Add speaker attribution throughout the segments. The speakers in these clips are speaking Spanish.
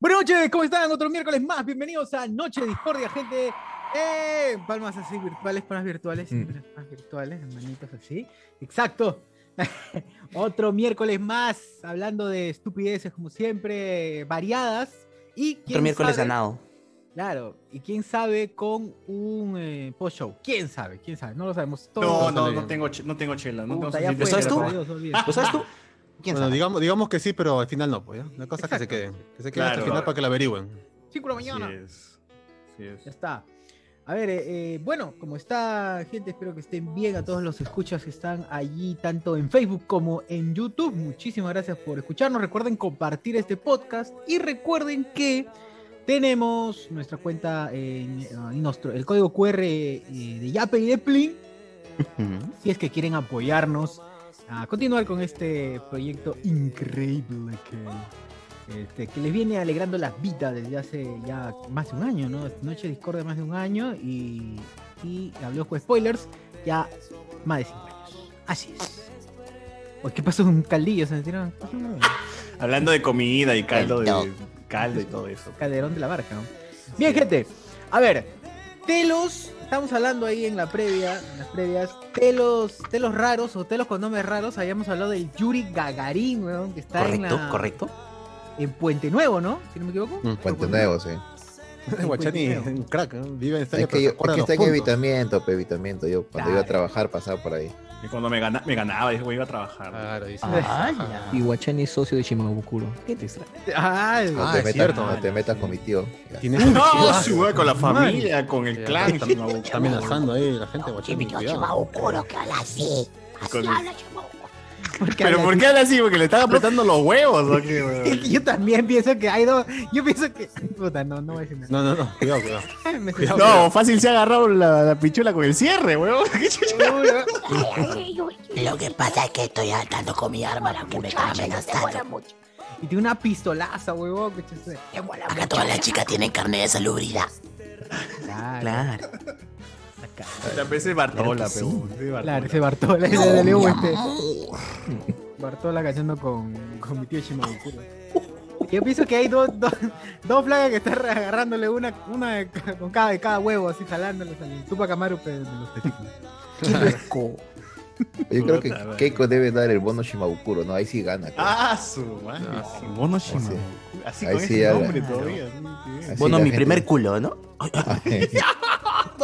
Speaker 1: Buenas noches, ¿cómo están? Otro miércoles más. Bienvenidos a Noche de Discordia, gente. Eh, palmas así virtuales, palmas virtuales,
Speaker 2: Mm.
Speaker 1: palmas virtuales, manitos así. Exacto. Otro miércoles más, hablando de estupideces como siempre, variadas. Y quién
Speaker 2: Otro miércoles
Speaker 1: sabe-
Speaker 2: ganado.
Speaker 1: Claro, y quién sabe con un eh, post-show. ¿Quién sabe? ¿Quién sabe? No lo sabemos todos.
Speaker 3: No, no,
Speaker 4: bien.
Speaker 3: no tengo, che- no tengo chela. No tengo
Speaker 1: Puta, ya fue,
Speaker 3: suficiente
Speaker 2: ¿Lo sabes
Speaker 3: chela
Speaker 2: tú?
Speaker 3: para-
Speaker 1: Dios, olvida.
Speaker 2: ¿Lo ¿Pues sabes tú? ¿Quién
Speaker 4: Bueno,
Speaker 2: sabe?
Speaker 4: digamos, digamos que sí, pero al final no, pues ya. Una cosa que se queden. Que se queden hasta
Speaker 3: Claro.
Speaker 4: el final para que la averigüen.
Speaker 1: Cinco de la mañana.
Speaker 3: Así es. Así es.
Speaker 1: Ya está. A ver, eh, eh, bueno, como está, gente, espero que estén bien a todos los escuchas que están allí, tanto en Facebook como en YouTube. Muchísimas gracias por escucharnos. Recuerden compartir este podcast y recuerden que tenemos nuestra cuenta, en, en nuestro, el código QR eh, de Yape y de Plin
Speaker 2: Ujú.
Speaker 1: si es que quieren apoyarnos a continuar con este proyecto increíble que, este, que les viene alegrando las vidas desde hace ya más de un año, ¿no? Noche Discord de más de un año y, y habló con spoilers ya más de cinco años. Así es. Uy, ¿Qué pasó con un caldillo? ¿Se me tiraron? ¿Qué pasó?
Speaker 3: Hablando de comida y caldo
Speaker 2: Caldo.
Speaker 3: de caldo y todo eso.
Speaker 1: Calderón de la Barca. ¿no? Bien, gente. A ver, telos. Estamos hablando ahí en la previa, en las previas, telos, telos raros o telos con nombres raros. Habíamos hablado del Yuri Gagarin, weón, que está en,
Speaker 2: Correcto,
Speaker 1: la-
Speaker 2: correcto.
Speaker 1: en Puente Nuevo, ¿no? Si no me equivoco.
Speaker 4: Mm.
Speaker 5: Puente Nuevo, sí.
Speaker 4: Guachani, un crack, ¿no? vive en Estadio,
Speaker 5: Es que, yo,
Speaker 4: pero se acuerda
Speaker 5: es que
Speaker 4: los
Speaker 5: está en
Speaker 4: puntos.
Speaker 5: evitamiento, pe, evitamiento. Yo cuando iba a
Speaker 1: Claro.
Speaker 5: trabajar pasaba por ahí.
Speaker 4: Ah,
Speaker 3: Y cuando me, gana- me ganaba, dije, güey, iba a trabajar.
Speaker 4: Claro, dice.
Speaker 2: Ah, y Guachani es socio de Shimabukuro. ¿Qué te extraña?
Speaker 1: Ay,
Speaker 4: Ah,
Speaker 5: no te
Speaker 4: es
Speaker 5: metas,
Speaker 4: cierto.
Speaker 5: no te metas con mi tío. Ya.
Speaker 4: Tiene
Speaker 3: No, sí, güey, con la familia, con el
Speaker 4: Ya,
Speaker 3: clan.
Speaker 4: está-
Speaker 3: con la-
Speaker 4: Está amenazando ahí la gente, Guachani. cuidado.
Speaker 3: con-
Speaker 1: porque
Speaker 3: Pero
Speaker 1: habla
Speaker 3: ¿por qué habla así? Porque le están apretando los huevos. ¿o qué,
Speaker 1: así.
Speaker 3: güey?
Speaker 1: Yo también pienso que hay dos. Yo pienso que. Puta, no, no voy a decir nada.
Speaker 4: No, no, no, cuidado, cuidado.
Speaker 1: Me
Speaker 4: cuidado.
Speaker 3: No, fácil se ha agarrado la, la pichula con el cierre, huevón. ¿Qué chucha?
Speaker 1: seguro.
Speaker 6: Lo que pasa es que estoy atando con mi arma, la que me está amenazando.
Speaker 1: Y tiene una pistolaza, huevón. que chiste.
Speaker 6: Acá todas las chicas tienen carne de salubridad.
Speaker 1: Claro,
Speaker 2: Claro.
Speaker 3: La PC Bartola,
Speaker 2: sí.
Speaker 3: pero. ese Bartola.
Speaker 1: claro, ese Bartola. ese de León, este. Bartola cayendo con, con mi tío Shimabukuro. Yo pienso que hay dos, dos, dos flacas que están agarrándole una, una de ca- con cada, de cada huevo, así jalándolos al Tupac Amaru pe- de los testículos.
Speaker 5: Yo creo que
Speaker 3: Puta, vale.
Speaker 5: Keiko debe dar el bono Shimabukuro, ¿no? Ahí sí gana. creo.
Speaker 3: Ah, su madre. sí, Mono Shimabukuro. Así
Speaker 5: Ahí
Speaker 3: con
Speaker 5: sí
Speaker 3: ese
Speaker 5: habla.
Speaker 3: nombre todavía.
Speaker 5: Así
Speaker 2: Bueno,
Speaker 5: la
Speaker 2: mi
Speaker 5: gente-
Speaker 2: primer culo, ¿no?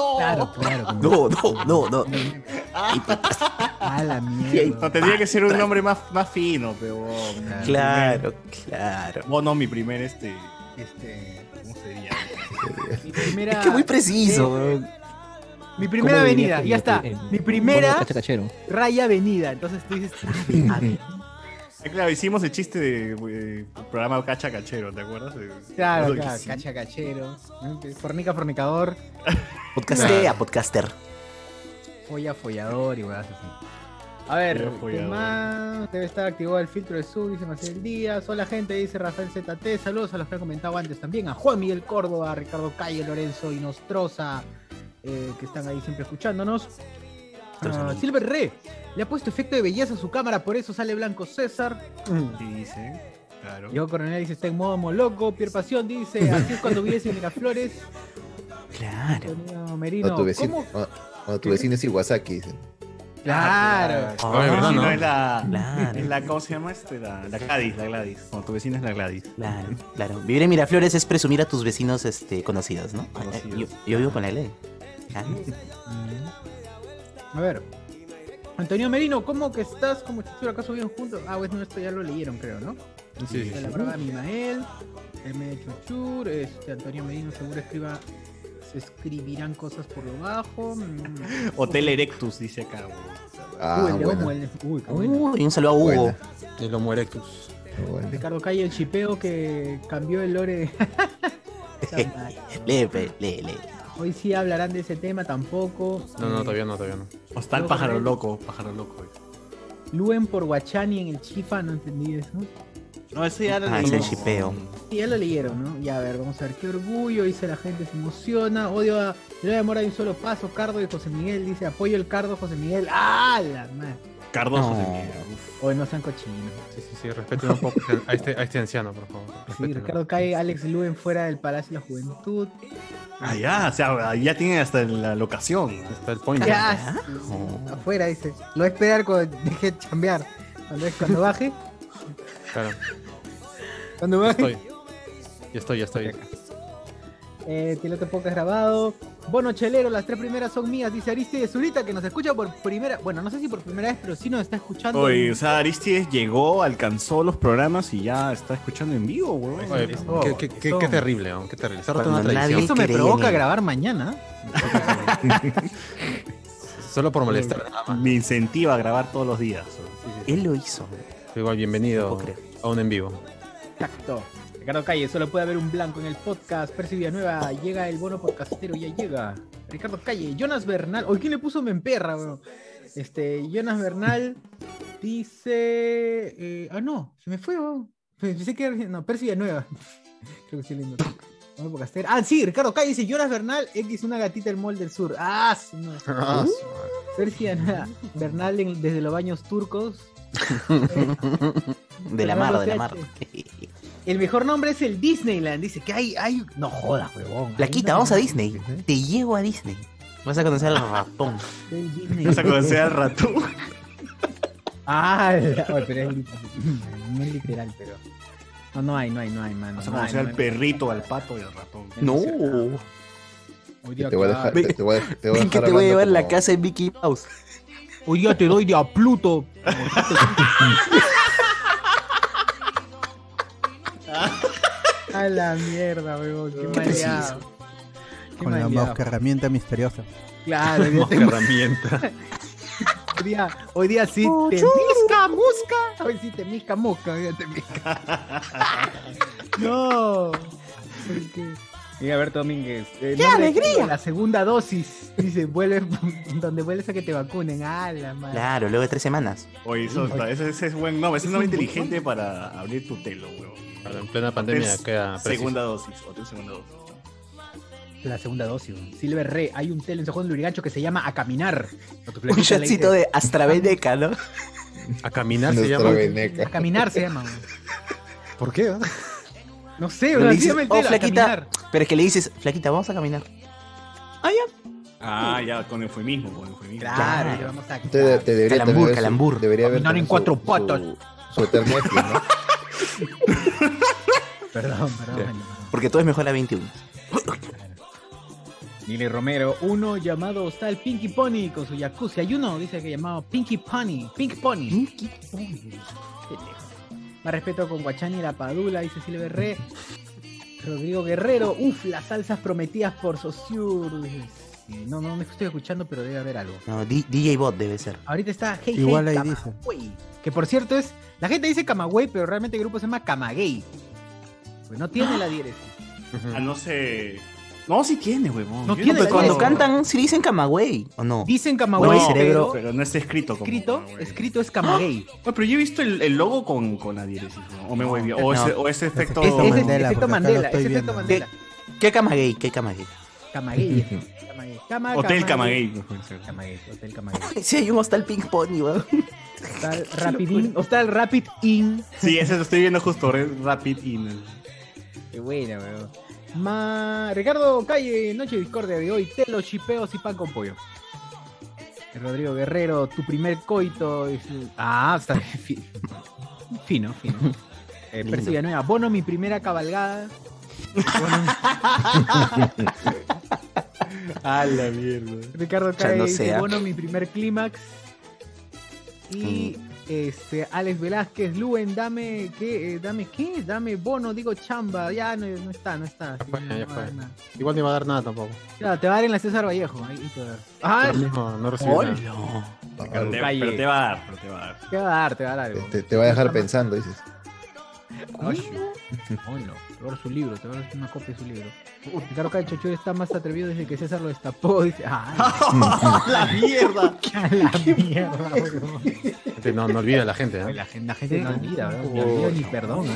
Speaker 3: Oh.
Speaker 1: Claro, claro. como-
Speaker 2: No, no, no, no.
Speaker 1: A la mierda.
Speaker 3: No, tendría que ser un nombre más, más fino, pero.
Speaker 2: Claro, claro.
Speaker 3: Mono, mi primer este.
Speaker 1: Este,
Speaker 3: ¿Cómo sería?
Speaker 1: mi primera,
Speaker 2: Es que muy preciso, weón.
Speaker 1: mi primera avenida, ya está. Mi primera raya avenida. Entonces tú dices, "Ah,
Speaker 3: Ah, Claro, hicimos el chiste de eh, programa Cacha Cachero, ¿te acuerdas? Eh,
Speaker 1: claro,
Speaker 3: lo que
Speaker 1: claro,
Speaker 3: sí.
Speaker 1: cacha cachero, fornica fornicador,
Speaker 2: Podcastea, podcaster.
Speaker 1: folla follador y weas así. A ver,
Speaker 3: Folla
Speaker 1: ¿qué
Speaker 3: follador.
Speaker 1: más? Debe estar activado el filtro de sub, dice Marcel Díaz. Hola gente, dice Rafael ZT. Saludos a los que han comentado antes también. A Juan Miguel Córdoba, a Ricardo Calle, Lorenzo y Nostroza, eh, que están ahí siempre escuchándonos.
Speaker 2: Nuestros
Speaker 1: Ah,
Speaker 2: amigos.
Speaker 1: Silver Re, le ha puesto efecto de belleza a su cámara, por eso sale blanco César.
Speaker 3: Y dice, claro.
Speaker 1: Yo Coronel dice, está en modo moloco. Pier Pasión dice, así es cuando vives en Miraflores.
Speaker 2: Claro.
Speaker 1: Antonio
Speaker 5: No,
Speaker 1: Merino,
Speaker 5: tu vecino,
Speaker 1: ¿cómo?
Speaker 5: no, no, tu vecino es Iwasaki. dicen.
Speaker 1: Claro.
Speaker 3: Ah,
Speaker 4: Ah,
Speaker 3: vecino
Speaker 4: ¿no?
Speaker 3: es la,
Speaker 2: Claro.
Speaker 3: es la. ¿Cómo se llama este? La, la Gladys, la Gladys. No, tu vecina es la Gladys.
Speaker 2: Claro, claro. Vivir en Miraflores es presumir a tus vecinos este, conocidos, ¿no?
Speaker 3: Conocidos.
Speaker 2: Yo, yo vivo con la ley. Ah,
Speaker 1: A ver. Antonio Merino, ¿cómo que estás como chuchura? ¿Acaso viven juntos? Ah, pues no, esto ya lo leyeron, creo, ¿no?
Speaker 4: Sí,
Speaker 1: La brava Mimael, M de Chuchur, este Antonio Merino seguro escriba, se escribirán cosas por lo bajo. Mm.
Speaker 3: Hotel Erectus, dice acá. güey.
Speaker 5: Ah,
Speaker 1: Uy, el de
Speaker 5: bueno.
Speaker 1: Omo, el de- Uy, qué bueno.
Speaker 2: Uy, un saludo a Hugo.
Speaker 5: Buena.
Speaker 4: El Homo erectus.
Speaker 5: bueno.
Speaker 1: Ricardo Calle, el chipeo que cambió el lore. de-
Speaker 2: Lee, pe, lee, lee.
Speaker 1: Hoy sí hablarán de ese tema tampoco.
Speaker 4: No,
Speaker 1: Eh,
Speaker 4: no, todavía no, todavía no.
Speaker 3: O está el
Speaker 1: Luego
Speaker 3: pájaro
Speaker 1: también-
Speaker 3: loco, pájaro loco. güey.
Speaker 1: Luen por Guachani en el Chifa, no entendí eso.
Speaker 3: No, ese ya lo
Speaker 2: Ah, es el
Speaker 3: leímos.
Speaker 2: chipeo.
Speaker 1: Sí, ya lo leyeron, ¿no? Ya, a ver, vamos a ver qué orgullo, dice la gente, se emociona. Odio a Leonardo de Mora de un solo paso, Cardo y José Miguel, dice apoyo el Cardo, José Miguel. ¡Ah, la madre!
Speaker 3: Cardoso
Speaker 2: No.
Speaker 3: de mierda. uf.
Speaker 1: Hoy no sean cochinos.
Speaker 4: Sí, sí, sí, respeten un poco a este, a este anciano, por favor.
Speaker 1: Sí,
Speaker 4: respétenlo.
Speaker 1: Ricardo cae Alex Luen fuera del Palacio de la Juventud.
Speaker 3: Ah, ya, o sea, ya tienen hasta la locación.
Speaker 4: Está el point.
Speaker 1: Ya, afuera dice. Lo voy a esperar cuando deje de chambear. Cuando, cuando baje.
Speaker 4: Claro,
Speaker 1: Cuando
Speaker 4: ya
Speaker 1: baje.
Speaker 4: estoy. Ya estoy, ya estoy.
Speaker 1: Eh, Piloto Poco es grabado. Bono Chelero, las tres primeras son mías, dice Ariste Zurita, que nos escucha por primera. Bueno, no sé si por primera vez, pero sí nos está escuchando.
Speaker 3: Oye, o sea, Aristides llegó, alcanzó los programas y ya está escuchando en vivo, weón.
Speaker 4: Oye, qué, qué- qué- qué terrible, ¿no? qué terrible. Se ha roto una
Speaker 2: Cuando nadie-
Speaker 4: tradición.
Speaker 1: Eso me
Speaker 2: Increíble.
Speaker 1: provoca grabar mañana.
Speaker 4: Solo por molestar, nada más.
Speaker 3: Ah, Me incentiva a grabar todos los días.
Speaker 2: Él lo hizo.
Speaker 4: Igual,
Speaker 2: No
Speaker 4: bienvenido
Speaker 2: puedo creer.
Speaker 4: a un en vivo.
Speaker 1: Exacto. Ricardo Calle, solo puede haber un blanco en el podcast. Percibida nueva, llega el bono podcastero, ya llega. Ricardo Calle, Jonas Bernal. Hoy, ¿quién le puso me emperra, bro? Este, Jonas Bernal dice. eh, ah, no, se me fue, bro. Pensé que. era- No, Percibida nueva. Creo que sí, lindo. Bono podcastero. Ah, sí, Ricardo Calle dice: Jonas Bernal, X, una gatita del mall del sur. Ah, su madre.
Speaker 4: Ah, su
Speaker 1: Percibida nueva. Bernal en- desde los baños turcos.
Speaker 2: De la mar, de la mar. este.
Speaker 1: El mejor nombre es el Disneyland. Dice que hay, hay. No jodas, huevón.
Speaker 2: La quita, vamos a Disney. Te llevo a Disney. Vas a conocer al ratón.
Speaker 1: El Disney.
Speaker 3: Vas a conocer al ratón.
Speaker 1: Ah, la- oye, pero es literal. No es literal, pero. No, no hay, no hay, no hay, mano.
Speaker 3: Vas a
Speaker 1: no hay,
Speaker 3: conocer
Speaker 1: no
Speaker 3: al
Speaker 1: hay.
Speaker 3: perrito, al pato y al ratón.
Speaker 2: No.
Speaker 1: Hoy día
Speaker 5: Te voy a
Speaker 1: que-
Speaker 5: dejar.
Speaker 2: Ven-
Speaker 5: Te voy a, te voy a
Speaker 2: Ven
Speaker 5: dejar.
Speaker 2: que te voy a
Speaker 5: hablando
Speaker 2: llevar a la
Speaker 5: como-
Speaker 2: casa de Mickey Mouse.
Speaker 1: Hoy día te doy de a Pluto. a la mierda, huevón. Qué maleado. Qué
Speaker 7: Con la
Speaker 1: maleado.
Speaker 7: mosca herramienta misteriosa.
Speaker 1: Claro, yo
Speaker 4: Qué
Speaker 1: tengo-
Speaker 4: herramienta.
Speaker 1: Hoy día, hoy día sí te misca, musca. Hoy sí te misca, mosca. Hoy día te misca. no. Y Alberto Domínguez. eh, ¡Qué alegría! La segunda dosis. Dice, vuelve donde vuelves a que te vacunen. ¡Ah, la madre!
Speaker 2: Claro, luego de tres semanas.
Speaker 3: Oye, eso está- ese, ese es buen nombre, ese es un nombre inteligente para abrir tu telo, weón.
Speaker 4: Claro, en plena pandemia
Speaker 3: Hotel
Speaker 4: queda preciso.
Speaker 3: segunda dosis, hotel segunda dosis.
Speaker 1: La segunda dosis. güey. Silver Re, hay un tele en San Juan de Lurigancho que se llama A Caminar.
Speaker 2: Un shotcito de AstraVeneca, ¿no?
Speaker 4: A caminar se
Speaker 5: Nuestra
Speaker 4: llama.
Speaker 5: veneca.
Speaker 1: A Caminar se llama. güey.
Speaker 4: ¿Por qué?
Speaker 1: No sé,
Speaker 2: Pero
Speaker 1: bro.
Speaker 2: le
Speaker 1: así
Speaker 2: dices,
Speaker 1: se llama el
Speaker 2: "Oh,
Speaker 1: tele, A
Speaker 2: flaquita".
Speaker 1: Caminar.
Speaker 2: Pero es que le dices, flaquita, vamos a caminar.
Speaker 3: Ah, ya, con eufemismo, con eufemismo.
Speaker 1: Claro,
Speaker 2: Claro.
Speaker 1: le vamos a
Speaker 5: Te- te
Speaker 2: Calambur,
Speaker 5: debería también ver su-
Speaker 2: calambur.
Speaker 5: Debería haber
Speaker 1: Caminar en
Speaker 5: también su-
Speaker 1: cuatro
Speaker 5: su-
Speaker 1: patas.
Speaker 5: Su Eternity, ¿no?
Speaker 1: Perdón, perdón.
Speaker 4: Ya.
Speaker 1: bueno, perdón.
Speaker 2: Porque todo es mejor a 21.
Speaker 1: Nile Romero, uno llamado está el Pinky Pony con su jacuzzi. Hay uno, dice que llamado Pinky Pony, Pink Pony. Qué lejos. Más respeto con Guachani y la Padula, dice Silver Re. Rodrigo Guerrero, uff, las salsas prometidas por Sosur. dice. Sí, No, no, me estoy escuchando, pero debe haber algo.
Speaker 2: No, D- DJ Bot debe ser.
Speaker 1: Ahorita está Hey Hey
Speaker 7: Igual ahí
Speaker 1: Camagüey. Que por cierto es, la gente dice Camagüey, pero realmente el grupo se llama Camagay. Pues no tiene la dirección.
Speaker 3: Ah, no sé. No, sí tiene, weón.
Speaker 1: No
Speaker 3: Yo
Speaker 1: tiene,
Speaker 3: no-
Speaker 1: la
Speaker 2: Cuando
Speaker 1: Eso.
Speaker 2: cantan, si dicen Camagüey, ¿o no?
Speaker 1: Dicen Camagüey,
Speaker 2: No,
Speaker 1: pero,
Speaker 3: Pero no está escrito como.
Speaker 1: escrito,
Speaker 3: Ah, weón.
Speaker 1: escrito es Camagay.
Speaker 3: No, pero yo he visto el, el logo con, con la diéresis, weón. O me voy bien.
Speaker 2: No.
Speaker 3: O, ese, o ese efecto.
Speaker 1: Es, es,
Speaker 7: Mandela,
Speaker 1: efecto
Speaker 7: porque acá lo
Speaker 1: Mandela,
Speaker 7: estoy
Speaker 1: es efecto
Speaker 7: viendo.
Speaker 1: Mandela.
Speaker 2: ¿Qué Camagüey? ¿Qué Camagüey?
Speaker 1: Camaguey. Camaguey. Cama-
Speaker 3: Hotel
Speaker 1: Camaguey.
Speaker 3: Camagay. puede ser.
Speaker 1: Camaguey, Hotel Camaguey.
Speaker 2: Sí, hay un hostal Pink Pony, weón.
Speaker 1: Hostal Rapid In. Hostal Rapid In.
Speaker 3: Sí, ese lo estoy viendo justo. Red Rapid In.
Speaker 1: Qué buena, weón. Ma... Ricardo Calle, Noche Discordia de hoy. Telo, chipeos y pan con pollo. Rodrigo Guerrero, tu primer coito. es- Ah, está bien, fi- fino, fino. Eh,
Speaker 2: Lindo.
Speaker 1: Percy Villanueva, Bono, mi primera cabalgada.
Speaker 3: A la mierda.
Speaker 1: Ricardo
Speaker 2: Ya
Speaker 1: Calle
Speaker 2: no
Speaker 1: dice,
Speaker 2: sea.
Speaker 1: bueno, mi primer clímax. Y
Speaker 2: Mm.
Speaker 1: este, Alex Velázquez, Luen, dame, ¿qué? Eh, dame, ¿qué? Dame bono, digo chamba. Ya no, no está, no está.
Speaker 4: Ya fue,
Speaker 1: no
Speaker 4: ya
Speaker 1: va a dar
Speaker 4: fue.
Speaker 1: nada.
Speaker 4: Igual no iba a dar nada tampoco.
Speaker 1: Claro, te va a dar en la César Vallejo. Ahí te va a dar. ¡Ah!
Speaker 4: Ahora mismo no recibí nada.
Speaker 2: Hola.
Speaker 3: Pero te,
Speaker 1: Calle.
Speaker 3: pero te va a dar, pero te va a dar.
Speaker 1: Te va a dar, te va a dar algo.
Speaker 5: Te- Te, te va a dejar pensando, dices.
Speaker 1: Bueno, te va a dar su libro, te va a dar una copia de su libro. Ricardo Calle Chochur está más atrevido desde que César lo destapó. Dice, ¡ah!
Speaker 3: ¡La mierda!
Speaker 1: a la mierda, weón!
Speaker 4: Gente, No, no olvida a la gente. ¿eh?
Speaker 1: La gente, la gente no olvida, ¿verdad? Ni
Speaker 4: Oh,
Speaker 1: olvido ni perdona.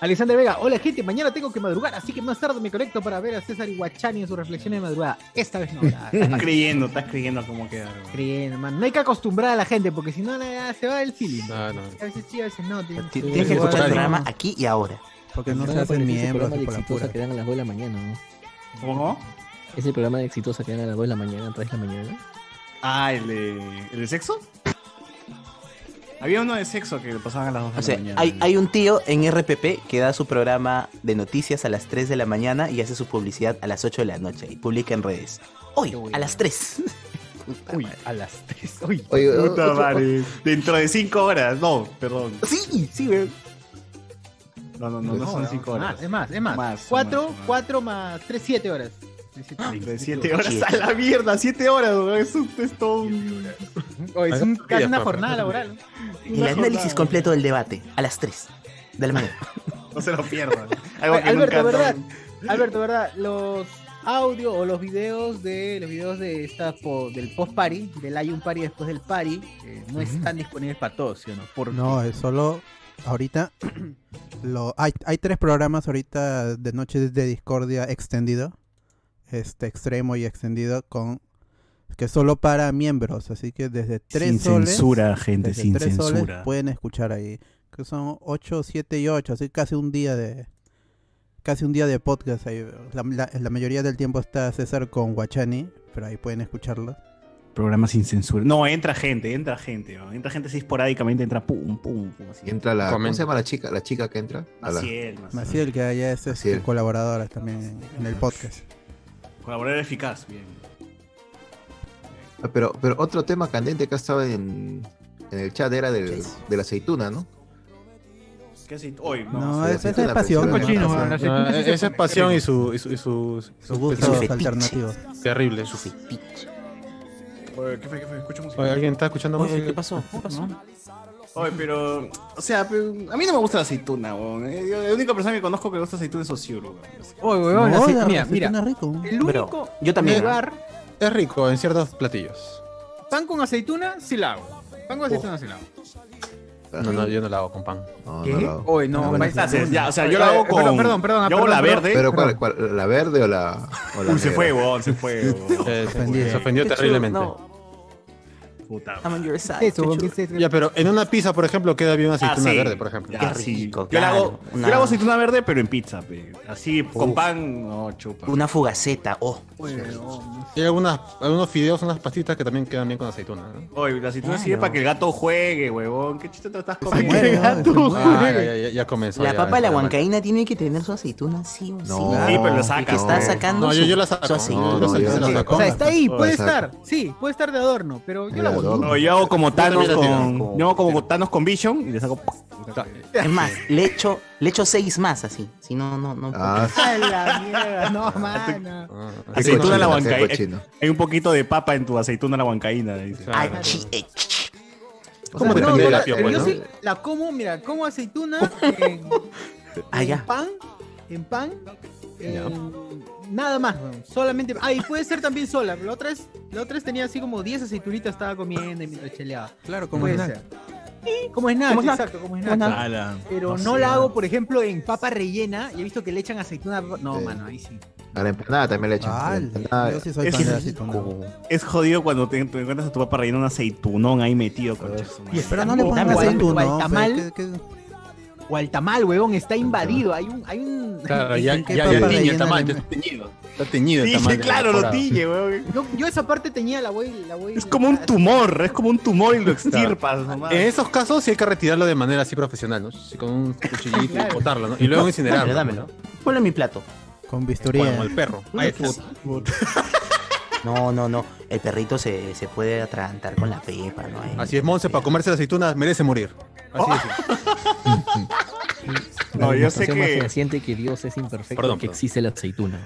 Speaker 1: Alexander Vega, hola gente, mañana tengo que madrugar, así que más tarde me conecto para ver a César Iguachani en sus reflexiones de madrugada. Esta vez no. la-
Speaker 3: Estás creyendo, estás creyendo cómo queda.
Speaker 1: Creyendo, man. No hay que acostumbrar a la gente, porque si no la- se va el feeling.
Speaker 4: Ah, No, no.
Speaker 1: A veces sí, a veces no. tiene-
Speaker 2: Ti-
Speaker 7: Sí,
Speaker 2: Tienes que
Speaker 7: igual,
Speaker 2: escuchar el
Speaker 7: ¿no?
Speaker 2: programa aquí y ahora.
Speaker 7: Porque no
Speaker 1: Van
Speaker 7: se
Speaker 1: a
Speaker 7: hacen miembros
Speaker 6: programa de
Speaker 7: por la
Speaker 6: exitosa
Speaker 7: pura.
Speaker 6: que dan a las 2 de la mañana, ¿no?
Speaker 3: ¿Cómo?
Speaker 6: Es el programa de exitosa que dan a las 2 de la mañana, 3 de la mañana.
Speaker 3: Ah, ¿el de, el de sexo? Había uno de sexo que lo pasaban a las 2 de
Speaker 2: O sea,
Speaker 3: la mañana.
Speaker 2: hay, hay un tío en RPP que da su programa de noticias a las 3 de la mañana y hace su publicidad a las 8 de la noche y publica en redes. Hoy, a las 3.
Speaker 1: Uy, a las 3. Uy.
Speaker 5: Oye, o-
Speaker 3: Puta
Speaker 5: otro-
Speaker 3: madre. Dentro de 5 horas. No, perdón.
Speaker 2: Sí, sí, weón.
Speaker 3: No, no, no, no son 5 horas.
Speaker 1: Más, es más, es más.
Speaker 3: Más,
Speaker 1: 4,
Speaker 3: más, más.
Speaker 1: 4 más 3, 7 horas. Tres, siete horas.
Speaker 3: Dentro de 7 horas a la mierda. 7 horas, weón. Es, un- es todo un...
Speaker 1: Oye, es un-
Speaker 4: Hagamos
Speaker 1: casi una
Speaker 4: días,
Speaker 1: jornada
Speaker 4: profe.
Speaker 1: laboral.
Speaker 2: El análisis completo del debate a las 3 de la mañana.
Speaker 3: No se lo pierdan. Algo que
Speaker 1: Alberto,
Speaker 3: nunca-
Speaker 1: ¿verdad? Alberto, ¿verdad? Los audio o los videos de los videos de esta po- del post party, del hay un party después del party, eh, no están disponibles para todos, ¿sí o no? Por
Speaker 7: No, es solo ahorita lo hay, hay tres programas ahorita de noches de discordia extendido, este extremo y extendido con que es solo para miembros, así que desde tres soles,
Speaker 3: gente,
Speaker 7: desde tres soles pueden escuchar ahí, que son 8, 7 y 8, así casi un día de casi un día de podcast ahí. La, la- la mayoría del tiempo está César con Guachani, pero ahí pueden escucharlo.
Speaker 3: Programa sin censura. No, entra gente, entra gente. ¿no? Entra gente así esporádicamente, entra pum, pum, pum. Así.
Speaker 5: Entra la. ¿Cómo
Speaker 4: Comenta.
Speaker 5: se llama la chica? La chica que entra. A la-
Speaker 3: Maciel,
Speaker 7: Así
Speaker 3: Maciel.
Speaker 7: el que allá es
Speaker 5: Así
Speaker 7: este,
Speaker 5: es.
Speaker 7: colaboradora también en- en el podcast.
Speaker 3: Colaborar eficaz, bien.
Speaker 5: Ah, Pero, pero otro tema candente que ha estado en, en el chat era del, de la aceituna, ¿no?
Speaker 3: ¿Qué haces hoy? No,
Speaker 7: No,
Speaker 5: sí,
Speaker 7: esa
Speaker 5: sí,
Speaker 7: es
Speaker 5: sí, la presión.
Speaker 7: pasión. ¿no?
Speaker 5: Cochino,
Speaker 7: Pasión.
Speaker 4: No, esa es pasión y su. Y su, y su,
Speaker 7: Sus
Speaker 2: Su
Speaker 7: gustos
Speaker 2: fetiche.
Speaker 7: alternativos.
Speaker 4: terrible.
Speaker 2: Su fetiche.
Speaker 3: Oye, ¿Qué fue? ¿Qué fue? Escucha música.
Speaker 4: Oye, ¿Alguien está escuchando
Speaker 2: Oye, ¿qué
Speaker 4: música?
Speaker 2: pasó? ¿Qué pasó?
Speaker 3: Oye, pero. O sea, pero a mí no me gusta la aceituna, weón. Eh, yo- La única persona que conozco que le gusta aceituna es Ociuro, weón.
Speaker 1: Oye,
Speaker 7: No,
Speaker 1: weón, la se-
Speaker 7: la
Speaker 1: mira,
Speaker 7: receta
Speaker 1: mira,
Speaker 7: no es rico.
Speaker 1: el
Speaker 2: Pero
Speaker 1: único
Speaker 2: yo también,
Speaker 1: lugar,
Speaker 4: Es rico en ciertos platillos.
Speaker 1: pan con aceituna, sí la hago. Pan con aceituna, sí la hago.
Speaker 4: No, no, yo no la hago con pan.
Speaker 2: Ah,
Speaker 5: No, no
Speaker 1: ¿Qué?
Speaker 5: la hago.
Speaker 1: Oye, no,
Speaker 7: Bueno,
Speaker 1: paisa.
Speaker 3: Entonces, ya, o sea, yo la hago
Speaker 1: Eh,
Speaker 3: con.
Speaker 1: perdón, perdón, perdón,
Speaker 3: Yo hago la
Speaker 1: perdón,
Speaker 3: verde.
Speaker 5: Pero ¿cuál, cuál, la verde o la. O la
Speaker 3: Uy, se
Speaker 5: negra?
Speaker 3: fue, weón, se fue, weón.
Speaker 4: Eh, se,
Speaker 7: Ofendido.
Speaker 4: se ofendió terriblemente.
Speaker 2: No,
Speaker 3: Puta.
Speaker 2: I'm on your side,
Speaker 1: ¿Qué es eso, weón?
Speaker 2: chuchu.
Speaker 1: ¿Qué es eso?
Speaker 4: Ya, pero en una pizza, por ejemplo, queda bien aceituna
Speaker 3: Ah, sí.
Speaker 4: verde, por ejemplo.
Speaker 3: Ya,
Speaker 2: Qué
Speaker 3: sí.
Speaker 2: rico,
Speaker 3: yo, la
Speaker 2: claro.
Speaker 3: hago, yo
Speaker 2: Una-
Speaker 3: le hago aceituna verde, pero en pizza, pe. Así, con
Speaker 2: Uf.
Speaker 3: pan, no, chupa.
Speaker 2: Una fugaceta, oh.
Speaker 1: Oye, weón.
Speaker 4: Y hay algunas, algunos fideos, unas pastitas que también quedan bien con aceituna. ¿no?
Speaker 3: Oye, la aceituna
Speaker 2: Claro.
Speaker 3: sirve para que el gato juegue, huevón. ¿Qué chiste te estás
Speaker 2: Ay,
Speaker 3: comiendo?
Speaker 2: qué
Speaker 3: Sí,
Speaker 2: gato.
Speaker 4: Ah, ya, ya, ya, ya comenzó.
Speaker 2: La
Speaker 4: ya,
Speaker 2: papa de la
Speaker 4: ya,
Speaker 2: huancaína tiene que tener su aceituna, sí o sí.
Speaker 5: No.
Speaker 2: El
Speaker 3: pero lo
Speaker 2: que
Speaker 5: Sí,
Speaker 3: sacas.
Speaker 2: está
Speaker 5: no.
Speaker 2: sacando
Speaker 4: No, yo-
Speaker 2: su-
Speaker 4: yo la saco.
Speaker 2: su
Speaker 4: No,
Speaker 2: aceituna.
Speaker 5: no, yo
Speaker 4: la saco.
Speaker 1: O sea, está ahí, puede
Speaker 5: Exacto.
Speaker 1: estar, sí, puede estar de adorno, pero yo
Speaker 5: De
Speaker 1: la hago.
Speaker 5: adorno.
Speaker 3: No, yo hago como Thanos
Speaker 4: también la
Speaker 3: con.
Speaker 2: tiro.
Speaker 3: Yo hago como Thanos con Vision y le saco.
Speaker 4: Está-
Speaker 2: Es más, le echo, le echo seis más así. Si no, no, no.
Speaker 5: Ah, sí,
Speaker 1: A la mierda, no, mano.
Speaker 4: Ah, ah.
Speaker 3: Aceituna a la
Speaker 5: cochino, qué
Speaker 3: huancaína.
Speaker 5: cochino.
Speaker 3: Hay un poquito de papa en tu aceituna a la huancaína. dice.
Speaker 4: Claro.
Speaker 2: Ah, chi, eh, ch-
Speaker 1: Pues,
Speaker 5: O
Speaker 4: ¿Cómo
Speaker 5: sea,
Speaker 4: depende
Speaker 5: no,
Speaker 4: de
Speaker 1: la-
Speaker 4: la
Speaker 5: no,
Speaker 4: piopa,
Speaker 1: pero
Speaker 5: el-
Speaker 1: yo
Speaker 4: no?
Speaker 1: sí la como, mira, como aceituna en,
Speaker 2: Ah,
Speaker 1: en
Speaker 2: ya.
Speaker 1: pan, en pan, en- nada más, weón, solamente, ah, y puede ser también sola, la otra vez, la otra vez tenía así como 10 aceitunitas, estaba comiendo y mientras cheleaba.
Speaker 7: Claro, como
Speaker 1: Puede
Speaker 7: snack.
Speaker 1: ser. Como es nada,
Speaker 2: Como snack.
Speaker 1: exacto, como es
Speaker 2: Como
Speaker 1: nada.
Speaker 2: snack.
Speaker 3: Ala.
Speaker 1: Pero no la hago, por ejemplo, en papa rellena, y he visto que le echan aceituna, no,
Speaker 5: Sí.
Speaker 1: mano, ahí sí.
Speaker 5: A la empanada también le echan. a la
Speaker 7: Vale,
Speaker 5: empanada-
Speaker 7: yo sí soy
Speaker 3: Es
Speaker 7: fan de
Speaker 3: que-
Speaker 7: la aceituna.
Speaker 3: Es jodido cuando te, te encuentras a tu papá relleno un aceitunón ahí metido, concha. de su madre.
Speaker 7: Pero no le pongan
Speaker 1: Gual-
Speaker 7: aceituna. ¿no?
Speaker 1: gualtamal.
Speaker 7: Fe, que- que-
Speaker 1: O al tamal, huevón, está invadido, hay un, hay un...
Speaker 4: Claro, ya,
Speaker 7: ¿En qué
Speaker 4: ya, ya tiñe
Speaker 7: papa
Speaker 4: el
Speaker 7: rellena
Speaker 4: tamaño,
Speaker 7: le-
Speaker 4: está teñido. Está teñido el
Speaker 3: Sí,
Speaker 4: tamaño.
Speaker 3: claro, lo tiñe, weón.
Speaker 1: Yo, yo esa parte tenía la voy, la voy.
Speaker 3: Es como un tumor, es como un tumor y lo extirpas, nomás.
Speaker 4: En esos casos sí hay que retirarlo de manera así profesional, ¿no? Sí, con un cuchillito y
Speaker 1: Claro.
Speaker 4: botarlo, ¿no? Y luego incinerarlo.
Speaker 2: Dámelo, dámelo. Ponlo en mi plato.
Speaker 7: Con
Speaker 4: ¿no? Como
Speaker 7: bisturía.
Speaker 4: el perro. Ahí está.
Speaker 2: No, no, no. El perrito se, se puede atragantar con la pepa, ¿no? Ahí.
Speaker 4: Así es, Monse, para comerse las aceitunas merece morir. Así es.
Speaker 3: No, yo
Speaker 6: La
Speaker 3: sé
Speaker 6: demostración más
Speaker 3: que.
Speaker 6: fehaciente que Dios es imperfecto
Speaker 4: Perdón,
Speaker 6: que
Speaker 4: perdón.
Speaker 6: existe la aceituna.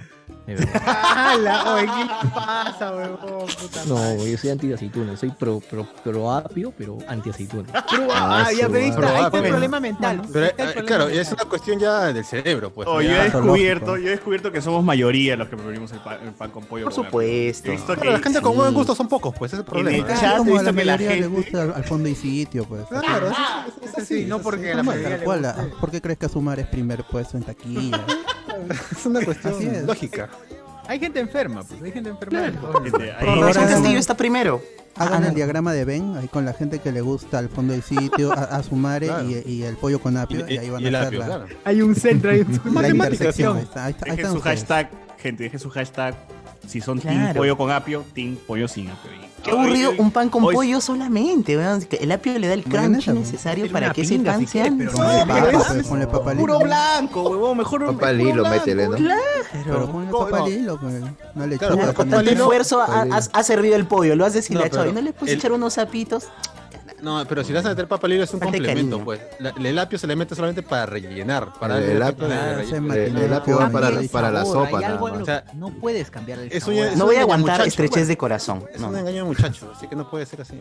Speaker 8: Es verdad.
Speaker 1: ¡Hala! Oye, ¿qué le pasa, huevón? Puta
Speaker 8: No,
Speaker 1: madre.
Speaker 8: yo soy anti-aceituna, soy pro, pro, pro apio, pero anti-aceituna.
Speaker 1: Pero, ah,
Speaker 5: Ah,
Speaker 1: ya,
Speaker 5: su
Speaker 1: pero ahí está, ahí está el
Speaker 4: madre.
Speaker 1: problema mental.
Speaker 4: Pero,
Speaker 1: Ahí está el
Speaker 4: eh,
Speaker 1: problema
Speaker 4: claro, y
Speaker 1: mental.
Speaker 4: es una cuestión ya del cerebro, pues.
Speaker 3: Oh, yo
Speaker 4: ya.
Speaker 3: he
Speaker 7: Patológico.
Speaker 3: descubierto, yo he descubierto que somos mayoría los que preferimos el pan, el pan con pollo.
Speaker 2: Por
Speaker 3: con
Speaker 2: supuesto.
Speaker 3: He visto
Speaker 4: Claro, la gente con
Speaker 2: Sí.
Speaker 4: buen gusto son pocos, pues ese es
Speaker 3: Y
Speaker 4: el problema.
Speaker 3: me-
Speaker 7: Así
Speaker 3: chat, he
Speaker 7: como a la
Speaker 3: visto que la
Speaker 7: mayoría le
Speaker 3: gente-
Speaker 7: gusta al, al fondo y sitio, pues.
Speaker 4: Claro, es- es- es así.
Speaker 1: no
Speaker 4: es
Speaker 1: porque
Speaker 4: así.
Speaker 1: la
Speaker 7: Tal
Speaker 1: mayoría le
Speaker 7: cual,
Speaker 1: gusta.
Speaker 7: ¿Por qué crees que Sumar es primer puesto en taquilla?
Speaker 4: Es una cuestión
Speaker 7: Así es.
Speaker 4: lógica.
Speaker 1: Hay gente enferma, pues. Hay gente enferma. de todo.
Speaker 3: pollo. Gente, ahí-
Speaker 7: Por
Speaker 2: Sebastián
Speaker 7: ahora-
Speaker 2: Castillo está primero.
Speaker 7: Hagan
Speaker 2: Ah,
Speaker 7: el
Speaker 2: no.
Speaker 7: diagrama de Ben ahí con la gente que le gusta al fondo del sitio, a, a Sumare
Speaker 4: Claro.
Speaker 7: y, y el pollo con apio, y, ahí van
Speaker 4: el
Speaker 7: a hacer
Speaker 4: apio,
Speaker 7: la,
Speaker 4: claro.
Speaker 1: Hay un centro, hay un
Speaker 7: la
Speaker 1: matemáticas.
Speaker 7: intersección. Ahí, está, ahí, está- ahí
Speaker 3: Dejen
Speaker 7: están
Speaker 3: su
Speaker 7: ustedes.
Speaker 3: hashtag, gente, dejen su hashtag. Si son team
Speaker 2: Claro.
Speaker 3: pollo con apio, team pollo sin apio. Y-
Speaker 2: Qué aburrido,
Speaker 3: Ay, ay,
Speaker 2: un pan con
Speaker 3: hoy-
Speaker 2: pollo solamente, weón. El apio le da el crunch
Speaker 7: Mayonesa,
Speaker 2: necesario
Speaker 1: weón.
Speaker 2: para
Speaker 1: Una
Speaker 2: que ese
Speaker 1: pinga,
Speaker 2: pan
Speaker 1: si
Speaker 2: sea...
Speaker 1: quieres, pero
Speaker 2: Sí,
Speaker 7: Ponle
Speaker 3: No,
Speaker 7: papa,
Speaker 3: pero
Speaker 7: pues,
Speaker 3: es
Speaker 7: ponle papa lilo.
Speaker 3: Puro blanco, huevón. Mejor un
Speaker 5: Papá Lilo, métele, ¿no?
Speaker 7: Pero ponle
Speaker 4: ¿Cómo?
Speaker 7: papa lilo, pues. Una lechuga.
Speaker 4: pero
Speaker 2: Con
Speaker 4: con
Speaker 7: ponle-
Speaker 2: tanto
Speaker 4: palino-
Speaker 2: esfuerzo ha,
Speaker 5: palino.
Speaker 2: has- has servido el pollo, lo has deshilachado.
Speaker 4: pero
Speaker 2: ¿Y no le puedes
Speaker 4: el-
Speaker 2: echar unos zapitos?
Speaker 4: No, pero si le vas a meter papa libre es un
Speaker 2: Falta de
Speaker 4: complemento,
Speaker 2: cariño.
Speaker 4: pues. La- el apio se le mete solamente para rellenar, para
Speaker 5: El-
Speaker 4: darle
Speaker 5: el
Speaker 4: efecto de
Speaker 5: apio.
Speaker 7: Ah,
Speaker 4: relleno.
Speaker 7: se
Speaker 5: El, el apio va
Speaker 7: Matinazo.
Speaker 5: para,
Speaker 7: Hay
Speaker 5: para la
Speaker 1: sabor,
Speaker 5: sopa,
Speaker 1: hay
Speaker 5: nada
Speaker 1: algo en
Speaker 5: más.
Speaker 1: lo
Speaker 4: O sea,
Speaker 1: que no puedes cambiar el
Speaker 4: es
Speaker 1: sabor.
Speaker 4: un-
Speaker 1: Eso
Speaker 4: es
Speaker 2: No voy a
Speaker 4: un
Speaker 2: aguantar
Speaker 4: muchacho,
Speaker 2: estrechez
Speaker 4: pues.
Speaker 2: de corazón.
Speaker 4: Es
Speaker 2: No,
Speaker 4: un
Speaker 2: no.
Speaker 4: engaño de muchacho, así que no puede ser así.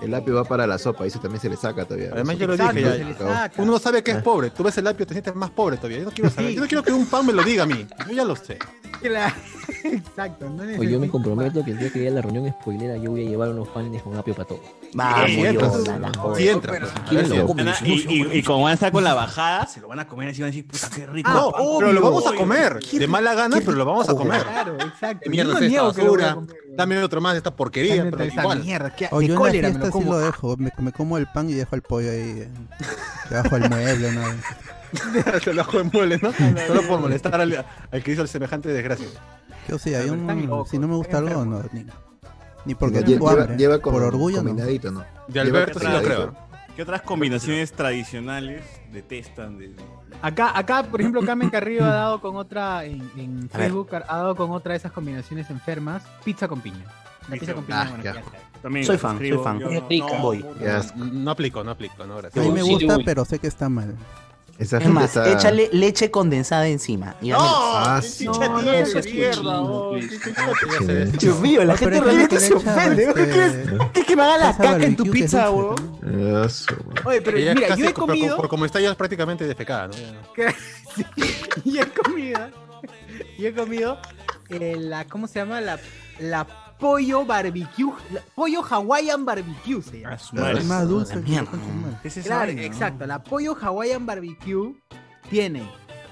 Speaker 5: El apio va para la sopa, eso también se le saca todavía.
Speaker 4: Además,
Speaker 5: Eso
Speaker 4: yo lo
Speaker 5: se
Speaker 4: dije ya.
Speaker 5: le
Speaker 1: se le
Speaker 5: acabó.
Speaker 1: saca.
Speaker 4: Uno sabe que es pobre, tú ves el apio y te sientes más pobre todavía. Yo no quiero saber, yo no quiero que un pan me lo diga a mí. Yo ya lo sé.
Speaker 1: Claro. Exacto. No
Speaker 8: Oye, yo me
Speaker 1: necesitas-
Speaker 8: comprometo que el día que vaya a la reunión spoilera, yo voy a llevar unos panes con apio para todos.
Speaker 2: Vamos,
Speaker 3: Sí, entonces-
Speaker 2: Yola, Ah, la joven.
Speaker 4: Si entra, pues, a ver si entra.
Speaker 3: Ana, y, y- y como van a estar con la bajada, se lo van a comer así y van a decir, puta, qué rico.
Speaker 2: Ah,
Speaker 4: No,
Speaker 3: pan,
Speaker 4: pero lo
Speaker 3: pollo.
Speaker 4: vamos a comer. De mala gana, pero lo vamos a comer.
Speaker 1: Claro, exacto.
Speaker 4: ¿Qué mierda
Speaker 1: Yo
Speaker 4: es esta
Speaker 1: niego que lo voy a
Speaker 4: basura?
Speaker 1: comer.
Speaker 4: Dame otro más de esta porquería, pero
Speaker 1: esa
Speaker 4: igual.
Speaker 1: mierda. Que,
Speaker 7: O
Speaker 1: de
Speaker 7: yo en
Speaker 1: cólera
Speaker 7: la
Speaker 1: me lo
Speaker 7: fiesta sí
Speaker 1: como.
Speaker 7: lo dejo. Me, me como el pan y dejo el pollo ahí eh, debajo del mueble. ¿no?
Speaker 4: Se lo hago en muebles, ¿no? Solo por molestar al, al que hizo el semejante desgracia.
Speaker 7: Yo sí, hay
Speaker 1: Pero están
Speaker 7: un,
Speaker 1: locos,
Speaker 7: si no me gusta
Speaker 1: están
Speaker 7: algo, no,
Speaker 1: enfermos.
Speaker 7: ni, ni porque
Speaker 5: Lle-
Speaker 7: tengo
Speaker 5: lleva,
Speaker 7: hambre.
Speaker 5: lleva con,
Speaker 7: por orgullo, no.
Speaker 5: combinadito, ¿no?
Speaker 4: De
Speaker 5: Lleva
Speaker 4: Alberto sí lo
Speaker 5: combinadito.
Speaker 4: creo.
Speaker 3: ¿Qué otras combinaciones tradicionales detestan? De...
Speaker 1: Acá, acá, por ejemplo, Carmen Carrillo ha dado con otra en, en
Speaker 2: A ver.
Speaker 1: Facebook, ha dado con otra de esas combinaciones enfermas, pizza con piña. La pizza con piña,
Speaker 5: Ah,
Speaker 1: bueno,
Speaker 5: qué
Speaker 1: ya
Speaker 5: asco.
Speaker 1: está.
Speaker 3: También
Speaker 2: Soy fan,
Speaker 3: suscribo,
Speaker 2: soy fan.
Speaker 3: yo
Speaker 6: Es
Speaker 3: no-
Speaker 6: rica.
Speaker 3: no,
Speaker 2: Voy.
Speaker 3: puta,
Speaker 5: Qué asco.
Speaker 4: No aplico, no aplico, no,
Speaker 7: A
Speaker 4: gracias.
Speaker 7: mí me
Speaker 8: Sí,
Speaker 7: gusta,
Speaker 8: uy.
Speaker 7: pero sé que está mal.
Speaker 5: Esa
Speaker 2: Es
Speaker 5: gente
Speaker 2: más,
Speaker 5: está...
Speaker 2: échale leche condensada encima. Y dámelo.
Speaker 5: Ah,
Speaker 3: qué
Speaker 5: sí.
Speaker 3: chicha
Speaker 1: No, no
Speaker 3: tienes,
Speaker 1: seas
Speaker 3: mierda, vos,
Speaker 7: oh,
Speaker 3: qué
Speaker 4: ah,
Speaker 3: chicha tienes.
Speaker 2: Dios mío, la
Speaker 7: No, Ah, pero
Speaker 2: gente
Speaker 7: hay
Speaker 2: realmente
Speaker 7: gente que
Speaker 2: se
Speaker 7: le echa,
Speaker 2: ofende.
Speaker 7: este,
Speaker 2: ¿Qué quieres? ¿Qué que me haga la
Speaker 7: salsa
Speaker 2: caca en tu
Speaker 7: barbecue que es
Speaker 2: pizza,
Speaker 7: dulce,
Speaker 2: weón?
Speaker 7: ¿no?
Speaker 5: Eso, güey.
Speaker 1: Oye, pero
Speaker 4: Ella
Speaker 1: mira,
Speaker 4: casi
Speaker 1: yo he
Speaker 4: por- por-
Speaker 1: comido,
Speaker 4: Por, como está ya prácticamente defecada, ¿no? Ya-
Speaker 1: yo he comido, yo he comido eh, la, ¿cómo se llama? La, la pollo barbecue, la- pollo hawaiian barbecue se llama.
Speaker 3: A su madre.
Speaker 7: Es más dulce.
Speaker 2: la
Speaker 7: que
Speaker 2: mierda,
Speaker 7: concha
Speaker 2: ¿no?
Speaker 7: madre.
Speaker 3: ¿Qué es esa
Speaker 1: Claro,
Speaker 3: vaina, no?
Speaker 1: exacto. La pollo Hawaiian barbecue tiene,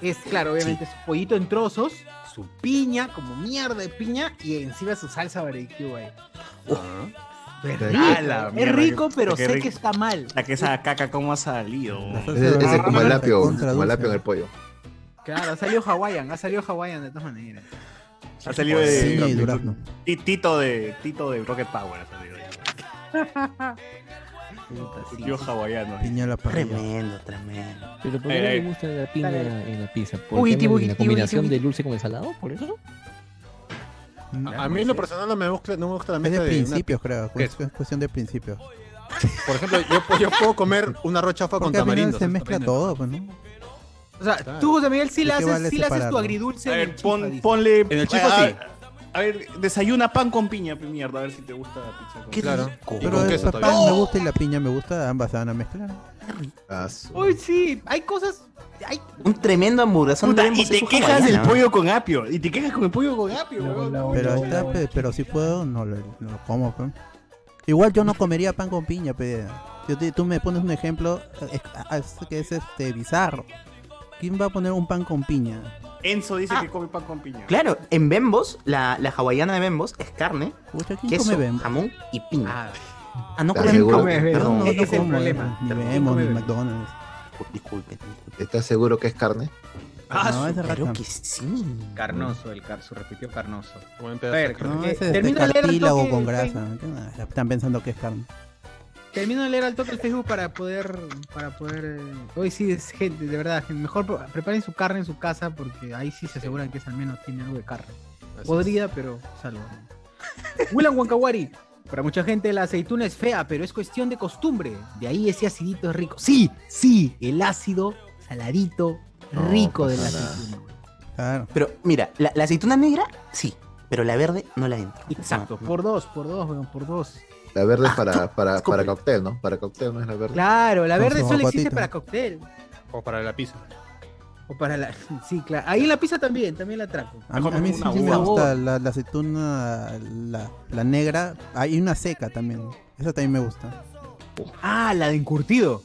Speaker 1: es claro, obviamente su pollito en trozos, su piña, como mierda de piña, y encima su salsa barbecue, ahí. Es
Speaker 5: Ah,
Speaker 1: rico,
Speaker 3: la
Speaker 1: es
Speaker 3: mierda,
Speaker 1: rico,
Speaker 3: qué-
Speaker 1: pero
Speaker 3: qué
Speaker 1: sé
Speaker 3: rico.
Speaker 1: que está mal.
Speaker 3: La que esa caca, ¿cómo ha salido?
Speaker 7: La salsa
Speaker 5: Ese, ese es
Speaker 7: barbecue
Speaker 5: como el
Speaker 7: es
Speaker 5: apio,
Speaker 7: recontra
Speaker 5: como el
Speaker 7: dulce.
Speaker 5: apio en el pollo.
Speaker 1: Claro, ha salido Hawaiian, ha salido Hawaiian de todas maneras.
Speaker 3: Ha salido de...
Speaker 7: Sí, y durazno.
Speaker 3: Ti- Tito de Tito de Rocket Power, ha salido.
Speaker 1: Puta, sí.
Speaker 3: Tío hawaiano. ahí.
Speaker 7: Piña a la parrilla.
Speaker 2: Tremendo, tremendo.
Speaker 8: Pero ¿por
Speaker 3: Ay,
Speaker 8: qué no
Speaker 3: ay.
Speaker 8: le gusta la piña en la pizza? ¿Por
Speaker 1: Uy,
Speaker 8: el tema
Speaker 1: uy,
Speaker 8: de la
Speaker 1: uy,
Speaker 8: combinación
Speaker 1: uy.
Speaker 8: del dulce con el salado? ¿Por eso?
Speaker 4: A a mí en lo personal no me gusta, no me gusta la
Speaker 7: Mm. Es de
Speaker 4: mezcla de, una-
Speaker 7: principios, creo.
Speaker 4: ¿Qué?
Speaker 7: Es cuestión de principios.
Speaker 4: Por ejemplo, yo, pu- yo puedo comer una rochafa con
Speaker 7: Porque al final
Speaker 4: tamarindo.
Speaker 7: se
Speaker 4: ¿sí?
Speaker 7: mezcla
Speaker 4: También.
Speaker 7: todo, pues, ¿no?
Speaker 1: O sea, tú, José Miguel, sí
Speaker 7: ¿De
Speaker 1: le
Speaker 7: qué
Speaker 1: haces,
Speaker 7: vale
Speaker 1: sí le haces tu
Speaker 7: separarlo?
Speaker 1: agridulce.
Speaker 3: A
Speaker 1: en
Speaker 3: ver,
Speaker 1: el
Speaker 3: pon-
Speaker 1: chifa, dice.
Speaker 3: ponle.
Speaker 4: En el chifa
Speaker 3: a-
Speaker 4: sí.
Speaker 3: A ver, desayuna pan con piña, pe mierda, a ver si te gusta la pizza con
Speaker 2: ¿Qué
Speaker 3: piña.
Speaker 4: Claro.
Speaker 2: rico?
Speaker 4: Y
Speaker 7: Pero
Speaker 4: con
Speaker 7: el
Speaker 4: queso
Speaker 7: papá
Speaker 4: todavía.
Speaker 7: me gusta y la piña me gusta, ambas se van a mezclar.
Speaker 5: Ah, su-
Speaker 1: Uy, sí, hay cosas. Hay...
Speaker 2: Un tremendo hamburguesón
Speaker 3: Puta,
Speaker 2: debemos
Speaker 3: y te
Speaker 2: hacer su
Speaker 3: quejas del
Speaker 2: hawaiana.
Speaker 3: pollo con apio. Y te quejas con el pollo con apio, weón.
Speaker 7: Pero ahí está, pe, pero si puedo, no lo, no lo como. pe. Igual yo no comería pan con piña, pe. Yo te- tú me pones un ejemplo eh, eh, ah, es que es este bizarro. ¿Quién va a poner un pan con piña?
Speaker 3: Enzo
Speaker 1: Ah.
Speaker 3: dice que come pan con piña.
Speaker 2: Claro, en Bembos, la, la hawaiana de Bembos es carne,
Speaker 7: Pucha, ¿quién
Speaker 2: queso,
Speaker 7: come bem?
Speaker 2: jamón y piña.
Speaker 1: Ah,
Speaker 2: Ah, no
Speaker 5: Te
Speaker 2: comen
Speaker 5: aseguro.
Speaker 2: carne,
Speaker 1: Come,
Speaker 7: Yo
Speaker 2: perdón.
Speaker 7: no, no
Speaker 1: ese es el
Speaker 7: como, eh,
Speaker 1: problema.
Speaker 7: Ni
Speaker 1: ¿Quién
Speaker 7: vemos,
Speaker 1: come
Speaker 7: ni
Speaker 1: bem?
Speaker 7: McDonald's.
Speaker 2: Disculpen.
Speaker 5: ¿Estás seguro que es carne?
Speaker 3: Ah,
Speaker 7: no,
Speaker 3: su-
Speaker 7: ese rato.
Speaker 2: Creo que sí.
Speaker 1: carnoso, el car... su repitió carnoso.
Speaker 4: Como en
Speaker 1: A
Speaker 4: pedazos de
Speaker 1: ver,
Speaker 4: carne.
Speaker 7: No,
Speaker 1: eh,
Speaker 7: ese es este
Speaker 1: termina de leer el
Speaker 7: cartílago
Speaker 1: toque,
Speaker 7: con
Speaker 1: sí.
Speaker 7: grasa. ¿Qué nada? Están pensando que es carne.
Speaker 1: Termino de leer al toque el Facebook para poder. Para poder eh, Hoy sí es gente, de verdad. gente, Mejor pro- preparen su carne en su casa porque ahí sí se aseguran que es al menos tiene algo de carne.
Speaker 4: Así
Speaker 1: Podrida, pero salvo. Willan Wankawari. Para mucha gente la aceituna es fea, pero es cuestión de costumbre. De ahí ese acidito es rico. Sí, sí, el ácido saladito
Speaker 5: No,
Speaker 1: rico de la
Speaker 5: pasa nada.
Speaker 1: aceituna.
Speaker 7: Claro.
Speaker 2: Pero mira, la, la aceituna negra, sí. Pero la verde no la entro.
Speaker 1: Exacto,
Speaker 2: No, no.
Speaker 1: por dos, por dos, weón, por dos.
Speaker 5: La verde es para, para,
Speaker 2: escúpele.
Speaker 5: para cóctel, ¿no? Para cóctel no es la verde.
Speaker 1: Claro, la
Speaker 7: Con
Speaker 1: verde
Speaker 7: su
Speaker 1: solo existe
Speaker 7: aguacatito.
Speaker 1: para cóctel.
Speaker 4: O para la pizza.
Speaker 1: O para la. Sí, claro. Ahí en la pizza también, también la trajo.
Speaker 7: A mí, a mí sí, sí me gusta la, la aceituna, la, la negra. Hay una seca también. Esa también me gusta.
Speaker 1: Ah, la de encurtido.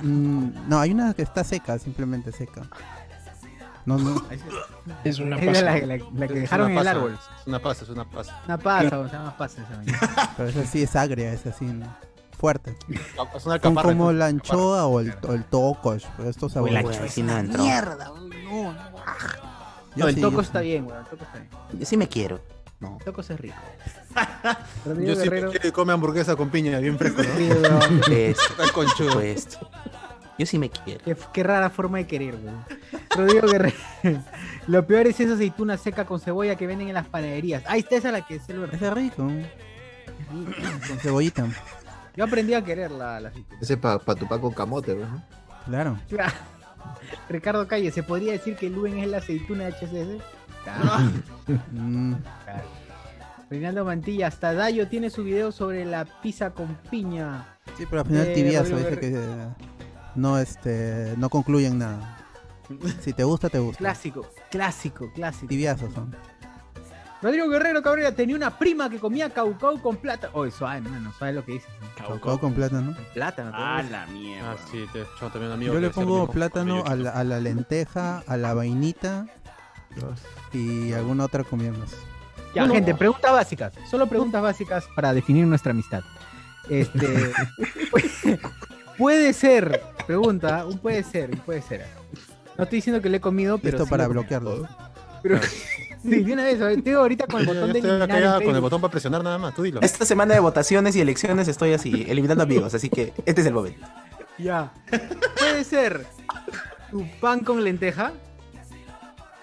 Speaker 7: Mm, no, hay una que está seca, simplemente seca. No, no.
Speaker 8: Es una
Speaker 1: Era
Speaker 8: pasada.
Speaker 1: la, la- la que dejaron en el árbol.
Speaker 4: Es una pasa, es una pasa.
Speaker 1: Una pasa, o sea, más pasa esa vaina.
Speaker 7: Pero esa sí es agria, es así. ¿no? Fuerte.
Speaker 4: Es una
Speaker 7: Son
Speaker 4: caparra.
Speaker 7: como
Speaker 4: entonces,
Speaker 7: la
Speaker 4: caparra.
Speaker 7: anchoa o el, o el tocosh. Pero estos
Speaker 2: Uy,
Speaker 7: sabores.
Speaker 2: Pues la chucha, sí no entro.
Speaker 6: Mierda, no, no.
Speaker 7: Yo
Speaker 1: No, el
Speaker 7: sí,
Speaker 1: toco
Speaker 7: yo
Speaker 1: está
Speaker 7: sí.
Speaker 1: bien, weón. El toco está bien.
Speaker 2: Yo sí me quiero. No.
Speaker 1: El toco es rico.
Speaker 4: Yo siempre quiero que come hamburguesa con piña, bien fresco, ¿no?
Speaker 1: Sí, weón.
Speaker 2: Es,
Speaker 4: Está conchudo.
Speaker 2: pues. Yo sí me quiero.
Speaker 1: Qué, qué rara forma de querer, weón. Rodrigo Guerrero. Lo peor es esa aceituna seca con cebolla que venden en las panaderías. Ahí está esa la que se lo
Speaker 7: Ese es rico. Con cebollita.
Speaker 1: Yo aprendí a querer la, la aceituna.
Speaker 5: Ese es para tu pan con camote, ¿no?
Speaker 7: Claro.
Speaker 1: Claro. Ricardo Calle, ¿se podría decir que Luen es la aceituna HCC?
Speaker 7: Mm,
Speaker 1: Reinaldo Mantilla, hasta Dayo tiene su video sobre la pizza con piña.
Speaker 7: sí, pero al final
Speaker 1: Eh,
Speaker 7: tibiazo.
Speaker 1: Rodrigo
Speaker 7: Dice que eh, no, este, no concluyen nada. Si te gusta, te gusta.
Speaker 1: Clásico, clásico, clásico.
Speaker 7: Tibiazos son.
Speaker 1: Rodrigo Guerrero Cabrera tenía una prima que comía caucau con plata. Oh, suave, no suave lo que dices.
Speaker 7: Caucao con plátano.
Speaker 1: Plátano.
Speaker 3: Ah, la mierda.
Speaker 4: Ah, sí, te yo también amigo.
Speaker 7: Yo
Speaker 4: que
Speaker 7: le
Speaker 4: hace lo
Speaker 7: pongo
Speaker 4: mismo con
Speaker 7: plátano
Speaker 4: barbecue.
Speaker 7: a la, a la lenteja, a la vainita y alguna otra comida más.
Speaker 1: Ya, gente, preguntas básicas. Solo preguntas básicas para definir nuestra amistad. Este. pu- puede ser, pregunta, un puede ser, un puede ser. No estoy diciendo que lo he comido, pero.
Speaker 7: Esto
Speaker 1: sí
Speaker 7: para
Speaker 1: lo-
Speaker 7: bloquearlo.
Speaker 1: pero- sí, de una vez, a ver, te digo ahorita con el
Speaker 4: Yo
Speaker 1: botón de
Speaker 4: estoy acá
Speaker 1: eliminar. en
Speaker 4: ya con el
Speaker 1: Facebook.
Speaker 4: botón para presionar nada más, tú dilo.
Speaker 2: Esta semana de votaciones y elecciones estoy así, eliminando amigos, así que este es el momento.
Speaker 1: Ya. Puede ser tu pan con lenteja.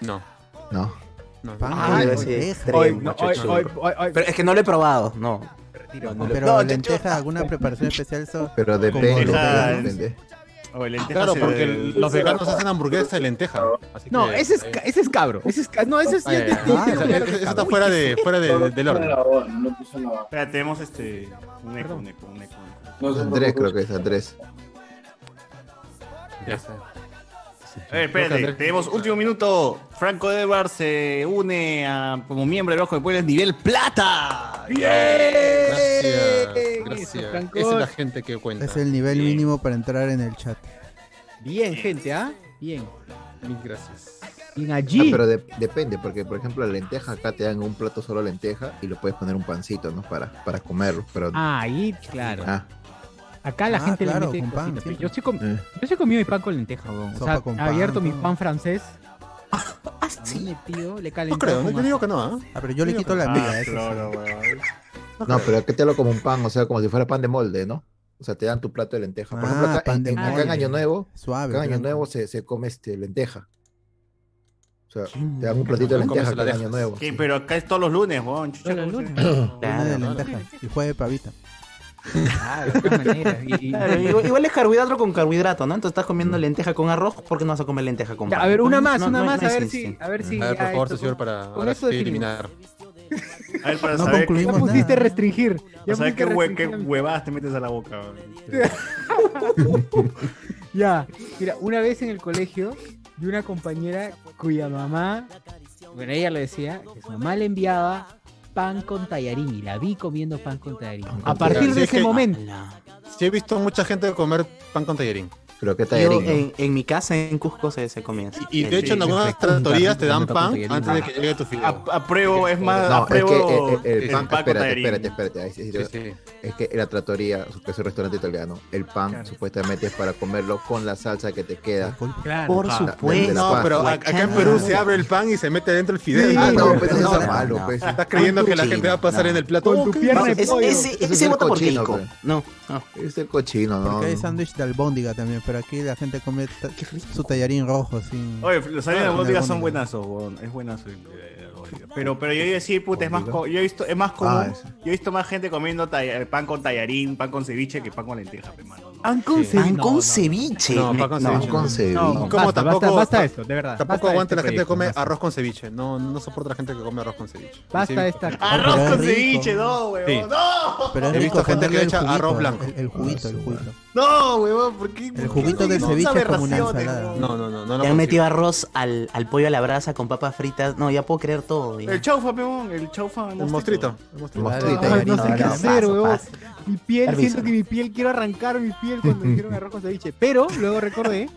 Speaker 4: No,
Speaker 5: No.
Speaker 4: no.
Speaker 7: Pan
Speaker 2: Ah,
Speaker 7: con este,
Speaker 2: debe ser
Speaker 7: lenteja.
Speaker 2: extremo,
Speaker 4: Hoy, no,
Speaker 2: chuchu.
Speaker 4: hoy,
Speaker 2: Pero es que no lo he probado, no. No, no lo-
Speaker 7: Pero
Speaker 2: no, chuchu.
Speaker 7: lenteja, alguna preparación especial. so-
Speaker 5: Pero
Speaker 7: Como
Speaker 5: depende,
Speaker 4: lenteja, ¿eh?
Speaker 5: depende.
Speaker 3: O Ah, el lenteja
Speaker 4: Claro,
Speaker 3: se-
Speaker 4: porque los veganos hacen hamburguesa de lenteja. así
Speaker 1: No,
Speaker 4: que-
Speaker 1: ese es,
Speaker 4: ahí-
Speaker 1: ca- ese es cabro. Ese es ca- no, ese es.
Speaker 4: ahí- ahí-
Speaker 1: ese-
Speaker 4: ahí-
Speaker 7: claro
Speaker 4: ahí- Eso eso está fuera de fuera de- del orden.
Speaker 3: Espera, tenemos este. Un eco, un eco, un eco. un eco.
Speaker 5: Andrés creo que es Andrés.
Speaker 4: Ya está.
Speaker 3: Eh, espérate, tenemos último minuto. Franco Edwards se une a- como miembro del Bajo de Puebla nivel plata.
Speaker 4: Gracias,
Speaker 1: Eso,
Speaker 4: gracias.
Speaker 1: Franco.
Speaker 4: Esa es la gente que cuenta.
Speaker 7: Es el nivel mínimo para entrar en el chat.
Speaker 1: Bien, gente, ¿ah? Bien.
Speaker 4: Mil gracias.
Speaker 1: Bien
Speaker 5: Ah,
Speaker 1: allí.
Speaker 5: pero de- depende, porque por ejemplo la lenteja acá te dan un plato solo lenteja y lo puedes poner un pancito, ¿no? Para, para comerlo. Pero
Speaker 1: Ah. Ahí, claro.
Speaker 5: ah,
Speaker 1: Acá la
Speaker 7: Ah,
Speaker 1: gente
Speaker 7: claro,
Speaker 1: le mete
Speaker 7: con pan,
Speaker 1: cositas, pero
Speaker 7: siempre.
Speaker 1: Yo sí, com-
Speaker 5: eh.
Speaker 1: yo sí he comido mi pan con lenteja, weón. O
Speaker 7: Sopa
Speaker 1: sea,
Speaker 7: con
Speaker 1: he
Speaker 7: pan,
Speaker 1: abierto mi
Speaker 7: todo.
Speaker 1: pan francés,
Speaker 2: Ah,
Speaker 1: le he
Speaker 2: sí.
Speaker 1: metido, le he
Speaker 4: No
Speaker 1: calentado.
Speaker 4: creo,
Speaker 1: con
Speaker 4: no te digo que no, ¿ah?
Speaker 7: Ah, pero yo le quito la miga. eso sí.
Speaker 5: No, pero es que te lo como un pan, o sea, como si fuera pan de molde, ¿no? O sea, te dan tu plato de lenteja. Por
Speaker 7: Ah,
Speaker 5: ejemplo, acá,
Speaker 7: pan
Speaker 5: en,
Speaker 7: de Ah,
Speaker 5: en- acá en
Speaker 1: molde.
Speaker 5: Año Nuevo,
Speaker 7: Suave.
Speaker 5: acá en Año
Speaker 7: blanco.
Speaker 5: Nuevo se, se come este lenteja. O sea,
Speaker 2: ¿Quién?
Speaker 5: te dan un platito de
Speaker 4: No comes
Speaker 5: lenteja acá en Año
Speaker 4: lentejas.
Speaker 5: Nuevo.
Speaker 3: Que,
Speaker 5: sí.
Speaker 3: pero acá es todos los lunes, weón. chucha,
Speaker 1: Todos los
Speaker 3: ¿cómo se-
Speaker 7: Una de
Speaker 2: Claro,
Speaker 7: lenteja y juega de pavita.
Speaker 1: Claro, de todas maneras. Y- y-
Speaker 2: claro, igual, igual es carbohidrato con carbohidrato, ¿no? Entonces estás comiendo lenteja con arroz, ¿por qué no vas Mm. a comer lenteja con
Speaker 1: Ya,
Speaker 2: pan?
Speaker 1: a ver, una
Speaker 2: No,
Speaker 1: más,
Speaker 2: no,
Speaker 1: una
Speaker 2: no hay-
Speaker 1: más,
Speaker 2: no
Speaker 1: a
Speaker 2: hay
Speaker 1: ver si.
Speaker 2: ciencia.
Speaker 1: A ver si.
Speaker 4: A ver, por
Speaker 1: ya
Speaker 4: favor,
Speaker 1: esto-
Speaker 4: tu señor, para
Speaker 1: con
Speaker 4: ahora
Speaker 1: esto
Speaker 4: sí
Speaker 1: definimos.
Speaker 4: eliminar.
Speaker 3: A ver, para
Speaker 7: No
Speaker 3: saber,
Speaker 1: Ya
Speaker 7: concluimos
Speaker 1: pusiste
Speaker 7: nada.
Speaker 1: restringir. Ya
Speaker 3: para saber qué,
Speaker 1: pusiste
Speaker 3: hue- qué
Speaker 1: restringir.
Speaker 3: huevadas te metes a la boca, weón.
Speaker 1: Ya, mira, una vez en el colegio vi una compañera cuya mamá, bueno, ella lo decía, que su mamá le enviaba pan con tallarín y la vi comiendo pan con tallarín.
Speaker 5: Pan con
Speaker 1: A partir
Speaker 4: tallarín.
Speaker 1: de
Speaker 4: Sí, es
Speaker 1: ese
Speaker 4: que- ah,
Speaker 1: momento,
Speaker 4: Sí he visto mucha gente comer pan con tallarín.
Speaker 5: Pero qué
Speaker 2: Yo,
Speaker 5: tallerín, ¿no?
Speaker 2: en, en mi casa en Cusco se, se comía así.
Speaker 4: Y de
Speaker 2: El-
Speaker 4: hecho en algunas
Speaker 8: perfecto, un
Speaker 4: tratorías
Speaker 8: carrito
Speaker 4: te dan
Speaker 8: con
Speaker 4: pan
Speaker 8: tallarín.
Speaker 4: antes de que llegue tu fideo.
Speaker 3: A- Apruebo, es más,
Speaker 5: No, es que
Speaker 3: apruebo.
Speaker 5: eh, eh, el,
Speaker 4: el
Speaker 5: pan,
Speaker 3: pan con
Speaker 5: espérate,
Speaker 3: tallarín.
Speaker 5: espérate, espérate, ahí sí, yo-
Speaker 4: Sí, sí.
Speaker 5: Es que la trattoria, que es un restaurante italiano, el pan supuestamente es para comerlo con la salsa que te queda.
Speaker 2: Por
Speaker 5: Ah,
Speaker 2: supuesto.
Speaker 5: de la
Speaker 4: No,
Speaker 5: pasta.
Speaker 4: pero a-
Speaker 2: Guachana.
Speaker 4: acá en Perú se abre el pan y se mete dentro el fideo.
Speaker 1: Sí,
Speaker 5: Ah, no,
Speaker 1: no,
Speaker 5: pues eso
Speaker 4: no,
Speaker 5: es malo,
Speaker 2: no.
Speaker 5: pues.
Speaker 4: Estás creyendo que la
Speaker 2: Cochino,
Speaker 4: gente va a pasar
Speaker 2: no.
Speaker 4: en el plato.
Speaker 1: con tu
Speaker 4: Ok.
Speaker 1: pierna de
Speaker 2: Es-
Speaker 1: pollo.
Speaker 2: ese
Speaker 5: Eso es
Speaker 2: ese
Speaker 5: el
Speaker 2: vota por
Speaker 5: cochino,
Speaker 2: Keiko.
Speaker 5: pe.
Speaker 2: No, no.
Speaker 5: Es el cochino, ¿no?
Speaker 7: Porque hay sándwich de albóndiga también, pero aquí la gente come ta-
Speaker 2: Qué rico.
Speaker 7: su tallarín rojo sin...
Speaker 3: Oye, los aliens de albóndigas son
Speaker 7: albóndigas.
Speaker 3: buenazos, weón. Es buenazo. el- el albóndiga. Pero, pero yo iba a decir, puta, es más, co- yo he visto, es más común.
Speaker 5: Ah, eso.
Speaker 3: eh, yo he visto más gente comiendo talla- pan con tallarín, pan con ceviche que pan con lenteja, pe, mano. No,
Speaker 1: Han concebido.
Speaker 2: Pan con ceviche.
Speaker 4: No,
Speaker 2: Me-
Speaker 4: pan con ceviche.
Speaker 5: con ceviche.
Speaker 1: No,
Speaker 5: No,
Speaker 4: como
Speaker 1: basta,
Speaker 4: tampoco-
Speaker 1: basta, basta esto, de verdad.
Speaker 4: Tampoco
Speaker 1: basta de
Speaker 4: aguanta
Speaker 1: este
Speaker 4: la gente que come
Speaker 1: proyecto,
Speaker 4: arroz con ceviche. No, no soporto la gente que come arroz con ceviche.
Speaker 1: Basta,
Speaker 4: Sí, Ah,
Speaker 1: basta esta.
Speaker 3: Arroz
Speaker 7: Pero es
Speaker 3: con
Speaker 7: rico.
Speaker 3: ceviche, no, huevón.
Speaker 4: Sí.
Speaker 3: No,
Speaker 7: Pero es
Speaker 4: He
Speaker 7: rico
Speaker 4: visto gente que
Speaker 7: ponerle
Speaker 4: le
Speaker 7: el
Speaker 4: echa
Speaker 7: juguito,
Speaker 4: arroz blanco.
Speaker 7: El, el juguito,
Speaker 4: Ah,
Speaker 7: el juguito.
Speaker 3: no, huevón, ¿por qué?
Speaker 7: El juguito del
Speaker 3: Son
Speaker 7: ceviche es como una
Speaker 3: aberraciones,
Speaker 7: ensalada.
Speaker 3: huevón.
Speaker 4: No, no, no, no. la
Speaker 2: Le han
Speaker 4: consigo.
Speaker 2: metido arroz al, al pollo a la brasa con papas fritas. No, ya puedo creer todo. ya.
Speaker 3: El chaufa, peón, el chaufa.
Speaker 4: El mostrito. El mostrito.
Speaker 5: Mostrito.
Speaker 1: Ay, no sé
Speaker 2: no,
Speaker 1: qué
Speaker 2: no,
Speaker 1: hacer,
Speaker 2: paso,
Speaker 1: huevón.
Speaker 2: paso.
Speaker 1: Mi piel,
Speaker 2: Permiso.
Speaker 1: siento que mi piel, quiero arrancar mi piel cuando dijeron arroz con ceviche. Pero luego recordé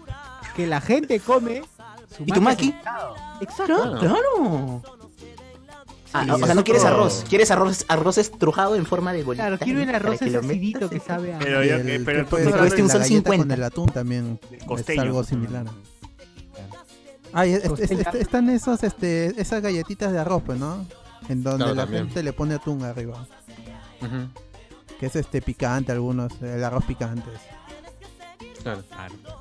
Speaker 1: que la gente come su
Speaker 2: ¿Y tu maqui?
Speaker 1: Exacto.
Speaker 2: Claro. claro. Ah,
Speaker 4: Sí,
Speaker 2: o sea,
Speaker 4: eso-
Speaker 2: no quieres arroz. Quieres arroz, arroz estrujado en forma de bolita.
Speaker 1: Claro, quiero el
Speaker 2: para
Speaker 1: arroz
Speaker 2: que
Speaker 1: ese
Speaker 2: lo metas
Speaker 1: acidito que
Speaker 2: en-
Speaker 1: sabe a...
Speaker 3: Pero,
Speaker 7: Y
Speaker 3: yo,
Speaker 7: el-
Speaker 3: que- pero
Speaker 7: que
Speaker 3: tú estás
Speaker 7: puede
Speaker 2: que
Speaker 7: ser
Speaker 3: hablando
Speaker 2: cueste un
Speaker 7: la
Speaker 2: sol
Speaker 7: galleta
Speaker 2: 50.
Speaker 7: Con el atún también
Speaker 3: del
Speaker 7: es
Speaker 3: costeño.
Speaker 7: algo similar. Ay, es- es- es- están esos, este, esas galletitas de arroz, pues, ¿no? En donde
Speaker 4: Claro,
Speaker 7: la
Speaker 4: también.
Speaker 7: gente le pone atún arriba.
Speaker 4: Ujú.
Speaker 7: Que es este picante, algunos, el arroz picante.
Speaker 4: Claro.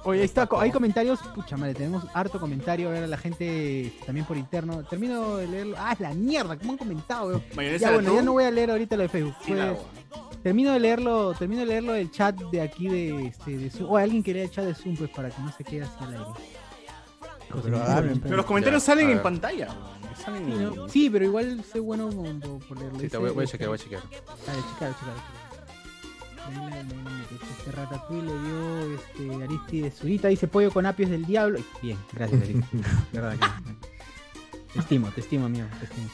Speaker 1: Oye, ahí está, co- hay comentarios. Pucha madre, tenemos harto comentario. Ahora la gente también por interno. Termino de leerlo. Ah, es la mierda, ¿cómo han comentado, weón?
Speaker 3: Mayonesa
Speaker 1: Ya,
Speaker 3: de
Speaker 1: bueno, ya
Speaker 3: atún
Speaker 1: no voy a leer ahorita lo de Facebook.
Speaker 3: y la
Speaker 1: Fue-
Speaker 3: agua.
Speaker 1: termino de leerlo, termino de leerlo del chat de aquí de, este, de Zoom. O alguien que lea el chat de Zoom, pues para que no se quede así al aire.
Speaker 7: Pero hablen, pues.
Speaker 3: Pero
Speaker 7: pero-
Speaker 3: los comentarios
Speaker 4: Ya,
Speaker 3: salen
Speaker 4: a
Speaker 3: en
Speaker 4: ver.
Speaker 3: pantalla. huevón. Salen
Speaker 1: Sí,
Speaker 3: en-
Speaker 1: ¿no? Sí, pero igual soy bueno con- con- por leerlo.
Speaker 4: Sí, te voy, voy a chequear, voy a chequear.
Speaker 1: Dale, checar, checar, Este Ratatouille le dio este, Aristide Zurita, dice pollo con apios del diablo. Bien, gracias Aristide. De verdad que- Te estimo, te estimo, amigo. Te estimo.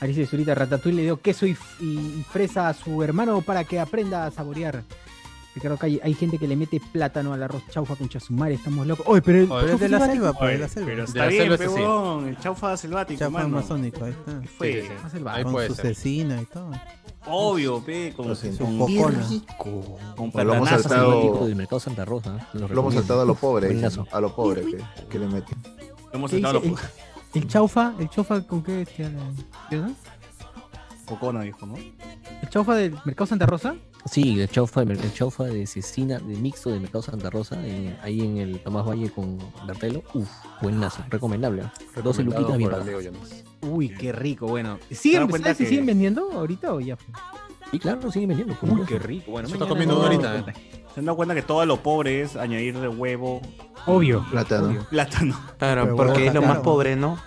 Speaker 1: Aristide Zurita, Ratatouille le dio queso y, f- y- y fresa a su hermano para que aprenda a saborear. Ricardo Calle, hay gente que le mete plátano al arroz chaufa con chasumare, estamos locos. Oye, pero el
Speaker 4: Oye,
Speaker 7: Pero es
Speaker 1: chaufa
Speaker 7: de la
Speaker 1: es
Speaker 7: selva, pues, de
Speaker 3: Oye,
Speaker 7: la selva.
Speaker 3: Pero
Speaker 4: De
Speaker 3: está
Speaker 4: la
Speaker 3: bien,
Speaker 4: selva, eso sí.
Speaker 3: peón. El chaufa selvático,
Speaker 7: Chaufa
Speaker 3: mano.
Speaker 7: masónico, ahí está.
Speaker 3: Fue.
Speaker 4: Sí, sí, sí.
Speaker 1: más selvático.
Speaker 4: Ahí
Speaker 7: Con
Speaker 4: puede
Speaker 7: su
Speaker 4: ser.
Speaker 7: cecina y todo.
Speaker 3: Obvio, pe. Con
Speaker 5: Lo
Speaker 3: su
Speaker 5: siento.
Speaker 7: Su
Speaker 2: Qué
Speaker 7: cocona.
Speaker 2: rico.
Speaker 8: Con
Speaker 5: Lo hemos
Speaker 8: platanazo
Speaker 5: saltado-
Speaker 8: simpático del mercado Santa Rosa. ¿eh? Lo
Speaker 5: Lo hemos
Speaker 8: recomiendo.
Speaker 5: saltado a lo pobre,
Speaker 8: Buenazo.
Speaker 5: a lo pobre que, que le meten.
Speaker 3: Hemos
Speaker 1: ¿Qué
Speaker 3: sentado los
Speaker 1: dice?
Speaker 3: fu-
Speaker 1: El chaufa, el chaufa con qué este, Alan? ¿Verdad?
Speaker 3: Cocona, dijo, ¿no?
Speaker 1: ¿El chaufa del mercado Santa Rosa?
Speaker 8: Sí, el chaufa, de- el chaufa de cecina, de mixto de mercado Santa Rosa, en- ahí en el Tomás Valle con Bertelo. Uf, buenazo, recomendable. ¿eh?
Speaker 4: Recomendado
Speaker 8: 12 luquitas bien
Speaker 4: por el
Speaker 8: pagadas.
Speaker 4: Diego Llanos.
Speaker 1: Uy, qué rico, bueno.
Speaker 3: Se
Speaker 1: ¿Siguen,
Speaker 3: da cuenta
Speaker 1: ¿sabes si
Speaker 3: que-
Speaker 1: siguen vendiendo ahorita o ya? fue?
Speaker 8: Y claro, sigue vendiendo. por
Speaker 1: Uy,
Speaker 8: supuesto.
Speaker 1: qué rico. Bueno,
Speaker 4: Se
Speaker 1: mañana
Speaker 4: está comiendo
Speaker 1: no-
Speaker 4: uno ahorita, eh.
Speaker 3: Se han dado cuenta que todo lo pobre es añadirle huevo,
Speaker 1: Obvio.
Speaker 5: Plátano.
Speaker 3: plátano.
Speaker 2: Claro,
Speaker 7: Pero
Speaker 2: porque
Speaker 7: huevo
Speaker 2: es lo
Speaker 7: sacado.
Speaker 2: más pobre, ¿no?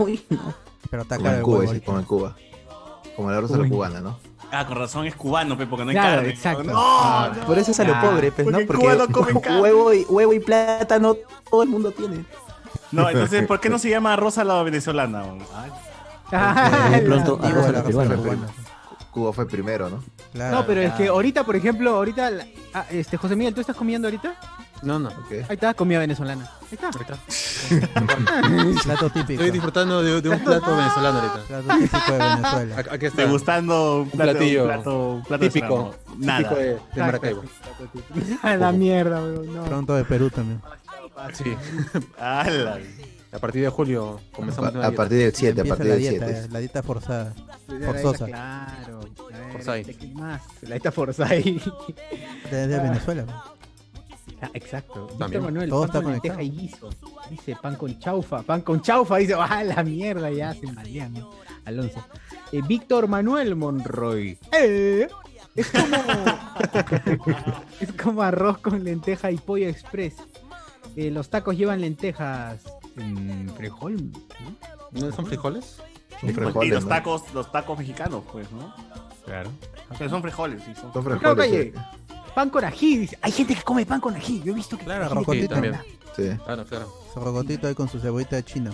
Speaker 2: Uy, no.
Speaker 7: Pero está
Speaker 5: Como
Speaker 7: caro
Speaker 5: en
Speaker 7: el
Speaker 5: Cuba,
Speaker 7: huevo
Speaker 5: ese, como en
Speaker 7: ahorita.
Speaker 5: Cuba. Como el arroz a la
Speaker 1: Uy.
Speaker 5: cubana, ¿no?
Speaker 3: Ah, con razón es cubano, pe, porque no hay
Speaker 1: Claro,
Speaker 3: carne.
Speaker 1: exacto.
Speaker 3: No,
Speaker 1: Ah,
Speaker 3: no.
Speaker 2: Por eso es a lo
Speaker 1: Ah,
Speaker 2: pobre, pues,
Speaker 3: porque
Speaker 2: ¿no?
Speaker 3: en Cuba no comen carne.
Speaker 2: huevo, y, huevo y plátano todo el mundo tiene.
Speaker 3: No, entonces, ¿por qué no se llama Rosa la venezolana? weón?
Speaker 1: Ah,
Speaker 8: De pronto,
Speaker 1: la-
Speaker 8: arroz a la
Speaker 7: Digo,
Speaker 8: peruana.
Speaker 7: la peruana.
Speaker 5: Cuba fue primero, ¿no?
Speaker 7: Claro.
Speaker 1: No, pero es que ahorita, por ejemplo, ahorita, la- ah, este, José Miguel, ¿tú estás comiendo ahorita?
Speaker 4: No, no.
Speaker 5: ¿Qué?
Speaker 1: Ahí está, comida venezolana. Ahí está.
Speaker 4: Ahorita.
Speaker 7: Plato típico.
Speaker 4: Estoy disfrutando de, de un plato venezolano ahorita.
Speaker 7: Plato típico de Venezuela.
Speaker 4: Aquí está.
Speaker 3: Degustando un plato,
Speaker 4: platillo
Speaker 3: un plato, un plato
Speaker 4: Típico.
Speaker 3: venezolano.
Speaker 4: Típico
Speaker 3: Nada.
Speaker 4: de, de Maracaibo.
Speaker 1: A la mierda, weón. No.
Speaker 7: Pronto de Perú también.
Speaker 4: Sí.
Speaker 3: Ala.
Speaker 4: A partir de julio comenzamos
Speaker 5: A, a partir del 7, a
Speaker 7: Empieza
Speaker 5: partir
Speaker 7: la
Speaker 5: del
Speaker 7: dieta, eh,
Speaker 5: 7.
Speaker 7: la dieta forzada. Forzosa.
Speaker 1: Claro. A ver,
Speaker 4: Forzai.
Speaker 1: este, ¿qué más? La está Forzai.
Speaker 7: Desde
Speaker 1: Ah.
Speaker 7: Venezuela. pues.
Speaker 1: Ah, exacto. Víctor
Speaker 4: También.
Speaker 1: Manuel,
Speaker 7: Todo
Speaker 1: pan
Speaker 7: está
Speaker 1: con lenteja y
Speaker 7: conectado.
Speaker 1: guiso. Dice pan con chaufa, pan con chaufa. Dice, ¡ah, la mierda! Ya se malean, ¿no? Alonso. Eh, Víctor Manuel Monroy. ¡Eh! Es como. es como arroz con lenteja y pollo express. Eh, los tacos llevan lentejas. mm, frijol. ¿no?
Speaker 4: ¿No son frijoles?
Speaker 5: Son
Speaker 3: y
Speaker 5: frijoles,
Speaker 3: los
Speaker 5: ¿no?
Speaker 3: tacos, los tacos mexicanos, pues, ¿no?
Speaker 4: Claro.
Speaker 3: Pero son frijoles, sí. Son
Speaker 5: Son
Speaker 1: Claro,
Speaker 5: frijoles.
Speaker 1: calle. Pan con ají. Dice, hay gente que come pan con ají. Yo he visto que.
Speaker 7: Claro,
Speaker 1: hay gente
Speaker 7: rocotito.
Speaker 1: que come
Speaker 4: También.
Speaker 1: pan.
Speaker 5: Sí. sí.
Speaker 4: Ah, Claro, claro.
Speaker 7: Su rogotito ahí con su cebollita china.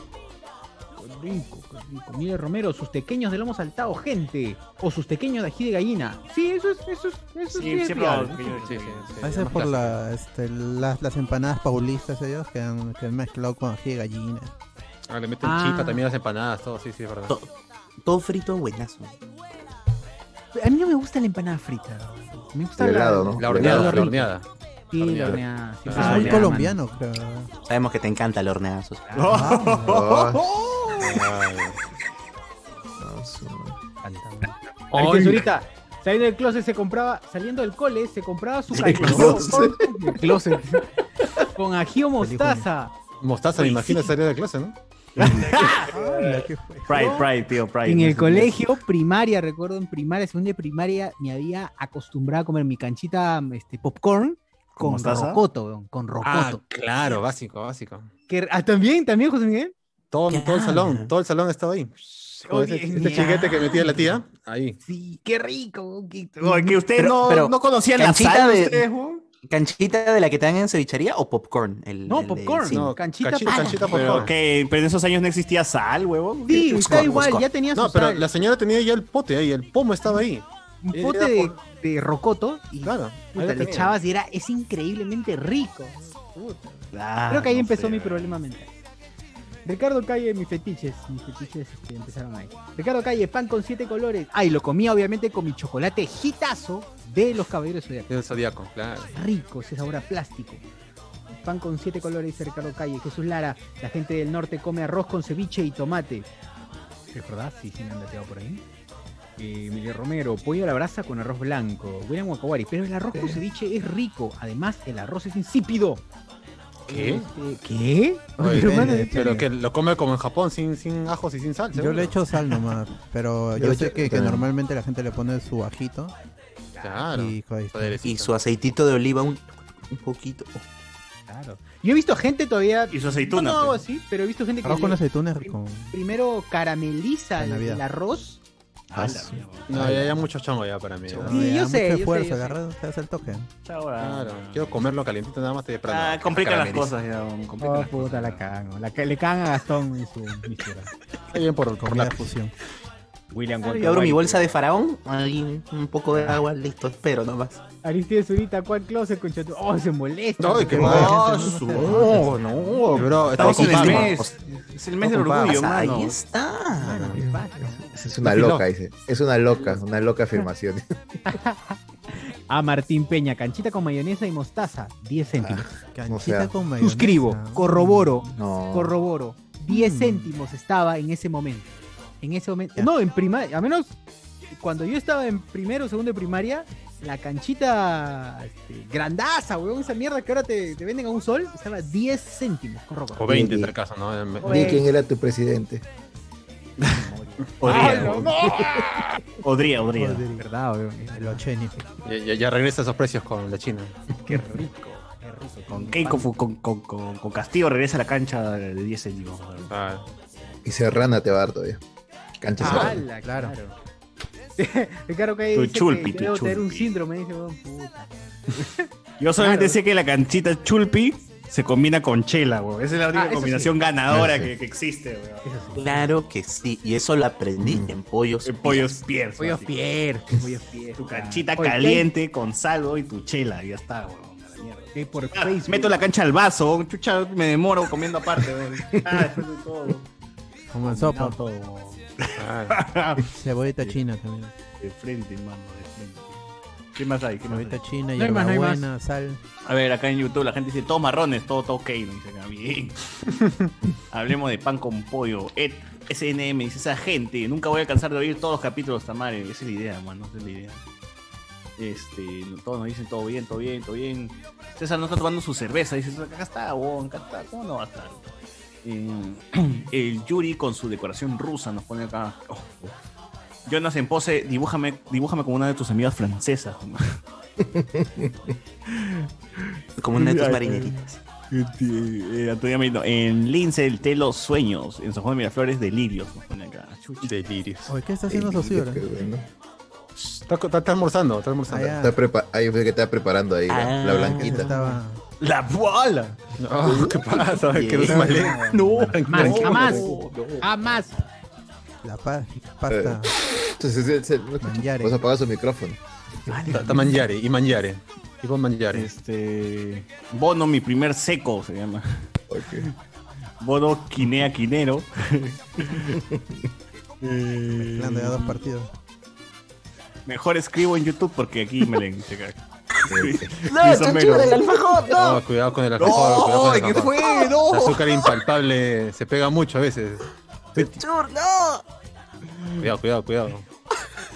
Speaker 1: Qué rico, qué rico. Mire Romero, sus tequeños de lomo saltado, gente. O sus tequeños de ají de gallina. Sí, eso es, eso es, eso sí,
Speaker 3: Sí,
Speaker 1: es
Speaker 3: siempre
Speaker 1: fiable.
Speaker 3: yo-
Speaker 4: Sí, sí, sí.
Speaker 7: A veces
Speaker 4: más
Speaker 7: por
Speaker 4: clásico.
Speaker 7: la, este, las, las empanadas paulistas ellos que han, que han mezclado con ají de gallina.
Speaker 4: Ah, le meten
Speaker 1: Ah.
Speaker 4: chipa también las empanadas, todo. Sí, sí, es verdad.
Speaker 2: To- Todo frito, buenazo.
Speaker 1: A mí no me gusta la empanada frita. Me gusta
Speaker 5: De
Speaker 1: la,
Speaker 5: helado, ¿no?
Speaker 4: La
Speaker 5: De
Speaker 4: horneada,
Speaker 5: helado
Speaker 4: la
Speaker 5: rico.
Speaker 4: horneada.
Speaker 1: Sí, la
Speaker 4: horneada.
Speaker 1: horneada. Sí,
Speaker 4: Ah,
Speaker 1: pues,
Speaker 7: es
Speaker 4: ya,
Speaker 7: muy
Speaker 1: horneada,
Speaker 7: colombiano, creo.
Speaker 2: Sabemos que te encanta el horneado. Sus-
Speaker 7: Ah,
Speaker 4: Ah,
Speaker 3: Oh.
Speaker 5: No, sí.
Speaker 1: mano. Ahí tienes ahorita, saliendo del closet se compraba, saliendo del cole se compraba su caldero con- del closet. Con ají o mostaza.
Speaker 4: Mostaza, me imagino, salió de clase, ¿no?
Speaker 7: mira, ¿qué fue?
Speaker 3: Pride, Pride, tío, Pride.
Speaker 1: En el
Speaker 3: Es-
Speaker 1: colegio, primaria, recuerdo en primaria, segunda de primaria, me había acostumbrado a comer mi canchita este, popcorn con
Speaker 3: mostaza?
Speaker 1: rocoto, weón, con rocoto.
Speaker 4: Ah, claro, básico, básico.
Speaker 1: Que- ah, también, también, José Miguel.
Speaker 4: Todo, todo el salón,
Speaker 2: Claro.
Speaker 4: todo el salón estaba ahí. Con
Speaker 1: Oye,
Speaker 4: ese, este chiquete que metía la tía, ahí.
Speaker 1: Sí, qué rico. weón, qué-
Speaker 3: Oye, que ustedes
Speaker 2: Pero-
Speaker 3: no,
Speaker 2: pero,
Speaker 3: no conocían la
Speaker 2: canchita
Speaker 3: sal
Speaker 2: de-
Speaker 3: ustedes, weón.
Speaker 2: ¿Canchita de la que te dan en cevichería o popcorn? El-
Speaker 1: No,
Speaker 2: el de
Speaker 1: popcorn,
Speaker 2: cine.
Speaker 1: no, canchita,
Speaker 4: canchita,
Speaker 1: para.
Speaker 4: canchita, por
Speaker 3: Pero,
Speaker 4: favor.
Speaker 3: que- pero pues, en esos años no existía sal, huevón.
Speaker 1: Sí,
Speaker 2: Cusco,
Speaker 1: está igual,
Speaker 2: Cusco.
Speaker 1: ya tenía su
Speaker 4: No, pero
Speaker 1: sal,
Speaker 4: la señora tenía ya el pote ahí, el pomo estaba ahí.
Speaker 1: un
Speaker 4: ella
Speaker 1: pote
Speaker 4: era
Speaker 1: de, de rocoto y
Speaker 4: Claro.
Speaker 1: puta, le echabas y era, es increíblemente rico.
Speaker 3: Ah,
Speaker 1: Creo que ahí
Speaker 3: no
Speaker 1: empezó
Speaker 3: sé,
Speaker 1: mi
Speaker 3: weón.
Speaker 1: problema mental. Ricardo Calle, mis fetiches, mis fetiches este, empezaron ahí. Ricardo Calle, pan con siete colores. Ay, lo comía obviamente con mi chocolate gitazo de los caballeros zodiacos.
Speaker 4: El zodiaco, claro.
Speaker 1: Rico, ese sabor a plástico. Pan con siete colores, dice Ricardo Calle. Jesús Lara, la gente del norte come arroz con ceviche y tomate. ¿Recordás? Sí, sí, me han dateado por ahí. Eh, Emilio Romero, pollo a la brasa con arroz blanco. William Wakawari, pero el arroz con ceviche es rico. Además, el arroz es insípido.
Speaker 4: ¿Qué?
Speaker 1: Este, ¿Qué?
Speaker 4: Oye,
Speaker 1: Pero, hermano, este,
Speaker 4: eh,
Speaker 1: ¿qué?
Speaker 4: pero que lo come como en Japón, sin, sin ajos y sin sal.
Speaker 7: Yo
Speaker 4: seguro.
Speaker 7: le echo sal nomás, pero
Speaker 5: Yo
Speaker 7: yo
Speaker 5: le
Speaker 7: sé
Speaker 5: echo-
Speaker 7: que, que
Speaker 5: también.
Speaker 7: normalmente la gente le pone su ajito
Speaker 4: Claro.
Speaker 7: y joder,
Speaker 2: Y
Speaker 4: Poderecito.
Speaker 2: su aceitito de oliva, un, un poquito.
Speaker 1: Claro. Yo he visto gente todavía.
Speaker 3: Y su
Speaker 1: No,
Speaker 3: aceituna.
Speaker 1: no hago
Speaker 3: pues.
Speaker 1: así, pero he visto gente que
Speaker 7: arroz con
Speaker 1: le-
Speaker 7: aceitunas con
Speaker 1: primero carameliza
Speaker 7: La
Speaker 1: el,
Speaker 7: Navidad.
Speaker 1: el arroz.
Speaker 5: Ah,
Speaker 4: No, ya, ya mucho chango ya para mí. ¿no?
Speaker 1: Sí, yo sé,
Speaker 7: ya,
Speaker 1: yo
Speaker 7: mucho
Speaker 1: sé,
Speaker 7: esfuerzo,
Speaker 1: yo sé.
Speaker 7: agarras, te hace el toque.
Speaker 3: Chao, weón.
Speaker 4: Claro, quiero comerlo calientito nada más te
Speaker 3: Ah, complican las cosas ya, weón, complican
Speaker 1: Oh,
Speaker 3: las
Speaker 1: puta,
Speaker 3: cosas.
Speaker 1: la cago. La, ca- le cagan a Gastón en su misura.
Speaker 4: Está bien por, por
Speaker 7: Comida
Speaker 4: la
Speaker 7: fusión.
Speaker 3: William
Speaker 2: Claro,
Speaker 3: Wonka
Speaker 2: yo abro mi
Speaker 3: Wilde.
Speaker 2: bolsa de faraón, ahí un poco de agua, listo, espero nomás.
Speaker 1: Aristides Zurita, ¿cuál closet, concha? tu- Oh, se molesta.
Speaker 4: No, y que
Speaker 1: Oh,
Speaker 4: mal.
Speaker 2: No, su- no, no.
Speaker 4: Bro,
Speaker 3: Estamos en el
Speaker 2: Estamos con
Speaker 3: mes. Es el mes del
Speaker 4: Estamos con
Speaker 3: orgullo,
Speaker 2: Ahí
Speaker 3: mano.
Speaker 2: está.
Speaker 1: mano, ¿qué pasa?
Speaker 5: Es una loca, dice. Es una loca, una loca afirmación.
Speaker 1: A Martín Peña, canchita con mayonesa y mostaza, 10 céntimos.
Speaker 7: Canchita
Speaker 5: O sea,
Speaker 7: con mayonesa.
Speaker 1: Suscribo, corroboro,
Speaker 5: No.
Speaker 1: corroboro. 10
Speaker 7: Mm.
Speaker 1: céntimos estaba en ese momento. En ese momento.
Speaker 7: Ya.
Speaker 1: No, en primaria. A menos cuando yo estaba en primero o segundo de primaria, la canchita este, grandaza, weón, esa mierda que ahora te, te venden a un sol, estaba 10 céntimos. con ropa.
Speaker 4: O 20 en tal caso, ¿no? Me-
Speaker 1: Oye.
Speaker 5: Di quién era tu presidente.
Speaker 3: Podría,
Speaker 1: Ay, no,
Speaker 3: weón. podría, podría.
Speaker 7: Joder,
Speaker 1: ¿Verdad, weón?
Speaker 7: El ocheni.
Speaker 4: Ya, ya- ya regresa esos precios con la China.
Speaker 1: Qué rico, qué rico.
Speaker 3: Con, Keiko fu- con, con, con, con Castillo regresa a la cancha de 10 céntimos. weón.
Speaker 4: Ah,
Speaker 5: Y Serrana te va a dar todavía. Cancha Serrana.
Speaker 1: Ah, Ala, claro. Ricardo Calle
Speaker 3: Tu
Speaker 1: dice
Speaker 3: chulpi,
Speaker 1: que
Speaker 3: tu
Speaker 1: debo tener un
Speaker 3: chulpi.
Speaker 1: síndrome, dice, weón, puta.
Speaker 3: Yo solamente
Speaker 1: Claro.
Speaker 3: sé que la canchita chulpi se combina con chela, weón. Esa es la única
Speaker 1: Ah, eso
Speaker 3: combinación ganadora
Speaker 5: Ah, sí.
Speaker 3: que, que existe, weón.
Speaker 2: Claro que sí, y eso lo aprendí en pollos.
Speaker 3: Mm. En Eh, Pollos Piers.
Speaker 1: Pollos
Speaker 3: así.
Speaker 1: Pierre, pollos Pierre.
Speaker 3: Tu canchita
Speaker 1: Oye,
Speaker 3: caliente con salvo y tu chela, ya está, weón. a la mierda.
Speaker 1: que- que por
Speaker 3: Ah,
Speaker 1: Facebook.
Speaker 3: Meto la cancha al vaso, chucha, me demoro comiendo aparte, weón. Ah, después de todo.
Speaker 7: Comenzó por
Speaker 4: ah.
Speaker 7: cebollita china también.
Speaker 3: De frente, mano, de frente. ¿Qué más hay? ¿Qué más hay?
Speaker 7: Cebollita china,
Speaker 1: No hay más, no hay más.
Speaker 7: hierbabuena, sal.
Speaker 3: A ver, acá en YouTube la gente dice todos marrones, todo, todo ok. ¿no? Dicen a mí. Hablemos de pan con pollo. Ed, SNM dice esa gente. Nunca voy a alcanzar de oír todos los capítulos, Tamare. Esa es la idea, mano. Esa es la idea. Este, no- todos nos dicen todo bien, todo bien, todo bien. César no está tomando su cerveza. Dice, acá está, bon, acá está. ¿Cómo no va a estar? Eh, el Yuri con su decoración rusa nos pone acá. Oh, oh. Jonas en pose, dibújame, dibújame como una de tus amigas francesas.
Speaker 2: Como una de tus
Speaker 3: Ay,
Speaker 2: marineritas.
Speaker 3: Este, eh, Antonio Merino, en Lince, el té, los sueños. En San Juan de Miraflores, delirios. Nos pone acá. Chucha.
Speaker 4: Delirios.
Speaker 7: Oye, ¿qué está haciendo Sosi ahora?
Speaker 5: Qué bueno.
Speaker 4: Está, está- está almorzando, está almorzando.
Speaker 7: Ah,
Speaker 5: Está prepa- ahí fue que está preparando ahí la,
Speaker 2: Ah,
Speaker 5: la
Speaker 7: Que se
Speaker 5: blanquita.
Speaker 7: estaba...
Speaker 3: ¡La bola!
Speaker 4: No, ¿Qué pasa? Que no se malea.
Speaker 3: ¡No!
Speaker 1: Más,
Speaker 3: no,
Speaker 1: jamás.
Speaker 3: no, no.
Speaker 1: Jamás.
Speaker 7: La pa-
Speaker 1: Eh,
Speaker 7: pasta.
Speaker 5: Entonces, se- se- no escucha.
Speaker 7: Mangiare.
Speaker 5: Vos apagás su micrófono.
Speaker 4: Está, está mangiare y mangiare. Y con mangiare.
Speaker 3: Este. Bono, mi primer seco se llama.
Speaker 5: Ok.
Speaker 3: Bono Quinea Quinero. Eh,
Speaker 7: Plan de dos partidos.
Speaker 3: mejor escribo en YouTube porque aquí me leen. se caga.
Speaker 2: ¡No,
Speaker 3: son menos.
Speaker 2: del alfajor!
Speaker 4: No, Oh, cuidado con el alfajor. cuidado con el
Speaker 3: ¿Qué
Speaker 4: alfajor.
Speaker 3: fue? ¡No!
Speaker 4: El azúcar impalpable se pega mucho a veces.
Speaker 2: ¡Chur, no!
Speaker 4: Cuidado, cuidado, cuidado.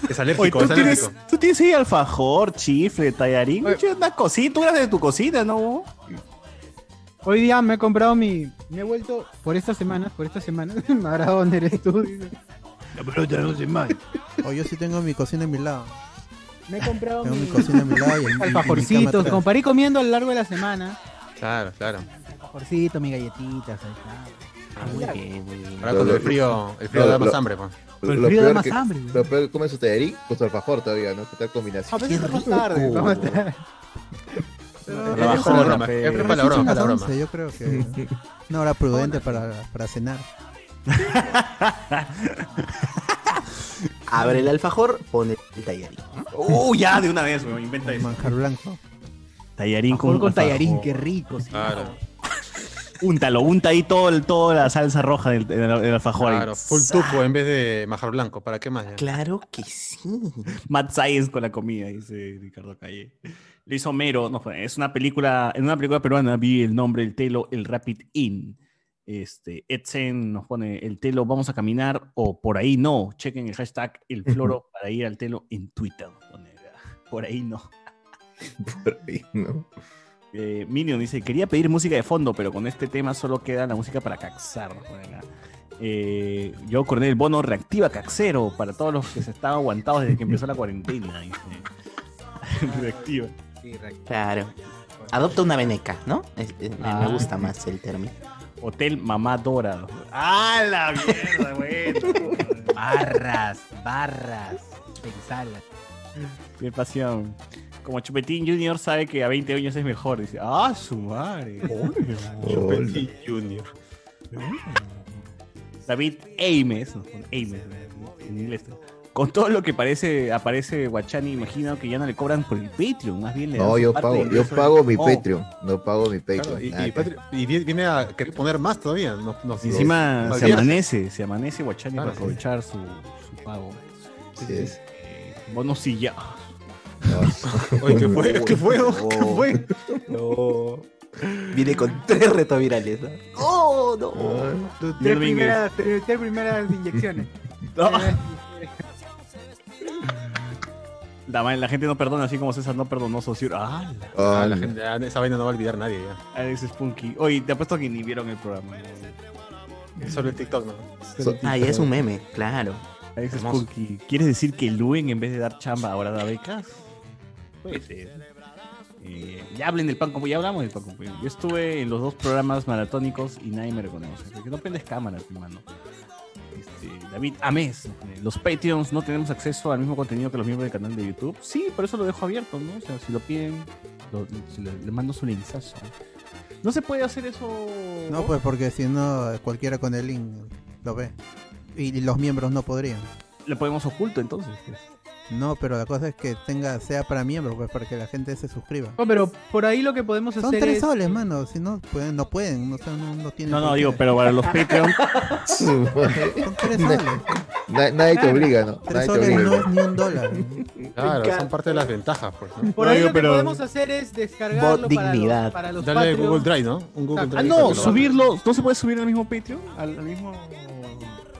Speaker 4: Es
Speaker 3: Oye,
Speaker 4: alérgico,
Speaker 3: ¿tú
Speaker 4: es
Speaker 3: tienes,
Speaker 4: alérgico.
Speaker 3: tú tienes ahí alfajor, chifle, tallarín, Oye, una cosita, tú eras de tu cocina, ¿no?
Speaker 1: Hoy día me he comprado mi. Me he vuelto por estas semanas, por estas semanas. me habrá dado Under Studio.
Speaker 7: Oh, O yo sí tengo mi cocina en mi lado.
Speaker 9: Me he comprado
Speaker 7: Tengo mi
Speaker 9: mi-
Speaker 7: cocina a mi lado y el- y- y mi cama
Speaker 9: alfajorcitos,
Speaker 7: atrás.
Speaker 9: comparé comiendo a lo largo de la semana.
Speaker 4: Claro, claro.
Speaker 9: Alfajorcitos, mis galletitas, ahí está.
Speaker 2: Ah,
Speaker 3: muy bien, muy bien.
Speaker 4: Ahora con
Speaker 5: Lo-
Speaker 4: el frío, el frío
Speaker 5: lo-
Speaker 4: da más
Speaker 5: lo-
Speaker 4: hambre, pues.
Speaker 5: Lo,
Speaker 9: el
Speaker 5: lo
Speaker 9: frío da
Speaker 5: peor
Speaker 9: más
Speaker 5: que,
Speaker 9: hambre, ¿no?
Speaker 5: Lo peor que come su tallarín con su Pues alfajor todavía, ¿no? Que tal
Speaker 4: A
Speaker 5: combinación.
Speaker 4: veces más tarde.
Speaker 9: Vamos a estar-
Speaker 7: Pero-
Speaker 4: La
Speaker 7: pero-
Speaker 4: bajona,
Speaker 7: pero-
Speaker 4: fe.
Speaker 7: pero
Speaker 4: Para la
Speaker 7: recién
Speaker 4: broma, para
Speaker 7: son
Speaker 4: la
Speaker 7: las
Speaker 4: broma.
Speaker 7: 11, Yo creo que una hora prudente para, para cenar.
Speaker 2: Abre el alfajor, pone el tallarín.
Speaker 3: Uh, ya, de una vez, weón, inventa
Speaker 7: Un
Speaker 3: eso.
Speaker 7: manjar blanco.
Speaker 3: Tallarín
Speaker 1: Con, con
Speaker 3: alfajor.
Speaker 1: tallarín, qué rico. sí.
Speaker 4: Claro,
Speaker 3: Úntalo, unta ahí todo, el- toda la salsa roja del, del- del alfajor.
Speaker 4: claro. Full tuco en vez de majar blanco. ¿Para qué más? ya?
Speaker 2: Claro que sí.
Speaker 3: Mad Science con la comida, dice Ricardo Calle. Lo hizo Homero, no, fue- es una película, en una película peruana vi el nombre, el telo, el Rapid In. Este, Edsen nos pone el telo, vamos a caminar o por ahí no. Chequen el hashtag el floro para ir al telo en Twitter. pone, Por ahí no.
Speaker 5: Por ahí, ¿no?
Speaker 3: Eh, Minion dice, quería pedir música de fondo, pero con este tema solo queda la música para caxar. Bueno, eh, yo, Cornel Bono, reactiva caxero para todos los que se estaban aguantados desde que empezó la cuarentena. dice. reactiva.
Speaker 2: Claro. Adopta una veneca, ¿no? Es- es- me-
Speaker 3: Ah.
Speaker 2: Me gusta más el término.
Speaker 3: Hotel Mamá Dora. ¡Ah, la mierda, bueno!
Speaker 1: Barras, barras. Pensala.
Speaker 3: ¡Qué pasión! Como Chupetín Junior sabe que a 20 años es mejor. Dice, ¡ah, su madre!
Speaker 4: Chupetín Junior.
Speaker 3: David Ames, no, Ames, en inglés. Con todo lo que parece, aparece Guachani, imagino que ya no le cobran por el Patreon, más bien le
Speaker 5: No,
Speaker 3: dan su
Speaker 5: yo
Speaker 3: parte
Speaker 5: pago,
Speaker 3: de
Speaker 5: yo
Speaker 3: eso.
Speaker 5: pago mi
Speaker 3: Oh,
Speaker 5: Patreon. No pago mi Patreon.
Speaker 4: Claro, y,
Speaker 5: nada
Speaker 4: y
Speaker 5: que-
Speaker 4: Patri- y vi- viene a querer poner más todavía. Nos, nos-
Speaker 3: y encima
Speaker 4: nos-
Speaker 3: se amanece, se amanece Guachani
Speaker 4: Claro,
Speaker 3: para aprovechar su, su pago.
Speaker 5: Así es.
Speaker 3: Eh, Bono silla.
Speaker 5: No.
Speaker 4: Oye, ¿qué fue? ¿Qué fue? ¿Qué
Speaker 2: Oh.
Speaker 4: fue?
Speaker 2: Viene con tres retos virales. ¿no? ¡Oh, no!
Speaker 5: Ay,
Speaker 9: Tus
Speaker 3: Yo
Speaker 9: tres,
Speaker 3: no me ingreso.
Speaker 9: primeras, tres, tres primeras inyecciones.
Speaker 3: La, ma- la gente no perdona, así como César no perdonó Sociur. ¡Ah! la-
Speaker 4: Ah, la
Speaker 5: ay,
Speaker 4: gente, ah, esa vaina no va a olvidar nadie ya.
Speaker 3: Alex Spunky. Oye, te apuesto que ni vieron el programa.
Speaker 4: Solo el TikTok, ¿no?
Speaker 5: so-
Speaker 2: Ah, ya es un meme, claro.
Speaker 3: Alex
Speaker 4: Hermoso.
Speaker 3: Spunky. ¿Quieres decir que Luen en vez de dar chamba ahora da becas? Puede ser. Pues, Eh, ya hablen del pan con pollo, ya hablamos del pan con pollo. Yo estuve en los dos programas maratónicos y nadie me reconoce. Porque no prendes cámaras, mi mano. Este, David Ames, eh, los Patreons no tenemos acceso al mismo contenido que los miembros del canal de YouTube. Sí, por eso lo dejo abierto, ¿no? O sea, si lo piden, lo- si le, le mando su linkazo. No se puede hacer eso.
Speaker 7: No, pues porque si no, cualquiera con el link lo ve. Y, y los miembros no podrían.
Speaker 3: Lo podemos oculto entonces. pues.
Speaker 7: No, pero la cosa es que tenga sea para miembros, pues para que la gente se suscriba.
Speaker 9: No, pero por ahí lo que podemos
Speaker 7: Son
Speaker 9: hacer
Speaker 7: tres
Speaker 9: es...
Speaker 7: soles, mano. Si no pueden, no pueden. No, sé, no, no tienen.
Speaker 3: No,
Speaker 7: por
Speaker 3: no,
Speaker 7: qué.
Speaker 3: digo, pero para los Patreons.
Speaker 5: su madre.
Speaker 7: Son tres soles.
Speaker 5: Na- nadie te obliga, ¿no? Nadie
Speaker 7: Tres
Speaker 5: te
Speaker 7: soles no
Speaker 5: obliga.
Speaker 7: es ni un dólar.
Speaker 4: Claro, son parte de las ventajas, pues. ¿no?
Speaker 9: Por
Speaker 3: No,
Speaker 9: ahí
Speaker 3: yo,
Speaker 9: lo que
Speaker 3: pero-
Speaker 9: podemos hacer es descargarlo
Speaker 2: Bot
Speaker 9: para los,
Speaker 2: dignidad.
Speaker 9: para los
Speaker 4: Dale
Speaker 9: Patreons.
Speaker 4: Google Drive, ¿no? Un Google
Speaker 9: Ah,
Speaker 4: Drive.
Speaker 3: Ah,
Speaker 4: para que
Speaker 3: no,
Speaker 4: lo-
Speaker 3: subirlo. ¿No se puede subir al mismo Patreon? Al, al mismo.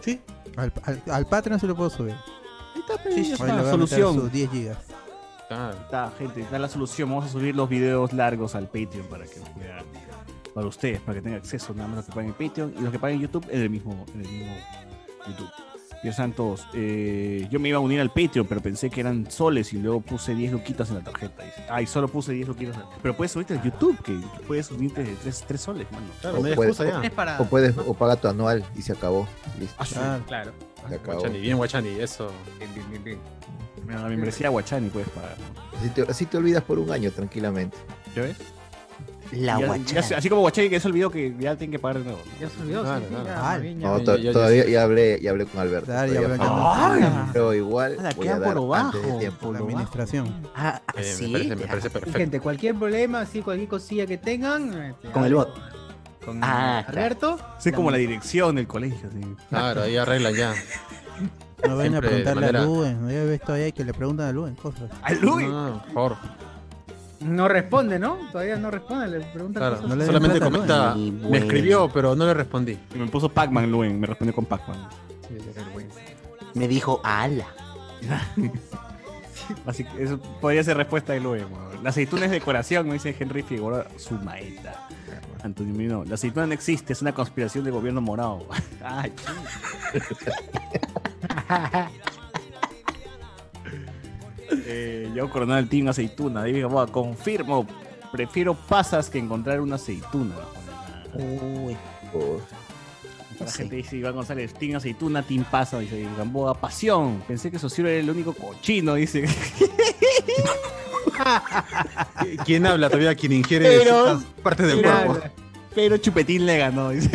Speaker 3: Sí.
Speaker 7: Al, al, al Patreon se lo puedo subir.
Speaker 3: Ahí está, pe, ya
Speaker 7: Ahí le
Speaker 3: está,
Speaker 7: voy a meter sus
Speaker 3: solución.
Speaker 7: 10 gigas.
Speaker 4: Claro.
Speaker 3: Está, gente, está la solución. Vamos a subir los videos largos al Patreon para que los puedan- Para ustedes, para que tengan acceso nada más los que paguen en Patreon y los que paguen en YouTube en el mismo, en el mismo YouTube. Dios Santos, eh, yo me iba a unir al Patreon, pero pensé que eran soles y luego puse 10 luquitas en la tarjeta. Dice. Ay, solo puse 10 luquitas. en la- Pero puedes subirte al YouTube, que, que puedes unirte de 3, soles, mano.
Speaker 4: Claro,
Speaker 5: O
Speaker 4: no hay
Speaker 5: puede-
Speaker 4: excusa ya.
Speaker 9: Es para...
Speaker 5: O puedes, o paga tu anual y se acabó.
Speaker 4: Ah,
Speaker 5: Listo.
Speaker 7: Claro.
Speaker 9: Claro.
Speaker 5: Se acabó.
Speaker 4: Guachani, bien Guachani, eso.
Speaker 3: La membresía Guachani pues, puedes pagar. ¿no?
Speaker 5: Así te, así te olvidas por un año tranquilamente.
Speaker 3: ¿Ya ves?
Speaker 2: La
Speaker 3: Ya- ya se-
Speaker 2: guachana.
Speaker 3: así como Guachani que se olvidó que ya tienen que pagar de nuevo.
Speaker 9: Ya se olvidó.
Speaker 4: Claro,
Speaker 9: sí, sí,
Speaker 4: claro.
Speaker 9: ya,
Speaker 7: Ah,
Speaker 9: más bien, ya.
Speaker 5: No,
Speaker 4: ya,
Speaker 5: to-
Speaker 4: ya, ya.
Speaker 5: todavía ya hablé, ya hablé con Alberto.
Speaker 7: Claro, ya
Speaker 5: todavía
Speaker 7: hablé
Speaker 5: falta.
Speaker 7: con-
Speaker 3: ¡Ah!
Speaker 5: Pero igual
Speaker 3: Ala,
Speaker 5: voy
Speaker 3: queda
Speaker 5: a dar
Speaker 3: por lo
Speaker 5: antes de
Speaker 3: bajo,
Speaker 5: tiempo.
Speaker 7: La administración.
Speaker 2: Ah,
Speaker 4: Eh,
Speaker 2: así.
Speaker 4: me, parece, me parece
Speaker 9: Sí,
Speaker 4: perfecto.
Speaker 9: gente, cualquier problema, sí, cualquier cosilla que tengan... este,
Speaker 2: Con el bot.
Speaker 9: Con
Speaker 2: Ah, claro.
Speaker 9: Alberto.
Speaker 3: Así como la dirección del colegio. así.
Speaker 4: Claro, ahí arreglan ya.
Speaker 7: No vayan
Speaker 4: Siempre
Speaker 7: a
Speaker 4: Ah, de
Speaker 7: preguntarle
Speaker 4: manera-
Speaker 7: a Luen. No he visto ahí que le preguntan a Luen cosas.
Speaker 3: ¡Ay, Luis!
Speaker 4: No, por favor.
Speaker 9: No responde, ¿no? Todavía no responde, le preguntan
Speaker 4: Claro,
Speaker 9: cosas.
Speaker 7: no le den
Speaker 4: solamente
Speaker 7: plata,
Speaker 4: comenta.
Speaker 2: Luen. Muy
Speaker 4: Me
Speaker 2: bueno.
Speaker 4: escribió, pero no le respondí.
Speaker 3: Y me puso Pac-Man, Luis. Me respondió con Pac-Man.
Speaker 2: Me dijo ala.
Speaker 3: Así que eso podría ser respuesta de Luis. weón. La aceituna es decoración, me dice Henry Figueroa, su maeta. Antonio Mino, la aceituna no existe, es una conspiración del gobierno morado. Ay, sí. Eh, yo coronel team aceituna. David Gamboa, confirmo. Prefiero pasas que encontrar una aceituna.
Speaker 2: Uy, por-
Speaker 3: La
Speaker 2: no sé.
Speaker 3: gente dice Iván González, Team Aceituna, Team Pasa, dice Gamboa, pasión. Pensé que Socio era el único cochino, dice.
Speaker 4: ¿Quién habla todavía? ¿Quién ingiere
Speaker 3: Pero-
Speaker 4: estas partes del cuerpo?
Speaker 3: Pero Chupetín le ganó, dice.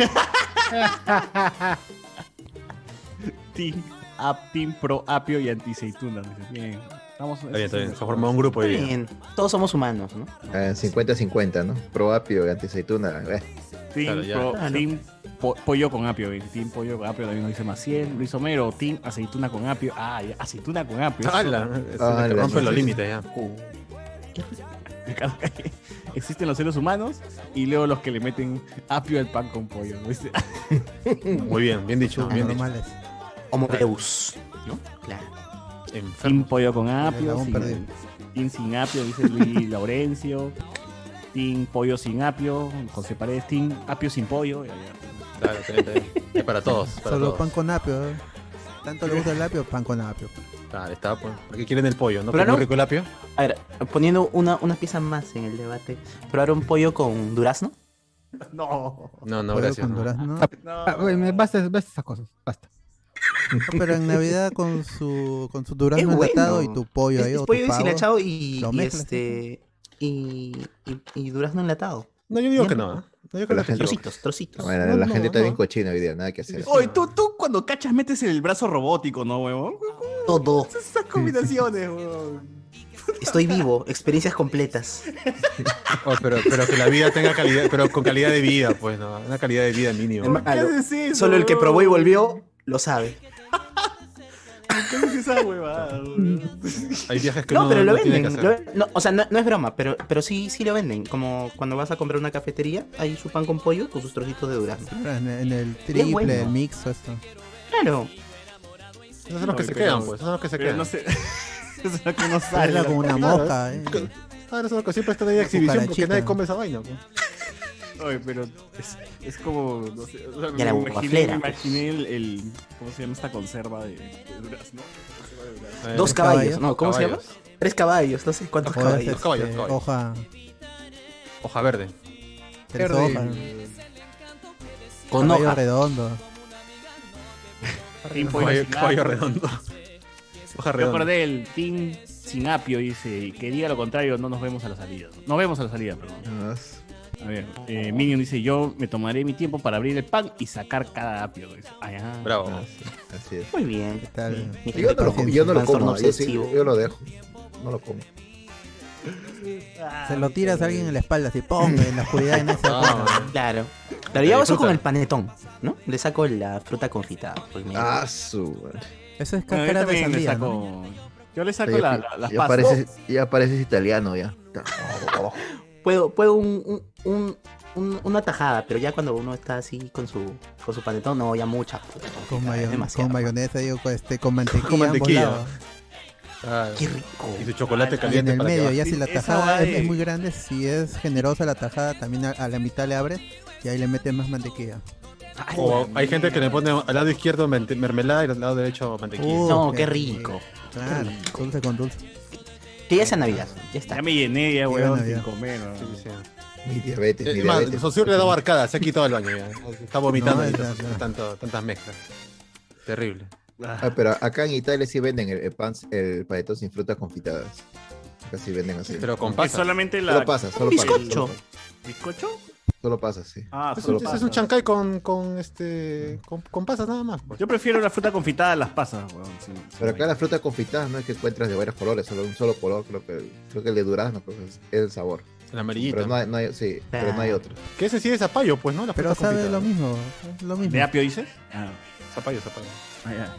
Speaker 3: team, Ap- Team Pro Apio y Anticeituna. Dice. Bien, estamos.
Speaker 4: Está bien, está bien. Se ha formado un grupo hoy día.
Speaker 2: Bien, todos somos humanos, ¿no?
Speaker 5: Ah, 50-50, ¿no? Proapio, anticeituna. eh.
Speaker 3: Team,
Speaker 4: Claro, ya.
Speaker 3: Pro-
Speaker 2: Claro.
Speaker 3: Team Po- Pollo con Apio, bien. Team Pollo con Apio también nos dice Maciel. Luis Homero, Team Aceituna con Apio. Ah, ya, Aceituna con Apio. eso-
Speaker 4: ¡Hala! Es una
Speaker 5: ¡Hala!
Speaker 4: que rompe los límites ya.
Speaker 3: Ricardo Calle, Existen los seres humanos y luego los que le meten apio al pan con pollo. ¿no? Dice,
Speaker 4: Muy bien, bien dicho, bien dicho.
Speaker 7: Anormales.
Speaker 2: Homo Deus, ¿no? Claro.
Speaker 4: Enfermo.
Speaker 3: Team pollo con
Speaker 7: El
Speaker 3: apio,
Speaker 7: dragón
Speaker 3: sin,
Speaker 7: perdido.
Speaker 3: team sin apio, dice Luis Laurencio. Team pollo sin apio, José Paredes. Team apio sin pollo. ya, ya.
Speaker 4: Claro, está bien, está bien. Es para todos, para
Speaker 7: Solo pan
Speaker 4: todos.
Speaker 7: con apio. ¿eh? Tanto le gusta el apio, pan con apio.
Speaker 4: Claro, está, pues. ¿Por qué quieren el pollo? ¿No?
Speaker 2: Pero
Speaker 4: ¿Pero
Speaker 2: no.
Speaker 4: no? rico el apio?
Speaker 2: A ver, poniendo una, una pieza más en el debate, ¿probar un pollo con durazno?
Speaker 3: No.
Speaker 4: No, no,
Speaker 7: Pollo
Speaker 4: gracias.
Speaker 7: con
Speaker 4: no.
Speaker 7: durazno.
Speaker 1: Ah, güey, me- Basta, basta esas cosas, basta.
Speaker 7: Pero en Navidad con su con su durazno
Speaker 2: Es bueno.
Speaker 7: enlatado y tu pollo
Speaker 2: Es-
Speaker 7: ahí
Speaker 2: es
Speaker 7: o tu
Speaker 2: pollo
Speaker 7: pavo.
Speaker 2: deshilachado y,
Speaker 7: lo
Speaker 2: y
Speaker 7: mezclas,
Speaker 2: este y, y, y durazno enlatado.
Speaker 4: No, yo digo que no. ¿eh? No, yo creo que no.
Speaker 2: Trocitos, trocitos.
Speaker 5: Bueno,
Speaker 4: No,
Speaker 5: la
Speaker 4: no,
Speaker 5: gente está
Speaker 4: no.
Speaker 5: bien cochina hoy día, nada que hacer.
Speaker 3: Oye, tú, tú cuando cachas metes el brazo robótico, ¿no, huevón? Pues
Speaker 2: Todo.
Speaker 3: Esas combinaciones, huevón.
Speaker 2: Estoy vivo. Experiencias completas.
Speaker 4: Oye, Oh, pero, pero que la vida tenga calidad, pero con calidad de vida, pues, ¿no? Una calidad de vida mínima.
Speaker 3: ¿Qué
Speaker 2: Hermano,
Speaker 3: haces eso,
Speaker 2: solo el que
Speaker 3: huevón?
Speaker 2: probó y volvió lo sabe.
Speaker 3: ¿Qué haces esa huevada, huevón?
Speaker 4: Hay viajes que
Speaker 2: No,
Speaker 4: uno
Speaker 2: pero lo
Speaker 4: no tiene que
Speaker 2: venden.
Speaker 4: hacer.
Speaker 2: lo- no, o sea, no, no es broma, pero, pero sí, sí lo venden. Como cuando vas a comprar una cafetería, hay su pan con pollo con sus trocitos de durazno.
Speaker 7: En, en el triple,
Speaker 2: bueno.
Speaker 7: el mixo, esto.
Speaker 2: Claro.
Speaker 7: Eh,
Speaker 4: Esos son los que
Speaker 3: Oye,
Speaker 4: se
Speaker 3: pero-
Speaker 4: quedan, pues. Esos son los que se
Speaker 3: Pero
Speaker 4: quedan.
Speaker 3: no sé. Eso es lo que no sale.
Speaker 7: Salga con una
Speaker 4: Claro,
Speaker 7: moja.
Speaker 4: ¿eh?
Speaker 7: ¿eh?
Speaker 4: Ahora son los que siempre están ahí de exhibición porque
Speaker 7: Cucarachita.
Speaker 4: nadie come esa vaina, pues.
Speaker 3: Oye, pero es, es como. No sé, o sea,
Speaker 2: Y a la
Speaker 3: me imaginé,
Speaker 2: guaflera,
Speaker 3: me
Speaker 2: pues.
Speaker 3: imaginé el, el- ¿Cómo se llama esta conserva de, de durazno? Conserva de durazno.
Speaker 2: Dos
Speaker 7: ca- caballos.
Speaker 2: caballos. No, ¿cómo se
Speaker 4: Caballos.
Speaker 2: llama? Tres caballos. No sé cuántos
Speaker 7: Hojas,
Speaker 2: caballos.
Speaker 7: este,
Speaker 4: caballos, caballos.
Speaker 7: Hoja.
Speaker 4: Hoja verde.
Speaker 7: Tres
Speaker 4: Verde.
Speaker 7: hojas.
Speaker 2: Con
Speaker 7: caballo
Speaker 2: hoja.
Speaker 7: redondo.
Speaker 3: Team pollo
Speaker 4: Caballo,
Speaker 3: sin
Speaker 4: caballo
Speaker 3: apio.
Speaker 4: redondo. Hoja
Speaker 3: Pues, Yo
Speaker 4: redonda.
Speaker 3: acordé el Team sin apio, dice. y Que diga lo contrario, no nos vemos a la salida. Nos vemos a la salida, perdón.
Speaker 5: No, es-
Speaker 3: A ver, eh, Minion dice: Yo me tomaré mi tiempo para abrir el pan y sacar cada apio. Dice. Ay, ah.
Speaker 4: Bravo.
Speaker 5: no, sí, así es.
Speaker 2: Muy bien.
Speaker 7: ¿Qué tal?
Speaker 2: Mi
Speaker 5: Yo
Speaker 2: gente
Speaker 5: no lo,
Speaker 2: con
Speaker 5: como- yo no lo
Speaker 2: trastorno
Speaker 5: como, yo, sí-
Speaker 2: obsesivo.
Speaker 5: yo lo dejo. No lo como.
Speaker 2: Ah,
Speaker 7: Se lo tiras a alguien en la espalda, así, ¡pum! En la oscuridad en esa
Speaker 4: Ah,
Speaker 7: hoja.
Speaker 2: Claro. Claro, yo hago eso
Speaker 4: disfruta.
Speaker 2: con el panetón, ¿no? Le saco la fruta confitada. porque me-
Speaker 5: Ah, su. madre.
Speaker 7: Eso es
Speaker 3: Bueno, yo
Speaker 7: cáscara de
Speaker 3: también le
Speaker 7: sandía, ¿no?
Speaker 3: saco- Yo le saco
Speaker 5: Ya-
Speaker 3: la- la- las
Speaker 5: ya,
Speaker 3: pasas.
Speaker 5: pareces, ya pareces italiano, ya.
Speaker 2: Puedo, puedo un, un- un- un- una tajada, pero ya cuando uno está así con su, con su panetón, no, ya mucha. puta,
Speaker 7: Con,
Speaker 2: ya,
Speaker 7: mayo-
Speaker 2: demasiado.
Speaker 7: con mayonesa, digo, con, este, con mantequilla.
Speaker 4: Con mantequilla.
Speaker 7: ambos lados.
Speaker 4: Claro.
Speaker 2: Qué rico.
Speaker 4: Ah, Y su chocolate
Speaker 7: Y en
Speaker 4: caliente
Speaker 7: el
Speaker 4: para
Speaker 7: medio,
Speaker 4: llevar.
Speaker 7: ya si la
Speaker 3: Esa
Speaker 7: tajada
Speaker 3: va
Speaker 7: es,
Speaker 3: de-
Speaker 7: es muy grande, si es generosa la tajada, también a, a la mitad le abres y ahí le metes más mantequilla.
Speaker 4: O hay gente que le pone al lado izquierdo mente- mermelada y al lado derecho mantequilla.
Speaker 7: Uh,
Speaker 2: No, qué rico.
Speaker 7: Claro, dulce con dulce.
Speaker 2: Que ya sea Navidad, ya
Speaker 3: Ya
Speaker 2: está.
Speaker 3: me llené, ya,
Speaker 7: Ya,
Speaker 3: weón,
Speaker 7: ya.
Speaker 3: sin comer. weón.
Speaker 4: Sí, sí.
Speaker 5: Mi diabetes, mi
Speaker 4: Es más,
Speaker 5: diabetes.
Speaker 4: Sosur le ha dado arcada, se ha quitado el baño ya. Está vomitando
Speaker 7: No,
Speaker 4: ahorita,
Speaker 7: ya, ya.
Speaker 4: tanto- tantas mezclas. Terrible.
Speaker 5: Ah, pero acá en Italia sí venden el, el pan, el panetón sin frutas confitadas. Acá sí venden así.
Speaker 4: Pero con
Speaker 3: Que
Speaker 4: pasas.
Speaker 3: solamente la.
Speaker 5: solo pasas, solo pasas.
Speaker 2: bizcocho.
Speaker 5: Solo, pasas,
Speaker 3: ¿Bizcocho?
Speaker 5: solo pasas, sí.
Speaker 3: Ah,
Speaker 4: Es
Speaker 3: solo
Speaker 4: un, Pues es
Speaker 3: pasas.
Speaker 4: un chancay con, con este con, con pasas nada más. pues.
Speaker 3: Yo prefiero la fruta confitada a las pasas, weón. sin- sin
Speaker 5: Pero acá
Speaker 3: vaina.
Speaker 5: las frutas confitadas no es que encuentras de varios colores, solo un solo color, creo que creo que el de durazno creo que es es el sabor.
Speaker 4: El amarillito.
Speaker 5: Pero no hay, no hay- sí, pero no hay otro.
Speaker 4: Que ese sí es zapallo, pues, ¿no? La
Speaker 7: Pero
Speaker 4: fruta
Speaker 7: sabe
Speaker 4: confitada.
Speaker 7: lo mismo, es lo mismo.
Speaker 3: ¿De apio dices? Ah,
Speaker 4: Zapallo, zapallo.
Speaker 3: ah, ya.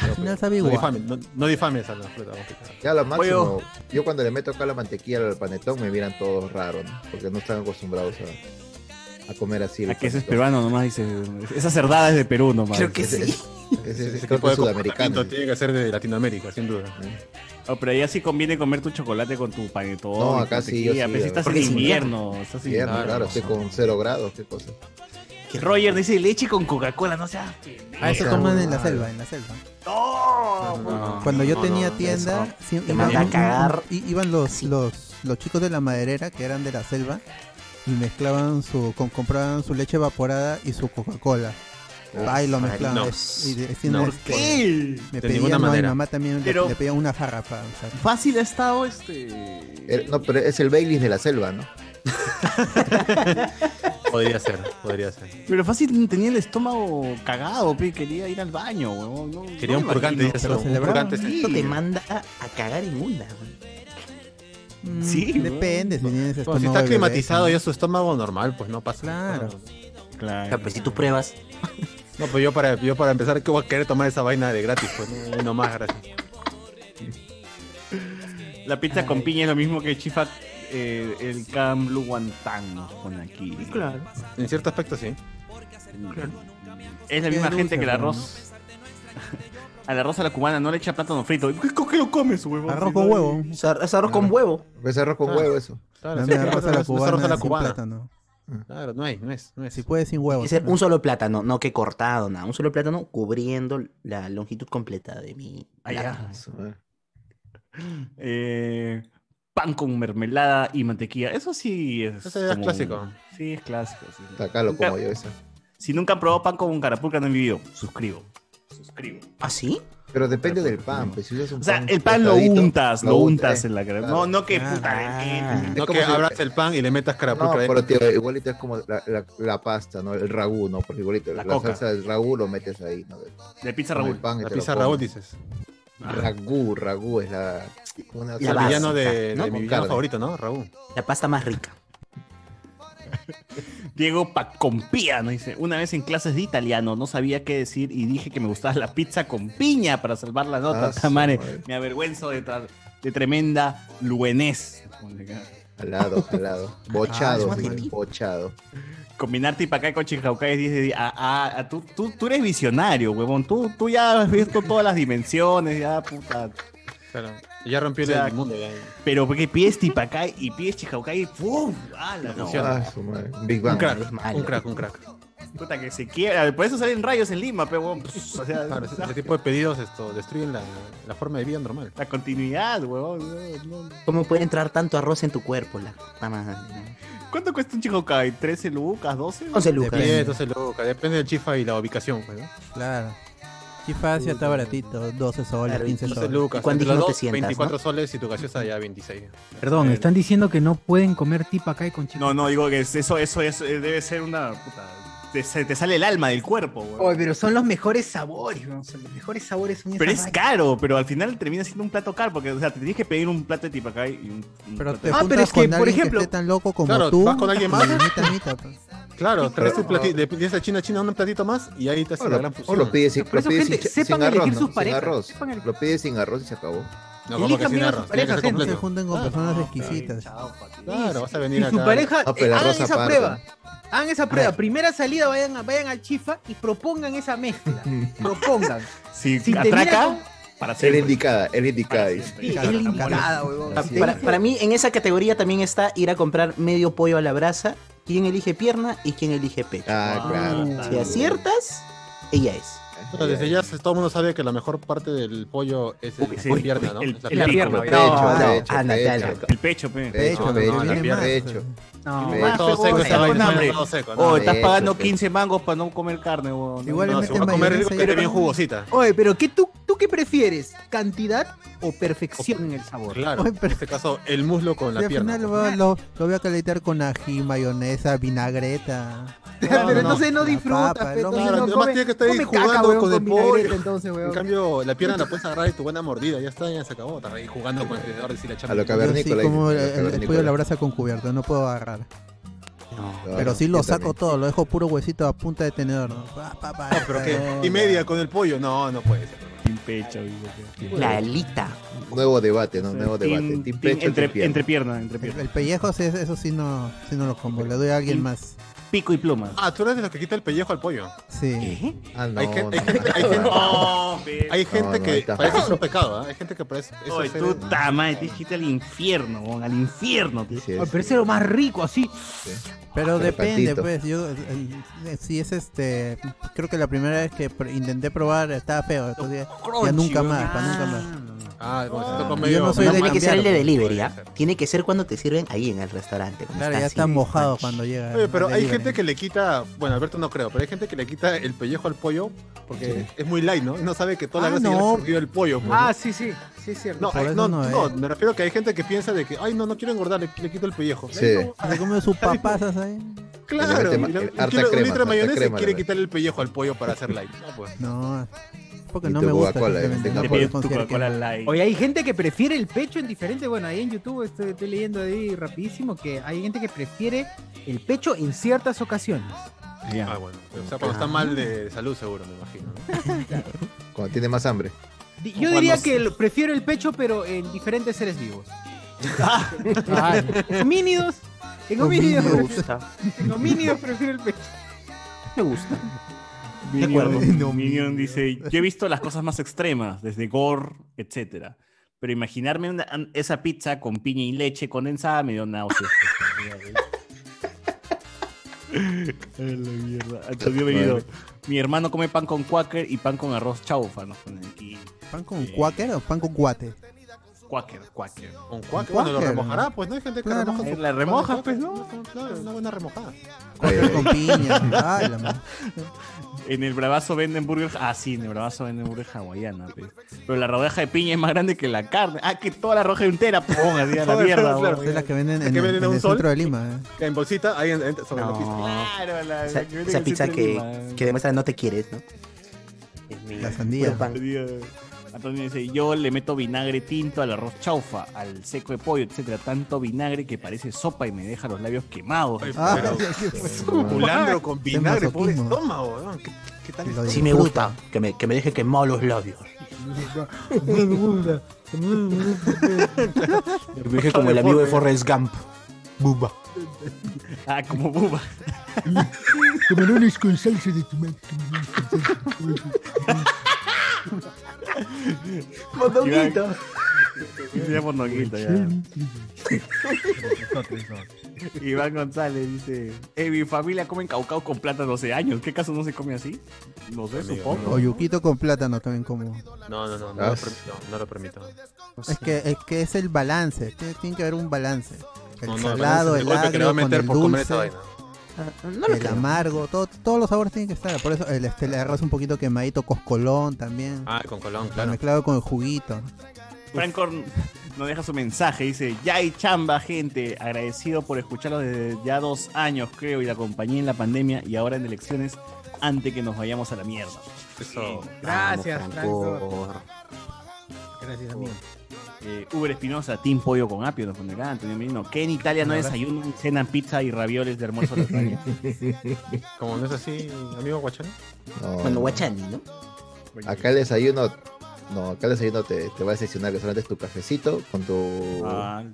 Speaker 4: Pero,
Speaker 7: final
Speaker 4: pero, no,
Speaker 7: sabe igual.
Speaker 4: difames, no, no difames a la fruta confitada.
Speaker 5: Ya lo máximo,
Speaker 3: Pollo.
Speaker 5: yo cuando le meto acá la mantequilla al panetón me miran todos raros, ¿no? Porque no están acostumbrados a, a comer así. el
Speaker 3: Ah, que ese es
Speaker 5: panetón.
Speaker 3: peruano nomás, dice. Esa cerdada es de Perú nomás.
Speaker 2: Creo que
Speaker 5: Ese-
Speaker 2: sí.
Speaker 5: ese- ese-
Speaker 4: Ese
Speaker 5: creo
Speaker 4: tipo
Speaker 5: que
Speaker 4: de
Speaker 5: es sudamericano.
Speaker 4: comportamiento tiene que ser de Latinoamérica, sin duda.
Speaker 3: Ah, pero allá sí conviene comer tu chocolate con tu panetón.
Speaker 5: No,
Speaker 3: y tu
Speaker 5: acá sí,
Speaker 3: mantequilla,
Speaker 5: yo sí,
Speaker 3: pero si estás
Speaker 5: porque
Speaker 3: en
Speaker 2: es
Speaker 3: invierno. Estás en
Speaker 5: Bien,
Speaker 3: invierno.
Speaker 5: claro, estoy con cero grados, qué cosa.
Speaker 3: Que Roger dice leche con Coca-Cola, no seas pendejo.
Speaker 7: Ah, eso toman en la selva, en la selva. Cuando yo tenía tienda, sí,
Speaker 2: Te mandan a cagar.
Speaker 7: i- iban los, los, los chicos de la maderera que eran de la selva y mezclaban su, com- compraban su leche evaporada y su Coca-Cola. Ah, y lo mezclaban.
Speaker 5: no.
Speaker 7: Es- y de- es-
Speaker 5: No.
Speaker 7: es- Me
Speaker 5: De
Speaker 7: pedían,
Speaker 5: ninguna
Speaker 7: no, mi
Speaker 5: manera.
Speaker 7: mamá también le-
Speaker 3: Pero-
Speaker 7: le pedía una jarra para usar.
Speaker 3: Fácil ha estado este.
Speaker 5: Eh, No, pero es el Baileys de la selva, ¿no?
Speaker 4: Podría ser, podría ser.
Speaker 3: Pero fácil tenía el estómago cagado, pe, quería ir al baño, weón. no-
Speaker 4: Quería
Speaker 3: no
Speaker 4: un
Speaker 3: me
Speaker 4: purgante,
Speaker 3: imagino.
Speaker 4: dice
Speaker 7: pero
Speaker 4: eso, un
Speaker 7: celebraba.
Speaker 4: purgante.
Speaker 2: Esto te manda a cagar en una. güey.
Speaker 7: Mm,
Speaker 3: Sí, ¿no?
Speaker 7: depende. Si, tienes
Speaker 4: Bueno, Pues, si
Speaker 7: estómago de
Speaker 4: está
Speaker 7: bebé,
Speaker 4: climatizado
Speaker 7: ¿no? ¿eh?
Speaker 4: ya su estómago normal, pues no pasa nada.
Speaker 7: Claro.
Speaker 2: O
Speaker 3: Claro.
Speaker 2: sea, pues si
Speaker 7: Ah.
Speaker 2: tú pruebas,
Speaker 4: No, pues yo para, yo para empezar, ¿qué voy a querer tomar esa vaina de gratis? Pues no, no más, gracias.
Speaker 3: La pizza con piña es lo mismo que chifa eh, el Cam Blue Guantán, nos pone aquí.
Speaker 4: En cierto aspecto, sí.
Speaker 3: Es la
Speaker 7: Qué
Speaker 3: misma
Speaker 7: dulce,
Speaker 3: gente que el
Speaker 7: weón.
Speaker 3: arroz. Al arroz a la cubana no le echa plátano frito. ¿Qué, qué lo comes, huevón?
Speaker 7: Arroz
Speaker 3: Si
Speaker 7: con
Speaker 3: no-
Speaker 7: huevo.
Speaker 2: es ar- es arroz
Speaker 7: Ah.
Speaker 2: con huevo.
Speaker 5: Es Pues arroz con
Speaker 4: Ah.
Speaker 5: huevo, eso.
Speaker 4: Claro,
Speaker 7: Dame
Speaker 4: sí,
Speaker 7: arroz a la
Speaker 4: es un arroz
Speaker 7: cubana,
Speaker 4: a la
Speaker 7: sin
Speaker 4: cubana.
Speaker 7: plátano.
Speaker 4: Claro, no hay, no es, no es.
Speaker 2: pues,
Speaker 7: Si puedes sin huevo.
Speaker 2: Es decir,
Speaker 7: también.
Speaker 2: un solo plátano, no que cortado, nada. Un solo plátano cubriendo la longitud completa de mi.
Speaker 3: Ah, ya.
Speaker 2: plátano.
Speaker 3: Eh, pan con mermelada y mantequilla. Eso sí es.
Speaker 4: Ese es
Speaker 3: como-
Speaker 4: clásico.
Speaker 3: Sí, es clásico. sí.
Speaker 5: Hasta Acá lo como
Speaker 3: Nunca-
Speaker 5: yo, eso.
Speaker 3: Si nunca han probado pan con carapulca, no han vivido. Suscribo. Suscribo.
Speaker 2: ¿Ah, sí?
Speaker 5: Pero depende del pan, pues si usas un
Speaker 3: O sea,
Speaker 5: pan
Speaker 3: el pan lo
Speaker 5: tostadito,
Speaker 3: untas, lo untas en la cara.
Speaker 5: eh. claro.
Speaker 3: No, no que
Speaker 7: Ah,
Speaker 3: puta.
Speaker 2: ah.
Speaker 3: eh,
Speaker 5: Es
Speaker 4: No
Speaker 5: como
Speaker 4: que
Speaker 5: si-
Speaker 4: abras el pan y le metas
Speaker 5: No,
Speaker 4: carapulca dentro.
Speaker 5: pero tío, igualito es como la, la- la pasta, ¿no? El ragú, ¿no? Porque igualito
Speaker 3: La
Speaker 5: la,
Speaker 3: coca.
Speaker 5: salsa del ragú lo metes ahí, ¿no?
Speaker 3: que- de pizza
Speaker 5: Con
Speaker 3: Raúl.
Speaker 5: el pan y
Speaker 4: La
Speaker 5: te lo
Speaker 4: pizza
Speaker 5: comes.
Speaker 4: Raúl, dices.
Speaker 5: Ragú, ragú es la... Una
Speaker 2: La
Speaker 4: el
Speaker 2: base,
Speaker 4: villano de, de
Speaker 2: ¿no?
Speaker 4: mi
Speaker 5: Con
Speaker 4: villano
Speaker 5: carne.
Speaker 4: favorito, ¿no? Raúl.
Speaker 2: La pasta más rica.
Speaker 3: Diego Pacompía nos dice, una vez en clases de italiano no sabía qué decir y dije que me gustaba la pizza con piña para salvar la nota.
Speaker 5: Ah, su
Speaker 3: Tamare,
Speaker 5: madre.
Speaker 3: me avergüenzo de, tra- de tremenda luenés.
Speaker 5: Jalado, jalado. Bochado,
Speaker 2: Ah, es un
Speaker 5: dice,
Speaker 2: adjetivo.
Speaker 5: bochado.
Speaker 3: Combinar tipacay con chicaucay es 10 de 10. Ah, ah, ah, tú, tú, tú eres visionario, huevón. Tú, tú ya has visto todas las dimensiones, ya puta.
Speaker 4: Claro. Ya rompió
Speaker 3: O sea,
Speaker 4: el mundo. Ya.
Speaker 3: Pero porque pies tipacay y pies chicaucay, ¡pum! ¡Ah, la no!
Speaker 4: Funciona.
Speaker 5: Ah, su madre. Big
Speaker 4: Un
Speaker 5: Bang.
Speaker 4: crack,
Speaker 2: es malo.
Speaker 4: un crack, un crack.
Speaker 3: Puta que se quiebra. Por eso salen rayos en Lima, pero huevón. pues, O sea,
Speaker 4: Claro, ese, ese tipo de pedidos esto, destruyen la, la forma de vida normal.
Speaker 3: la continuidad, huevón. no, no.
Speaker 2: ¿Cómo puede entrar tanto arroz en tu cuerpo? La puta madre?
Speaker 3: ¿Cuánto cuesta un chico Kai? ¿13 lucas? ¿12?
Speaker 2: 11
Speaker 7: Depende.
Speaker 2: lucas.
Speaker 4: Y entonces loca, depende del chifa y la ubicación, pues, ¿no?
Speaker 7: Claro. Chifa Asia está baratito, 12 soles,
Speaker 2: Claro, y
Speaker 7: 15
Speaker 4: Entonces,
Speaker 7: soles.
Speaker 4: Lucas,
Speaker 2: ¿Y cuán
Speaker 4: entre los
Speaker 2: digno te
Speaker 4: dos,
Speaker 2: sientas,
Speaker 4: 24 soles y tu gaseosa ya 26.
Speaker 1: Perdón,
Speaker 4: Eh,
Speaker 1: están diciendo que no pueden comer tipa acá y con chicos.
Speaker 3: No, no, digo que es- eso, eso, eso eh, debe ser una puta. Te, se- te sale el alma del cuerpo,
Speaker 9: Oye,
Speaker 3: weón.
Speaker 9: Oh, pero son los mejores sabores, weón. son los mejores sabores son
Speaker 3: Pero
Speaker 9: esas
Speaker 3: es
Speaker 9: vainas.
Speaker 3: caro, pero al final termina siendo un plato caro, porque, o sea, te tienes que pedir un plato de tipacay y un, un
Speaker 7: Pero
Speaker 3: plato
Speaker 7: te
Speaker 3: de...
Speaker 9: Ah,
Speaker 7: juntas
Speaker 9: pero es que,
Speaker 7: con
Speaker 9: por
Speaker 7: alguien
Speaker 9: ejemplo-
Speaker 7: que esté tan loco como
Speaker 4: Claro,
Speaker 7: tú.
Speaker 4: vas con alguien más.
Speaker 7: y mitad, mitad, pues.
Speaker 4: Claro, traes un platito, le pides a China China una platita más y ahí te hace
Speaker 5: O
Speaker 4: la
Speaker 5: lo,
Speaker 4: gran
Speaker 5: o
Speaker 4: fusión.
Speaker 5: lo pides, sin-
Speaker 9: Por
Speaker 5: lo
Speaker 9: eso,
Speaker 5: pides
Speaker 9: gente,
Speaker 5: sin,
Speaker 9: sepan
Speaker 5: sin arroz,
Speaker 9: elegir sus
Speaker 5: ¿no? Sin
Speaker 9: parejas,
Speaker 5: arroz.
Speaker 9: sepan eleg-
Speaker 5: Lo pides sin arroz y se acabó.
Speaker 4: No, como que
Speaker 9: Elijan
Speaker 4: sin
Speaker 9: bien a
Speaker 4: arroz,
Speaker 9: sus
Speaker 4: tiene que
Speaker 9: parejas,
Speaker 4: ser
Speaker 9: gente.
Speaker 7: No se
Speaker 4: completo.
Speaker 7: junten con personas exquisitas.
Speaker 3: Chao, papi.
Speaker 4: Claro, vas a
Speaker 9: Y
Speaker 4: venir
Speaker 9: su
Speaker 4: acá.
Speaker 9: pareja,
Speaker 5: Ah,
Speaker 9: eh,
Speaker 5: pero la
Speaker 9: hagan
Speaker 5: rosa
Speaker 9: esa
Speaker 5: parda.
Speaker 9: prueba. Hagan esa prueba. Primera salida, vayan, a- vayan al chifa y propongan esa mezcla. propongan.
Speaker 3: Si,
Speaker 9: Si te
Speaker 3: atraca,
Speaker 9: miran
Speaker 3: para
Speaker 5: Es la
Speaker 3: siempre.
Speaker 5: indicada, es la indicada.
Speaker 3: Para
Speaker 5: dice.
Speaker 3: siempre.
Speaker 9: Sí, es la indicada, weón.
Speaker 2: Pa-
Speaker 9: Sí.
Speaker 2: Para, para mí, en esa categoría también está ir a comprar medio pollo a la brasa. ¿Quién elige pierna y quién elige pecho?
Speaker 5: Ah, claro.
Speaker 2: si aciertas, ella es.
Speaker 4: Bueno, desde ya se- todo el mundo sabe que la mejor parte del pollo es el,
Speaker 3: sí,
Speaker 4: la pierna, ¿no?
Speaker 3: el-
Speaker 4: Es la
Speaker 3: el pico.
Speaker 4: pierna.
Speaker 5: Pecho,
Speaker 9: No,
Speaker 5: pecho,
Speaker 2: ah,
Speaker 5: pecho.
Speaker 2: Natalia.
Speaker 3: El pecho, pe.
Speaker 5: Pecho,
Speaker 4: No,
Speaker 5: pecho,
Speaker 4: no,
Speaker 5: la
Speaker 7: viene
Speaker 5: pierna,
Speaker 7: más,
Speaker 9: No,
Speaker 5: pecho. Sí.
Speaker 1: Ah,
Speaker 9: más,
Speaker 4: Todo
Speaker 9: pe,
Speaker 4: seco,
Speaker 9: weón.
Speaker 4: esa vaina,
Speaker 3: con hambre.
Speaker 4: todo seco, ¿no?
Speaker 3: Oh, estás
Speaker 5: Eso,
Speaker 3: pagando
Speaker 5: pe.
Speaker 3: 15 mangos para no comer carne, weón.
Speaker 7: Igual le
Speaker 4: No, se
Speaker 7: meten
Speaker 4: va a comer
Speaker 7: mayonesa
Speaker 4: rico
Speaker 7: y
Speaker 4: que
Speaker 7: todo.
Speaker 4: esté bien jugosita.
Speaker 9: Oye, pero ¿qué tú, ¿tú qué prefieres? ¿Cantidad o perfección en el sabor?
Speaker 4: Claro,
Speaker 7: Oye,
Speaker 4: en
Speaker 7: pero-
Speaker 4: este caso el muslo con
Speaker 7: Y
Speaker 4: la
Speaker 7: al
Speaker 4: pierna.
Speaker 7: final lo, va- lo- lo voy a calentar con ají, mayonesa, vinagreta.
Speaker 4: No,
Speaker 9: pero
Speaker 4: no,
Speaker 9: entonces no
Speaker 7: La
Speaker 9: disfrutas,
Speaker 7: papa,
Speaker 9: pe,
Speaker 7: lo
Speaker 9: entonces
Speaker 7: mismo.
Speaker 9: no
Speaker 4: Además
Speaker 9: come-
Speaker 4: tiene que estar ahí
Speaker 9: come
Speaker 4: jugando
Speaker 9: weón,
Speaker 4: con el
Speaker 9: vinagrete,
Speaker 4: pollo.
Speaker 9: entonces,
Speaker 4: En
Speaker 9: weón.
Speaker 4: cambio, la pierna la puedes agarrar y tu buena mordida, ya está, ya se acabó. Estás ahí jugando con el tenedor y si la chapa.
Speaker 5: A lo que
Speaker 7: Yo sí
Speaker 5: Cavernícola,
Speaker 7: como el,
Speaker 5: dice,
Speaker 7: el- el
Speaker 5: cavernícola.
Speaker 7: pollo a la brasa con cubierto, no puedo agarrar.
Speaker 5: Claro,
Speaker 7: pero sí lo
Speaker 5: yo
Speaker 7: saco
Speaker 5: también.
Speaker 7: todo, lo dejo puro huesito a punta de tenedor. ¿no? Pa, pa, pa,
Speaker 4: Pero
Speaker 7: pa,
Speaker 4: que
Speaker 7: no,
Speaker 4: y
Speaker 7: ya.
Speaker 4: media con el pollo, no, no puede ser.
Speaker 3: Sin pecho, digo, pe.
Speaker 2: La alita.
Speaker 5: Nuevo debate, ¿no?
Speaker 3: O sea,
Speaker 5: Nuevo
Speaker 3: team-
Speaker 5: debate.
Speaker 3: team
Speaker 5: Team pecho,
Speaker 3: entre,
Speaker 5: team pierna.
Speaker 3: entre pierna, entre
Speaker 7: El,
Speaker 3: pierna.
Speaker 7: el pellejo, sí, eso sí no, sí no lo como, le doy a alguien más.
Speaker 3: pico y pluma.
Speaker 4: Ah, tú eres de los que quita el pellejo al pollo.
Speaker 7: Sí.
Speaker 5: Ah, no,
Speaker 4: hay gen- hay
Speaker 5: no.
Speaker 4: gente, hay gente,
Speaker 3: No, Oh, pe-
Speaker 4: hay gente
Speaker 5: no, ahí
Speaker 4: que
Speaker 5: está.
Speaker 4: parece que es un pecado, ¿ah? Hay gente que parece. eso
Speaker 3: Oye,
Speaker 4: es
Speaker 3: tú,
Speaker 4: ser-
Speaker 3: ta madre, tienes que irte al infierno, weón, al infierno. tío.
Speaker 5: Sí,
Speaker 1: Ay,
Speaker 5: es-
Speaker 1: pero ese es lo más rico, así.
Speaker 7: Pero
Speaker 5: Pero
Speaker 7: depende,
Speaker 5: tantito.
Speaker 7: pues. Yo, el- el- si es este. Creo que la primera vez que pr- intenté probar estaba feo. entonces ya
Speaker 3: Crunchy,
Speaker 7: nunca
Speaker 3: weón.
Speaker 7: más, para nunca más.
Speaker 4: Ah, como si te
Speaker 7: Yo
Speaker 4: toca
Speaker 7: no soy
Speaker 2: no
Speaker 7: de
Speaker 2: tiene que ser el de
Speaker 7: cambiarlo,
Speaker 2: delivery, ¿ah? Tiene que ser cuando te sirven ahí en el restaurante. cuando
Speaker 7: Claro, ya
Speaker 2: así,
Speaker 7: está mojado
Speaker 2: manch-
Speaker 7: cuando llega.
Speaker 4: Oye, pero
Speaker 7: el
Speaker 4: hay
Speaker 7: delivery.
Speaker 4: gente que le quita, bueno, Alberto no creo, pero hay gente que le quita el pellejo al pollo porque es muy light, ¿no? Y no sabe que toda la
Speaker 7: Ah,
Speaker 4: grasa ya
Speaker 7: no.
Speaker 4: le ha surgido el pollo. pues,
Speaker 9: Ah, sí, sí, sí es cierto.
Speaker 4: No,
Speaker 7: por
Speaker 4: hay-
Speaker 7: eso
Speaker 4: no,
Speaker 7: no,
Speaker 4: no,
Speaker 7: eh.
Speaker 4: me refiero que hay gente que piensa de que, ay, no, no quiero engordar, le, le quito el pellejo.
Speaker 5: Sí.
Speaker 7: Se come sus papasas ahí.
Speaker 5: Le
Speaker 4: Claro,
Speaker 5: mete ma-
Speaker 4: y la-
Speaker 5: el-
Speaker 4: un,
Speaker 5: harta
Speaker 4: kilo- un
Speaker 5: crema,
Speaker 4: litro de
Speaker 5: harta
Speaker 4: mayonesa
Speaker 5: crema,
Speaker 4: y quiere
Speaker 5: la
Speaker 4: quitarle el pellejo al pollo para hacer light. No, pues.
Speaker 7: No, porque
Speaker 5: Y
Speaker 7: no
Speaker 5: tu
Speaker 7: me gusta.
Speaker 5: Coca-Cola,
Speaker 7: simplemente.
Speaker 5: venden
Speaker 7: No
Speaker 3: Te
Speaker 5: Coca-Cola.
Speaker 7: puedo
Speaker 3: pides tu
Speaker 7: considerar que-
Speaker 3: Coca-Cola Light.
Speaker 1: Oye, hay gente que prefiere el pecho en diferentes. Bueno, ahí en YouTube estoy, estoy leyendo ahí rapidísimo que hay gente que prefiere el pecho en ciertas ocasiones.
Speaker 4: Ah, bueno. O sea, cuando está mal de salud, seguro, me imagino.
Speaker 5: Cuando tiene más hambre.
Speaker 1: Di- Yo
Speaker 3: Cuando
Speaker 1: diría
Speaker 3: se-
Speaker 1: que el- prefiero el pecho, pero en diferentes seres vivos. Homínidos. En homínidos.
Speaker 7: Homínidos.
Speaker 1: prefiero- En homínidos prefiero el pecho.
Speaker 3: De
Speaker 7: acuerdo. No,
Speaker 3: Minion
Speaker 7: mi-
Speaker 3: dice, yo he visto las cosas más extremas, desde gore, etcétera. Pero imaginarme una- esa pizza con piña y leche condensada me dio náuseas. A la mierda. Antonio Benito, Mi hermano come pan con quaker y pan con arroz chaufa. ¿no? Aquí,
Speaker 7: ¿Pan con cuáquer o pan con guate?
Speaker 3: Quaker, quaker.
Speaker 4: Con cuaca, bueno, lo
Speaker 7: cuáquer,
Speaker 4: remojará, pues, ¿no? Hay gente que
Speaker 7: Claro.
Speaker 4: remoja
Speaker 3: Eh, la remoja, pues,
Speaker 4: ¿no? Claro, una buena remojada.
Speaker 5: Ay,
Speaker 7: Cuáquer
Speaker 5: ay,
Speaker 7: con piña. Ay, la madre.
Speaker 3: En el bravazo venden burger. Ah, sí, en el bravazo venden burger hawaiana. pe. Pero la rodaja de piña es más grande que la carne. Ah, que toda la roja entera. Pon, así a la
Speaker 4: Claro,
Speaker 3: mierda.
Speaker 4: claro,
Speaker 3: weón.
Speaker 7: Es la que venden
Speaker 4: ¿La
Speaker 7: en,
Speaker 4: que
Speaker 7: el-
Speaker 4: venden a
Speaker 7: en
Speaker 4: un
Speaker 7: el
Speaker 4: sol?
Speaker 7: centro de Lima. ¿eh?
Speaker 4: En bolsita, ahí en- en- sobre la pista.
Speaker 3: Claro, la,
Speaker 2: Esa,
Speaker 3: la que venden
Speaker 2: esa
Speaker 3: en
Speaker 2: pizza
Speaker 3: Centro
Speaker 2: que,
Speaker 3: Lima.
Speaker 2: que demuestra no te quieres, ¿no?
Speaker 7: La sandía.
Speaker 4: Pues,
Speaker 2: Puro pan.
Speaker 3: Antonio dice, yo le meto vinagre tinto al arroz chaufa, al seco de pollo, etcétera. Tanto vinagre que parece sopa y me deja los labios quemados.
Speaker 4: Ay,
Speaker 7: Ah,
Speaker 4: pero-
Speaker 7: ya, qué fue.
Speaker 4: Culando con vinagre, pobre
Speaker 7: masoquismo.
Speaker 4: estómago, weón. ¿Qué, qué tal
Speaker 7: Lo
Speaker 4: es?
Speaker 2: Sí me gusta, que me, que me deje quemado los labios. Me dije como el amigo de Forrest Gump. Buba.
Speaker 3: Ah, como buba.
Speaker 1: Camarones con salsa de tomate.
Speaker 3: Mondonguito. Dice mondonguito, ya. Iván González dice, "Eh, mi familia come caucao con plátano hace años. ¿Qué caso no se come así? No sé,
Speaker 4: Amigo,
Speaker 3: supongo.
Speaker 7: O yuquito con plátano también como.
Speaker 4: No, no, no, no,
Speaker 5: Ah,
Speaker 4: lo
Speaker 5: sí.
Speaker 4: permito, no lo permito.
Speaker 7: Es que, es que es el balance, tiene, tiene que haber un balance. El
Speaker 4: No, no,
Speaker 7: salado,
Speaker 4: balance,
Speaker 7: el
Speaker 4: golpe que le
Speaker 7: agrio,
Speaker 4: va a
Speaker 7: con
Speaker 4: meter
Speaker 7: el
Speaker 4: por comer esa
Speaker 7: dulce,
Speaker 4: vaina.
Speaker 2: No lo
Speaker 7: el
Speaker 2: creo.
Speaker 7: amargo, todo- todos los sabores tienen que estar. Por eso el, este, el arroz un poquito quemadito, coscolón también,
Speaker 4: Ah, con Colón, claro.
Speaker 7: mezclado con el juguito.
Speaker 3: Franco nos deja su mensaje, dice, ya hay chamba, gente. Agradecido por escucharlo desde ya dos años, creo, y la acompañé en la pandemia y ahora en elecciones antes que nos vayamos a la mierda.
Speaker 4: Eso.
Speaker 1: Oh,
Speaker 9: Gracias, Franco.
Speaker 1: Gracias, amigo.
Speaker 3: Eh, Uber Espinosa, Team Pollo con Apio, nos pone acá, Antonio Merino. Que en Italia no desayunan, cenan pizza y ravioles de almuerzo a la tarde.
Speaker 4: Como no es así, amigo Guachani.
Speaker 5: No,
Speaker 2: Bueno,
Speaker 5: no.
Speaker 2: guachani, ¿no?
Speaker 5: Acá el desayuno. No, acá el desayuno te, te va a decepcionar que solamente es tu cafecito con tu.
Speaker 3: Ah,
Speaker 5: Con,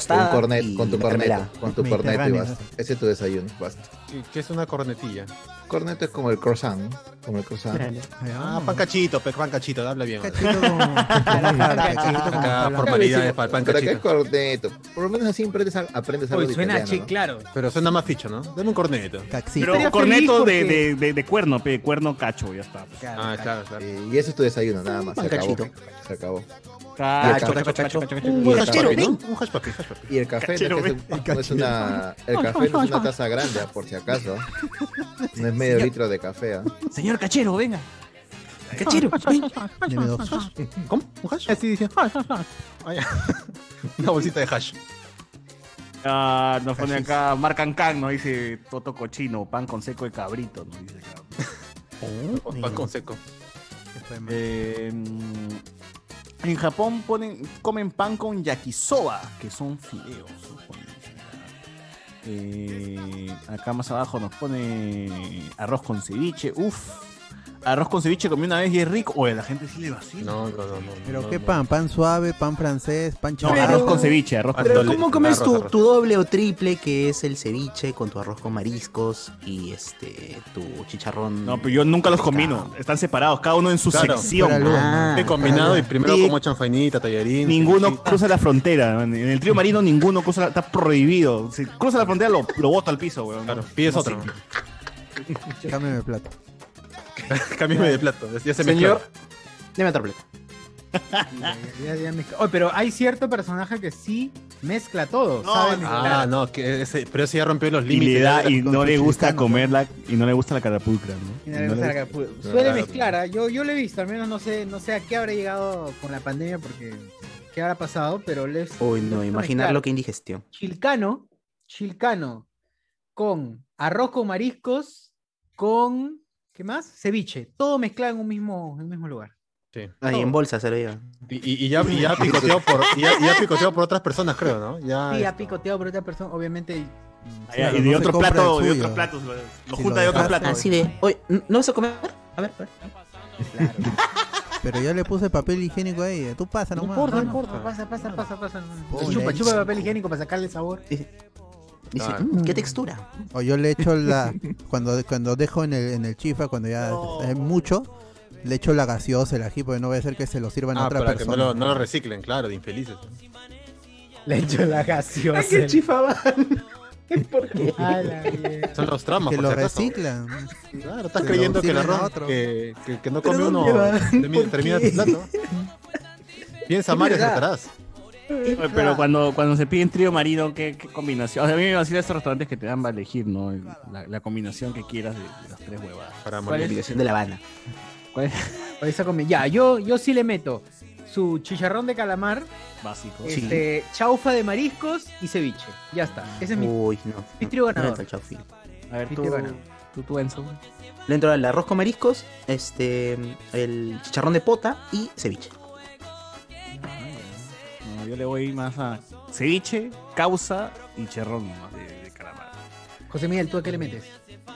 Speaker 2: Tostada
Speaker 5: cornet,
Speaker 2: y
Speaker 5: con tu
Speaker 2: mermelada.
Speaker 5: corneto, con tu corneto y
Speaker 7: Mediterráneo.
Speaker 5: basta. Ese es tu desayuno, basta.
Speaker 4: ¿Qué es una cornetilla?
Speaker 5: Corneto es como el croissant, ¿no? como el croissant.
Speaker 4: Ah, pan cachito, pe, pan cachito, habla bien.
Speaker 7: Cachito con- cachito con-
Speaker 4: Acá formalidades para el pan
Speaker 5: Pero acá es
Speaker 4: cachito.
Speaker 5: corneto. Por lo menos así aprendes, a- aprendes algo
Speaker 9: Uy, suena
Speaker 5: italiano,
Speaker 9: che,
Speaker 5: ¿no?
Speaker 9: claro.
Speaker 4: Pero suena más ficho, ¿no? Dame un corneto.
Speaker 7: Caxito.
Speaker 3: Pero
Speaker 9: Estaría
Speaker 3: corneto
Speaker 9: feliz
Speaker 3: de,
Speaker 9: porque-
Speaker 3: de, de- de cuerno, pe, cuerno cacho, ya está. pe.
Speaker 4: Ah, claro, claro.
Speaker 5: Eh, y eso es tu desayuno, nada más. Se
Speaker 2: Un
Speaker 5: acabó.
Speaker 2: cachito.
Speaker 5: Se acabó.
Speaker 3: Cacho, cacho,
Speaker 5: acá-
Speaker 3: cacho, cacho, cacho.
Speaker 5: Y el
Speaker 4: Hash
Speaker 5: café,
Speaker 4: papi, ¿no? Un hash papi, hash papi.
Speaker 5: y el café
Speaker 3: Cachero,
Speaker 5: no es, un- no es una, el café no es una taza grande, ah, por si acaso. No es medio litro de café. ah.
Speaker 3: Señor Cachero, venga.
Speaker 2: Cachero.
Speaker 7: Deme dos.
Speaker 4: ¿Cómo? ¿Un hash?
Speaker 1: Así dice.
Speaker 4: Ah, ya. Una bolsita de hash.
Speaker 3: Ah, nos pone acá Marcan Can, nos dice Toto Cochino, pan con seco de cabrito, nos dice acá.
Speaker 4: O Pan con seco.
Speaker 3: Eh, mm, en Japón ponen, comen pan con yakisoba, que son fideos. nos pone. Eh, acá más abajo nos pone arroz con ceviche, uff. arroz con ceviche comí una vez y es rico. Oye, la gente sí le vacila.
Speaker 10: No, no, no. no
Speaker 7: Pero qué pan, pan suave, pan francés, pan
Speaker 3: No,
Speaker 7: chatarra.
Speaker 3: arroz con ceviche, arroz con
Speaker 2: Pero
Speaker 3: ceviche.
Speaker 2: ¿cómo comes tu, tu doble o triple, que es el ceviche con tu arroz con mariscos y este tu chicharrón?
Speaker 3: No, pero yo nunca los combino. Están separados, cada uno en su
Speaker 4: Claro.
Speaker 3: sección.
Speaker 7: Fuera luz,
Speaker 2: Ah,
Speaker 4: He combinado y primero
Speaker 3: Sí.
Speaker 4: como chanfainita, tallarín.
Speaker 3: Ninguno cruza la frontera. man. En el trío marino ninguno cruza, la- está prohibido. Si cruza la frontera lo, lo bota al piso, weón.
Speaker 4: Claro, pides otro.
Speaker 7: Cámbiame el plato.
Speaker 4: Cámbiame de plato. Ya se
Speaker 10: Señor,
Speaker 4: mezcló.
Speaker 2: Deme otro plato.
Speaker 1: Ya- ya mezcla- Oh, pero hay cierto personaje que sí mezcla todo.
Speaker 3: No,
Speaker 1: ¿sabe?
Speaker 3: no.
Speaker 4: Ah, no, que ese- pero ese ya rompió los
Speaker 3: Y le
Speaker 4: límites.
Speaker 3: da y
Speaker 7: con
Speaker 3: no le
Speaker 7: su
Speaker 3: gusta
Speaker 7: chilcano,
Speaker 3: comerla y no le gusta la carapulcra, ¿no?
Speaker 1: Mira,
Speaker 3: Y no
Speaker 1: o
Speaker 3: le
Speaker 1: sea,
Speaker 3: gusta-
Speaker 1: pu- pues, suele
Speaker 4: Claro.
Speaker 1: mezclar, ¿ah? yo, yo lo he visto, al menos no sé, no sé a qué habrá llegado con la pandemia porque qué habrá pasado, pero les
Speaker 2: Uy, no, imaginar lo que indigestión.
Speaker 1: chilcano, chilcano con arroz con mariscos, con ¿qué más? ceviche, todo mezclado en un mismo, en un mismo lugar.
Speaker 2: Ahí en bolsa se lo llevan.
Speaker 4: Y, y- y ya, y ya picoteado por, y ya, y ya picoteado por otras personas, creo, ¿no? Ya,
Speaker 1: Sí, ha
Speaker 4: esto.
Speaker 1: picoteado por otra persona, obviamente. mm,
Speaker 3: Ah, ya,
Speaker 7: Claro,
Speaker 3: y de
Speaker 7: no se
Speaker 3: otro
Speaker 7: compra el
Speaker 3: plato, de
Speaker 7: suyo.
Speaker 3: otros platos, lo, lo
Speaker 7: Si
Speaker 3: junta
Speaker 7: lo
Speaker 3: de otro
Speaker 7: dejas
Speaker 3: plato.
Speaker 2: Así de, oye, ¿no no vas a comer? A ver, a ver.
Speaker 7: Pero ya le puse papel higiénico ahí. Tú pasa
Speaker 1: No
Speaker 7: nomás.
Speaker 1: importa, no
Speaker 7: mano.
Speaker 1: importa, pasa, pasa, pasa, pasa.
Speaker 7: Pobre
Speaker 1: Chupa, chupa
Speaker 7: chico.
Speaker 1: papel higiénico para sacarle sabor.
Speaker 2: Dice,
Speaker 4: este, Claro.
Speaker 2: "Mm, ¿qué textura?
Speaker 7: O yo le echo la. Cuando, cuando dejo en el, en el chifa, cuando ya es mucho, le echo la gaseosa, el ají, porque no voy a hacer que se lo sirvan a
Speaker 4: Ah,
Speaker 7: otra
Speaker 4: para que
Speaker 7: persona.
Speaker 4: no lo, no lo reciclen, claro, de infelices.
Speaker 1: Le echo la gaseosa.
Speaker 10: ¿Qué chifaban? ¿Por qué?
Speaker 1: A la mierda.
Speaker 4: Son los tramos,
Speaker 7: que
Speaker 4: por
Speaker 7: lo
Speaker 4: si acaso.
Speaker 7: reciclan.
Speaker 4: Claro, estás
Speaker 7: Que lo
Speaker 4: creyendo que el
Speaker 7: sirven a
Speaker 4: arroz
Speaker 7: otro.
Speaker 4: que, que, que no
Speaker 2: ¿Pero
Speaker 4: come uno
Speaker 2: dónde van?
Speaker 4: termina,
Speaker 2: ¿Por
Speaker 4: termina
Speaker 2: qué?
Speaker 4: tu plato. Piensa mal y acertarás.
Speaker 3: Oye, pero cuando, cuando se piden trío marino, ¿qué, qué combinación? O sea, a mí me vacilan estos restaurantes que te dan para elegir, ¿no? El- La, la combinación que quieras de, de las tres huevadas.
Speaker 4: Para
Speaker 3: ¿Cuál es?
Speaker 4: morir.
Speaker 2: Combinación de La Habana.
Speaker 1: Por esa comi- Ya, yo, yo sí le meto su chicharrón de calamar,
Speaker 3: Básico.
Speaker 1: este, chaufa de mariscos y ceviche. Ya está. Ese es mi,
Speaker 2: Uy, no.
Speaker 1: mi trío
Speaker 2: No
Speaker 1: ganador.
Speaker 2: entra el chaufi.
Speaker 3: A ver,
Speaker 1: Sí,
Speaker 3: tú,
Speaker 1: te gano.
Speaker 3: tú, tú, Enzo.
Speaker 2: Le entró el arroz con mariscos, este, el chicharrón de pota y ceviche.
Speaker 3: No, yo le voy más a ceviche, causa y cherrón nomás de, de calamar.
Speaker 1: José Miguel, ¿tú a qué le metes?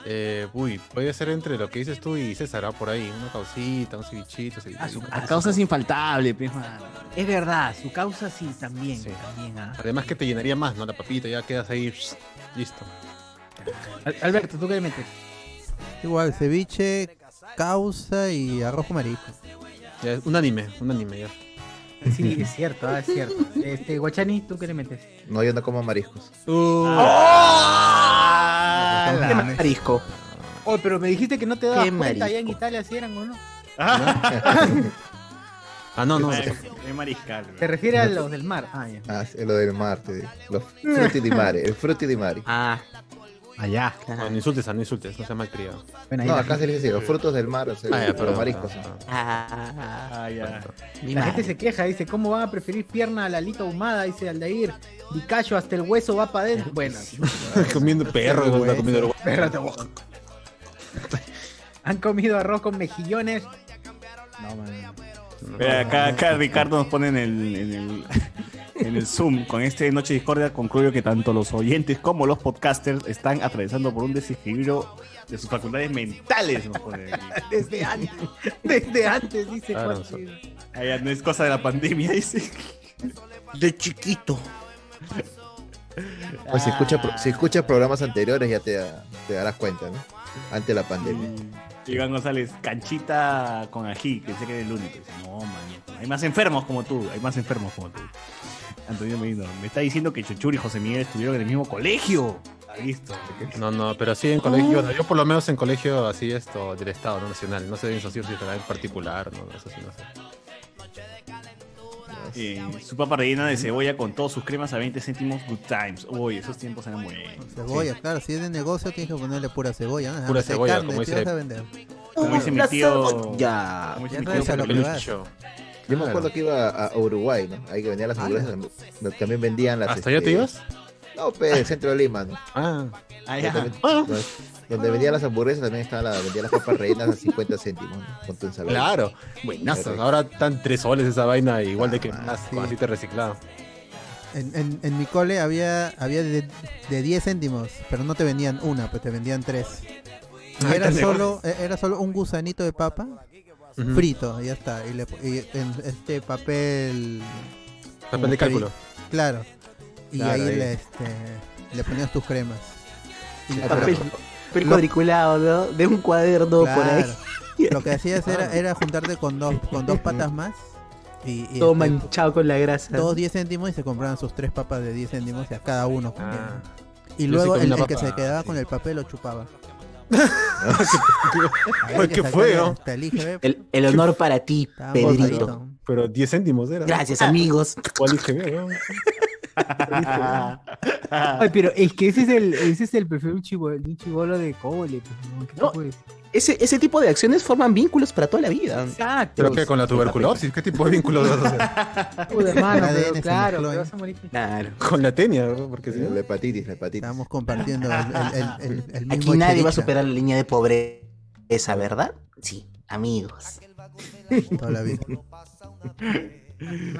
Speaker 4: Eh, uy, puede ser entre lo que dices tú y César, ah, por ahí, una causita, un cevichito,
Speaker 3: Ah,
Speaker 4: cevichito.
Speaker 3: su- la causa es infaltable, pues, mano.
Speaker 1: Es verdad, su causa sí, también.
Speaker 4: Sí.
Speaker 1: también ah.
Speaker 4: Además que te llenaría más, ¿no? La papita, ya quedas ahí, pss, listo.
Speaker 1: Al- Alberto, ¿tú qué le metes?
Speaker 7: Igual, ceviche, causa y arroz con marisco.
Speaker 4: Ya es un anime, un anime ya.
Speaker 1: Sí, es cierto, ah, es cierto. Este, Guachani, ¿tú qué le metes?
Speaker 5: No, yo no como mariscos.
Speaker 3: Uh. Ah,
Speaker 2: ¿Qué marisco?
Speaker 1: Oh, pero me dijiste que no te dabas
Speaker 2: Qué
Speaker 1: cuenta allá en
Speaker 2: marisco.
Speaker 1: Italia si eran o no.
Speaker 4: Ah, no, no.
Speaker 3: Es mariscal.
Speaker 1: Te refieres a los del mar. Ah, ya.
Speaker 5: Ah, sí, lo del mar, te digo. Los frutti di mare, el frutti di mare.
Speaker 2: Ah,
Speaker 1: Allá.
Speaker 4: No, no insultes, ah, no insultes, no seas malcriado.
Speaker 1: Bueno, ahí
Speaker 5: No,
Speaker 1: la,
Speaker 5: acá se le dice así, los frutos del mar, o sea,
Speaker 4: Ah, ya,
Speaker 5: los
Speaker 4: perdón,
Speaker 5: mariscos.
Speaker 4: ah,
Speaker 2: ah,
Speaker 3: Ah, ya.
Speaker 2: mi
Speaker 1: la
Speaker 2: madre.
Speaker 1: gente se queja, dice, ¿cómo van a preferir pierna a la alita ahumada? Dice Aldair. Dicacho, hasta el hueso va para adentro. Bueno,
Speaker 4: ah. comiendo perro,
Speaker 7: Qué
Speaker 4: está
Speaker 7: güey.
Speaker 4: comiendo el
Speaker 1: espérate, vos. Han comido arroz con mejillones. No, man.
Speaker 3: Mira, acá, acá Ricardo nos pone en el, en el, en el Zoom. Con este Noche Discordia concluyo que tanto los oyentes como los podcasters están atravesando por un desequilibrio de sus facultades mentales. Nos pone aquí.
Speaker 1: Desde antes, desde antes, dice
Speaker 4: Claro,
Speaker 1: Juan.
Speaker 3: Ah, ya, no es cosa de la pandemia, dice.
Speaker 2: De chiquito.
Speaker 5: Pues si escuchas pro-
Speaker 3: Ah,
Speaker 5: si escuchas programas anteriores ya te, da- te darás cuenta, ¿no? Ante la pandemia.
Speaker 3: Iván González, canchita con ají, que sé que era el único. Dice, no, mañana. Hay más enfermos como tú, hay más enfermos como tú. Antonio Medino, me está diciendo que Chuchur y José Miguel estuvieron en el mismo colegio. Ah, listo.
Speaker 4: No, no, pero sí en colegio, bueno, yo por lo menos en colegio así esto del Estado, no nacional, no sé bien socio si será en particular, no, eso sí no sé.
Speaker 3: Eh, su papa rellena de cebolla con todas sus cremas a 20 céntimos. Good times. Uy, esos tiempos eran buenos.
Speaker 7: Cebolla, claro, si es de negocio tienes que ponerle pura cebolla. ¿no?
Speaker 4: Pura
Speaker 7: Dejar de
Speaker 4: cebolla,
Speaker 7: carne,
Speaker 4: como
Speaker 7: ¿qué
Speaker 4: dice-
Speaker 7: vas a vender?
Speaker 3: Como dice mi
Speaker 2: La
Speaker 3: tío.
Speaker 2: cebolla.
Speaker 3: Como dice
Speaker 7: Ya
Speaker 3: mi
Speaker 7: sabes
Speaker 3: tío.
Speaker 7: a lo que
Speaker 3: Peluche.
Speaker 7: vas.
Speaker 4: Yo
Speaker 5: Yo me acuerdo que iba a, a Uruguay, ¿no? Ahí que venían las hamburguesas, donde también vendían las...
Speaker 4: ¿Hasta
Speaker 5: yo
Speaker 4: allá te ibas?
Speaker 5: No, pe, centro de Lima, ¿no?
Speaker 4: Ah,
Speaker 3: Ah,
Speaker 5: Ahí
Speaker 3: ya.
Speaker 5: también- donde- Donde vendían las hamburguesas también estaba la, vendían las papas rellenas a 50 céntimos, ¿no? Con tu ensalada.
Speaker 4: claro, buenazos. Ahora están tres soles esa vaina, igual de que
Speaker 5: Ah,
Speaker 4: más,
Speaker 7: sí.
Speaker 4: así te reciclado.
Speaker 7: En, en, en mi cole había, había de, de 10 céntimos, pero no te vendían una, pues te vendían tres. Y era solo, eh, era solo un gusanito de papa
Speaker 4: Ujú.
Speaker 7: frito, y ya está. Y, le, po- y en este papel.
Speaker 4: Papel
Speaker 7: como
Speaker 4: de cálculo.
Speaker 7: peri- Claro. Y
Speaker 4: Claro,
Speaker 7: ahí
Speaker 4: ahí.
Speaker 7: le, este, le ponías tus cremas. Y
Speaker 11: Claro.
Speaker 7: pero-
Speaker 11: Papel- papel
Speaker 7: lo-
Speaker 11: cuadriculado, ¿no? De un cuaderno por ahí.
Speaker 7: Claro. Lo que hacías era, era juntarte con dos, con dos patas más. Y, y
Speaker 11: Todo
Speaker 7: este,
Speaker 11: manchado con la grasa.
Speaker 7: todos 10 céntimos y se compraban sus tres papas de 10 céntimos y a cada uno. comían. Y
Speaker 4: Ah. Yo sí
Speaker 7: luego
Speaker 4: comí
Speaker 7: el,
Speaker 4: una
Speaker 7: el que
Speaker 4: papa.
Speaker 7: se quedaba con el papel lo chupaba.
Speaker 4: Ay, qué feo.
Speaker 11: El, el honor para ti,
Speaker 7: Está
Speaker 11: Pedrito.
Speaker 7: botadito.
Speaker 4: Pero 10 céntimos era.
Speaker 11: Gracias, amigos.
Speaker 4: ¿Cuál IGB, weón?
Speaker 1: Ay, pero es que ese es el, ese es el perfil de un chibolo, de un chibolo de Cobole. pues, ¿no? ¿Qué te puedo decir?
Speaker 11: Ese, ese tipo de acciones forman vínculos para toda la vida.
Speaker 1: Exacto.
Speaker 4: ¿Pero qué? ¿Con la tuberculosis? ¿Qué tipo de vínculo vas a hacer?
Speaker 1: Puta, hermano,
Speaker 7: ADN
Speaker 1: pero
Speaker 7: se
Speaker 1: claro,
Speaker 7: mezcló,
Speaker 1: pero
Speaker 7: ¿eh?
Speaker 1: vas a morir.
Speaker 11: Claro.
Speaker 4: Con la tenia, weón, porque si no-
Speaker 5: Eh, La hepatitis, la hepatitis.
Speaker 7: Estábamos compartiendo el, el- el- el- el mismo
Speaker 11: Aquí nadie va a
Speaker 7: chericha
Speaker 11: superar la línea de pobreza, ¿verdad? Sí, amigos.
Speaker 7: toda la vida.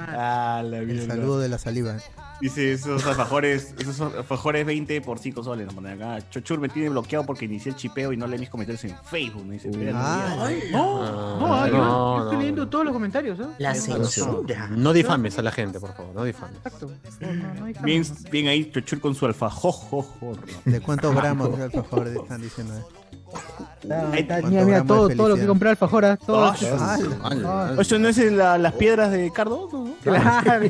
Speaker 3: Ah, la
Speaker 7: El
Speaker 3: mierda.
Speaker 7: saludo de la saliva.
Speaker 3: Dice esos alfajores, esos alfajores 20 por 5 soles. Nos ponen acá. Chochur me tiene bloqueado porque inicié el chipeo y no leí mis comentarios en Facebook. Me dice, espera,
Speaker 7: Ah,
Speaker 3: mierda.
Speaker 1: No, no,
Speaker 4: Ah,
Speaker 1: yo,
Speaker 4: no,
Speaker 1: yo estoy
Speaker 4: no,
Speaker 1: leyendo
Speaker 4: no.
Speaker 1: todos los comentarios, ¿eh?
Speaker 11: La
Speaker 1: Exacto.
Speaker 11: censura.
Speaker 4: No difames a la gente, por favor, no difames.
Speaker 1: Exacto. No, no, no hay
Speaker 3: bien,
Speaker 1: cambio.
Speaker 3: bien ahí, Chochur con su alfajor.
Speaker 7: ¿De cuántos gramos es el alfajor? Están diciendo. eh?
Speaker 1: Ahí está,
Speaker 7: ¿Cuánto
Speaker 1: Mira, mira,
Speaker 7: gramo de
Speaker 1: todo, todo lo que
Speaker 7: felicidad? Ah,
Speaker 1: compré alfajora, todo. Ah,
Speaker 3: ¿Eso no es en la- las piedras de Cardo? ¿No?
Speaker 1: Claro.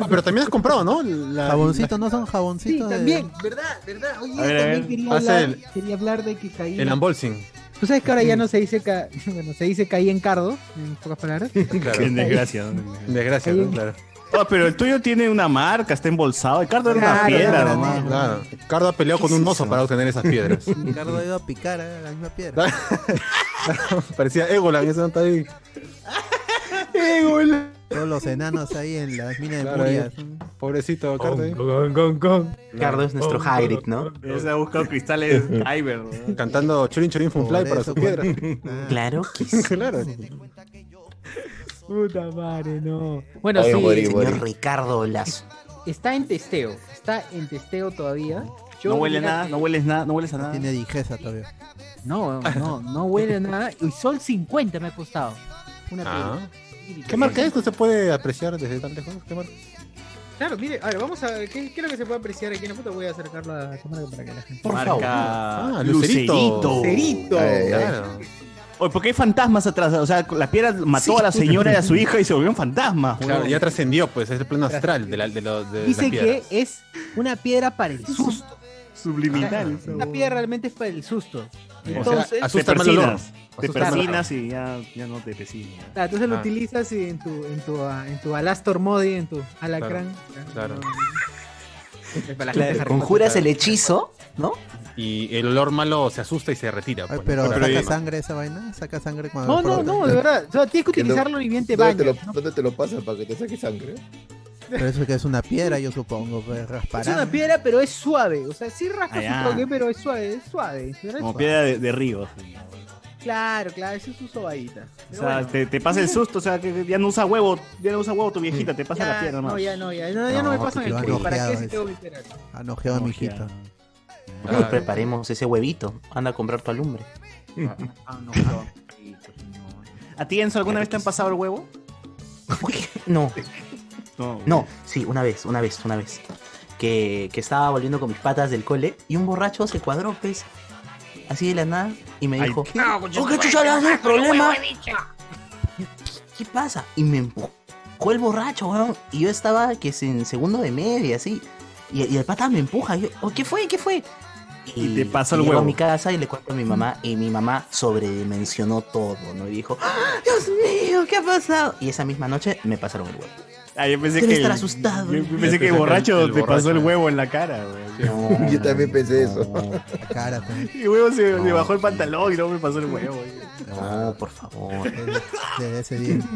Speaker 4: Ah, pero también has comprado, ¿no? La,
Speaker 7: Jaboncitos, ¿no son
Speaker 1: Sí,
Speaker 7: jaboncitos? de-
Speaker 1: también, ¿verdad? ¿Verdad? Oye,
Speaker 3: A ver, a
Speaker 1: también
Speaker 3: ver,
Speaker 1: quería
Speaker 4: pasa
Speaker 1: hablar,
Speaker 4: el-
Speaker 1: quería hablar de que caí.
Speaker 4: la- el unboxing.
Speaker 1: Tú sabes que ahora ya no se dice, ca... bueno, se dice caí en cardo, en pocas palabras.
Speaker 4: Claro.
Speaker 3: Qué desgracia. ¿no?
Speaker 4: Desgracia, ¿no? Claro.
Speaker 3: Ah, pero el tuyo tiene una marca, está embolsado. El Cardo era una
Speaker 1: Claro,
Speaker 3: piedra
Speaker 1: claro,
Speaker 3: nomás.
Speaker 1: claro.
Speaker 4: Claro. Cardo ha peleado con un oso para obtener esas piedras.
Speaker 7: Ricardo ha ido a picar a la misma piedra.
Speaker 4: Parecía Egolan, ese no está ahí.
Speaker 7: Todos los enanos ahí en las minas de
Speaker 4: Claro, eh.
Speaker 7: Murias.
Speaker 4: Pobrecito Cardo. ahí.
Speaker 11: Cardo es nuestro Hagrid, ¿no?
Speaker 3: Ese ha buscado cristales Iber. ¿no?
Speaker 4: oh. Cantando Churin Churin Funfly
Speaker 7: Por
Speaker 4: para
Speaker 7: eso,
Speaker 4: su piedra.
Speaker 7: ah,
Speaker 11: Claro que sí.
Speaker 4: claro.
Speaker 1: Puta madre, no. Bueno,
Speaker 5: Ay,
Speaker 1: sí,
Speaker 5: morí, morí.
Speaker 11: Señor Ricardo Lazo.
Speaker 1: está en testeo, está en testeo todavía. Yo
Speaker 3: No huele
Speaker 1: diría
Speaker 3: nada,
Speaker 1: que-
Speaker 3: no hueles nada, no hueles a
Speaker 7: No
Speaker 3: nada.
Speaker 7: tiene digesa todavía.
Speaker 1: No, no, no huele a nada. Y sol 50 me ha costado. Una
Speaker 4: Ah.
Speaker 1: pena.
Speaker 4: ¿Qué marca es que usted puede apreciar desde tan lejos? ¿Qué marca?
Speaker 1: Claro, mire, a ver, vamos a ver, ¿qué, qué es lo que se puede apreciar aquí? No puta, voy a acercar la cámara para que la gente.
Speaker 11: Por
Speaker 3: Marca
Speaker 11: favor.
Speaker 4: Ah,
Speaker 3: Lucerito.
Speaker 5: Oh.
Speaker 1: Cerito.
Speaker 4: Lucerito.
Speaker 5: Ay, ay.
Speaker 4: Oh, Claro.
Speaker 3: Oye, ¿por qué hay fantasmas atrás? O sea, la piedra mató a la señora y a su hija y se volvieron fantasmas.
Speaker 4: Claro,
Speaker 3: huevón.
Speaker 4: ya trascendió, pues, es el plano astral de, la, de, lo- de
Speaker 1: Dice
Speaker 4: las
Speaker 1: que
Speaker 4: piedras.
Speaker 1: es una piedra para el susto.
Speaker 3: Subliminal. esa
Speaker 1: Una
Speaker 3: huevón.
Speaker 1: piedra realmente es para el susto.
Speaker 3: sea,
Speaker 1: Entonces,
Speaker 3: Te
Speaker 4: asusta el mal olor.
Speaker 3: persinas. Te
Speaker 4: Asusta el mal olor.
Speaker 3: persinas y ya, ya no te persinas.
Speaker 1: claro, entonces lo
Speaker 4: Ah.
Speaker 1: utilizas y en tu, en tu, ah, en tu Alastor Modi, en tu Alacrán.
Speaker 4: Claro.
Speaker 1: Para la gente de
Speaker 11: Claro,
Speaker 1: Harry
Speaker 11: conjuras el hechizo, ¿no?
Speaker 4: Y el olor malo se asusta y se retira.
Speaker 7: Ay,
Speaker 4: pues,
Speaker 7: pero
Speaker 4: ¿no?
Speaker 7: saca
Speaker 4: ahí-
Speaker 7: sangre esa vaina, saca sangre
Speaker 1: Potter. No,
Speaker 7: cuando.
Speaker 1: no,
Speaker 7: frota.
Speaker 1: no, de verdad. O sea, tienes que
Speaker 5: Que no-
Speaker 1: utilizarlo y bien te
Speaker 5: ¿Dónde te,
Speaker 1: bañas.
Speaker 5: lo, ¿Dónde te lo pasas para que te saque sangre?
Speaker 7: Pero eso que es una piedra, yo supongo, pues
Speaker 1: Es
Speaker 7: raspará.
Speaker 1: una piedra, pero es suave. O sea, sí rasca
Speaker 3: Ah,
Speaker 1: su
Speaker 3: ya.
Speaker 1: toque, pero es suave, es suave. Pero es
Speaker 3: Como
Speaker 1: suave.
Speaker 3: piedra de, de río. así.
Speaker 1: Claro, claro, eso es su sobadita.
Speaker 3: O
Speaker 1: Pero
Speaker 3: sea,
Speaker 1: bueno,
Speaker 3: te, te pasa el susto, o sea, que ya no usa huevo, ya no usa huevo tu viejita, te pasa la
Speaker 1: ya,
Speaker 3: piedra
Speaker 1: no,
Speaker 3: nomás.
Speaker 1: ya no, ya no, ya no,
Speaker 7: No,
Speaker 1: me pasan
Speaker 7: que
Speaker 1: el
Speaker 7: lo han
Speaker 1: culo. ¿Para qué
Speaker 7: bloqueado
Speaker 1: si
Speaker 7: ese.
Speaker 1: tengo que esperar?
Speaker 7: Ha nojeado a mi hijito.
Speaker 11: Ay,
Speaker 4: Claro.
Speaker 11: preparemos ese huevito. Anda a comprar tu alumbre.
Speaker 1: Ah, no,
Speaker 3: ¿A ti, Enzo, alguna vez te han pasado el huevo?
Speaker 11: ¿Cómo que? No,
Speaker 3: No.
Speaker 11: no, sí, una vez, una vez, una vez. Que, que estaba volviendo con mis patas del cole y un borracho se cuadró, pues, así de la nada, y me
Speaker 3: Ay, pues
Speaker 11: dijo: ¿Por qué chucha le haces problema? ¿Qué pasa? Y me empujó el borracho, weón. Y yo estaba, que es en segundo de media, así. Y, y el pata me empuja. y yo, "Oh, ¿qué fue? ¿Qué fue?
Speaker 3: Y te pasó el
Speaker 11: llego
Speaker 3: huevo.
Speaker 11: a mi casa y le cuento a mi mamá. Y mi mamá sobredimensionó todo, ¿no? Y dijo, "¡Ah, Dios mío, ¿qué ha pasado? Y esa misma noche me pasaron el huevo.
Speaker 3: Ah, yo pensé
Speaker 11: Debe
Speaker 3: que.
Speaker 11: estar
Speaker 3: el-
Speaker 11: asustado.
Speaker 3: Yo pensé que
Speaker 4: El- el
Speaker 3: borracho te
Speaker 4: borracho.
Speaker 3: pasó el huevo en la cara, güey.
Speaker 11: No,
Speaker 5: Yo también pensé eso.
Speaker 7: La cara pues, también.
Speaker 3: Y huevo se,
Speaker 11: No.
Speaker 3: le bajó el pantalón y no me pasó el huevo. güey.
Speaker 11: No, por favor.
Speaker 7: Desde- Desde ese día.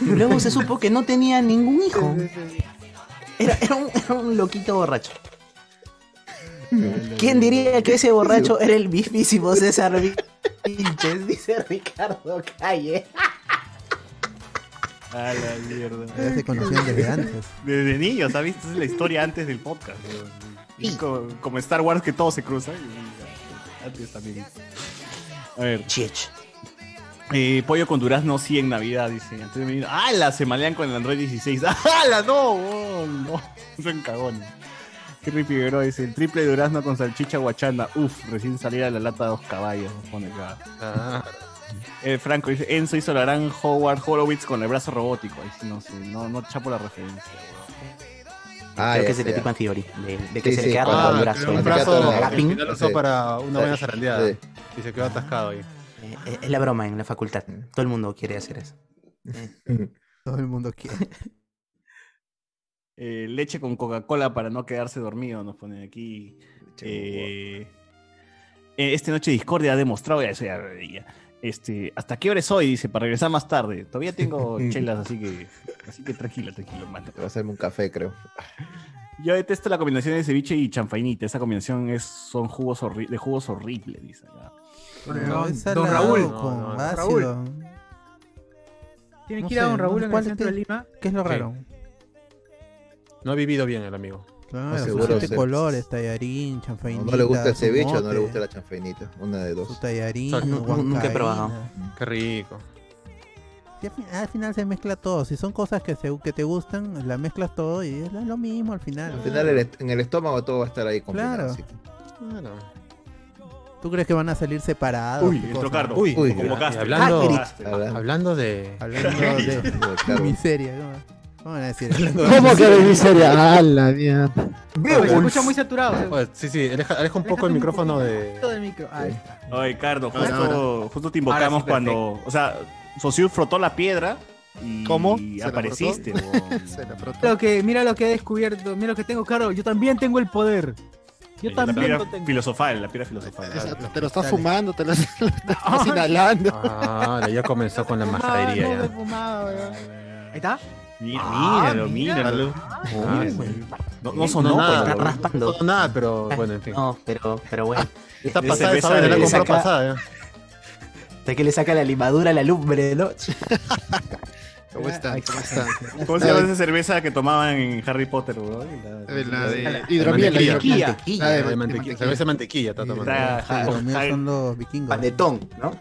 Speaker 11: Y luego se supo que no tenía ningún hijo. Era, era un, era un loquito borracho. Mm. ¿Quién diría que ese borracho era el mismísimo César Vilches? Dice Ricardo Calle.
Speaker 3: A la mierda.
Speaker 7: Ya se conocían desde antes.
Speaker 3: Desde niño, ¿sabes? Esta es la historia antes del podcast. güey. Es
Speaker 11: Sí.
Speaker 3: Como, como Star Wars que todo se cruza. y- y- Antes también. "Ah, A ver. Eh, pollo con durazno sí en Navidad, dice Antonio Medina. ¡Hala! Se malean ¡Ah, con el Android 16. ¡Hala! ¡No! Oh, no. Son cagones. Henry Figueroa dice, el triple durazno con salchicha guachana. Uf, recién salida de la lata de dos caballos. nos Pone acá. Eh, Franco dice, Enzo hizo la gran Howard Horowitz con el brazo robótico. Ahí sí, no sé, no, no chapo la referencia.
Speaker 5: Ah,
Speaker 2: Creo que es el de Big Bang Theory, de, de que se le queda atrapado el brazo.
Speaker 4: Ah, Un brazo al final lo usó para una buena zarandeada.
Speaker 2: zarandeada
Speaker 4: Y se quedó atascado ahí.
Speaker 2: Eh, Es la broma en la facultad. Todo el mundo quiere hacer eso.
Speaker 7: Todo el mundo quiere.
Speaker 3: Eh, leche con Coca-Cola para no quedarse dormido, nos ponen aquí. Eh, eh, esta noche Discordia ha demostrado, ya, eso ya, ya. este, ¿hasta qué hora es hoy? Dice, para regresar más tarde. Todavía tengo chelas, así que, así que tranquilo, tranquilo, mano.
Speaker 5: Va a hacerme un café, creo.
Speaker 3: Yo detesto la combinación de ceviche y chanfainita. Esa combinación es, son jugos horri- de jugos horribles, dice. acá.
Speaker 7: No, es
Speaker 9: Don
Speaker 7: salado
Speaker 9: Raúl.
Speaker 7: con
Speaker 9: No, no, no.
Speaker 7: ácido.
Speaker 9: Raúl. Tienes
Speaker 7: No
Speaker 9: que ir a
Speaker 7: sé,
Speaker 9: Don Raúl
Speaker 7: no-
Speaker 9: en el
Speaker 7: ¿cuál-
Speaker 9: centro
Speaker 7: qué-
Speaker 9: de Lima.
Speaker 7: ¿Qué es lo
Speaker 4: Sí.
Speaker 7: raro?
Speaker 4: No ha vivido bien el amigo.
Speaker 7: Claro, sus
Speaker 5: seguro
Speaker 7: siete
Speaker 5: se-
Speaker 7: colores, tallarín, chanfainita.
Speaker 5: No, le gusta el
Speaker 7: su
Speaker 5: ceviche o no
Speaker 7: mote,
Speaker 5: le gusta la chanfainita. Una de dos.
Speaker 7: Su tallarín,
Speaker 4: Exacto.
Speaker 7: su
Speaker 4: Nu- nunca he probado.
Speaker 7: huancaína.
Speaker 4: Qué rico.
Speaker 7: Y al, fin- al final se mezcla todo. Si son cosas que, se, que te gustan, la mezclas todo y es lo mismo al final.
Speaker 5: Al final el est- en el estómago todo va a estar ahí combinado.
Speaker 7: Claro.
Speaker 5: así que-
Speaker 4: Claro.
Speaker 7: ¿Tú crees que van a salir separados?
Speaker 5: Uy,
Speaker 7: ¿Qué
Speaker 5: entró
Speaker 7: cosa?
Speaker 5: Cardo. Uy, Uy, convocaste.
Speaker 4: y hablando-
Speaker 7: Ah, Eric.
Speaker 4: Hablando- Hablando de.
Speaker 7: Hablando de
Speaker 5: Claro.
Speaker 7: miseria. ¿cómo? ¿Cómo van a decir?
Speaker 11: ¿Cómo que de miseria? ¡Ah, la mierda!
Speaker 9: Se escucha muy saturado.
Speaker 4: Oye, pues, Sí, sí, aleja, aleja un poco el micrófono de.
Speaker 9: Todo el micro. Ahí está.
Speaker 3: Oye, Cardo,
Speaker 4: Ahora,
Speaker 3: justo,
Speaker 4: ahora.
Speaker 3: justo te invocamos
Speaker 4: Ahora sí,
Speaker 3: cuando. O sea, Sosiu frotó la piedra y
Speaker 11: ¿Cómo?
Speaker 3: y
Speaker 11: ¿Se la
Speaker 3: apareciste.
Speaker 11: frotó?
Speaker 3: weón.
Speaker 11: Se la frotó.
Speaker 9: Lo que, mira lo que he descubierto. Mira lo que tengo, Caro. Yo también tengo el poder. Yo
Speaker 3: La
Speaker 9: también
Speaker 3: piedra
Speaker 9: lo tengo.
Speaker 3: filosofal, la piedra filosofal.
Speaker 11: Exacto, Te lo estás fumando, te lo estás lo estás inhalando.
Speaker 4: Ah, ya comenzó con la majadería
Speaker 9: Ah, no,
Speaker 4: ya.
Speaker 9: me fumaba, weón. Ahí está.
Speaker 3: Mí-
Speaker 4: Ah,
Speaker 3: míralo,
Speaker 4: mira.
Speaker 3: míralo.
Speaker 4: Ah,
Speaker 3: Míralo.
Speaker 4: sí.
Speaker 3: No, no sonó, pues,
Speaker 4: nada,
Speaker 3: pero-
Speaker 4: está raspando. No sonó nada, pero bueno, en fin.
Speaker 2: No, pero, pero bueno.
Speaker 4: Está
Speaker 2: De
Speaker 4: pasada
Speaker 2: cerveza
Speaker 4: esa vaina, la
Speaker 2: de-
Speaker 4: compró
Speaker 2: saca-
Speaker 4: pasada. ya.
Speaker 2: Hasta que le saca la limadura a la lumbre,
Speaker 11: Eh,
Speaker 2: ¿no?
Speaker 11: ¿Cómo están? ¿Cómo están?
Speaker 3: ¿Cómo se llama esa cerveza que tomaban en Harry Potter, weón?
Speaker 11: Eh, la de
Speaker 4: hidromiel, la
Speaker 3: mantequilla.
Speaker 11: hidromiel.
Speaker 4: La de
Speaker 11: Ah, de
Speaker 4: mantequilla.
Speaker 11: mantequilla.
Speaker 4: Cerveza de mantequilla está tomando.
Speaker 3: Está
Speaker 7: Ah, los míos
Speaker 3: Harry,
Speaker 7: son los vikingos.
Speaker 2: Panetón, ¿no?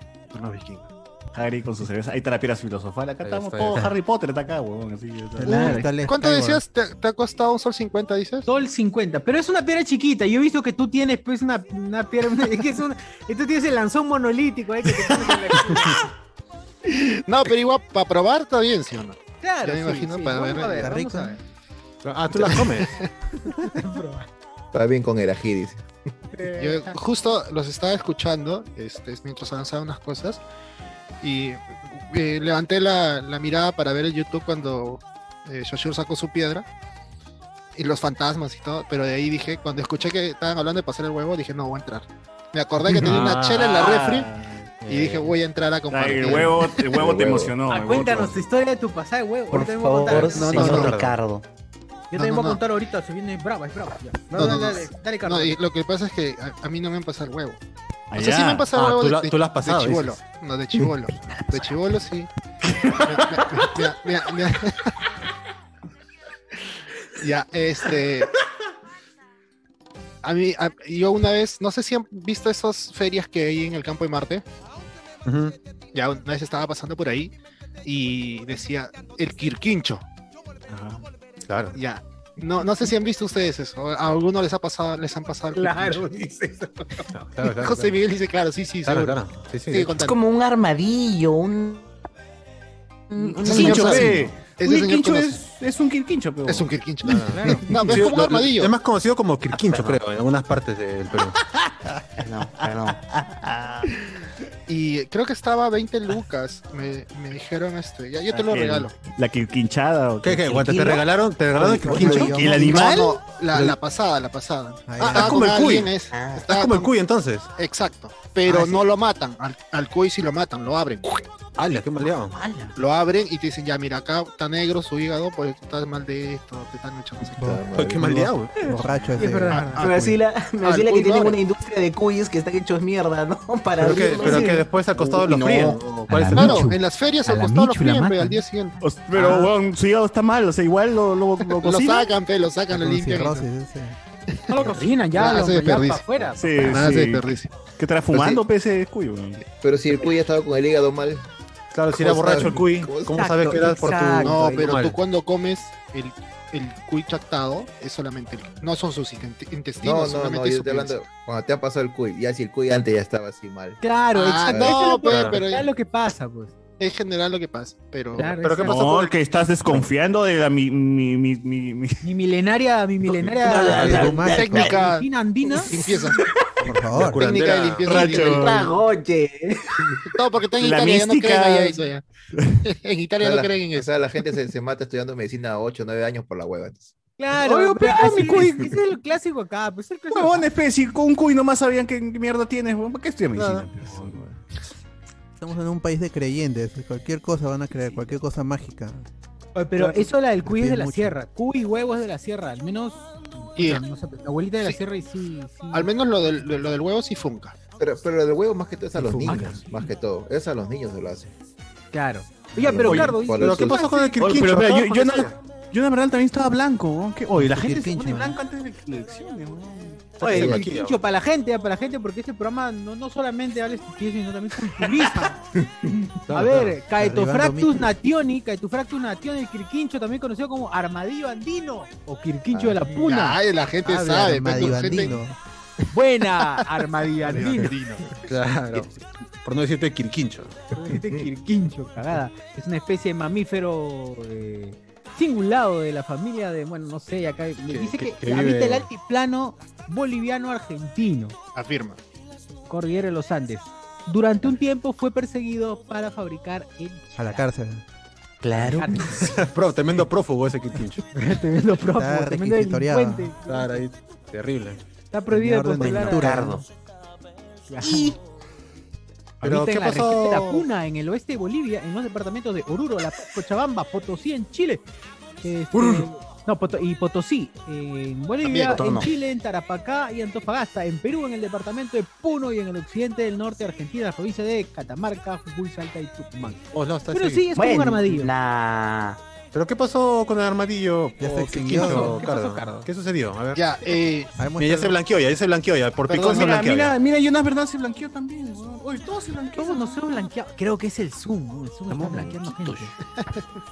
Speaker 3: Harry con su cerveza. Ahí está la piedra filosofal. Acá
Speaker 4: Ahí
Speaker 3: estamos
Speaker 4: está,
Speaker 3: todos.
Speaker 4: ahí está.
Speaker 3: Harry Potter está acá, weón. Así que está-
Speaker 7: Claro, está lejos,
Speaker 11: Eh, ¿Cuánto
Speaker 7: está
Speaker 11: decías? ¿Te, te ha costado un sol 50, dices?
Speaker 9: Sol 50, pero es una piedra chiquita. Yo he visto que tú tienes pues una, una piedra, una- es que es una, y tú tienes el lanzón monolítico, eh, que te pones en la-
Speaker 11: No, pero igual, para probar está bien, ¿sí o no?
Speaker 9: Claro,
Speaker 11: Ya me
Speaker 9: sí,
Speaker 11: imagino
Speaker 9: sí,
Speaker 11: para
Speaker 9: vamos
Speaker 11: ver
Speaker 9: a
Speaker 11: el-
Speaker 9: ver, vamos
Speaker 7: rico.
Speaker 9: a ver.
Speaker 4: Ah, tú la comes.
Speaker 5: Va bien con el ají, dice.
Speaker 9: Eh,
Speaker 11: Yo
Speaker 9: ah,
Speaker 11: justo los estaba escuchando este, mientras avanzaban unas cosas y eh, levanté la, la mirada para ver el YouTube cuando eh, Shoshiro sacó su piedra y los fantasmas y todo, pero de ahí dije, cuando escuché que estaban hablando de pasar el huevo, dije, no voy a entrar. Me acordé
Speaker 4: Mm.
Speaker 11: que tenía una chela
Speaker 3: Ah,
Speaker 4: Ah.
Speaker 11: en la refri y dije, voy a entrar a
Speaker 3: Está,
Speaker 11: compartir.
Speaker 3: El huevo, el huevo
Speaker 5: El
Speaker 3: te
Speaker 5: huevo.
Speaker 3: emocionó.
Speaker 9: Ah,
Speaker 3: el huevo te
Speaker 9: cuéntanos tu historia de tu pasada, huevo.
Speaker 2: Por
Speaker 9: Yo también voy a contar.
Speaker 2: favor,
Speaker 9: No, no,
Speaker 2: señor
Speaker 9: no.
Speaker 2: Ricardo.
Speaker 9: Yo
Speaker 11: No,
Speaker 9: también voy
Speaker 11: no,
Speaker 9: a
Speaker 11: no.
Speaker 9: contar ahorita, se viene brava, es brava. ya. No,
Speaker 11: No,
Speaker 9: no,
Speaker 11: no, no.
Speaker 9: dale, dale, Carlos.
Speaker 11: No, y lo que pasa es que a, a mí no me han pasado el huevo.
Speaker 3: Ah,
Speaker 11: O sea,
Speaker 3: ya.
Speaker 11: sí me han pasado
Speaker 4: Ah,
Speaker 11: el huevo
Speaker 4: tú la-
Speaker 11: de,
Speaker 4: tú lo has pasado,
Speaker 11: de
Speaker 4: dices.
Speaker 11: chivolo. No, de chivolo. De chivolo sí. Mira, mira, mira, mira. Ya, este. A mí, a- yo una vez, no sé si han visto esas ferias que hay en el campo de Marte.
Speaker 4: Ujú.
Speaker 11: Ya una vez estaba pasando por ahí y decía el quirquincho.
Speaker 3: Ajá.
Speaker 4: Claro.
Speaker 11: Ya. No, no sé si han visto ustedes eso. ¿A alguno les ha pasado, les han pasado el
Speaker 9: Claro,
Speaker 11: quirquincho?
Speaker 9: dice eso.
Speaker 4: Claro, claro.
Speaker 11: José Miguel dice, claro, sí, sí,
Speaker 4: Claro,
Speaker 11: seguro.
Speaker 4: claro. Sí, sí.
Speaker 11: Sigue
Speaker 2: Es
Speaker 11: contando.
Speaker 2: como un armadillo, un. un-
Speaker 3: Un
Speaker 2: una
Speaker 3: quirquincho,
Speaker 11: señor
Speaker 3: pe.
Speaker 11: Ese
Speaker 3: Un
Speaker 11: señor
Speaker 3: quirquincho
Speaker 11: conoce.
Speaker 3: es, es un quirquincho, pe.
Speaker 11: Es un quirquincho.
Speaker 4: Claro.
Speaker 11: No, pero
Speaker 4: Sí,
Speaker 11: es como un
Speaker 4: lo- lo-
Speaker 11: armadillo. Ah,
Speaker 4: Es más conocido como quirquincho, creo, en algunas partes del Perú.
Speaker 2: No, perdón.
Speaker 11: Y creo que estaba 20 lucas. Me, me dijeron este. Ya, yo te lo
Speaker 3: Ah, El-
Speaker 11: regalo.
Speaker 3: La quirquinchada. ¿o
Speaker 4: ¿Qué, qué? Aguanta, ¿Te
Speaker 2: ¿Quinquincho?
Speaker 4: regalaron, te regalaron el quirquincho?
Speaker 3: ¿El animal?
Speaker 11: No, no, la, la pasada, la pasada.
Speaker 7: Ah,
Speaker 11: Ah,
Speaker 7: ya.
Speaker 11: estaba
Speaker 4: como
Speaker 11: con
Speaker 4: el cuy.
Speaker 11: alguien, es-
Speaker 2: Ah,
Speaker 11: estaba
Speaker 4: Ah, como el
Speaker 11: con-
Speaker 4: cuy, entonces.
Speaker 11: Exacto. Pero
Speaker 4: Ah, sí.
Speaker 11: no lo matan. Al, al cuy sí lo matan, lo abren.
Speaker 4: ¡Hala, qué maleado!
Speaker 11: Lo abren
Speaker 8: Ah,
Speaker 11: y te dicen, ya, mira, acá está negro su hígado porque tú estás mal de esto, te están echando no sé qué.
Speaker 7: Bo-
Speaker 4: Ay, ¡Qué maleado!
Speaker 7: Borracho ese.
Speaker 9: es verdad.
Speaker 11: Ah,
Speaker 2: Me vacila, me
Speaker 11: Ah,
Speaker 2: vacila
Speaker 11: el
Speaker 2: que
Speaker 11: cuy
Speaker 2: tienen
Speaker 11: madre.
Speaker 2: una industria de cuyes que están hechos mierda, ¿no? Para
Speaker 4: Pero que,
Speaker 2: abrirlos.
Speaker 4: pero que después al costado lo
Speaker 5: no.
Speaker 4: fríen. ¿Cuál es el-
Speaker 11: Claro, en las ferias
Speaker 9: A
Speaker 11: al
Speaker 9: la
Speaker 11: costado lo
Speaker 9: Michu la
Speaker 11: fríen, pe,
Speaker 9: matan.
Speaker 11: al día siguiente.
Speaker 3: O- Pero,
Speaker 7: Ah.
Speaker 3: weón, su hígado está mal. O sea, igual lo, lo, lo
Speaker 11: Lo
Speaker 3: cocinan.
Speaker 11: sacan, pe, lo sacan, lo
Speaker 7: Con
Speaker 11: limpian. y todo.
Speaker 7: cirrosis, ese.
Speaker 1: No lo cocinan, ya
Speaker 11: Nada
Speaker 1: lo
Speaker 11: se
Speaker 1: mandan
Speaker 11: desperdicia.
Speaker 1: para afuera.
Speaker 11: Sí, Nada Ah, sí. de desperdicio.
Speaker 3: ¿Qué estará
Speaker 5: fumando,
Speaker 11: Pues
Speaker 3: pese cuyo?
Speaker 5: Pero si el cuyo estaba con el hígado mal.
Speaker 4: Claro, si era borracho el cuy, ¿cómo sabes que era por tu-
Speaker 11: No,
Speaker 4: ahí
Speaker 11: pero
Speaker 4: mal?
Speaker 11: tú cuando comes el, el cuy chactado, es solamente el- No son sus inte- intestinos,
Speaker 5: No, no,
Speaker 11: solamente
Speaker 5: no, yo
Speaker 11: su
Speaker 5: estoy hablando
Speaker 11: pienso.
Speaker 5: cuando te ha pasado el cuy. Ya si el cuy antes ya estaba así mal.
Speaker 1: Claro,
Speaker 11: Ah,
Speaker 1: exacto. eso es
Speaker 11: no,
Speaker 1: lo que-
Speaker 11: pues, pero
Speaker 1: es lo que pasa, pues.
Speaker 11: es general lo que pasa, pero...
Speaker 1: Pero ¿qué pasó
Speaker 3: no,
Speaker 1: con-
Speaker 3: que estás desconfiando de la mi, mi, mi, mi, mi-
Speaker 1: Mi milenaria, mi
Speaker 3: No, no, no,
Speaker 1: milenaria
Speaker 3: no, no,
Speaker 1: técnica
Speaker 3: no.
Speaker 1: andina, andina.
Speaker 11: Limpieza.
Speaker 7: Por
Speaker 3: La
Speaker 7: favor.
Speaker 3: curandera
Speaker 11: Técnica de limpieza.
Speaker 3: Racho.
Speaker 11: indígena. No, porque está en
Speaker 5: La
Speaker 11: Italia, ya no creen
Speaker 5: mística-
Speaker 11: allá eso ya. En Italia no
Speaker 5: la-
Speaker 11: creen en
Speaker 5: O sea, la gente se, se mata estudiando medicina a 8 o 9 años por la hueva. entonces.
Speaker 1: Claro,
Speaker 3: Oye, pero
Speaker 1: así
Speaker 3: mi cuy.
Speaker 1: es, ese es el clásico acá, pues el clásico.
Speaker 3: Huevón, especie, con un cuy nomás sabían qué mierda tienes, huevón. ¿Por qué estudias medicina?
Speaker 7: Estamos en un país de creyentes. Cualquier cosa van a creer, cualquier cosa mágica.
Speaker 1: Oye, pero
Speaker 7: Claro.
Speaker 1: eso la del cuy es de
Speaker 7: Piden
Speaker 1: la
Speaker 7: mucho.
Speaker 1: sierra. Cuy y huevo es de la sierra, al menos.
Speaker 11: Y-
Speaker 1: o sea, no sé, pues, la abuelita de la sierra y sí. sí.
Speaker 11: Al menos lo del, lo del huevo sí funca.
Speaker 5: Pero, pero lo del huevo más que todo es a los niños, más que todo. Es a los niños se lo hace.
Speaker 1: Claro. Oye, pero
Speaker 5: Oye,
Speaker 1: Cardo,
Speaker 5: por
Speaker 3: ¿pero
Speaker 5: eso-
Speaker 3: qué pasó con el
Speaker 5: Oye,
Speaker 3: quirquincho?
Speaker 5: pero mira,
Speaker 3: Acabas
Speaker 5: yo-
Speaker 3: con la
Speaker 5: yo no-
Speaker 3: historia. Yo en verdad también estaba blanco, ¿no? ¿Qué- Oye, la
Speaker 1: El
Speaker 3: gente se
Speaker 1: quirquincho,
Speaker 3: pone
Speaker 1: ¿no?
Speaker 3: blanca antes de la elección, weón.
Speaker 1: Oye,
Speaker 3: Sáquense
Speaker 1: el
Speaker 3: aquí,
Speaker 1: quincho
Speaker 3: weón.
Speaker 1: para la gente, ah, para la gente, porque este programa no, no solamente habla estupidez, sino también culturiza. A
Speaker 7: Claro,
Speaker 1: ver,
Speaker 7: claro. Derribando
Speaker 1: Caetofractus
Speaker 7: mitos.
Speaker 1: nationi, Caetofractus nationi, el quirquincho, también conocido como armadillo andino o quirquincho de la
Speaker 7: Ah,
Speaker 1: puna.
Speaker 11: Ay, la gente
Speaker 1: Habla
Speaker 11: sabe.
Speaker 7: Armadillo
Speaker 11: pero gente-
Speaker 7: andino.
Speaker 1: Buena, armadillo andino.
Speaker 4: Claro. Por no decirte quirquincho.
Speaker 1: Este quirquincho, cagada. Es una especie de mamífero eh, singulado de la familia de, bueno, no sé, acá me dice que,
Speaker 4: que- que
Speaker 1: habita
Speaker 4: vive-
Speaker 1: el altiplano boliviano-argentino,
Speaker 11: Afirma.
Speaker 1: cordillera de los Andes. Durante un tiempo fue perseguido para fabricar el
Speaker 7: A la cárcel.
Speaker 4: Claro. Pro, tremendo prófugo ese quirquincho.
Speaker 1: tremendo prófugo,
Speaker 7: Está
Speaker 1: tremendo
Speaker 7: requisitoriado.
Speaker 1: delincuente.
Speaker 4: Claro, ahí. Terrible.
Speaker 1: Está prohibido
Speaker 7: Tenía orden de
Speaker 1: controlar
Speaker 7: captura,
Speaker 1: a-
Speaker 7: ¿no?
Speaker 1: Claro.
Speaker 4: Pero,
Speaker 1: Habita
Speaker 4: ¿qué
Speaker 1: en la región de la
Speaker 4: pasó?
Speaker 1: Puna, en el oeste de Bolivia, en los departamentos de Oruro, La Paz, Cochabamba, Potosí, en Chile. Este, no, Poto- y Potosí, en
Speaker 11: También,
Speaker 1: Bolivia,
Speaker 11: Potosí
Speaker 1: en
Speaker 11: no.
Speaker 1: Chile, en Tarapacá y Antofagasta, en Perú, en el departamento de Puno y en el occidente del norte de Argentina, la provincia de Catamarca, Jujuy, Salta y Tucumán.
Speaker 4: Oh, no, está
Speaker 1: Pero
Speaker 4: seguido.
Speaker 1: sí, es como un armadillo.
Speaker 4: ¿Pero qué pasó con el armadillo?
Speaker 7: Ya se
Speaker 4: Oh,
Speaker 7: extinguió.
Speaker 4: quirquincho,
Speaker 7: ¿Qué
Speaker 4: Cardo?
Speaker 7: pasó, Cardo?
Speaker 4: ¿Qué sucedió? A ver.
Speaker 11: Ya, eh,
Speaker 7: A
Speaker 4: Mira, ya se
Speaker 7: ver, muéstralo.
Speaker 4: blanqueó, ya, ya se blanqueó, ya. Por picón
Speaker 11: Perdón,
Speaker 4: se
Speaker 3: Mira,
Speaker 4: blanqueó. ya.
Speaker 3: mira, mira, Jonas Verdad se blanqueó también, weón. Oye, todos se
Speaker 1: Todos
Speaker 3: blanquearon.
Speaker 1: nos hemos blanqueado. Creo que es el Zoom, ¿no? El Zoom está
Speaker 2: Estamos
Speaker 1: blanqueando gente.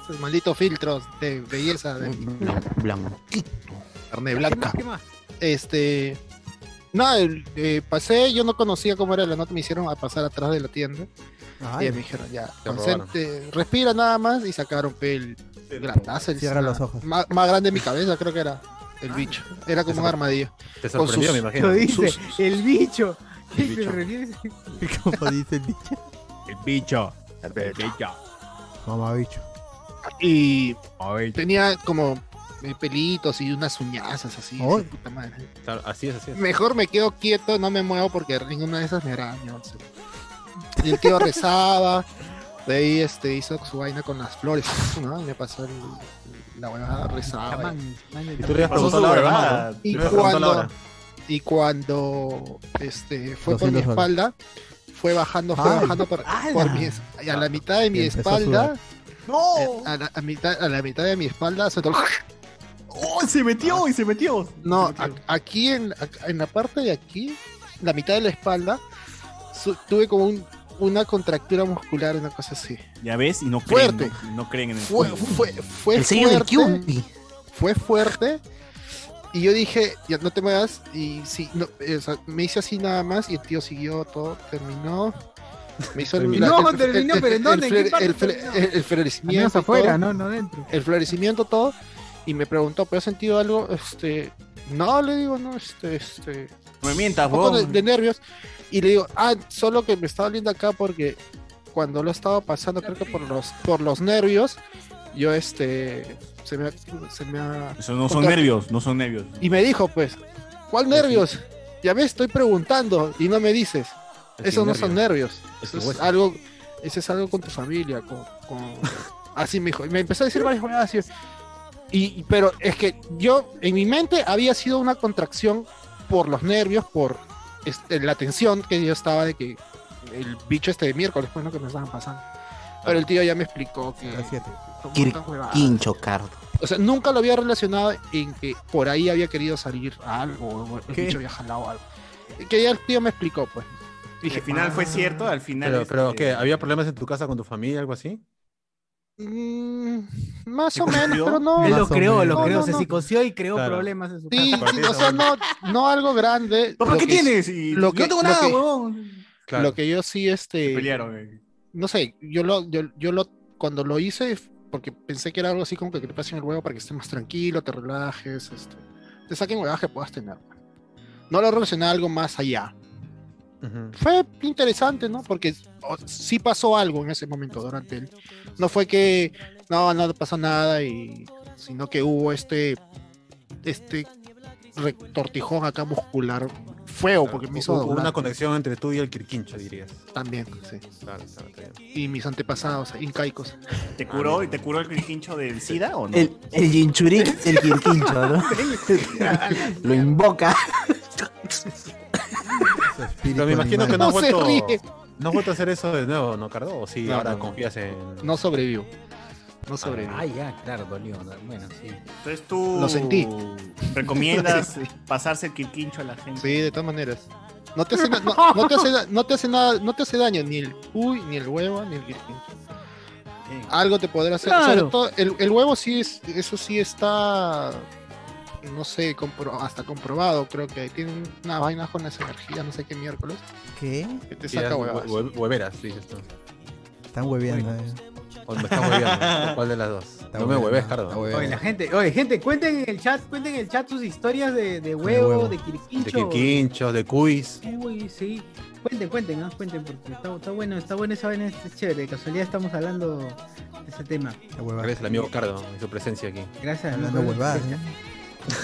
Speaker 11: sus malditos filtros de belleza de
Speaker 2: Blanquito.
Speaker 11: carne
Speaker 1: ¿Qué más?
Speaker 11: blanca.
Speaker 1: ¿Qué más?
Speaker 11: Este. Nada, el- eh, pasé, yo no conocía cómo era la nota, me hicieron a pasar atrás de la tienda.
Speaker 7: Ay,
Speaker 11: y me dijeron, ya,
Speaker 4: robaron.
Speaker 11: concente, respira nada más. Y sacaron pe, el grandazo. el-
Speaker 7: Cierra
Speaker 11: una-
Speaker 7: los ojos.
Speaker 11: Más, más grande de mi cabeza, creo que era
Speaker 5: Ah,
Speaker 11: el bicho. Era como un armadillo.
Speaker 4: Te
Speaker 11: con
Speaker 4: sorprendió,
Speaker 11: sus-
Speaker 4: me
Speaker 1: Lo
Speaker 4: imagino.
Speaker 1: dice,
Speaker 11: Sus- sus-
Speaker 1: el bicho. Este
Speaker 4: El bicho.
Speaker 1: ¿Te refieres?
Speaker 7: Como dice el bicho.
Speaker 3: El bicho. El bicho.
Speaker 7: Mamá bicho.
Speaker 11: Y
Speaker 3: A ver.
Speaker 11: tenía como eh, pelitos y unas uñazas así.
Speaker 7: Oh.
Speaker 11: de puta madre.
Speaker 4: Claro, así es, así es.
Speaker 11: Mejor me quedo quieto, no me muevo porque ninguna de esas me araña. o sea. Y el tío rezaba. De ahí este, hizo su vaina con las flores. ¿no? Me pasó el- la huevada,
Speaker 1: Ah,
Speaker 11: rezaba.
Speaker 1: Chamán, chamán del
Speaker 4: Y tú le has
Speaker 3: Pasó su
Speaker 4: preguntado la
Speaker 3: huevada.
Speaker 4: hora.
Speaker 11: Y
Speaker 4: Le has preguntado la
Speaker 11: cuando,
Speaker 4: hora.
Speaker 11: y cuando este, fue por mi
Speaker 7: 200
Speaker 11: espalda, fue bajando, fue
Speaker 7: Ay,
Speaker 11: bajando por, por mi es- y a la mitad de mi
Speaker 7: Y empezó a
Speaker 11: espalda.
Speaker 7: sudar.
Speaker 11: eh, A la, a mitad, a la mitad de mi espalda se tocó.
Speaker 3: ¡Oh, se metió y se metió!
Speaker 11: No,
Speaker 3: Se metió.
Speaker 11: a- aquí en, a- en la parte de aquí, la mitad de la espalda, su- tuve como un- una contractura muscular, una cosa así.
Speaker 3: Ya ves, y no creen,
Speaker 11: Fuerte.
Speaker 3: no, no creen en el
Speaker 11: Fue,
Speaker 3: cuy.
Speaker 11: fue, fue
Speaker 2: El sello del
Speaker 11: fuerte.
Speaker 2: Kyubi.
Speaker 11: fue fuerte. Y yo dije, ya no te muevas. Y sí, no, eh, o sea, me hice así nada más. Y el tío siguió todo, terminó. Me hizo
Speaker 4: Terminó.
Speaker 1: No, terminó, pero ¿en dónde? ¿En qué
Speaker 11: flore-
Speaker 1: parte
Speaker 11: el flore-
Speaker 1: terminó?
Speaker 11: el- el
Speaker 1: Al menos
Speaker 11: florecimiento. y
Speaker 1: afuera,
Speaker 11: todo,
Speaker 1: no, no dentro.
Speaker 11: El florecimiento, todo. Y me preguntó, ¿pero has sentido algo? Este. No, le digo, no, este, este.
Speaker 3: No me mientas,
Speaker 11: Un poco de,
Speaker 3: weón.
Speaker 11: de nervios. Y le digo, ah, solo que me está doliendo acá porque cuando lo estaba pasando, creo que por los, por los nervios, yo este. Se me, ha- se me ha
Speaker 3: Eso no son
Speaker 11: Contra-
Speaker 3: nervios, no son nervios.
Speaker 11: y me dijo, pues, ¿cuál nervios? Ya me estoy preguntando y no me dices.
Speaker 4: Es
Speaker 11: Esos
Speaker 4: sin
Speaker 11: no son
Speaker 4: nervios.
Speaker 11: Pues nervios. Eso es
Speaker 4: hueso.
Speaker 11: algo, eso es algo con tu familia, con, con- así me dijo. Y me empezó a decir varias cosas así. Y, pero es que yo, en mi mente, había sido una contracción por los nervios, por este, la tensión que yo estaba de que el bicho este de miércoles, pues, lo que me estaban pasando. Pero el tío ya me explicó que...
Speaker 7: Las siete.
Speaker 11: son
Speaker 2: Quir-
Speaker 11: putas huevadas.
Speaker 2: Quincho, Cardo.
Speaker 11: O sea, nunca lo había relacionado en que por ahí había querido salir algo, o el
Speaker 3: ¿Qué?
Speaker 11: bicho había jalado algo. Que ya el tío me explicó, pues.
Speaker 3: Dije, al final
Speaker 11: "Ah".
Speaker 3: fue cierto, al final.
Speaker 4: Pero,
Speaker 3: este,
Speaker 4: pero ¿qué? ¿Había problemas en tu casa con tu familia, algo así?
Speaker 11: Mm, más
Speaker 4: ¿Se
Speaker 11: o menos,
Speaker 4: coció?
Speaker 11: pero no.
Speaker 4: Él lo creó, lo
Speaker 11: No,
Speaker 4: creó,
Speaker 11: no,
Speaker 4: se
Speaker 11: no.
Speaker 1: psicoció y creó
Speaker 4: Claro.
Speaker 1: problemas en su
Speaker 11: Sí,
Speaker 1: casa.
Speaker 11: o sea, no, no algo grande.
Speaker 1: Papá,
Speaker 11: Lo
Speaker 1: ¿qué
Speaker 11: que-
Speaker 1: tienes? Y
Speaker 11: lo
Speaker 1: yo
Speaker 11: que-
Speaker 1: no tengo
Speaker 11: lo
Speaker 1: nada,
Speaker 11: que-
Speaker 1: huevón.
Speaker 3: Claro.
Speaker 11: Lo que yo sí, este.
Speaker 3: pelearon, eh.
Speaker 11: No sé, yo lo, yo, yo lo, cuando lo hice, porque pensé que era algo así como que te pasen el huevo para que estés más tranquilo, te relajes, este, te saquen huevadas que puedas tener. No lo relacioné a algo más allá. Fue interesante, ¿no? Porque o- sí pasó algo en ese momento durante él. No fue que no, no pasó nada, y, sino que hubo este, este retortijón acá muscular feo, porque me hizo
Speaker 4: Hubo
Speaker 11: doblar
Speaker 4: una conexión entre tú y el Quirquincho, dirías.
Speaker 11: también. sí.
Speaker 4: Claro, claro, está bien.
Speaker 11: Y mis antepasados incaicos.
Speaker 3: ¿Te curó, y ¿Te curó el quincho del SIDA o no?
Speaker 12: El, el Jinchurik es el Quirquincho, ¿no? Lo invoca.
Speaker 4: Pero me imagino que no has,
Speaker 11: No se
Speaker 4: vuelto,
Speaker 11: ríe.
Speaker 4: no has vuelto a hacer eso de nuevo, ¿no, Cardo? ¿O sí
Speaker 11: No,
Speaker 4: ahora
Speaker 11: no, no.
Speaker 4: confías en...?
Speaker 11: No sobrevivo. No
Speaker 4: sobrevivo.
Speaker 8: Ah, ya, claro, dolió. ¿no? Bueno, sí.
Speaker 3: Entonces tú.
Speaker 11: Lo sentí.
Speaker 3: ¿Recomiendas pasarse el quirquincho a la gente?
Speaker 11: Sí, de todas maneras. No te hace, na- no, no te hace, da- no te hace nada, no te hace daño ni el uy, ni el huevo, ni el guirquincho. Algo te podrá hacer.
Speaker 1: Claro.
Speaker 11: Sobre todo, el, el huevo sí es, eso sí está, no sé, compro- hasta comprobado. Creo que tienen unas vainas con las energías, no sé qué miércoles.
Speaker 7: ¿Qué?
Speaker 11: Que te saca huevas.
Speaker 4: Hueveras, dices tú.
Speaker 7: Están hueveando. eh.
Speaker 4: O me estás hueveando. ¿Cuál de las dos? no me
Speaker 7: hueveando,
Speaker 4: hueves, Cardo.
Speaker 7: está hueveando.
Speaker 1: Oye, la gente, oye, gente, cuenten en el chat, cuenten en el chat sus historias de, de
Speaker 4: De
Speaker 1: huevo,
Speaker 4: huevo.
Speaker 1: de
Speaker 4: De
Speaker 1: quirquincho.
Speaker 4: Quirquincho, de Cuis.
Speaker 1: Uy, sí. Cuenten, cuenten, ¿no? cuenten, porque está, está bueno, está bueno esa vaina, es chévere. De casualidad estamos hablando de ese tema.
Speaker 4: Gracias al amigo Cardo y su presencia aquí.
Speaker 1: Gracias.
Speaker 7: Hablando
Speaker 1: ¿no?
Speaker 7: huevadas, ¿eh?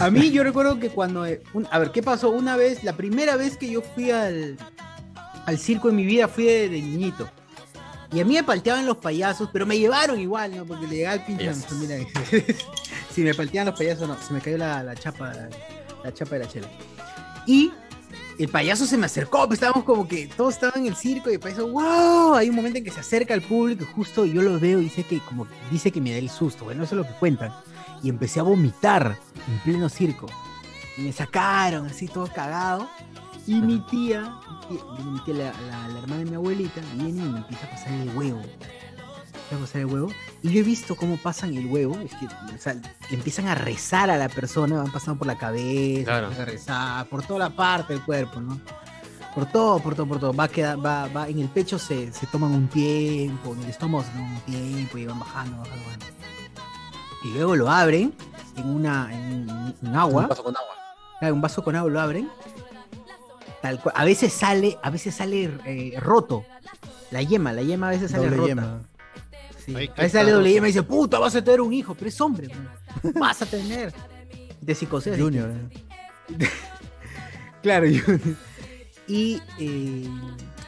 Speaker 1: A mí yo recuerdo que cuando... eh, un- a ver, ¿qué pasó? Una vez, la primera vez que yo fui al, al circo en mi vida, fui de, de niñito. Y a mí me palteaban los payasos, pero me llevaron igual, ¿no? Porque le llegaba el pinche...
Speaker 13: Payasos.
Speaker 1: Mira, si me palteaban los payasos, no. Se me cayó la, la chapa, la, chapa de la chela. Y el payaso se me acercó, pues, estábamos como que todos estaban en el circo y el payaso, wow, hay un momento en que se acerca al público y justo yo lo veo y dice que como dice que me da el susto, bueno, eso es lo que cuentan. Y empecé a vomitar en pleno circo. Y me sacaron así todo cagado. Y mi tía, mi tía- mi tía, la, la- la hermana de mi abuelita, viene y me empieza a pasar el huevo. Empieza a pasar el huevo. Y yo he visto cómo pasan el huevo. Es que, o sea, le empiezan a rezar a la persona, van pasando por la cabeza,
Speaker 13: Claro.
Speaker 1: empiezan a rezar, por toda la parte del cuerpo, ¿no? Por todo, por todo, por todo. Va a quedar, va, va, en el pecho se, se toman un tiempo, en el estómago se toman un tiempo y van bajando, bajando, bajando. Y luego lo abren en una en, en agua.
Speaker 4: Un vaso con agua.
Speaker 1: Claro, un vaso con agua lo abren. Tal cual. A veces sale, a veces sale eh, roto. La yema, la yema a veces sale
Speaker 7: Doble
Speaker 1: rota.
Speaker 7: yema.
Speaker 1: Sí. A veces sale doble yema y dice, puta, vas a tener un hijo, pero es hombre, güey. vas a tener. De psicosis.
Speaker 7: Junior.
Speaker 1: Claro, Y eh,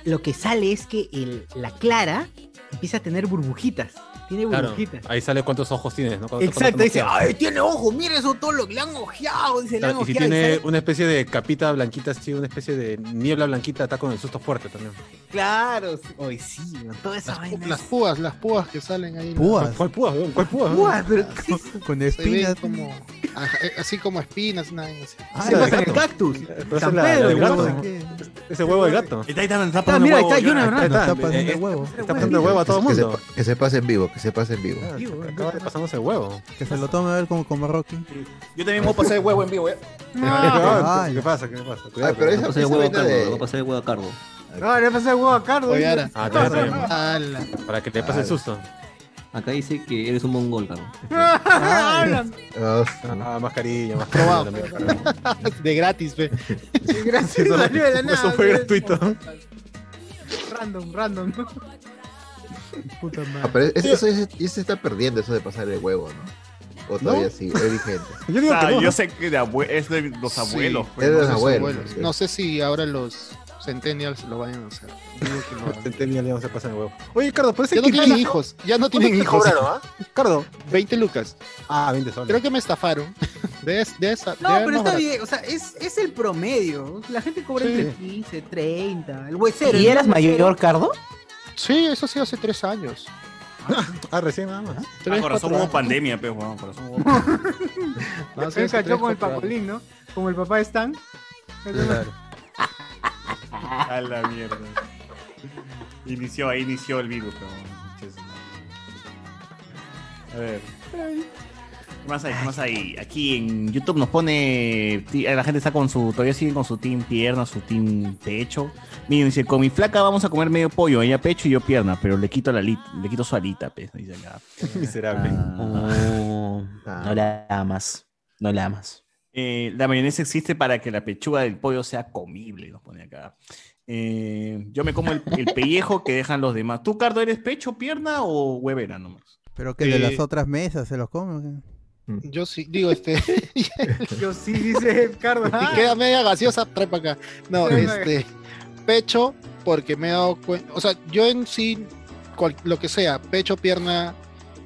Speaker 1: lo que sale es que el- la clara empieza a tener burbujitas. Tiene
Speaker 4: Claro,
Speaker 1: burbujitas.
Speaker 4: ahí sale cuántos ojos tienes, ¿no? Cuántos-
Speaker 1: Exacto,
Speaker 4: cuántos
Speaker 1: dice,
Speaker 4: ojos.
Speaker 1: ay, tiene ojo, mira eso todo lo que le han ojeado, dice, le han
Speaker 4: Claro, y si
Speaker 1: ojeado", y
Speaker 4: tiene
Speaker 1: sale-
Speaker 4: una especie de capita blanquita, así, una especie de niebla blanquita, está con el susto fuerte también.
Speaker 1: Claro, sí, hoy sí, ¿no? toda esa
Speaker 11: Las,
Speaker 1: vaina.
Speaker 11: pu- las púas, las púas que salen ahí. ¿no?
Speaker 3: Ah,
Speaker 7: eh. Púas.
Speaker 4: ¿Cuál púas, weón? ¿Cuál púas?
Speaker 1: Púas, pero
Speaker 7: Con
Speaker 11: Se ven
Speaker 7: espinas.
Speaker 11: como, ajá, eh, así como espinas, una vaina así.
Speaker 7: Ah,
Speaker 11: Se
Speaker 7: la de
Speaker 11: pasan
Speaker 7: gato.
Speaker 11: el
Speaker 1: cactus.
Speaker 4: Pero esa es la, la del gato. Ese huevo del gato.
Speaker 3: Está, está, está
Speaker 1: pasando Ah, mira, el huevo, está Johnny Hernando.
Speaker 4: Está
Speaker 11: Ah,
Speaker 1: Está
Speaker 4: pasando
Speaker 1: pasando
Speaker 11: eh.
Speaker 4: el
Speaker 1: el
Speaker 4: huevo. Está
Speaker 1: pasando
Speaker 4: pasando el huevo a todo el
Speaker 5: Que se
Speaker 4: mundo. Ah,
Speaker 5: pa- Que se pase en vivo, que se pase en vivo.
Speaker 4: Acaba de pasarnos el huevo.
Speaker 7: Que se lo tome a ver como, como Rocky.
Speaker 3: Yo también voy a pasar el huevo en vivo, ¿eh?
Speaker 4: Ah,
Speaker 7: Ay.
Speaker 4: ¿Qué pasa? ¿Qué pasa?
Speaker 5: Ah, pero
Speaker 8: No
Speaker 5: esa-
Speaker 8: pasé de
Speaker 5: esa
Speaker 8: huevo a
Speaker 5: vaina
Speaker 8: cargo,
Speaker 5: de-
Speaker 8: no pasé de huevo a cargo.
Speaker 1: No, le pasa el huevo a Cardo.
Speaker 11: Oye,
Speaker 1: dice.
Speaker 11: ahora.
Speaker 4: Ah, también, también.
Speaker 11: Ala.
Speaker 4: Para que te pase el susto.
Speaker 8: Acá dice que eres un mongol, Carlos.
Speaker 1: Hablan.
Speaker 4: Ah, mascarilla, mascarilla. también, claro.
Speaker 11: De gratis, ve.
Speaker 1: Gracias,
Speaker 4: Eso-
Speaker 1: salió de la nada.
Speaker 4: Eso fue
Speaker 1: güey.
Speaker 4: gratuito.
Speaker 1: Random, random. ¿no? Puta
Speaker 5: Ah,
Speaker 1: madre.
Speaker 5: pero es- eso, eso- eso se está perdiendo, eso de pasar el huevo, ¿no? O todavía
Speaker 11: ¿No?
Speaker 5: sí, es vigente.
Speaker 4: Yo
Speaker 3: O sea, Ah, yo sé que de abue- es de los
Speaker 11: Sí,
Speaker 3: abuelos. pues,
Speaker 5: es de
Speaker 11: no
Speaker 5: los
Speaker 11: sé si
Speaker 5: abuelos.
Speaker 11: abuelos. No sé si ahora los centennials lo vayan a hacer. Dudo que lo hagan.
Speaker 4: Centennial le vamos a pasar el huevo. Oye, pues Cardo, parece
Speaker 11: Ya
Speaker 4: que
Speaker 11: no tienen
Speaker 4: Ivana-
Speaker 11: hijos, ya no
Speaker 4: ¿Cuánto
Speaker 11: tienen
Speaker 4: te
Speaker 11: hijos.
Speaker 4: cobraron, ah? Cardo,
Speaker 11: 20 lucas.
Speaker 4: Ah, 20 soles.
Speaker 11: Creo que me estafaron. De, es- de esa.
Speaker 1: No, pero está bien, o sea, es, es el promedio. La gente cobra
Speaker 11: Sí.
Speaker 1: entre 15, 30. El huesero.
Speaker 12: ¿Y
Speaker 1: el
Speaker 12: eras
Speaker 1: huesero.
Speaker 12: mayor, Cardo?
Speaker 11: Sí, eso sí hace tres años.
Speaker 4: Ah, recién nada más.
Speaker 3: Ah, con razón hubo pandemia, pues, weón. Con razón hubo
Speaker 14: No, se cachó con el papolín, ¿no? Como el papá de Stan.
Speaker 4: Claro.
Speaker 3: A la mierda. Inició, ahí inició el virus, pero. A ver. ¿Qué más hay? ¿Qué más hay? Aquí en YouTube nos pone. ti- eh, La gente está con su. Todavía siguen con su team pierna, su team pecho. Miren, dice: Con mi flaca vamos a comer medio pollo. Ella pecho y yo pierna, pero le quito la lit- le quito su alita, pues. Dice acá. Ah,
Speaker 4: Miserable.
Speaker 2: No la amas. No la amas.
Speaker 3: Eh, la mayonesa existe para que la pechuga del pollo sea comible, nos pone acá. Eh, yo me como el, el pellejo que dejan los demás. ¿Tú, Cardo, eres pecho, pierna o huevera nomás?
Speaker 7: Pero que de las
Speaker 11: Eh,
Speaker 7: otras mesas se los comen.
Speaker 11: Yo sí, digo, este.
Speaker 14: Yo sí, dice Cardo.
Speaker 1: Ah.
Speaker 11: Y queda media gaseosa, trae para acá. No,
Speaker 14: Trae pa'
Speaker 11: este. Pecho, porque me he dado cuenta. O sea, yo en sí, cual- lo que sea, pecho, pierna.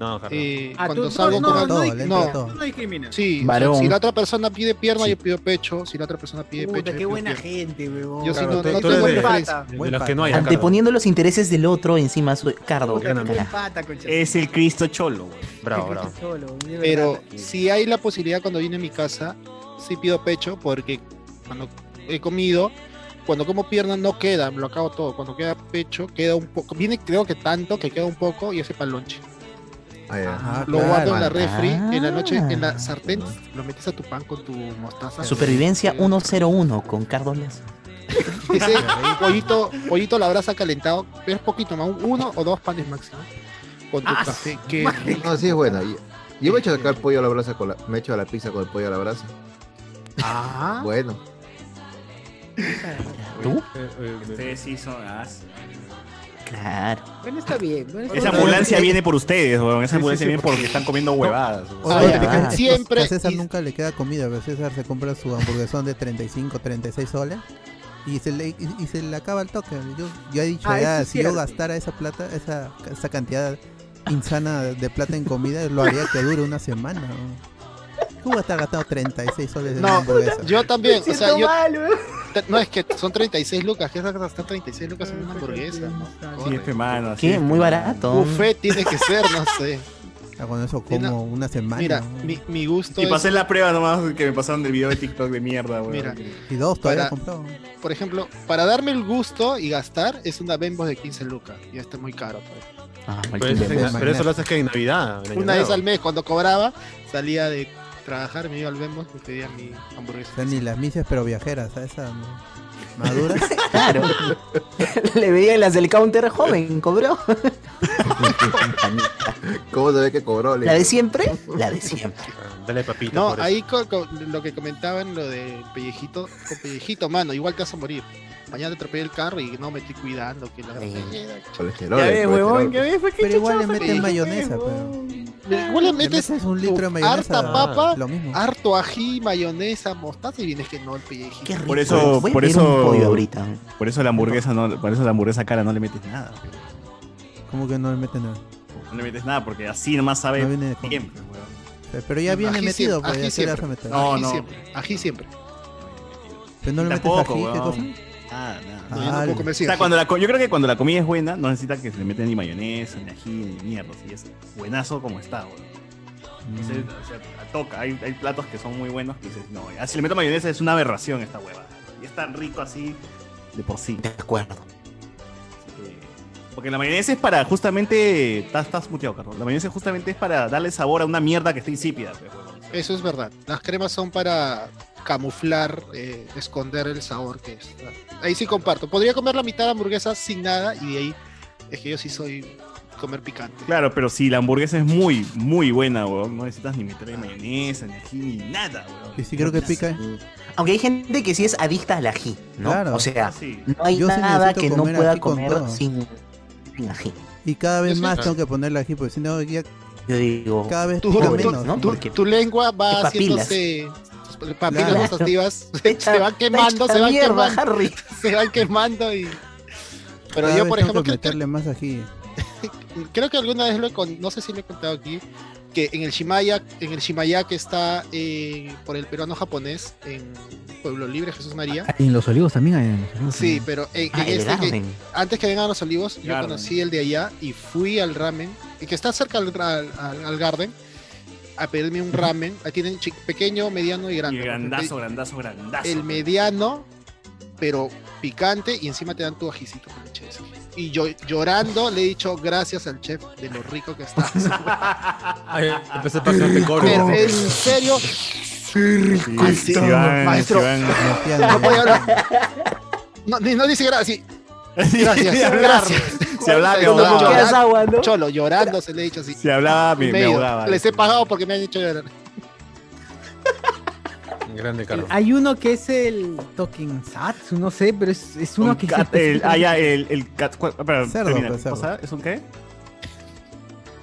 Speaker 4: No, Cardo.
Speaker 11: eh,
Speaker 14: Ah, tú-
Speaker 11: cuando
Speaker 14: no,
Speaker 11: salgo
Speaker 14: no,
Speaker 11: con
Speaker 14: no
Speaker 11: alguien-
Speaker 14: discri-
Speaker 11: no,
Speaker 14: tú no discriminas.
Speaker 11: Sí, o sea,
Speaker 14: Varón.
Speaker 11: si la otra persona pide pierna, yo pido pecho. Si la otra persona pide
Speaker 14: Puta,
Speaker 11: pecho. yo
Speaker 14: qué
Speaker 11: pido
Speaker 14: buena
Speaker 11: pierna.
Speaker 14: gente, weón.
Speaker 11: Yo sí, no,
Speaker 4: tú-
Speaker 11: no
Speaker 4: tú
Speaker 11: tengo
Speaker 4: eres de-
Speaker 11: preferencia.
Speaker 4: de los que no hay acá.
Speaker 2: Anteponiendo los intereses del otro encima su Cardo.
Speaker 14: Puta, qué buen
Speaker 2: carajo.
Speaker 14: pata, concha.
Speaker 3: Es el Cristo Cholo, güey.
Speaker 4: Bravo,
Speaker 14: Qué
Speaker 4: bravo.
Speaker 14: solo, de verdad.
Speaker 11: Pero si hay la posibilidad cuando viene a mi casa, sí pido pecho porque cuando he comido, cuando como pierna no queda, lo acabo todo. Cuando queda pecho, queda un poco. Viene creo que tanto que queda un poco y ese para lonche.
Speaker 5: Ah, ya.
Speaker 11: lo guardo en la
Speaker 5: Ah,
Speaker 11: refri, en la noche, en
Speaker 2: Ah.
Speaker 11: la sartén,
Speaker 4: Ah,
Speaker 11: lo metes a tu pan con tu mostaza.
Speaker 2: Supervivencia
Speaker 11: Eh,
Speaker 2: 101 con Cardo Lazo.
Speaker 11: Ese pollito, pollito a la brasa calentado, es poquito más, uno o dos panes máximo. Con tu
Speaker 2: Ah,
Speaker 11: café, que
Speaker 5: No, sí es bueno. Yo, yo me he hecho acá el pollo a la brasa con la, me he hecho la pizza con el pollo a la brasa.
Speaker 11: Ah.
Speaker 5: Bueno.
Speaker 2: ¿Tú?
Speaker 3: Ustedes sí son as.
Speaker 2: Claro.
Speaker 14: Bueno, está bien. bueno, está
Speaker 3: Esa
Speaker 14: bien.
Speaker 3: ambulancia viene por ustedes, weón. Esa
Speaker 4: Sí, sí,
Speaker 3: ambulancia
Speaker 4: sí,
Speaker 3: viene porque están comiendo huevadas. weón.
Speaker 7: Oye,
Speaker 11: Ahora,
Speaker 7: que a-
Speaker 11: siempre-
Speaker 7: que Ah, A César nunca le queda comida, pero César se compra su hamburguesón de 35, 36 soles y se le, y, y se le acaba el toque. Yo, yo he dicho,
Speaker 14: Ah,
Speaker 7: ya,
Speaker 14: eso es
Speaker 7: si yo
Speaker 14: cierto.
Speaker 7: gastara esa plata, esa, esa cantidad insana de plata en comida, lo haría que dure una semana. ¿no? Tú vas a estar gastando 36 soles en una
Speaker 11: No,
Speaker 7: hamburguesa.
Speaker 11: yo también.
Speaker 14: Me
Speaker 11: o sea,
Speaker 14: siento
Speaker 11: yo,
Speaker 14: mal, weón.
Speaker 11: te- no, es que son 36 lucas. ¿Qué vas a gastar 36 lucas en una hamburguesa? ¿no?
Speaker 3: Sí, es pe mano, así
Speaker 2: ¿Qué?
Speaker 3: es,
Speaker 2: Muy
Speaker 3: pe
Speaker 2: barato.
Speaker 3: mano.
Speaker 11: Buffet tiene que ser, no sé.
Speaker 7: Ya Con Ah, eso
Speaker 11: Mira,
Speaker 7: como una semana.
Speaker 11: Mira,
Speaker 7: ¿no?
Speaker 11: mi, mi gusto
Speaker 3: Y
Speaker 11: es.
Speaker 3: pasé la prueba nomás que me pasaron del video de TikTok de mierda, weón.
Speaker 11: Mira,
Speaker 7: y dos todavía
Speaker 11: para-
Speaker 7: comprado.
Speaker 11: por ejemplo, para darme el gusto y gastar, es una Bembo de 15 lucas. Y está muy caro. pues.
Speaker 2: Ah,
Speaker 4: Pero
Speaker 2: maldito.
Speaker 4: eso, es en- pero eso lo haces que en Navidad. en Año
Speaker 11: Una
Speaker 4: Nuevo.
Speaker 11: vez al mes, cuando cobraba, salía de trabajar, me iba al Bembo y pedía mi hamburguesa.
Speaker 7: O sea, ni las misias, pero viajeras, a esas ¿no? maduras.
Speaker 2: Claro.
Speaker 11: eh.
Speaker 2: le veía las del counter joven, cobró.
Speaker 5: ¿Cómo se ve que cobró? Le
Speaker 2: ¿La de siempre? La de siempre.
Speaker 4: Dale papita.
Speaker 11: No,
Speaker 4: por eso.
Speaker 11: ahí co- co- lo que comentaban, lo de pellejito, con pellejito, mano, igual te vas a morir. Mañana te atropellé el carro y no me estoy cuidando. Que la...
Speaker 5: Colesterol.
Speaker 14: Ya ves,
Speaker 5: colesterol.
Speaker 14: huevón, ya ves, fue que
Speaker 7: Pero igual le
Speaker 14: chuchazo
Speaker 7: meten
Speaker 14: te
Speaker 7: mayonesa,
Speaker 14: dije,
Speaker 7: pero.
Speaker 14: huevón.
Speaker 11: Igual le
Speaker 7: Le
Speaker 11: metes
Speaker 7: metes un litro de mayonesa.
Speaker 11: harta papa,
Speaker 7: Lo mismo.
Speaker 11: harto ají, mayonesa, mostaza y vienes que no el pellejito.
Speaker 2: Qué rico.
Speaker 3: Por eso,
Speaker 11: pues,
Speaker 2: Voy a
Speaker 3: por
Speaker 2: pedir
Speaker 3: eso,
Speaker 2: un pollo ahorita.
Speaker 3: por eso la hamburguesa no, por eso la hamburguesa cara no le metes nada. weón.
Speaker 7: Como que no le meten nada.
Speaker 3: No le metes nada porque así nomás sabe
Speaker 7: No viene de compra.
Speaker 3: siempre, weón.
Speaker 7: Pero ya viene
Speaker 11: Ají
Speaker 7: metido,
Speaker 11: siempre,
Speaker 7: pues ya
Speaker 11: ají
Speaker 7: se le vas a
Speaker 11: siempre.
Speaker 7: meter.
Speaker 3: No,
Speaker 11: ají
Speaker 3: no.
Speaker 11: siempre, ají siempre.
Speaker 7: Pero no le metes
Speaker 3: Tampoco,
Speaker 7: ají, ¿qué cosa?
Speaker 3: weón. Nada, nada.
Speaker 11: No, yo no
Speaker 7: Ah,
Speaker 11: puedo comer
Speaker 3: O
Speaker 11: sin
Speaker 3: sea,
Speaker 11: ají.
Speaker 3: cuando la, co- yo creo que cuando la comida es buena, no necesita que se le meten ni mayonesa, ni ají, ni mierda. Si es buenazo como está, weón. Entonces, o sea, a- toca. Hay, hay platos que son muy buenos que dices, no, ya, si le meto mayonesa es una aberración esta hueva. Y es tan rico así de por sí.
Speaker 2: De acuerdo.
Speaker 3: Eh, Porque la mayonesa es para justamente. Estás, estás muteado, Carlos. La mayonesa justamente es para darle sabor a una mierda que está insípida. pues, huevón.
Speaker 11: Eso es verdad. Las cremas son para camuflar, eh, esconder el sabor que es. Ahí sí comparto. Podría comer la mitad de la hamburguesa sin nada y de ahí es que yo sí soy comer picante.
Speaker 3: Claro, pero si la hamburguesa es muy, muy buena, weón. No necesitas ni meterle mayonesa, ni ají, ni nada, weón.
Speaker 7: Y sí creo que pica. ¿eh?
Speaker 2: Aunque hay gente que sí es adicta al ají, ¿no?
Speaker 7: Claro.
Speaker 2: O sea,
Speaker 3: Ah, Sí.
Speaker 2: no hay
Speaker 7: Yo sí
Speaker 2: nada
Speaker 7: necesito
Speaker 2: que no
Speaker 7: comer ají
Speaker 2: pueda
Speaker 7: con
Speaker 2: comer
Speaker 7: todo.
Speaker 2: sin, sin ají.
Speaker 7: Y cada vez
Speaker 11: Yo
Speaker 7: más
Speaker 11: sí.
Speaker 7: tengo que ponerle ají, porque si no, ya
Speaker 3: Pues
Speaker 2: Yo digo,
Speaker 7: cada vez
Speaker 11: Tu,
Speaker 7: pica
Speaker 11: tu-
Speaker 7: menos.
Speaker 2: ¿no?
Speaker 11: tu-
Speaker 2: Porque-
Speaker 11: tu lengua va
Speaker 2: de papilas.
Speaker 11: haciéndose tus papilas
Speaker 7: Claro.
Speaker 11: gustativas se van quemando,
Speaker 2: Echa
Speaker 11: se van
Speaker 2: mierda,
Speaker 11: quemando,
Speaker 2: Harry.
Speaker 11: se van quemando y pero yo
Speaker 7: Cada
Speaker 11: pues,
Speaker 7: vez
Speaker 11: por
Speaker 7: tengo
Speaker 11: ejemplo
Speaker 7: que
Speaker 11: creo que-
Speaker 7: meterle más ají.
Speaker 11: creo que alguna vez lo he con- no sé si lo he contado aquí, que en el Shimaya, en el Shimaya que está eh, por el peruano japonés, en Pueblo Libre, Jesús María.
Speaker 1: Ah, En los olivos también hay. en Los Olivos
Speaker 11: Sí,
Speaker 1: también.
Speaker 11: pero eh, en,
Speaker 2: Ah,
Speaker 11: en
Speaker 2: el
Speaker 11: este que-
Speaker 2: Garden.
Speaker 11: antes que vengan los olivos, yo
Speaker 3: Garden.
Speaker 11: conocí el de allá y fui al ramen. y que está cerca al, al- al- al garden a pedirme un ramen. Ahí tienen chi- pequeño, mediano y grande.
Speaker 3: Y grandazo, grandazo, grandazo.
Speaker 11: El mediano, pero picante y encima te dan tu ajicito con leche de soya. Y yo llorando le he dicho gracias al chef de lo rico que está.
Speaker 4: Ay, empecé a pasar de coro.
Speaker 11: Pero en serio. Así, maestro. No podía hablar. No, ni- no dice gracias. Gracias.
Speaker 3: Ni hablar.
Speaker 11: gracias.
Speaker 3: Si hablaba, me ahogaba.
Speaker 11: Llorar-
Speaker 3: Quieres
Speaker 11: Cholo, llorando se le he dicho así.
Speaker 3: Si hablaba, me,
Speaker 11: Me he
Speaker 3: me
Speaker 11: ido.
Speaker 3: ahogaba.
Speaker 11: Les he pagado porque me han hecho llorar.
Speaker 4: Grande Carlos.
Speaker 1: Hay uno que es el Tokensatsu, no sé, pero es, es uno que...
Speaker 3: Cat- el- ah, ya, el, el cat- cu- espera,
Speaker 1: Cerdo,
Speaker 3: termina.
Speaker 1: pues, cerdo.
Speaker 3: O sea, ¿Es un qué?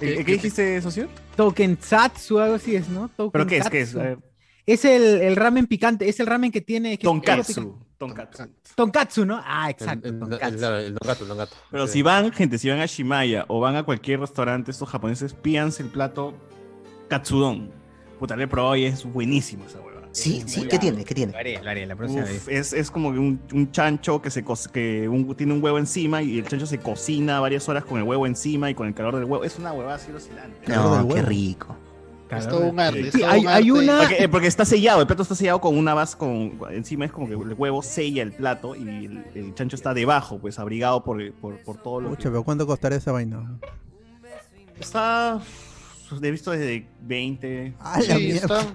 Speaker 3: ¿El-
Speaker 1: ¿Qué-
Speaker 3: el
Speaker 1: qué-
Speaker 3: ¿Qué dijiste, socio?
Speaker 1: Tokensatsu, algo así es, ¿no?
Speaker 3: ¿Pero qué es?
Speaker 1: Tokensatsu.
Speaker 3: ¿Qué es? Eh, A ver.
Speaker 1: Es el, el ramen picante, es el ramen que tiene... que-
Speaker 3: Tonkatsu. Tonkatsu.
Speaker 1: Tonkatsu, ¿no? Ah, exacto. tonkatsu.
Speaker 4: El, el don gato, el don gato.
Speaker 3: Pero si van, gente, si van a Shimaya o van a cualquier restaurante, estos japoneses pídanse el plato katsudon. Puta, le he probado y es buenísimo esa hueva.
Speaker 2: Sí, sí, ¿qué tiene? ¿Qué tiene?
Speaker 1: Lo haré la
Speaker 3: Uf, es, es como que un, un chancho que se co- que un- tiene un huevo encima y el chancho se cocina varias horas con el huevo encima y con el calor del huevo. Es una huevada así alucinante.
Speaker 2: No, qué rico.
Speaker 3: Calor
Speaker 11: todo
Speaker 3: del-
Speaker 11: un arte,
Speaker 3: Sí.
Speaker 11: es todo un arte.
Speaker 3: Porque, eh, porque está sellado, el plato está sellado con una base, con, encima es como que el huevo sella el plato y el, el chancho está debajo, pues abrigado por, por, por todo lo
Speaker 7: Pucha, pero ¿cuánto costará esa vaina?
Speaker 3: que... Está... He visto desde 20...
Speaker 7: Ah,
Speaker 1: la Sí, mierda. está-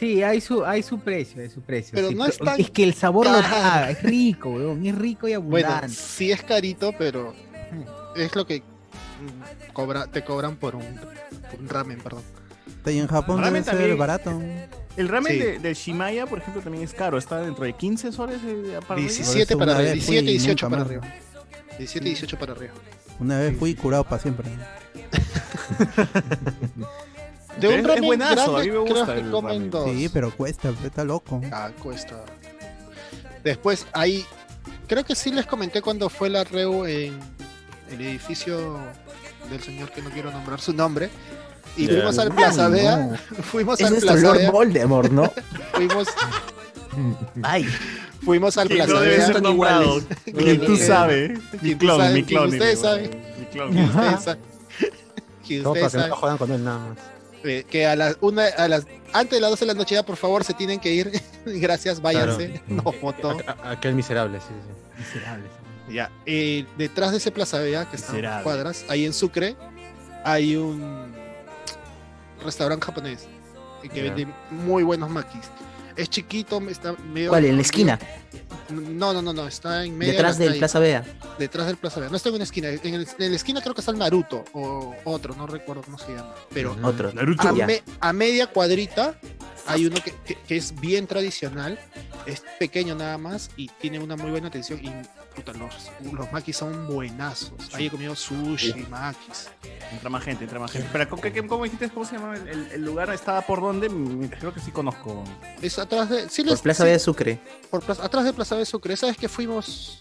Speaker 1: Sí, hay su, hay su precio, hay su precio.
Speaker 11: Pero
Speaker 1: sí,
Speaker 11: no es tan
Speaker 1: Es que el sabor lo
Speaker 11: caro.
Speaker 1: paga, es rico, weón, es rico y abundante.
Speaker 11: Bueno, sí es carito, pero es lo que mm, cobra, te cobran por un, un ramen, perdón.
Speaker 7: Y en Japón
Speaker 3: Ramen
Speaker 7: debe ser
Speaker 3: también.
Speaker 7: barato.
Speaker 3: El ramen
Speaker 11: Sí.
Speaker 3: de, de Shimaya, por ejemplo, también es caro. Está dentro de 15 soles. eh, para arriba.
Speaker 11: 17 para
Speaker 7: Una
Speaker 11: arriba,
Speaker 7: vez fui
Speaker 11: 17 y 18
Speaker 7: nunca
Speaker 11: para
Speaker 7: más.
Speaker 11: arriba. 17 y 18 para arriba.
Speaker 7: Una vez fui curado para siempre.
Speaker 11: De un
Speaker 3: Es- es
Speaker 11: ramen
Speaker 3: buenazo,
Speaker 11: grande,
Speaker 3: a mí me
Speaker 11: creo
Speaker 3: gusta
Speaker 11: que
Speaker 3: el
Speaker 11: comen
Speaker 3: ramen.
Speaker 11: dos.
Speaker 7: Sí, pero cuesta, pues, está loco.
Speaker 11: Ah, cuesta. Después ahí, creo que sí les comenté cuando fue la reu en el edificio del señor que no quiero nombrar su nombre. Y
Speaker 2: Ya.
Speaker 11: fuimos al Plaza
Speaker 2: Ay,
Speaker 11: Vea.
Speaker 2: no.
Speaker 11: Fuimos
Speaker 2: Es
Speaker 11: al
Speaker 2: nuestro
Speaker 11: Plaza
Speaker 2: Lord
Speaker 11: Vea,
Speaker 2: Voldemort, ¿no?
Speaker 11: Fuimos,
Speaker 2: Ay.
Speaker 11: fuimos al
Speaker 2: Que no
Speaker 11: Plaza
Speaker 2: debe
Speaker 11: Vea.
Speaker 2: ser nombrado.
Speaker 3: Quien tú sabe. eh. Mi
Speaker 11: Quien tú
Speaker 3: clon,
Speaker 11: sabe,
Speaker 3: mi
Speaker 11: quien
Speaker 3: clon,
Speaker 11: ustedes
Speaker 3: mi-
Speaker 11: saben.
Speaker 3: mi clon.
Speaker 11: Quien ustedes saben. Quien
Speaker 4: Todo para
Speaker 11: ustedes
Speaker 4: que no
Speaker 11: saben.
Speaker 4: lo jodan con él nada más.
Speaker 11: Eh, que a las una, a las antes de las 12 de la noche ya por favor se tienen que ir. Gracias, váyanse. No, moto.
Speaker 4: A- Aquel miserable, sí, sí.
Speaker 1: Miserable.
Speaker 11: Ya, eh, detrás de ese Plaza Vea, que está
Speaker 4: Miserable.
Speaker 11: en cuadras, ahí en Sucre, hay un restaurante japonés eh, que
Speaker 2: Ya.
Speaker 11: vende muy buenos makis. Es chiquito, está medio.
Speaker 2: ¿Cuál? ¿En la esquina?
Speaker 11: No, no, no, no, está en medio. de
Speaker 2: Detrás
Speaker 11: la
Speaker 2: del
Speaker 11: calle.
Speaker 2: Plaza Vea.
Speaker 11: Detrás del Plaza Vea. No está en una esquina. En, el- en la esquina creo que está el Naruto o otro, no recuerdo cómo se llama. Pero
Speaker 2: Otro.
Speaker 11: a,
Speaker 2: Ya.
Speaker 11: me- a media cuadrita hay uno que, que- que es bien tradicional, es pequeño nada más y tiene una muy buena atención. Y puta, los, los makis son buenazos. Ahí he comido sushi, makis.
Speaker 3: Entra más gente, entra más gente. Espera, ¿cómo, qué- cómo dijiste? ¿Cómo se llama el, el- el lugar? ¿Estaba por dónde? Mm, Creo que sí conozco.
Speaker 11: Es atrás de. sí
Speaker 2: Por
Speaker 11: les-
Speaker 2: Plaza
Speaker 11: sí,
Speaker 2: Vea de Sucre.
Speaker 11: por plaza- atrás de Plaza de Sucre. ¿Sabes que fuimos?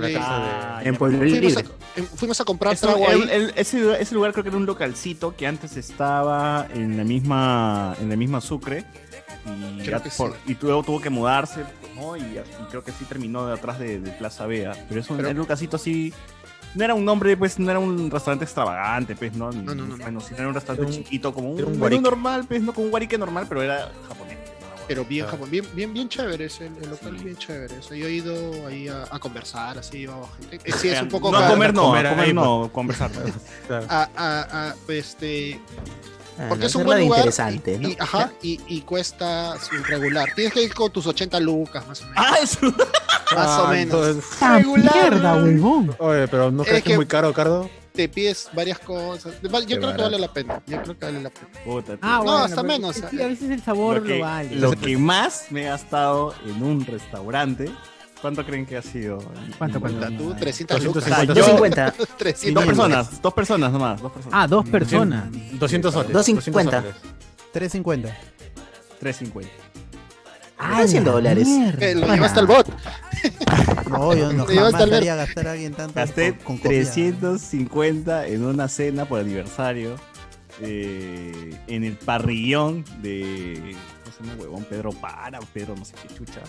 Speaker 11: eh,
Speaker 3: Ah,
Speaker 2: En Pueblo
Speaker 11: fuimos,
Speaker 2: Libre.
Speaker 11: a, em- fuimos a comprar
Speaker 3: Eso-
Speaker 11: trago
Speaker 3: el-
Speaker 11: ahí.
Speaker 3: el- ese, lugar- ese lugar creo que era un localcito que antes estaba en la misma, en la misma Sucre. Y,
Speaker 11: Creo
Speaker 3: ya
Speaker 11: que
Speaker 3: por-
Speaker 11: sí.
Speaker 3: y luego tuvo que mudarse, ¿no? Y, y creo que sí terminó de atrás de, de Plaza Vea. Pero es un,
Speaker 11: Pero-
Speaker 3: era un localcito así. No era un nombre, pues, no era un restaurante extravagante, pues, ¿no?
Speaker 11: No, no, no, no.
Speaker 3: Bueno, sí era un restaurante
Speaker 11: Era un-
Speaker 3: chiquito, como un,
Speaker 11: era un
Speaker 3: menú
Speaker 11: guarique.
Speaker 3: normal, pues, no como un guarique normal, pero era japonés.
Speaker 11: Pero bien,
Speaker 3: Ah.
Speaker 11: Japón, bien, bien, bien chévere ese, el local bien chévere. ese. yo he ido ahí a, a conversar, así, yo, gente. eh, Sí, es un poco
Speaker 3: No, a
Speaker 11: caro.
Speaker 3: comer no,
Speaker 4: Comer
Speaker 3: a comer
Speaker 4: ahí,
Speaker 3: no,
Speaker 4: pues.
Speaker 3: conversar.
Speaker 11: a, a- a- este
Speaker 2: Ah,
Speaker 11: porque
Speaker 2: no,
Speaker 11: es un
Speaker 2: hacerla
Speaker 11: buen
Speaker 2: de
Speaker 11: lugar
Speaker 2: interesante,
Speaker 11: y,
Speaker 2: ¿no?
Speaker 11: y- ajá, y, y cuesta su regular tienes que ir con tus 80 lucas más o menos
Speaker 2: Ah,
Speaker 11: más o
Speaker 4: Ah,
Speaker 11: menos
Speaker 4: entonces-
Speaker 11: regular
Speaker 4: Oye, pero ¿no
Speaker 11: Es
Speaker 4: crees que
Speaker 11: que-
Speaker 4: es muy caro, Cardo?
Speaker 11: te pides varias cosas yo creo que
Speaker 4: barato.
Speaker 11: vale la pena yo creo que vale la pena
Speaker 3: Puta,
Speaker 1: Ah,
Speaker 11: no
Speaker 1: bueno,
Speaker 11: hasta
Speaker 1: pero
Speaker 11: menos eh.
Speaker 1: es que a veces el sabor
Speaker 3: lo
Speaker 1: lo,
Speaker 3: que,
Speaker 1: vale.
Speaker 3: lo que más me he gastado en un restaurante, ¿cuánto creen que ha sido?
Speaker 1: ¿Cuánto, cuánto?
Speaker 11: Puta, tú, 300 lucas.
Speaker 3: 250.
Speaker 11: 250.
Speaker 3: Dos personas, dos personas nomás. Dos personas.
Speaker 1: Ah, dos personas.
Speaker 4: 200 soles.
Speaker 2: 250.
Speaker 4: 200 soles.
Speaker 7: 350.
Speaker 3: 350.
Speaker 2: Ah, 100 dólares.
Speaker 11: Eh, lo llevaste al bot
Speaker 7: No, yo no
Speaker 11: Te llevaste
Speaker 7: jamás
Speaker 11: al ver-
Speaker 7: haría gastar a alguien tanto
Speaker 3: Gasté
Speaker 7: por- con comida.
Speaker 3: 350 en una cena por aniversario eh, en el parrillón de. No sé, un huevón, Pedro Para, Ah, Pedro no sé qué chucha.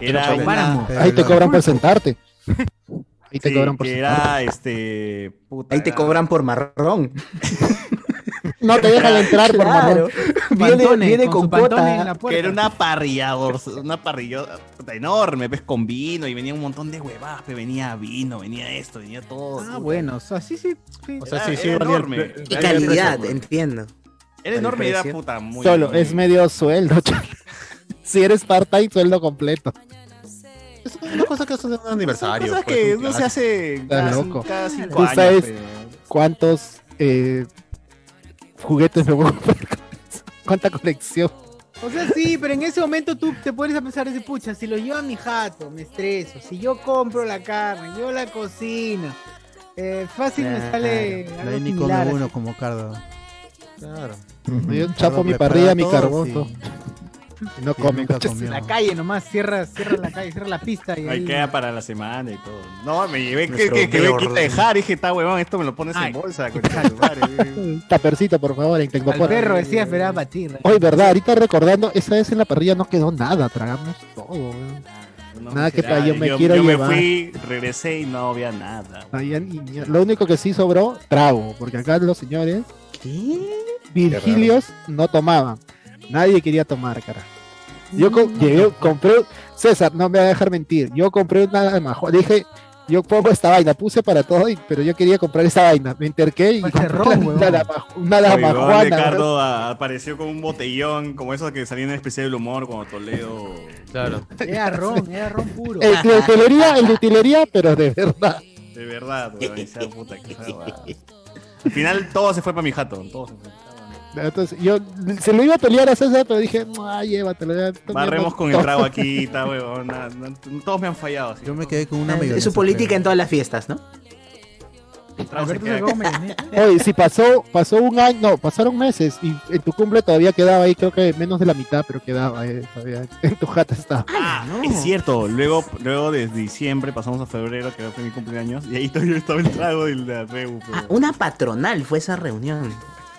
Speaker 3: Era
Speaker 11: Pedro
Speaker 3: una-
Speaker 11: Páramo. Ahí te cobran por sentarte. Ahí te
Speaker 3: Sí,
Speaker 11: cobran por
Speaker 3: que
Speaker 11: su-
Speaker 3: era, este. puta,
Speaker 2: Ahí te
Speaker 3: era-
Speaker 2: cobran por marrón.
Speaker 11: No te dejan entrar por
Speaker 2: Claro.
Speaker 11: marrón.
Speaker 2: Viene, viene con, cuota.
Speaker 3: que era una parrilla, gorso- una parrilla puta, enorme, pues con vino y venía un montón de huevadas, pues venía vino, venía esto, venía todo.
Speaker 1: Ah, bueno, o sea, sí, sí. sí.
Speaker 3: O sea, sí, sí, valía el pre- valía el
Speaker 2: Y
Speaker 3: precio,
Speaker 2: calidad,
Speaker 3: pues.
Speaker 2: entiendo.
Speaker 3: Era
Speaker 2: Al
Speaker 3: enorme y era
Speaker 2: precio.
Speaker 3: puta, muy.
Speaker 11: Solo, es medio sueldo. chaval. si eres part-time, sueldo completo.
Speaker 4: Una cosa que es un aniversario.
Speaker 3: Cosas
Speaker 4: pues,
Speaker 3: que
Speaker 4: un
Speaker 3: no se
Speaker 4: clásico.
Speaker 3: hace
Speaker 11: Está
Speaker 3: cada,
Speaker 11: loco.
Speaker 3: cin- cada cinco
Speaker 11: ¿Tú
Speaker 3: años.
Speaker 11: sabes
Speaker 3: pues.
Speaker 11: cuántos eh, juguetes me puedo comprar con eso? ¿Cuánta colección?
Speaker 9: O sea, sí, pero en ese momento tú te pones a pensar, ese pucha, si lo llevo a mi jato, me estreso. Si yo compro la carne, yo la cocino. eh, fácil me
Speaker 7: Claro,
Speaker 9: sale
Speaker 7: no
Speaker 9: algo
Speaker 7: hay ni
Speaker 9: similar.
Speaker 7: come uno como Cardo.
Speaker 4: Claro.
Speaker 11: Yo chapo mi parrilla, mi carbón. todo. Y no comen.
Speaker 7: nunca
Speaker 11: coches.
Speaker 7: comió.
Speaker 9: La calle nomás, cierra, cierra la calle, cierra la pista. Y
Speaker 3: Ahí
Speaker 9: ahí...
Speaker 3: queda para la semana y todo. No, me llevé que,
Speaker 11: Nuestro
Speaker 3: que, que me
Speaker 11: peor.
Speaker 3: quita dejar. Dije, está huevón, esto me lo pones
Speaker 9: Ay.
Speaker 3: en bolsa. concha de tu madre".
Speaker 11: Tapercito, por favor, en
Speaker 9: Al
Speaker 11: Tecnopol.
Speaker 9: perro decía, esperaba batir.
Speaker 11: Hoy, verdad, ahorita recordando, esa vez en la parrilla no quedó nada, tragamos todo, weón.
Speaker 3: Ah, No,
Speaker 11: Nada que
Speaker 3: miserable.
Speaker 11: pa- yo me quiero
Speaker 3: yo
Speaker 11: llevar.
Speaker 3: me fui, regresé y no había nada.
Speaker 11: Allá ni- ni- Lo único que sí sobró, trago, porque acá los señores Virgilios no tomaban. Nadie quería tomar, cara. Yo co-
Speaker 2: Mm.
Speaker 11: llegué, compré, César, no me va a dejar mentir, yo compré una majo, dije, yo pongo esta vaina, puse para todo, y- pero yo quería comprar esta vaina, me enterqué y
Speaker 2: Pues,
Speaker 11: compré una, dama- una damajuana,
Speaker 3: Oye,
Speaker 11: weón.
Speaker 3: Ricardo a- apareció con un botellón, como esos que salían en el especial del humor cuando Toledo.
Speaker 4: Claro.
Speaker 9: Era ron, era ron puro.
Speaker 11: El de utilería, el de utilería, pero de verdad.
Speaker 3: De verdad, weón. y sea puta, que sea, weón. Al final todo se fue para mi jato. Todo se fue.
Speaker 11: Entonces, yo se lo iba a pelear a César, pero dije, no, llévatelo. ya, esto
Speaker 3: Barremos
Speaker 11: mierda,
Speaker 3: con el
Speaker 11: todo".
Speaker 3: trago aquí, está huevón. na- na- Todos me han fallado. así.
Speaker 7: Yo me quedé con una
Speaker 2: Es
Speaker 7: mayonesa.
Speaker 2: su política en todas las fiestas, ¿no?
Speaker 3: El trago se queda-
Speaker 11: Oye, si pasó, pasó un año, no, pasaron meses y en tu cumple todavía quedaba ahí, creo que menos de la mitad, pero quedaba eh, todavía en tu jata estaba.
Speaker 3: Ah, es cierto. Luego, luego desde diciembre pasamos a febrero, que fue mi cumpleaños, y ahí todavía estaba el trago del de la Reu. pero-
Speaker 2: Ah,
Speaker 11: Ah,
Speaker 2: Una patronal fue esa reunión.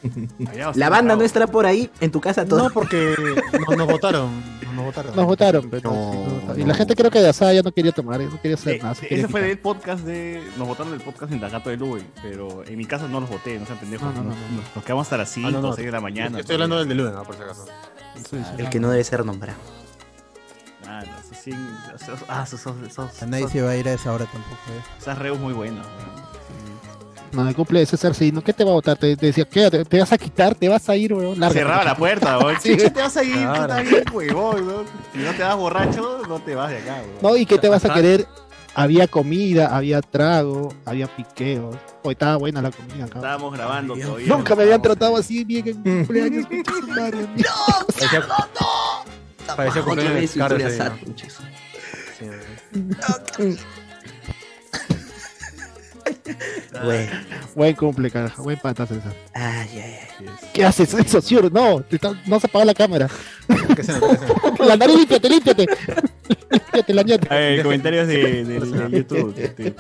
Speaker 3: Allá va a estar
Speaker 2: La
Speaker 3: el
Speaker 2: banda
Speaker 3: trago.
Speaker 2: no estará por ahí, en tu casa todo.
Speaker 4: No, porque no- nos votaron. no Nos votaron.
Speaker 11: Nos votaron, pero sí, nos votaron. y la gente creo que de asada ya no quería tomar, ya no quería hacer
Speaker 3: Eh,
Speaker 11: nada. se quería
Speaker 3: ese fue
Speaker 11: quitar.
Speaker 3: del podcast de. Nos votaron del podcast en Gato de Lube, pero en mi casa no los voté, no sean pendejos.
Speaker 11: No, no, no,
Speaker 3: nos-
Speaker 11: no.
Speaker 3: Nos, nos quedamos hasta las 5
Speaker 4: Ah, no, no.
Speaker 3: 6 de la mañana.
Speaker 4: Estoy hablando del de Luna, por si acaso.
Speaker 2: El que no debe ser nombrado.
Speaker 3: Ah, no, esos sí- esos- ah, esos- esos- esos-
Speaker 7: A nadie
Speaker 3: esos-
Speaker 7: se va a ir a esa hora tampoco. eh.
Speaker 3: Esas reus muy buenas.
Speaker 11: No, el cumple de César, sí, ¿no? ¿Qué te va a votar? Te, te decía, ¿qué? Te, te vas a quitar, te vas a ir, weón. lárgate.
Speaker 3: Cerraba la puerta, weón.
Speaker 11: Sí.
Speaker 3: Chucha, te vas a ir,
Speaker 11: Claro.
Speaker 3: puta, bien, huevón, weón. Si no te vas borracho, no te vas de acá, weón.
Speaker 11: No, ¿y qué te vas a querer? Había comida, había trago, había piqueos. Hoy estaba buena la comida, cabrón.
Speaker 3: Estábamos grabando todavía.
Speaker 11: Nunca me habían tratado así bien en mi cumpleaños. concha de su madre.
Speaker 4: Parecía, parecía
Speaker 2: Otra
Speaker 4: cumpleaños de
Speaker 2: vez su
Speaker 4: Ricardo
Speaker 2: historia
Speaker 4: ese día,
Speaker 2: sad,
Speaker 4: ¿no?
Speaker 2: puches. Bueno.
Speaker 11: Buen cumple, carajo. Buen pata, César.
Speaker 2: Ay, ay, ay.
Speaker 11: ¿Qué haces, eso, Siur? No, te está- no se apaga la cámara.
Speaker 4: ¿Qué se nota? ¿Qué se nota?
Speaker 11: La nariz, límpiate, límpiate. límpiate la ñata.
Speaker 3: A ver, Eh, comentarios de, de- de YouTube. este,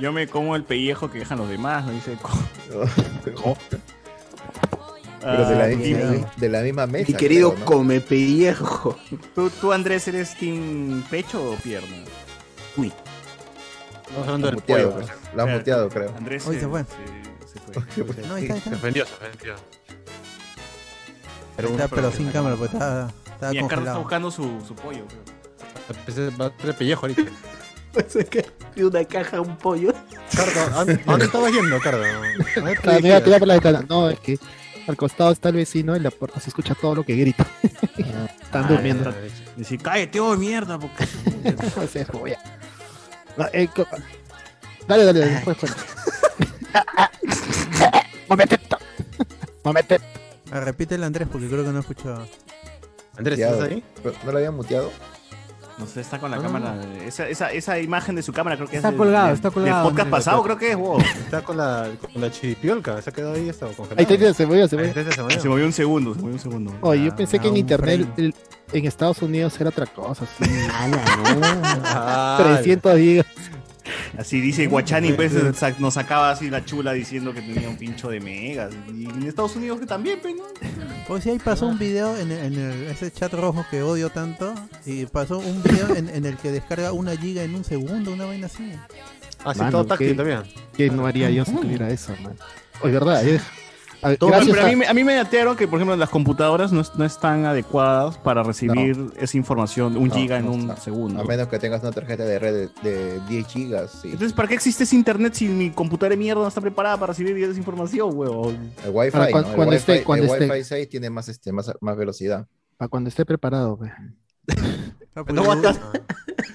Speaker 3: yo me como el pellejo que dejan los demás, no dice. co-
Speaker 5: Pero de la,
Speaker 3: Ah,
Speaker 5: misma, de la misma mesa.
Speaker 2: Mi querido
Speaker 5: creo, ¿no?
Speaker 2: come pellejo.
Speaker 3: ¿Tú, tú, Andrés, eres team pecho o pierna?
Speaker 2: Uy.
Speaker 4: Estamos hablando del
Speaker 5: Muteado,
Speaker 4: pollo. pues.
Speaker 5: lo han muteado, creo.
Speaker 3: Andrés eh,
Speaker 7: Hoy se fue.
Speaker 3: se fue.
Speaker 7: No, ahí está, ahí
Speaker 4: Se
Speaker 7: está.
Speaker 4: ofendió, se ofendió.
Speaker 5: Pero
Speaker 7: Ahí
Speaker 5: un-
Speaker 7: está, pero sin cámara, pues estaba, estaba
Speaker 3: Y Carlos está
Speaker 7: congelado.
Speaker 3: buscando su, su pollo. creo.
Speaker 4: Empecé Pues, eh, va a tener pellejo ahorita.
Speaker 2: De una caja un pollo.
Speaker 4: Cardo, ¿a ¿a dónde estabas yendo, Cardo? ¿A dónde te
Speaker 11: La amiga
Speaker 4: dirigías?
Speaker 11: tira por la ventana. No, es que al costado está el vecino y la puerta se escucha todo lo que grita. Están
Speaker 3: Ah,
Speaker 11: durmiendo.
Speaker 3: ya. Dice, cállate, oh, mierda. Porque...
Speaker 11: O sea, joya. No, eh, co- Dale, dale, pues, dale. después, después. Momentito. Momentito.
Speaker 7: Ah, repítele Andrés porque creo que no he escuchado.
Speaker 4: Andrés,
Speaker 5: muteado.
Speaker 4: ¿estás ahí?
Speaker 5: Pero, ¿No lo habían muteado?
Speaker 3: No sé, está con la cámara. Esa, esa, esa imagen de su cámara creo que
Speaker 9: Está
Speaker 3: es. del-
Speaker 9: colgado,
Speaker 3: del-
Speaker 9: está colgado,
Speaker 3: Del podcast
Speaker 9: Andrés.
Speaker 3: pasado, creo que es, wow.
Speaker 4: Está con la, con la chiripiolca, se ha quedado ahí hasta congelado.
Speaker 11: Ahí te se movió, se
Speaker 4: Ahí
Speaker 11: movió.
Speaker 4: está, se movió.
Speaker 3: Se movió un segundo, se movió un segundo.
Speaker 1: Oh.
Speaker 11: Oye, yo pensé que en
Speaker 7: un
Speaker 11: internet,
Speaker 7: frame.
Speaker 11: el- en Estados Unidos era otra cosa. así,
Speaker 4: Ah,
Speaker 11: 300 gigas.
Speaker 3: Así dice Guachani, pues sa- nos sacaba así la chula diciendo que tenía un pincho de megas. Y en Estados Unidos que también, pues, ¿no?
Speaker 7: O sea, ahí pasó un video en, el- en el- ese chat rojo que odio tanto. Y pasó un video en, en el que descarga una giga en un segundo, una vaina así.
Speaker 4: Ah, sí,
Speaker 11: Mano,
Speaker 4: todo táctil
Speaker 11: ¿qué-
Speaker 4: también.
Speaker 11: ¿Qué no haría yo si tuviera eso, man? Oye, verdad, eh. A ver,
Speaker 3: Todo-
Speaker 11: gracias
Speaker 3: pero
Speaker 11: a-
Speaker 3: a, mí, me- a mí me datearon que, por ejemplo, las computadoras no, es- no están adecuadas para recibir esa información, un
Speaker 5: No,
Speaker 3: giga en
Speaker 5: no
Speaker 3: un
Speaker 5: está.
Speaker 3: segundo.
Speaker 5: A menos que tengas una tarjeta de red de, de 10 gigas. sí.
Speaker 3: Entonces, ¿para qué existe ese internet si mi computadora de mierda no está preparada para recibir esa información, huevón?
Speaker 5: El Wi-Fi,
Speaker 11: Para cuan-
Speaker 5: ¿no? El
Speaker 11: cuando
Speaker 5: Wi-Fi,
Speaker 11: esté-
Speaker 5: el
Speaker 11: cuando esté.
Speaker 5: Wi-Fi 6 tiene más, este, más, más velocidad.
Speaker 11: Para cuando esté preparado, güey.
Speaker 7: pues,
Speaker 3: No voy a-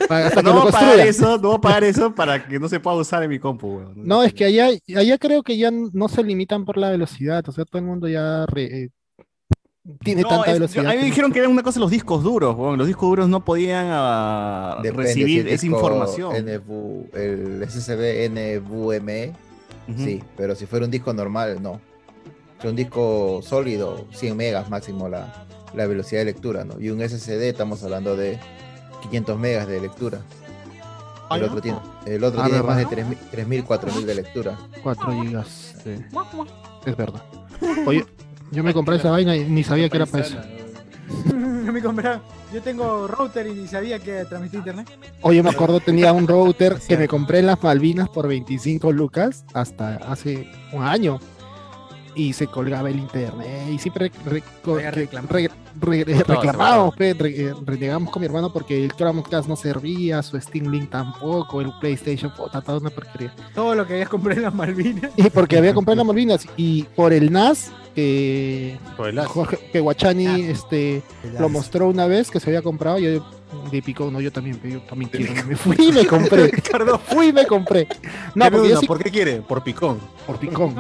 Speaker 11: Para- hasta que
Speaker 3: no
Speaker 11: lo
Speaker 3: voy a pagar
Speaker 11: construya.
Speaker 3: eso, no voy a pagar eso para que no se pueda usar en mi compu, huevón.
Speaker 11: No, es que allá, allá creo que ya no se limitan por la velocidad. O sea, todo el mundo ya re- eh, tiene
Speaker 3: No,
Speaker 11: tanta
Speaker 3: es-
Speaker 11: velocidad.
Speaker 3: A mí me
Speaker 11: que-
Speaker 3: dijeron que era una cosa los discos duros, huevón. Los discos duros no podían ah,
Speaker 5: Depende
Speaker 3: recibir
Speaker 5: si el
Speaker 3: esa
Speaker 5: disco
Speaker 3: información.
Speaker 5: NV el SSD NVMe,
Speaker 3: Ujú.
Speaker 5: sí, pero si fuera un disco normal, no. Si un disco sólido, 100 megas máximo la, la velocidad de lectura, ¿no? Y un SSD estamos hablando de 500 megas de lectura. El otro tiene, el otro
Speaker 11: Ah,
Speaker 5: tiene
Speaker 11: ¿verdad?
Speaker 5: más de 3.000, 3.000, 4.000 de lectura.
Speaker 11: 4 gigas. Es verdad. Oye, yo me compré esa vaina y ni sabía que era para eso.
Speaker 14: Yo me compraba- Yo tengo router y ni sabía que transmitía internet.
Speaker 11: Oye, me acuerdo, tenía un router que me compré en las Malvinas por 25 lucas hasta hace un año. Y se colgaba el internet. Y siempre re- co-
Speaker 14: Había
Speaker 11: re-
Speaker 14: reclamado.
Speaker 11: re- re- re-
Speaker 14: No,
Speaker 11: reclamamos, pe, re- renegamos con mi hermano porque el Chromecast no servía, su Steam Link tampoco, el PlayStation, puta, toda una porquería.
Speaker 14: Todo lo que habías comprado en las Malvinas.
Speaker 11: Y porque había comprado las Malvinas y por el NAS que Jorge- que Guachani este
Speaker 14: El
Speaker 11: lo
Speaker 14: NAS.
Speaker 11: mostró una vez que se había comprado y yo de picó, no, yo también, yo también quiero. Me fui y me compré. fui y me compré. No,
Speaker 4: Deme
Speaker 11: porque yo
Speaker 4: una,
Speaker 11: sí-
Speaker 4: ¿Por qué quiere? Por picón.
Speaker 11: Por picón.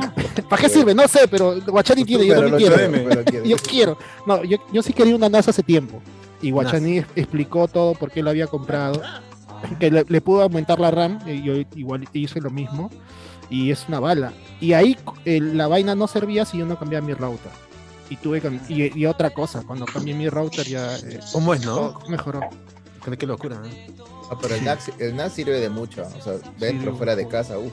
Speaker 11: ¿Para qué sirve? No sé, pero Guachani tiene, yo
Speaker 4: Pero
Speaker 11: también
Speaker 4: lo
Speaker 11: quiero.
Speaker 4: quiero, pero quiero.
Speaker 11: Yo quiero. No, yo, yo sí quería una NASA hace tiempo. Y Guachani es- explicó todo por qué lo había comprado. Que le, le pudo aumentar la RAM, y yo igual hice lo mismo. Y es una bala. Y ahí eh, la vaina no servía si yo no cambiaba mi router. Y tuve que- y, y otra cosa, cuando cambié mi router ya. eh,
Speaker 4: ¿Cómo es, no?
Speaker 11: todo Mejoró.
Speaker 4: Qué qué locura, ¿eh?
Speaker 5: Ah, pero el NAS, el NAS sirve de mucho, o sea, dentro,
Speaker 4: Sí,
Speaker 5: fuera de casa, uff.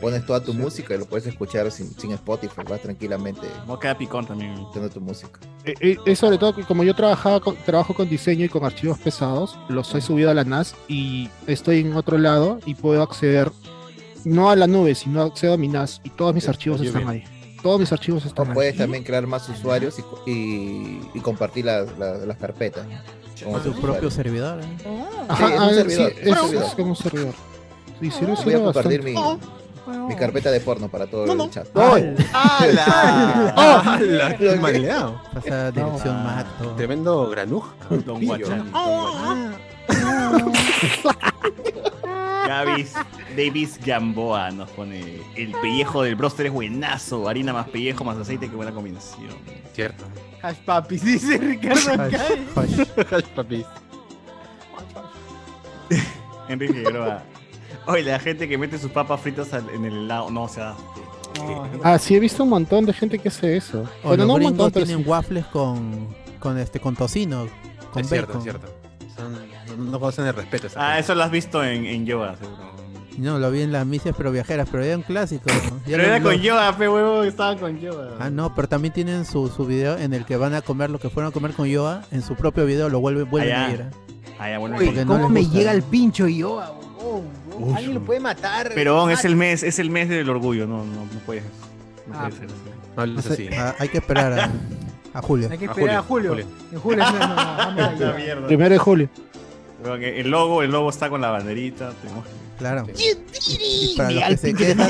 Speaker 5: Pones toda tu música y lo puedes escuchar sin, sin Spotify, vas tranquilamente.
Speaker 3: No queda picón también.
Speaker 5: Escuchando tu música.
Speaker 11: Eh, eh, Es sobre todo que como yo trabajaba con- trabajo con diseño y con archivos pesados, los he subido a la NAS y estoy en otro lado y puedo acceder no a la nube, sino accedo a mi NAS y todos mis archivos
Speaker 5: oye,
Speaker 11: están ahí.
Speaker 5: bien.
Speaker 11: Todos mis archivos están ahí.
Speaker 5: Puedes también crear más usuarios y, co- y- y compartir las, las- las carpetas. Con
Speaker 7: Tu
Speaker 5: otros
Speaker 7: propio
Speaker 5: usuarios.
Speaker 7: servidor, ¿eh?
Speaker 11: Ajá,
Speaker 5: Sí, es un
Speaker 11: ah, sí,
Speaker 5: servidor, es un
Speaker 11: eso
Speaker 5: servidor.
Speaker 11: es como un servidor. Y sirve-
Speaker 5: Voy a
Speaker 11: sirve
Speaker 5: compartir mi,
Speaker 11: bastante. ah.
Speaker 5: mi carpeta de porno para todo el chat.
Speaker 11: ¡Ay!
Speaker 4: ¡Hala!
Speaker 11: Ah,
Speaker 4: ¡Hala! ¡Qué maleado!
Speaker 7: Pasa dirección mat, todo.
Speaker 4: Tremendo granuja. Don
Speaker 3: Guachani.
Speaker 14: Ah,
Speaker 3: Gavis, Davis Gamboa nos pone el pellejo del bróster es buenazo, harina más pellejo más aceite, qué buena combinación.
Speaker 4: Cierto.
Speaker 14: Hash papis, dice Ricardo
Speaker 11: Ah,
Speaker 14: acá.
Speaker 4: papis.
Speaker 3: Enrique Figueroa. Oye, la gente que mete sus papas fritas al- en el helado, no, o sea...
Speaker 11: Ah, sí, he visto un montón de gente que hace eso.
Speaker 7: O
Speaker 11: bueno,
Speaker 7: los
Speaker 11: no un
Speaker 7: gringos
Speaker 11: montón, pero
Speaker 7: tienen
Speaker 11: sí.
Speaker 7: waffles con, con, este, con tocino, con
Speaker 4: Es cierto,
Speaker 7: bacon.
Speaker 4: es cierto. Son- no, no conocen el respeto. esa
Speaker 3: Ah,
Speaker 4: gente.
Speaker 3: eso lo has visto en, en yoga, seguro.
Speaker 7: No, lo vi en las misias pero viajeras, pero era un clásico. ¿no? Ya
Speaker 3: Pero
Speaker 7: lo-
Speaker 3: era
Speaker 7: lo-
Speaker 3: con yoga, fe huevo, estaba con yoga.
Speaker 7: Ah, no, pero también tienen su, su video en el que van a comer lo que fueron a comer con Yoa. En su propio video lo vuelven, vuelven
Speaker 3: Allá.
Speaker 7: a ir. ¿eh?
Speaker 3: Allá vuelven
Speaker 7: Porque
Speaker 3: a ir.
Speaker 7: no
Speaker 9: ¿Cómo
Speaker 7: les
Speaker 9: me
Speaker 7: gusta.
Speaker 9: llega el pincho y yo?
Speaker 3: Uf.
Speaker 9: Alguien lo puede matar.
Speaker 3: Pero es el mes, es el mes del orgullo, no, no, no puedes. no
Speaker 9: Ah,
Speaker 3: puedes hacer eso.
Speaker 7: No sé, ah, hay que esperar a, a Julio.
Speaker 14: Hay que esperar a Julio. En julio. no, no, no, vamos a
Speaker 3: La
Speaker 14: llegar.
Speaker 3: mierda.
Speaker 11: Primero de julio.
Speaker 3: Creo que El logo, el logo está con la banderita. tenemos-
Speaker 7: Claro. Y para los que se quejan.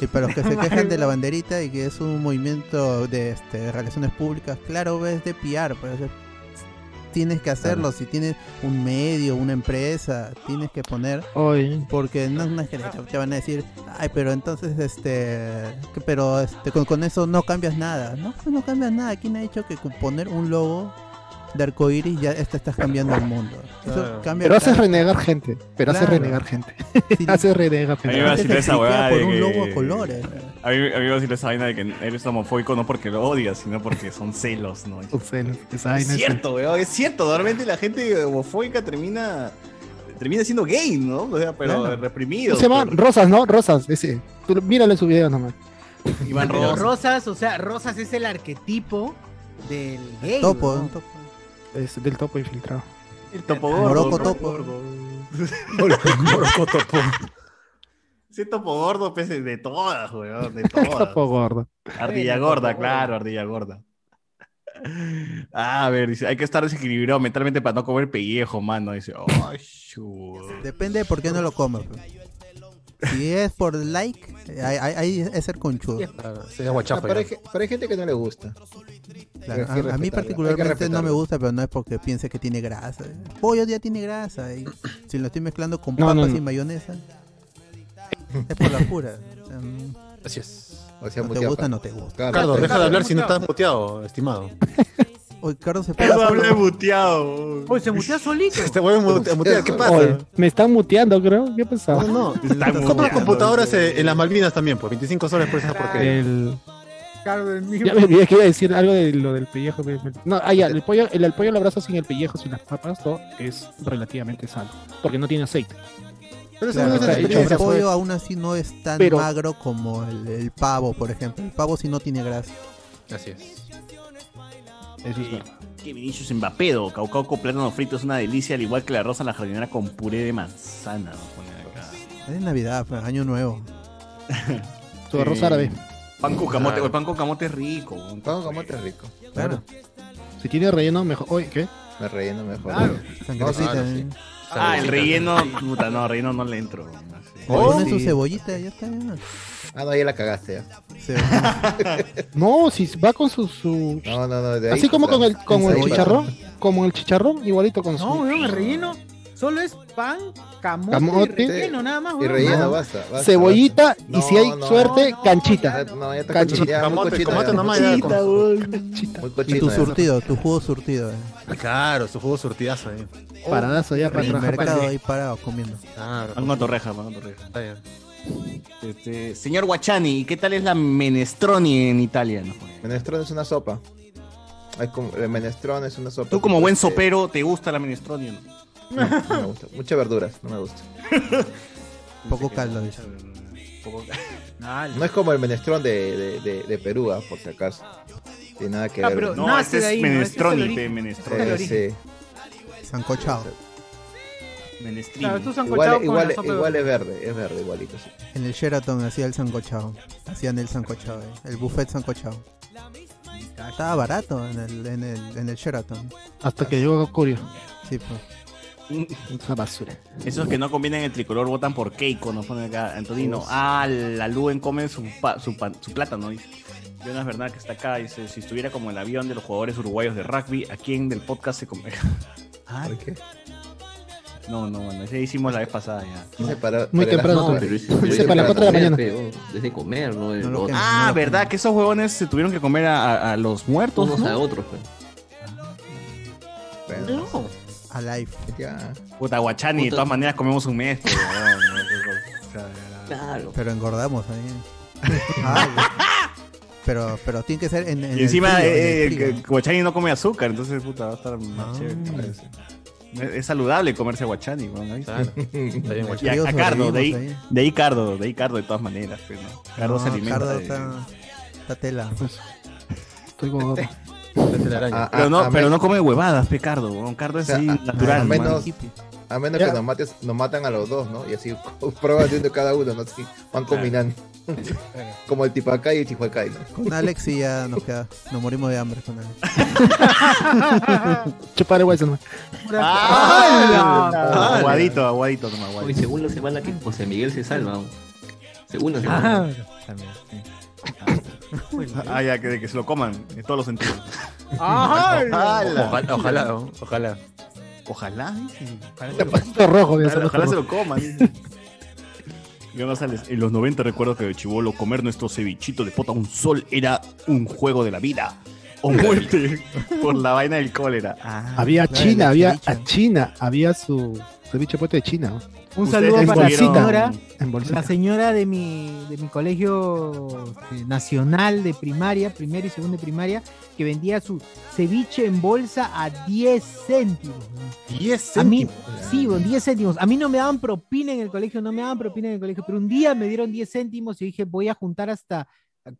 Speaker 7: Y para los que se quejan de la banderita y que es un movimiento de este, relaciones públicas, claro, es de piar, pero tienes que hacerlo. Si tienes un medio, una empresa, tienes que poner.
Speaker 11: Oye.
Speaker 7: Porque no, no es que te, te van a decir, ay, pero entonces, este, que- pero este, con, con eso no cambias nada. No, pues no cambias nada. ¿Quién ha dicho que con poner un logo de arcoíris ya te estás cambiando el mundo? Eso
Speaker 11: Claro.
Speaker 7: cambia
Speaker 11: Pero haces
Speaker 7: cada-
Speaker 11: renegar gente. Pero haces
Speaker 7: Claro.
Speaker 11: renegar gente.
Speaker 7: Sí.
Speaker 11: haces renegar
Speaker 3: A mí
Speaker 11: gente.
Speaker 3: me va a decir esa huevada
Speaker 7: por
Speaker 3: de
Speaker 7: un
Speaker 3: que-
Speaker 7: logo a colores.
Speaker 3: A mí, a mí me va a decir esa vaina de que eres homofóbico no porque lo odias, sino porque son celos, ¿no?
Speaker 11: Son celos, esa
Speaker 3: Es
Speaker 11: vaina es-
Speaker 3: cierto, weón, es cierto. Normalmente la gente homofóbica termina termina siendo gay, ¿no? O sea, pero
Speaker 11: Claro.
Speaker 3: reprimido.
Speaker 11: ¿Cómo se llama? Rosas, ¿no? Rosas, ese. Tú, lo- míralo en su video nomás.
Speaker 3: Iván
Speaker 9: Pero
Speaker 3: Rosa.
Speaker 9: Rosas, o sea, Rosas es el arquetipo del gay.
Speaker 7: Topo,
Speaker 9: ¿no?
Speaker 7: un topo.
Speaker 11: Es del topo infiltrado.
Speaker 3: El topo
Speaker 7: Moroco
Speaker 3: gordo.
Speaker 7: topo.
Speaker 4: Morocotopó.
Speaker 3: Sí, topo gordo, pues de todas, weón, de todas.
Speaker 11: Oh,
Speaker 15: Topo gordo.
Speaker 3: Ardilla gorda, claro, ardilla gorda. Ah, a ver, dice, hay que estar desequilibrado mentalmente para no comer pellejo, mano. Dice, ay, chu.
Speaker 7: Depende de por qué no lo comas. pe. Si es por like, eh, ahí, ahí- ahí es ser conchudo.
Speaker 5: Ah, pero, hay, ge- pero hay gente que no le gusta.
Speaker 7: Claro,
Speaker 5: Hay que
Speaker 7: a- a, mí
Speaker 5: respetarlo, hay que
Speaker 7: particularmente no me
Speaker 5: respetarlo.
Speaker 7: gusta, pero no es porque piense que tiene grasa. El Pollo ya tiene grasa. y si lo estoy mezclando con
Speaker 5: No,
Speaker 7: papas
Speaker 5: no,
Speaker 7: y
Speaker 5: no.
Speaker 7: mayonesa, es por la pura.
Speaker 4: Así es.
Speaker 5: O sea,
Speaker 7: no te
Speaker 4: muteado,
Speaker 7: gusta,
Speaker 4: Carlos.
Speaker 7: no te gusta.
Speaker 4: Carlos, deja de hablar si no estás muteado, estimado.
Speaker 7: Oye, Carlos se
Speaker 3: Eso habla de muteado.
Speaker 16: Oye, se mutea solito.
Speaker 1: Este
Speaker 4: Este Te voy a mute- a mutear, ¿qué
Speaker 11: Oye,
Speaker 4: pasa?
Speaker 11: me están muteando, creo. ¿Qué pasa?
Speaker 4: No, no. Compra computadoras eh, en las Malvinas también, pues 25 soles por esas
Speaker 11: Ah,
Speaker 4: porquerías.
Speaker 11: El-
Speaker 1: Claro, el mismo.
Speaker 11: Ya me olvidé que iba a decir algo de lo del pellejo. me- me- No, ah, ya, el pollo, el, al pollo al abrazo sin el pellejo, sin las papas, no, es relativamente sano. Porque no tiene aceite.
Speaker 7: Pero
Speaker 11: Claro, o sea, el
Speaker 7: el
Speaker 11: pollo
Speaker 7: pollo aún así no es tan
Speaker 11: Pero-
Speaker 7: magro como el, el pavo, por ejemplo. El pavo sí no tiene grasa.
Speaker 4: Así es.
Speaker 3: Que Vinicius Mbapedo, caucao con plátano frito es una delicia, al igual que la rosa en la jardinera con puré de manzana. ¿no? Pone acá.
Speaker 7: Es Navidad, pues, año nuevo.
Speaker 3: Tu arroz árabe. Pan con camote, o el pan con camote es rico. Pan con camote
Speaker 5: es rico.
Speaker 7: Claro.
Speaker 15: Si tiene relleno, mejor. Oye, ¿qué?
Speaker 5: Me relleno mejor.
Speaker 15: Claro.
Speaker 7: Sangrecita,
Speaker 15: Claro,
Speaker 7: ¿eh?
Speaker 3: Ah, el relleno, puta, no, relleno no le entro.
Speaker 7: Le
Speaker 11: Oh,
Speaker 7: ponen su cebollita, ya está.
Speaker 5: Ah, no, ya la cagaste. ya.
Speaker 11: No, si va con su. su-
Speaker 5: No, no, no. de ahí
Speaker 11: Así como con el, con el
Speaker 5: Cebolla.
Speaker 11: chicharrón. Como el chicharrón, igualito con su.
Speaker 1: No,
Speaker 3: eh.
Speaker 1: weón, el relleno solo es pan, camote,
Speaker 11: Camote.
Speaker 1: y relleno, nada más,
Speaker 11: Y
Speaker 1: weón.
Speaker 11: relleno,
Speaker 1: No.
Speaker 11: basta, basta, Cebollita, basta. y si hay suerte, canchita.
Speaker 5: Ah, No, ya está
Speaker 11: Canchita.
Speaker 5: cochita, ya, muy
Speaker 11: Camote,
Speaker 5: cochita,
Speaker 11: camote
Speaker 5: ya.
Speaker 11: nomás, ya,
Speaker 5: Cochita,
Speaker 11: con-
Speaker 5: weón. Muy
Speaker 7: Y
Speaker 5: cochita,
Speaker 7: tu
Speaker 5: ya.
Speaker 7: surtido, tu jugo surtido. eh.
Speaker 4: Claro, su jugo surtidazo eh. ahí.
Speaker 7: Paradazo ya, para En el rajar mercado pan. ahí parado comiendo.
Speaker 4: Claro.
Speaker 3: Pan con torreja, pan con torreja. Este, señor Guachani, ¿y qué tal es la menestroni en Italia? no?
Speaker 5: Menestrón es una sopa. Es como- el menestrón es una sopa.
Speaker 3: Tú como buen
Speaker 5: tipo de-
Speaker 3: sopero, ¿te gusta la minestrone o no?
Speaker 5: No, no me gusta. Muchas verduras, no me gusta.
Speaker 7: Poco caldo, dice.
Speaker 3: Ah,
Speaker 5: No es como el menestrón de, de, de, de Perú, ah, por si acaso. Tiene nada que
Speaker 3: Ah,
Speaker 5: ver.
Speaker 3: pero
Speaker 5: güey.
Speaker 3: No, nace este es de ahí, ¿no? Ese es el menestroni, origen. pe, menestroni.
Speaker 5: Eh,
Speaker 3: Es el origen.
Speaker 5: sí.
Speaker 7: Sancochado.
Speaker 3: Menestrini.
Speaker 1: Claro, tú sancochado
Speaker 5: Igual,
Speaker 1: con
Speaker 5: igual,
Speaker 1: la sopa de
Speaker 5: igual es
Speaker 1: verduras.
Speaker 5: verde, es verde igualito. Sí.
Speaker 7: En el Sheraton hacía el sancochado. Hacían el sancochado, eh. el buffet sancochado. Estaba barato en el, en el, en el Sheraton.
Speaker 15: Hasta que llegó Corio.
Speaker 7: Sí, pues.
Speaker 15: Esa basura.
Speaker 3: Esos que no combinan el tricolor votan por Keiko, nos ponen acá. Antonino, ah, la Luen come su, pa- su, pan- su plátano, dice. Jonas Bernal, que está acá, dice, si estuviera como el avión de los jugadores uruguayos de rugby, ¿a quién del podcast se come? Ah,
Speaker 5: qué?
Speaker 3: No, no, bueno, ese hicimos la vez pasada ya.
Speaker 5: Dice para-
Speaker 15: Muy
Speaker 5: para
Speaker 15: temprano,
Speaker 5: las-
Speaker 15: tú.
Speaker 5: no,
Speaker 15: Dice para las cuatro de la mañana.
Speaker 8: Desde oh, comer, ¿no? El otro.
Speaker 3: ah, ¿verdad? Que esos huevones se tuvieron que comer a, a- a los muertos,
Speaker 8: Unos
Speaker 3: ¿no?
Speaker 8: a otros, pues.
Speaker 5: Bueno,
Speaker 3: No. Ah,
Speaker 7: Alive.
Speaker 5: Ya.
Speaker 3: Puta, Guachani, de
Speaker 8: Puta.
Speaker 3: todas maneras comemos un mes. pero, weón, no, o sea,
Speaker 8: Claro.
Speaker 7: Pero engordamos ahí. Ay, güey. pero, pero tiene que ser en, en
Speaker 3: Y
Speaker 7: el
Speaker 3: encima,
Speaker 7: frío, en el
Speaker 3: eh, eh,
Speaker 7: frío.
Speaker 3: que- que Guachani no come azúcar, entonces, puta, va a estar más chévere. Es- Es saludable comerse guachani, weón, Ah, ¿no?
Speaker 4: Claro. Está bien,
Speaker 3: eh, Y
Speaker 4: guachani.
Speaker 3: a, a Cardo, de ahí,
Speaker 7: ahí.
Speaker 3: de ahí Cardo, de ahí Cardo de todas maneras. pues, ¿no? Cardo
Speaker 7: No,
Speaker 3: se alimenta.
Speaker 7: Cardo
Speaker 3: de-
Speaker 7: está, está tela.
Speaker 15: Estoy gordo.
Speaker 5: A- a-
Speaker 3: Pero, no,
Speaker 5: Ah, a
Speaker 3: pero
Speaker 5: men-
Speaker 3: no come huevadas, pe Cardo. weón. Cardo es
Speaker 5: o sea,
Speaker 3: así
Speaker 5: a-
Speaker 3: natural. mano.
Speaker 5: A menos, a menos que nos, mates, nos matan a los dos, ¿no? Y así pruebas de cada uno, ¿no? Así van combinando. Como el Tipacay y el Chihuacay, ¿no?
Speaker 7: Con Alex y ya nos queda, nos morimos de hambre con Alex.
Speaker 15: Chupar el Weizen.
Speaker 3: ¡Ah!
Speaker 8: ¡Ah!
Speaker 3: Aguadito, aguadito, toma
Speaker 8: Hoy,
Speaker 3: aguadito.
Speaker 8: según la semana que José Miguel se salva. ¿no? Según la semana.
Speaker 3: Ah, también, sí.
Speaker 1: pues,
Speaker 3: Ah, Ah, ya, que, de que se lo coman, en todos los sentidos.
Speaker 1: ¡Ay!
Speaker 4: Ojalá, ojalá, ¿no? ojalá.
Speaker 3: Ojalá, dice.
Speaker 15: Está rojo, ya
Speaker 3: Ojalá,
Speaker 15: está
Speaker 3: ojalá
Speaker 15: rojo.
Speaker 3: se lo coman. Yo no sales. En los 90 recuerdo que de chivolo comer nuestro cevichito de pota a un sol era un juego de la vida o muerte por la vaina del cólera. Ah.
Speaker 15: Había
Speaker 3: Claro,
Speaker 15: China,
Speaker 3: el
Speaker 15: había
Speaker 3: ceviche.
Speaker 15: a China, había su ceviche puente de China.
Speaker 1: Un
Speaker 15: Ustedes
Speaker 1: saludo para la
Speaker 15: estuvieron
Speaker 1: señora,
Speaker 15: En bolsita.
Speaker 1: la señora de mi, de mi colegio este, nacional de primaria, primero y segundo de primaria, que vendía su ceviche en bolsa a 10 céntimos. ¿no?
Speaker 4: 10
Speaker 1: A mí,
Speaker 4: céntimos.
Speaker 1: sí, bueno, 10 céntimos. A mí no me daban propina en el colegio, no me daban propina en el colegio, pero un día me dieron 10 céntimos y dije, voy a juntar hasta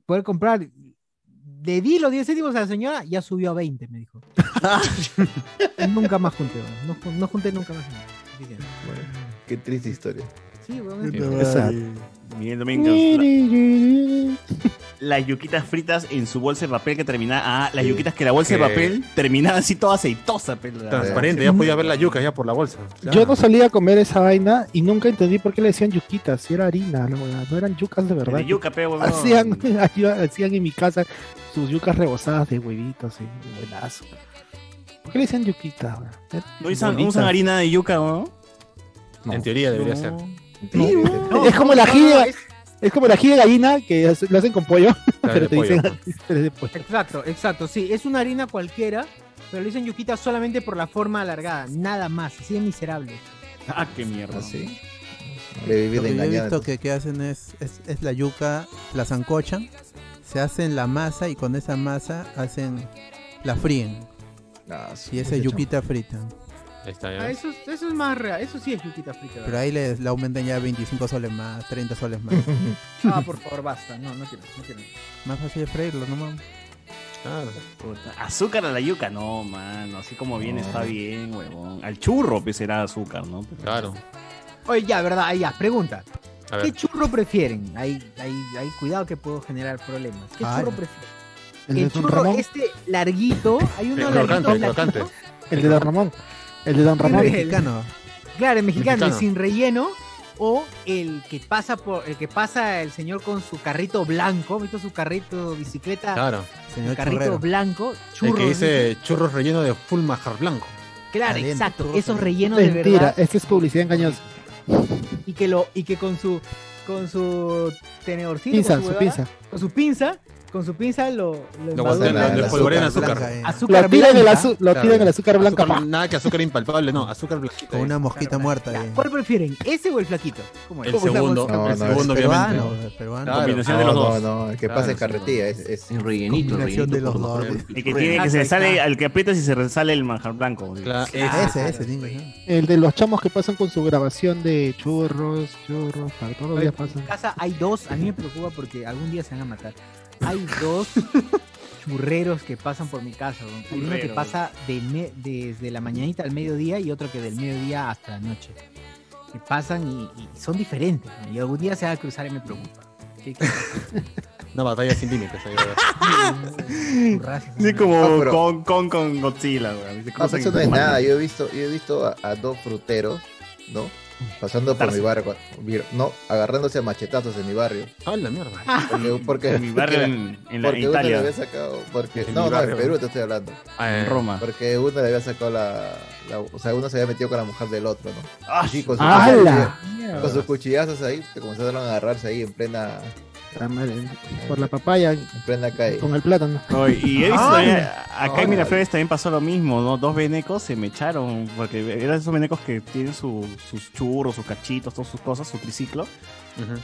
Speaker 1: poder comprar. Le di los 10 céntimos a la señora, ya subió a 20, me dijo. nunca más junté, bueno, no, jun- no junté nunca más. nada. Así que-
Speaker 5: eh, Qué triste historia.
Speaker 1: Sí, weón.
Speaker 3: Miguel Domínguez. Las yuquitas fritas en su bolsa de papel que terminaba. Ah, las
Speaker 4: Sí.
Speaker 3: yuquitas que la bolsa de
Speaker 4: Que-
Speaker 3: papel terminaba así toda aceitosa. pe, la-
Speaker 4: Transparente, ya podía ver la yuca ya por la bolsa.
Speaker 11: Yo no salía a comer esa vaina y nunca entendí por qué le decían yuquitas, si era harina, la huevada, no eran yucas de verdad.
Speaker 3: Era yuca, pe, huevón.
Speaker 11: hacían, hacían en mi casa sus yucas rebozadas de huevitos y buenazo. ¿Por qué le decían yuquitas? huevón? Eran
Speaker 3: ¿No usan, no
Speaker 11: bonitas.
Speaker 3: usan harina de yuca, no?
Speaker 4: En teoría debería ser.
Speaker 11: Sí, es como el ají de, es... como el ají de gallina que hace- lo hacen con pollo, pero
Speaker 4: de
Speaker 11: te
Speaker 4: pollo,
Speaker 11: dicen
Speaker 4: pues.
Speaker 11: pero es de pollo.
Speaker 1: Exacto, exacto, sí, es una harina cualquiera, pero le dicen yuquita solamente por la forma alargada, nada más, así de miserable.
Speaker 3: Ah, qué mierda.
Speaker 5: sí.
Speaker 7: Lo que yo he visto que, que hacen es, es, es la yuca, la zancochan, se hacen la masa y con esa masa hacen la fríen. y esa
Speaker 5: ese
Speaker 7: yuquita frita.
Speaker 1: Ah, eso, es- eso es más real, eso sí es yuquita frita. ¿verdad?
Speaker 7: Pero ahí les la aumentan ya 25 soles más, 30 soles más.
Speaker 1: Ah, por favor, basta, no, no quiero, no quiero.
Speaker 7: más fácil es freírlo, no mames.
Speaker 3: Puta, Azúcar a la yuca, no, mano. Así como viene está bien, huevón. Al churro, pues será azúcar, ¿no?
Speaker 4: Claro.
Speaker 1: Oye, ya, ¿verdad? Ahí ya, pregunta.
Speaker 4: A ver. eh,
Speaker 1: ¿Qué churro prefieren? Ahí, ahí, ahí, cuidado que puedo generar problemas. ¿Qué
Speaker 11: Ah,
Speaker 1: churro
Speaker 11: ya.
Speaker 1: prefieren? El,
Speaker 11: ¿El de Don
Speaker 1: churro
Speaker 11: Ramón?
Speaker 1: este larguito, hay uno larguito. blanquito.
Speaker 11: El de Don Ramón. El de Don Ramón.
Speaker 1: El mexicano. Claro, el mexicano, el
Speaker 11: Mexicano.
Speaker 1: sin relleno o el que pasa por el que pasa el señor con su carrito blanco, ¿viste su carrito bicicleta?
Speaker 4: Claro.
Speaker 1: Señor carrito blanco,
Speaker 4: El
Speaker 1: churros.
Speaker 4: que dice churros relleno de full majar blanco.
Speaker 1: Claro,
Speaker 4: Caliente,
Speaker 1: exacto,
Speaker 4: churros
Speaker 1: esos rellenos
Speaker 4: calientes.
Speaker 1: de
Speaker 11: Mentira,
Speaker 1: verdad
Speaker 11: esta es publicidad engañosa.
Speaker 1: y que lo y que con su con su tenedorcito,
Speaker 11: Pinza,
Speaker 1: con
Speaker 11: su
Speaker 1: huevada,
Speaker 11: pinza.
Speaker 1: con su pinza, con su pinza lo lo,
Speaker 4: Lo guardan,
Speaker 1: embadurnan.
Speaker 4: le polvorean azúcar.
Speaker 7: eh.
Speaker 1: Azúcar Lo tiran blanca. el azu- lo tiran el azúcar blanca,
Speaker 4: Azúcar- nada que azúcar impalpable, no, azúcar blanquita. Con
Speaker 7: una mosquita muerta. eh.
Speaker 1: ¿Cuál prefieren? ¿Ese o el flaquito? ¿Cómo es?
Speaker 4: El
Speaker 1: ¿Cómo es la
Speaker 4: segundo,
Speaker 1: bolsa?
Speaker 4: el segundo
Speaker 7: es
Speaker 4: obviamente.
Speaker 7: peruano, es peruano.
Speaker 4: Claro. Combinación de los dos.
Speaker 5: No, no, el que
Speaker 4: Claro,
Speaker 5: pasa es
Speaker 4: sí,
Speaker 5: carretilla. Es, es
Speaker 8: rellenito,
Speaker 7: Combinación rellenito de los dos.
Speaker 3: El que
Speaker 5: Ah,
Speaker 3: tiene que se sale, al que aprietas y se resale el manjar blanco.
Speaker 7: ese, ese, niño.
Speaker 11: El de los chamos que pasan con su grabación de churros, churros, para todos los
Speaker 1: Oye,
Speaker 11: días
Speaker 1: En
Speaker 11: pasan.
Speaker 1: casa hay dos, a mí me preocupa porque algún día se van a matar. Hay dos churreros que pasan por mi casa. weón. Hay uno que
Speaker 17: Churreros.
Speaker 1: pasa de me- desde la mañanita al mediodía y otro que del mediodía hasta la noche. Que pasan y, y son diferentes. ¿no? Y algún día se va a cruzar y me preocupa. ¿Qué- qué-
Speaker 4: Una batalla sin límites. ahí, ¿verdad?
Speaker 1: churrasco?
Speaker 3: Sí, como
Speaker 5: No, pero-
Speaker 3: con, con, con Godzilla, güey. Se
Speaker 5: No,
Speaker 3: cruzan
Speaker 5: pero eso
Speaker 3: y-
Speaker 5: no es nada. Yo he visto, yo he visto a, a dos fruteros, ¿no? Pasando por
Speaker 3: Tarso.
Speaker 5: mi barrio, vi- no, agarrándose a machetazos en mi barrio.
Speaker 4: ¡Ah, la mierda!
Speaker 5: Porque, porque-
Speaker 3: En mi barrio, en- en la- en
Speaker 5: porque uno le
Speaker 3: Italia.
Speaker 5: había sacado, porque,
Speaker 3: En mi
Speaker 5: no, no,
Speaker 3: barrio.
Speaker 5: en Perú te estoy hablando.
Speaker 3: Ah, en Roma.
Speaker 5: Porque uno le había sacado la, la- o sea, uno se había metido con la mujer del otro, ¿no?
Speaker 3: Ah,
Speaker 5: Sí, con,
Speaker 11: ¡Hala!
Speaker 5: cuchillas- con sus cuchillazos ahí, te comenzaron a agarrarse ahí en plena,
Speaker 11: Puta madre, Por la papaya
Speaker 5: en plena calle.
Speaker 11: con el plátano.
Speaker 3: Oye, Y he visto,
Speaker 11: Ay,
Speaker 3: eh, acá en
Speaker 11: no.
Speaker 3: Miraflores también pasó lo mismo, ¿no? Dos venecos se me echaron, porque eran esos venecos que tienen su- sus churros, sus cachitos, todas sus cosas, su triciclo.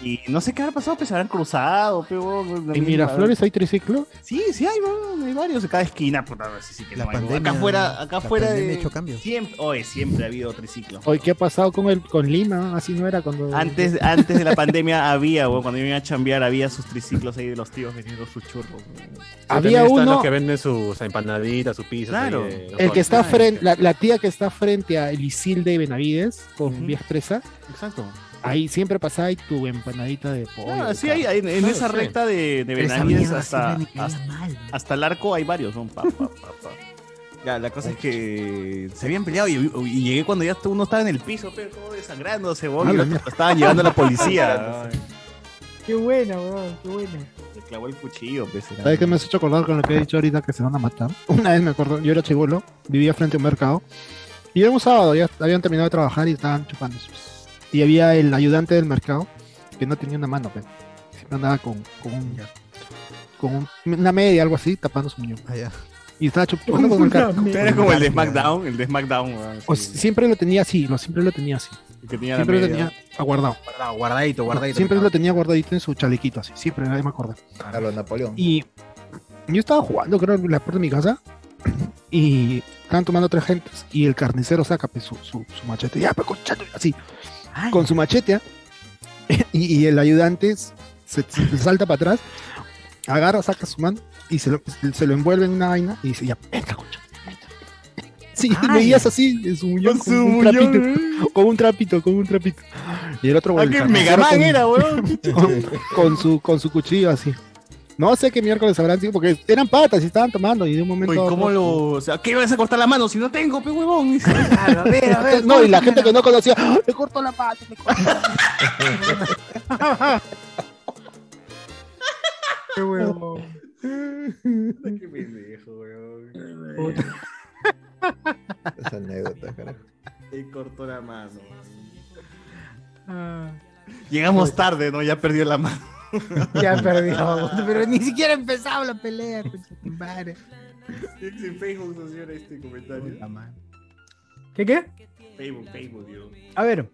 Speaker 3: Y no sé qué habrá pasado, pues se habrán cruzado, pero...
Speaker 11: ¿En Miraflores hay triciclo?
Speaker 3: Sí, sí hay, weón, hay varios en cada esquina, puta, no sé si que
Speaker 7: La
Speaker 3: no hay, weón.
Speaker 7: pandemia-
Speaker 3: Acá fuera, acá
Speaker 7: la
Speaker 3: fuera
Speaker 7: pandemia
Speaker 3: de...
Speaker 7: ha hecho cambios.
Speaker 3: Siempre, oye, siempre ha habido triciclo.
Speaker 11: Hoy, ¿qué ha pasado con el con Lima? Así no era cuando.
Speaker 3: Antes, antes de la pandemia había, weón, cuando yo iba a chambear, había sus triciclos ahí de los tíos vendiendo sus churros. weón.
Speaker 11: Había
Speaker 4: También están
Speaker 11: uno-
Speaker 4: los que venden sus empanaditas, sus pizzas.
Speaker 3: Claro.
Speaker 4: ahí eh, de-
Speaker 11: El que está
Speaker 4: Ay,
Speaker 11: frente, la, la tía que está frente a Elisilde y Benavides con Vía Expresa,
Speaker 3: Exacto.
Speaker 11: ahí siempre pasaba y tu empanadita de pollo.
Speaker 3: Ah, sí,
Speaker 11: tal.
Speaker 3: hay, hay- en, en
Speaker 11: Claro,
Speaker 3: esa
Speaker 11: sí.
Speaker 3: recta de, de
Speaker 11: Pero esa
Speaker 3: Benavides
Speaker 11: mierda
Speaker 3: hasta,
Speaker 11: siempre me
Speaker 3: hasta, hasta el arco hay varios, ¿no? Pa, pa, pa, pa. Ya, la cosa es que se habían peleado y, y llegué cuando ya uno estaba en el piso, pero todo desangrándose, weón,
Speaker 11: Ah,
Speaker 3: y
Speaker 11: la
Speaker 3: lo,
Speaker 11: mierda.
Speaker 3: lo estaban llevando a la policía. Ay,
Speaker 1: Qué buena, weón, qué buena.
Speaker 3: Le clavó el cuchillo, pues, era-
Speaker 11: ¿Sabes qué me has hecho acordar con lo que he dicho ahorita que se van a matar? Una vez me acuerdo, yo era chivolo, vivía frente a un mercado. Y era un sábado, ya habían terminado de trabajar y estaban chupando. Y había el ayudante del mercado que no tenía una mano, pe. siempre andaba con, con, un- con un- una media, algo así, tapando su muñón.
Speaker 7: Ah,
Speaker 11: Y estaba chupando con el carro.
Speaker 3: Era como el de SmackDown, el de SmackDown, weón,
Speaker 11: O
Speaker 3: sí,
Speaker 11: siempre lo tenía así, lo, siempre lo tenía así.
Speaker 3: el que tenía la
Speaker 11: Siempre lo
Speaker 3: media.
Speaker 11: tenía aguardado.
Speaker 17: Guardado, guardadito, guardadito.
Speaker 11: Siempre lo tenía guardadito en su chalequito, así. Siempre, ahí me acuerdo.
Speaker 5: A los Napoleón.
Speaker 11: Y yo estaba jugando, creo, en la puerta de mi casa. Y estaban tomando tres gentes. Y el carnicero saca pues, su, su- su machete. Ya, pues, concha tu- así. Con su machete. ¿ah? Y, y el ayudante s- se, se salta para atrás. Agarra, saca su mano. Y se lo, se lo envuelve en una vaina. Y dice, ya, venga, concha. Sí, veías así, en su muñón, con,
Speaker 18: su
Speaker 11: un
Speaker 18: muñón,
Speaker 11: trapito, con un trapito, con un trapito. Y el otro,
Speaker 18: Ah,
Speaker 11: el
Speaker 18: qué
Speaker 11: carnicero
Speaker 18: Megaman
Speaker 11: con-
Speaker 18: era, weón.
Speaker 11: con, con su, con su cuchillo así. No sé qué miércoles habrán sido, porque eran patas y estaban tomando y de un momento.
Speaker 3: Uy,
Speaker 11: a
Speaker 3: ¿cómo
Speaker 11: otro-
Speaker 3: lo.? O sea, ¿qué vas a cortar la mano si no tengo, pe huevón?
Speaker 1: Ah,
Speaker 11: no, y la gente que no conocía, ¡Ah, me cortó la pata. me cortó la pata".
Speaker 19: Qué huevo.
Speaker 3: Qué pendejo, weón.
Speaker 5: Esa anécdota, carajo.
Speaker 3: Te cortó la mano.
Speaker 1: Ah,
Speaker 3: Llegamos tarde, ¿no? Ya perdió la mano.
Speaker 1: ya perdió, pero ni siquiera empezaba la pelea, concha tu madre.
Speaker 3: En Facebook nos dio este comentario.
Speaker 1: ¿Qué qué?
Speaker 3: Facebook, Facebook, Dios.
Speaker 1: A ver.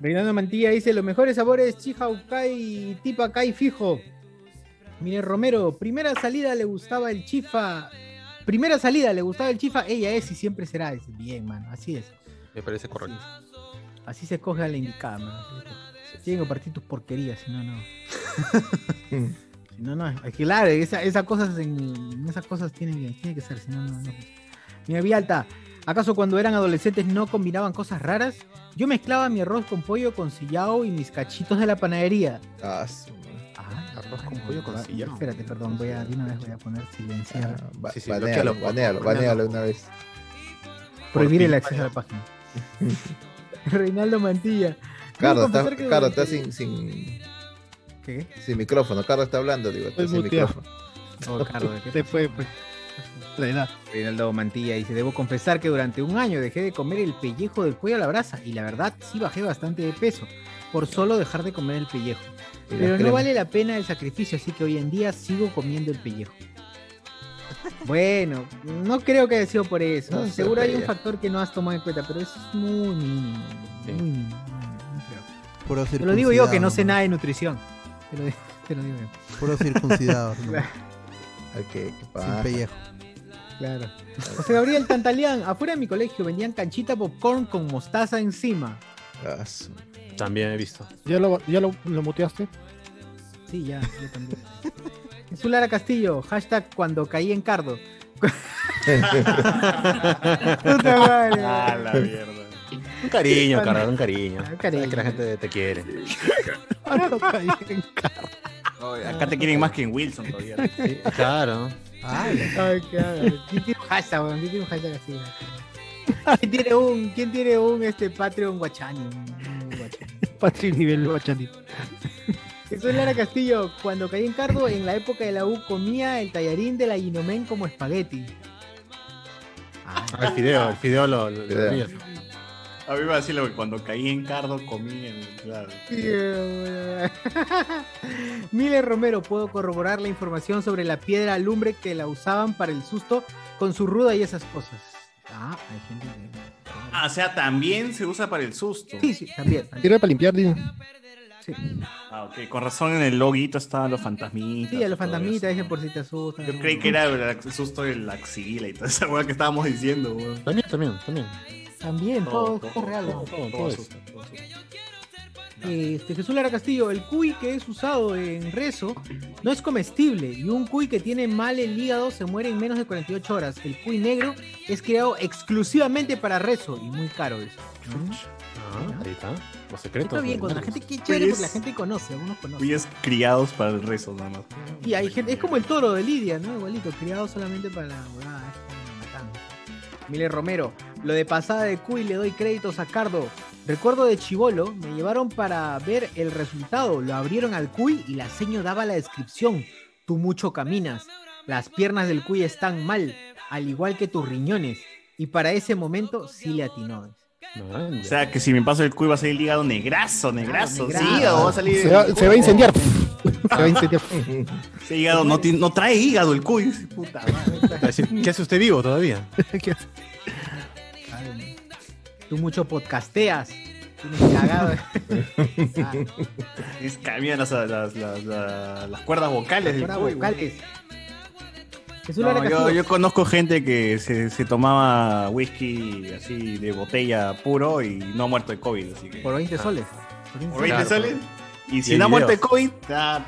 Speaker 1: Reinaldo Mantilla dice: Los mejores sabores Chihaukai y Tipakai fijo. Mire Romero, primera salida le gustaba el chifa. Primera salida le gustaba el chifa, ella es y siempre será. Dice, Bien, mano, así es.
Speaker 4: Me parece correcto.
Speaker 1: Así se escoge a la indicada, mano. así se escoge. Tienen que compartir tus porquerías, si no, no. si no, no. Es que, claro, esa- esas cosas, en, en esas cosas tienen, que- tiene que ser, si no, no. no. Mira, Vialta, ¿acaso cuando eran adolescentes no combinaban cosas raras? Yo mezclaba mi arroz con pollo con sillao y mis cachitos de la panadería.
Speaker 5: Ah,
Speaker 1: arroz
Speaker 5: con pollo con sillao. Ah,
Speaker 1: Espérate, perdón, voy a, de una vez voy a poner silenciar.
Speaker 5: Ba-
Speaker 4: Sí, sí,
Speaker 5: banealo,
Speaker 4: bloquealo,
Speaker 5: banealo, banealo una vez.
Speaker 1: Prohibir el acceso a la página. Reinaldo Mantilla. Debo
Speaker 5: Carlos,
Speaker 11: pues,
Speaker 5: está,
Speaker 1: confesar que
Speaker 5: Carlos está
Speaker 1: durante-
Speaker 5: sin, sin,
Speaker 1: ¿Qué?
Speaker 5: sin micrófono. Carlos está hablando, digo, está
Speaker 1: Estoy
Speaker 5: sin
Speaker 1: muteado.
Speaker 5: micrófono.
Speaker 1: Oh, Carlos, ¿qué
Speaker 11: Se fue, pues. La edad.
Speaker 1: Reinaldo Mantilla dice, debo confesar que durante un año dejé de comer el pellejo del cuello a la brasa y la verdad sí bajé bastante de peso por solo dejar de comer el pellejo.
Speaker 5: Y la
Speaker 1: Pero
Speaker 5: crema.
Speaker 1: no vale la pena el sacrificio, así que hoy en día sigo comiendo el pellejo. Bueno, no creo que haya sido por eso.
Speaker 5: No,
Speaker 1: Seguro hay un
Speaker 5: pellejo.
Speaker 1: factor que no has tomado en cuenta, pero eso es muy mínimo. muy mínimo, no creo.
Speaker 7: Puro
Speaker 1: Te lo digo yo que no sé
Speaker 7: circuncidado,
Speaker 1: nada de nutrición. Te lo, di- te lo digo yo.
Speaker 7: Puro circuncidado. ¿no?
Speaker 5: Ok, qué
Speaker 7: Sin
Speaker 5: paja.
Speaker 7: pellejo.
Speaker 1: Claro. José Gabriel Tantalián, afuera de mi colegio vendían canchita popcorn con mostaza encima.
Speaker 5: Ah, su-
Speaker 4: También he visto.
Speaker 11: ¿Ya lo, ya lo, lo muteaste?
Speaker 1: Sí, ya, yo también. Jesús Lara Castillo, hashtag cuando caí en cardo. Puta madre.
Speaker 4: Ah, la mierda. Un cariño, Carlos, un cariño.
Speaker 1: Un cariño.
Speaker 4: Ah, Sabes que la gente te quiere.
Speaker 3: Oye, acá te quieren más que en Wilson todavía.
Speaker 4: Sí, claro.
Speaker 1: Ay, qué hago. ¿Quién tiene un hashtag, weón? ¿Quién tiene un hashtag así? weón? ¿Quién tiene un, quién tiene un este, Patreon guachani? Un guachani.
Speaker 11: Patrick nivel bachanito.
Speaker 1: Jesús Lara Castillo, cuando caí en cardo, en la época de la U comía el tallarín de la Ginomen como espagueti.
Speaker 4: Ah, el fideo, el fideo lo, lo- lo
Speaker 5: Fideo.
Speaker 4: comías.
Speaker 3: A mí me va a decir lo que cuando caí en Cardo comí en. Claro.
Speaker 1: Tío, weón. Miller Romero, puedo corroborar la información sobre la piedra lumbre que la usaban para el susto con su ruda y esas cosas. Ah, hay gente que...
Speaker 3: Ah, o sea, también se usa para el susto.
Speaker 1: Sí, sí, también. también.
Speaker 11: Sirve para limpiar, digo.
Speaker 1: Sí,
Speaker 3: Ah, ok. Con razón en el loguito estaban los fantasmitas.
Speaker 1: Sí, a los
Speaker 3: y todo
Speaker 1: fantasmitas,
Speaker 3: eso.
Speaker 1: dejen por si te asustan.
Speaker 3: Yo creí que era el susto de la axila y toda esa weá que estábamos diciendo, weón.
Speaker 4: También, también, también.
Speaker 1: También, todo, todo, real. ¿no?
Speaker 4: todo, todo eso.
Speaker 1: Este, Jesús Lara Castillo, el cuy que es usado en rezo no es comestible y un cuy que tiene mal el hígado se muere en menos de 48 horas. El cuy negro es creado exclusivamente para rezo y muy caro eso.
Speaker 4: Ah, ahí está. Los secretos.
Speaker 1: Está bien,
Speaker 4: de-
Speaker 1: cuando la gente que
Speaker 3: Cuy
Speaker 1: chévere, porque la
Speaker 3: es-
Speaker 1: gente conoce, algunos conocen.
Speaker 3: Cuyes criados para el rezo, nada más.
Speaker 1: Y hay gente, es como el toro de Lidia, ¿no? Igualito, criado solamente para la huevada, es como matando. Mire Romero, lo de pasada de Cuy le doy créditos a Cardo. Recuerdo de Chivolo, me llevaron para ver el resultado. Lo abrieron al Cuy y la seño daba la descripción. Tú mucho caminas. Las piernas del Cuy están mal, al igual que tus riñones. Y para ese momento sí le atinó.
Speaker 4: Man,
Speaker 3: O sea, que si me paso el cuy va a salir el hígado negrazo, negrazo.
Speaker 1: Ah, negrazo.
Speaker 3: Sí, o va a salir.
Speaker 11: Se va,
Speaker 3: el-
Speaker 11: se va a incendiar. se va a incendiar.
Speaker 3: Ese hígado no, tiene- no trae hígado el cuy. Puta madre.
Speaker 4: Va a decir, ¿Qué hace usted vivo todavía?
Speaker 1: Ay, Tú mucho podcasteas. Tienes cagado. Ah.
Speaker 3: Es cambian las, las, las, las- las cuerdas vocales del
Speaker 1: Ahora
Speaker 3: cuy, weón.
Speaker 1: vocales. Jesús
Speaker 3: No,
Speaker 1: Lara
Speaker 3: yo,
Speaker 1: Castillo.
Speaker 3: yo conozco gente que se, se tomaba whisky así de botella puro y no ha muerto de COVID, así que. Ah,
Speaker 1: Por 20 soles.
Speaker 3: Por 20 soles. Y si
Speaker 4: Y
Speaker 3: no ha
Speaker 4: hay
Speaker 3: muerto de
Speaker 4: videos.
Speaker 3: COVID, está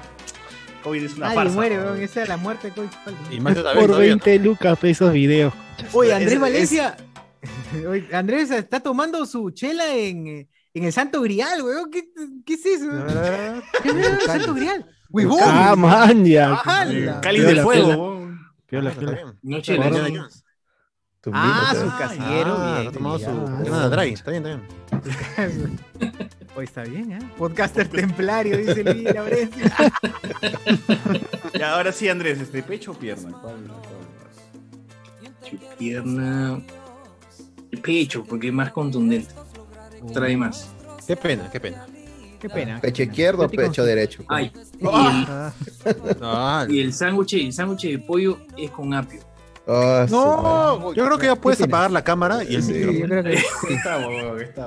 Speaker 3: COVID es una
Speaker 1: Nadie
Speaker 3: farsa.
Speaker 1: muere,
Speaker 3: weón.
Speaker 1: weón. Esa es la muerte de COVID.
Speaker 3: Y más de una vez
Speaker 7: Por
Speaker 3: todavía,
Speaker 7: 20 lucas pues, esos videos.
Speaker 1: Oye,
Speaker 7: Es-
Speaker 1: Andrés
Speaker 7: es-
Speaker 1: Valencia. Oye, Andrés está tomando su chela en, eh, en el Santo Grial, weón. ¿Qué, qué es eso? ¿Qué es el Santo Grial? ¡Huevón!
Speaker 7: Ah, man, ya.
Speaker 1: ¡Hala!
Speaker 7: Cáliz de fuego, Piola, piola.
Speaker 3: Noche
Speaker 1: de
Speaker 4: Indiana
Speaker 1: leche.
Speaker 4: Jones.
Speaker 1: Ah,
Speaker 5: eh.
Speaker 1: su casillero.
Speaker 4: Ah,
Speaker 1: bien,
Speaker 4: ha tomado
Speaker 1: ya.
Speaker 4: su nada dry. Está bien, está bien.
Speaker 1: Hoy está bien, ¿eh? Podcaster templario, dice Luis Laurencio.
Speaker 3: Y ahora sí, Andrés, este pecho o pierna. ¿Cuál- cuál?
Speaker 11: Pierna. El pecho, porque es más contundente. Trae más.
Speaker 4: Qué pena, qué pena.
Speaker 1: Qué pena.
Speaker 5: Pecho izquierdo o pecho derecho.
Speaker 11: Ay. Y
Speaker 5: Ah.
Speaker 11: el- Y el sándwich, el sándwich de pollo es con apio.
Speaker 5: Ah,
Speaker 4: No, yo creo que ya puedes apagar la cámara y el micrófono.
Speaker 1: yo creo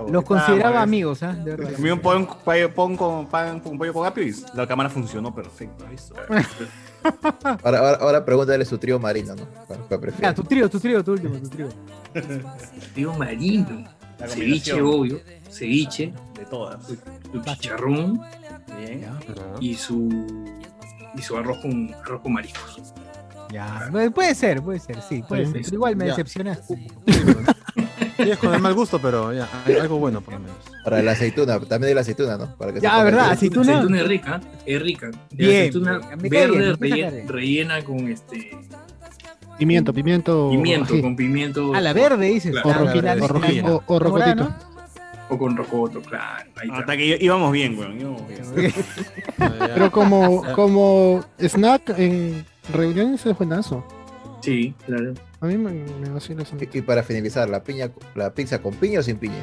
Speaker 1: que- Los consideraba amigos, ¿ah? De verdad.
Speaker 3: Comí un pollo con- pollo- pon con pan con pollo con apio y la cámara funcionó perfecto. ¿viste?
Speaker 5: Ahora, ahora, ahora pregúntale su trío marino, ¿no? ¿Cuál- cuál prefiere?
Speaker 1: Ya, tu trío, tu trío, tu último, tu trío.
Speaker 11: Tío marino.
Speaker 3: La
Speaker 11: Ceviche,
Speaker 3: combinación.
Speaker 11: obvio. Ceviche.
Speaker 3: De todas.
Speaker 11: Su chicharrón. Y su. Y su arroz con, arroz con mariscos.
Speaker 1: Ya, pu- puede ser, puede ser, sí. puede
Speaker 4: Sí.
Speaker 1: ser, pero igual me
Speaker 4: Ya.
Speaker 1: decepcionaste.
Speaker 4: Sí, es con el mal gusto, pero ya, hay algo bueno por lo menos.
Speaker 5: Para la aceituna, también de la aceituna, ¿no? Para que
Speaker 1: Ya,
Speaker 5: sepa
Speaker 1: ¿verdad?
Speaker 5: que-
Speaker 1: Aceituna.
Speaker 11: Aceituna es rica, es rica. La
Speaker 1: Bien,
Speaker 11: aceituna
Speaker 1: me cae bien,
Speaker 11: verde
Speaker 1: me cae
Speaker 11: relle-
Speaker 1: bien.
Speaker 11: rellena con este
Speaker 7: Pimiento, pimiento.
Speaker 11: pimiento,
Speaker 7: ají.
Speaker 11: con pimiento.
Speaker 1: A la verde, dices.
Speaker 11: Claro.
Speaker 7: O roquito, o roquito, o- o rocotito.
Speaker 11: O con rocoto, claro. Ahí está.
Speaker 3: Hasta que íbamos bien, weón. íbamos bien.
Speaker 7: Pero como, como snack en reuniones es buenazo.
Speaker 11: Sí, claro.
Speaker 7: A mí me, me vacila esa
Speaker 5: Y, y para finalizar, la piña, la pizza con piña o sin piña.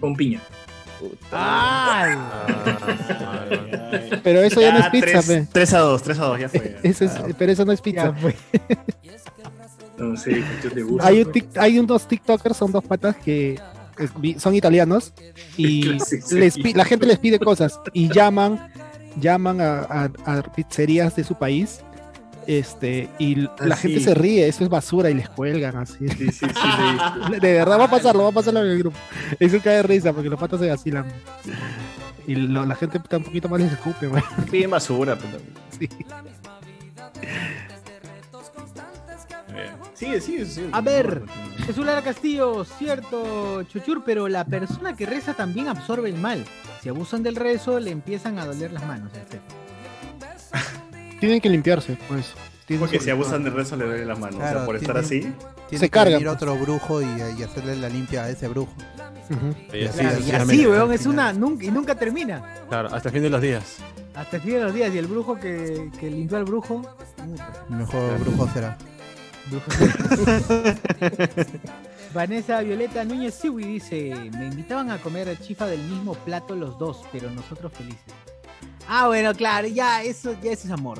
Speaker 11: Con piña.
Speaker 7: Pero eso ya no es pizza,
Speaker 3: Ah, tres,
Speaker 7: pe.
Speaker 3: 3 a 2, 3 a 2, ya fue.
Speaker 7: Ese es- Eh, pero eso no es pizza.
Speaker 1: pues.
Speaker 11: No sé, yo te gusta.
Speaker 7: hay, un tic- hay unos TikTokers, son dos patas que es- vi- son italianos y
Speaker 11: Sí, sí.
Speaker 7: les pi- la gente les pide cosas y llaman, llaman a, a- a pizzerías de su país. Este, y la
Speaker 11: Ah,
Speaker 7: gente
Speaker 11: sí.
Speaker 7: se ríe, eso es basura y les cuelgan así.
Speaker 11: sí,
Speaker 7: de verdad va a pasarlo, va a pasarlo en el grupo. Eso cae de risa porque los patas se vacilan. Y lo- la gente está un poquito más les escupe, güey.
Speaker 3: Bien basura, pero.
Speaker 7: Sí.
Speaker 3: Sigue, sigue, sigue.
Speaker 1: A ver, Jesús Lara Castillo, cierto, Chuchur, pero la persona que reza también absorbe el mal. Si abusan del rezo, le empiezan a doler las manos, etc.
Speaker 7: Tienen que limpiarse, pues. Tienen
Speaker 3: Porque
Speaker 7: su-
Speaker 3: si abusan del rezo le duele las manos. o sea, por estar así.
Speaker 20: Tiene
Speaker 7: Se
Speaker 20: que
Speaker 7: cargan,
Speaker 20: venir
Speaker 7: pues.
Speaker 20: otro brujo y, y hacerle la limpia a ese brujo.
Speaker 4: Y así,
Speaker 1: Claro,
Speaker 4: así,
Speaker 1: y
Speaker 4: amén.
Speaker 1: así, weón, es una nunca, y nunca termina.
Speaker 4: Claro, hasta el fin de los días.
Speaker 1: Hasta el fin de los días. Y el brujo que, que limpió al brujo. puta,
Speaker 20: Mejor brujo será.
Speaker 1: brujo que- Vanessa Violeta Núñez Siwi dice: Me invitaban a comer chifa del mismo plato los dos, pero nosotros felices. Ah, bueno, claro, ya eso, ya eso es amor.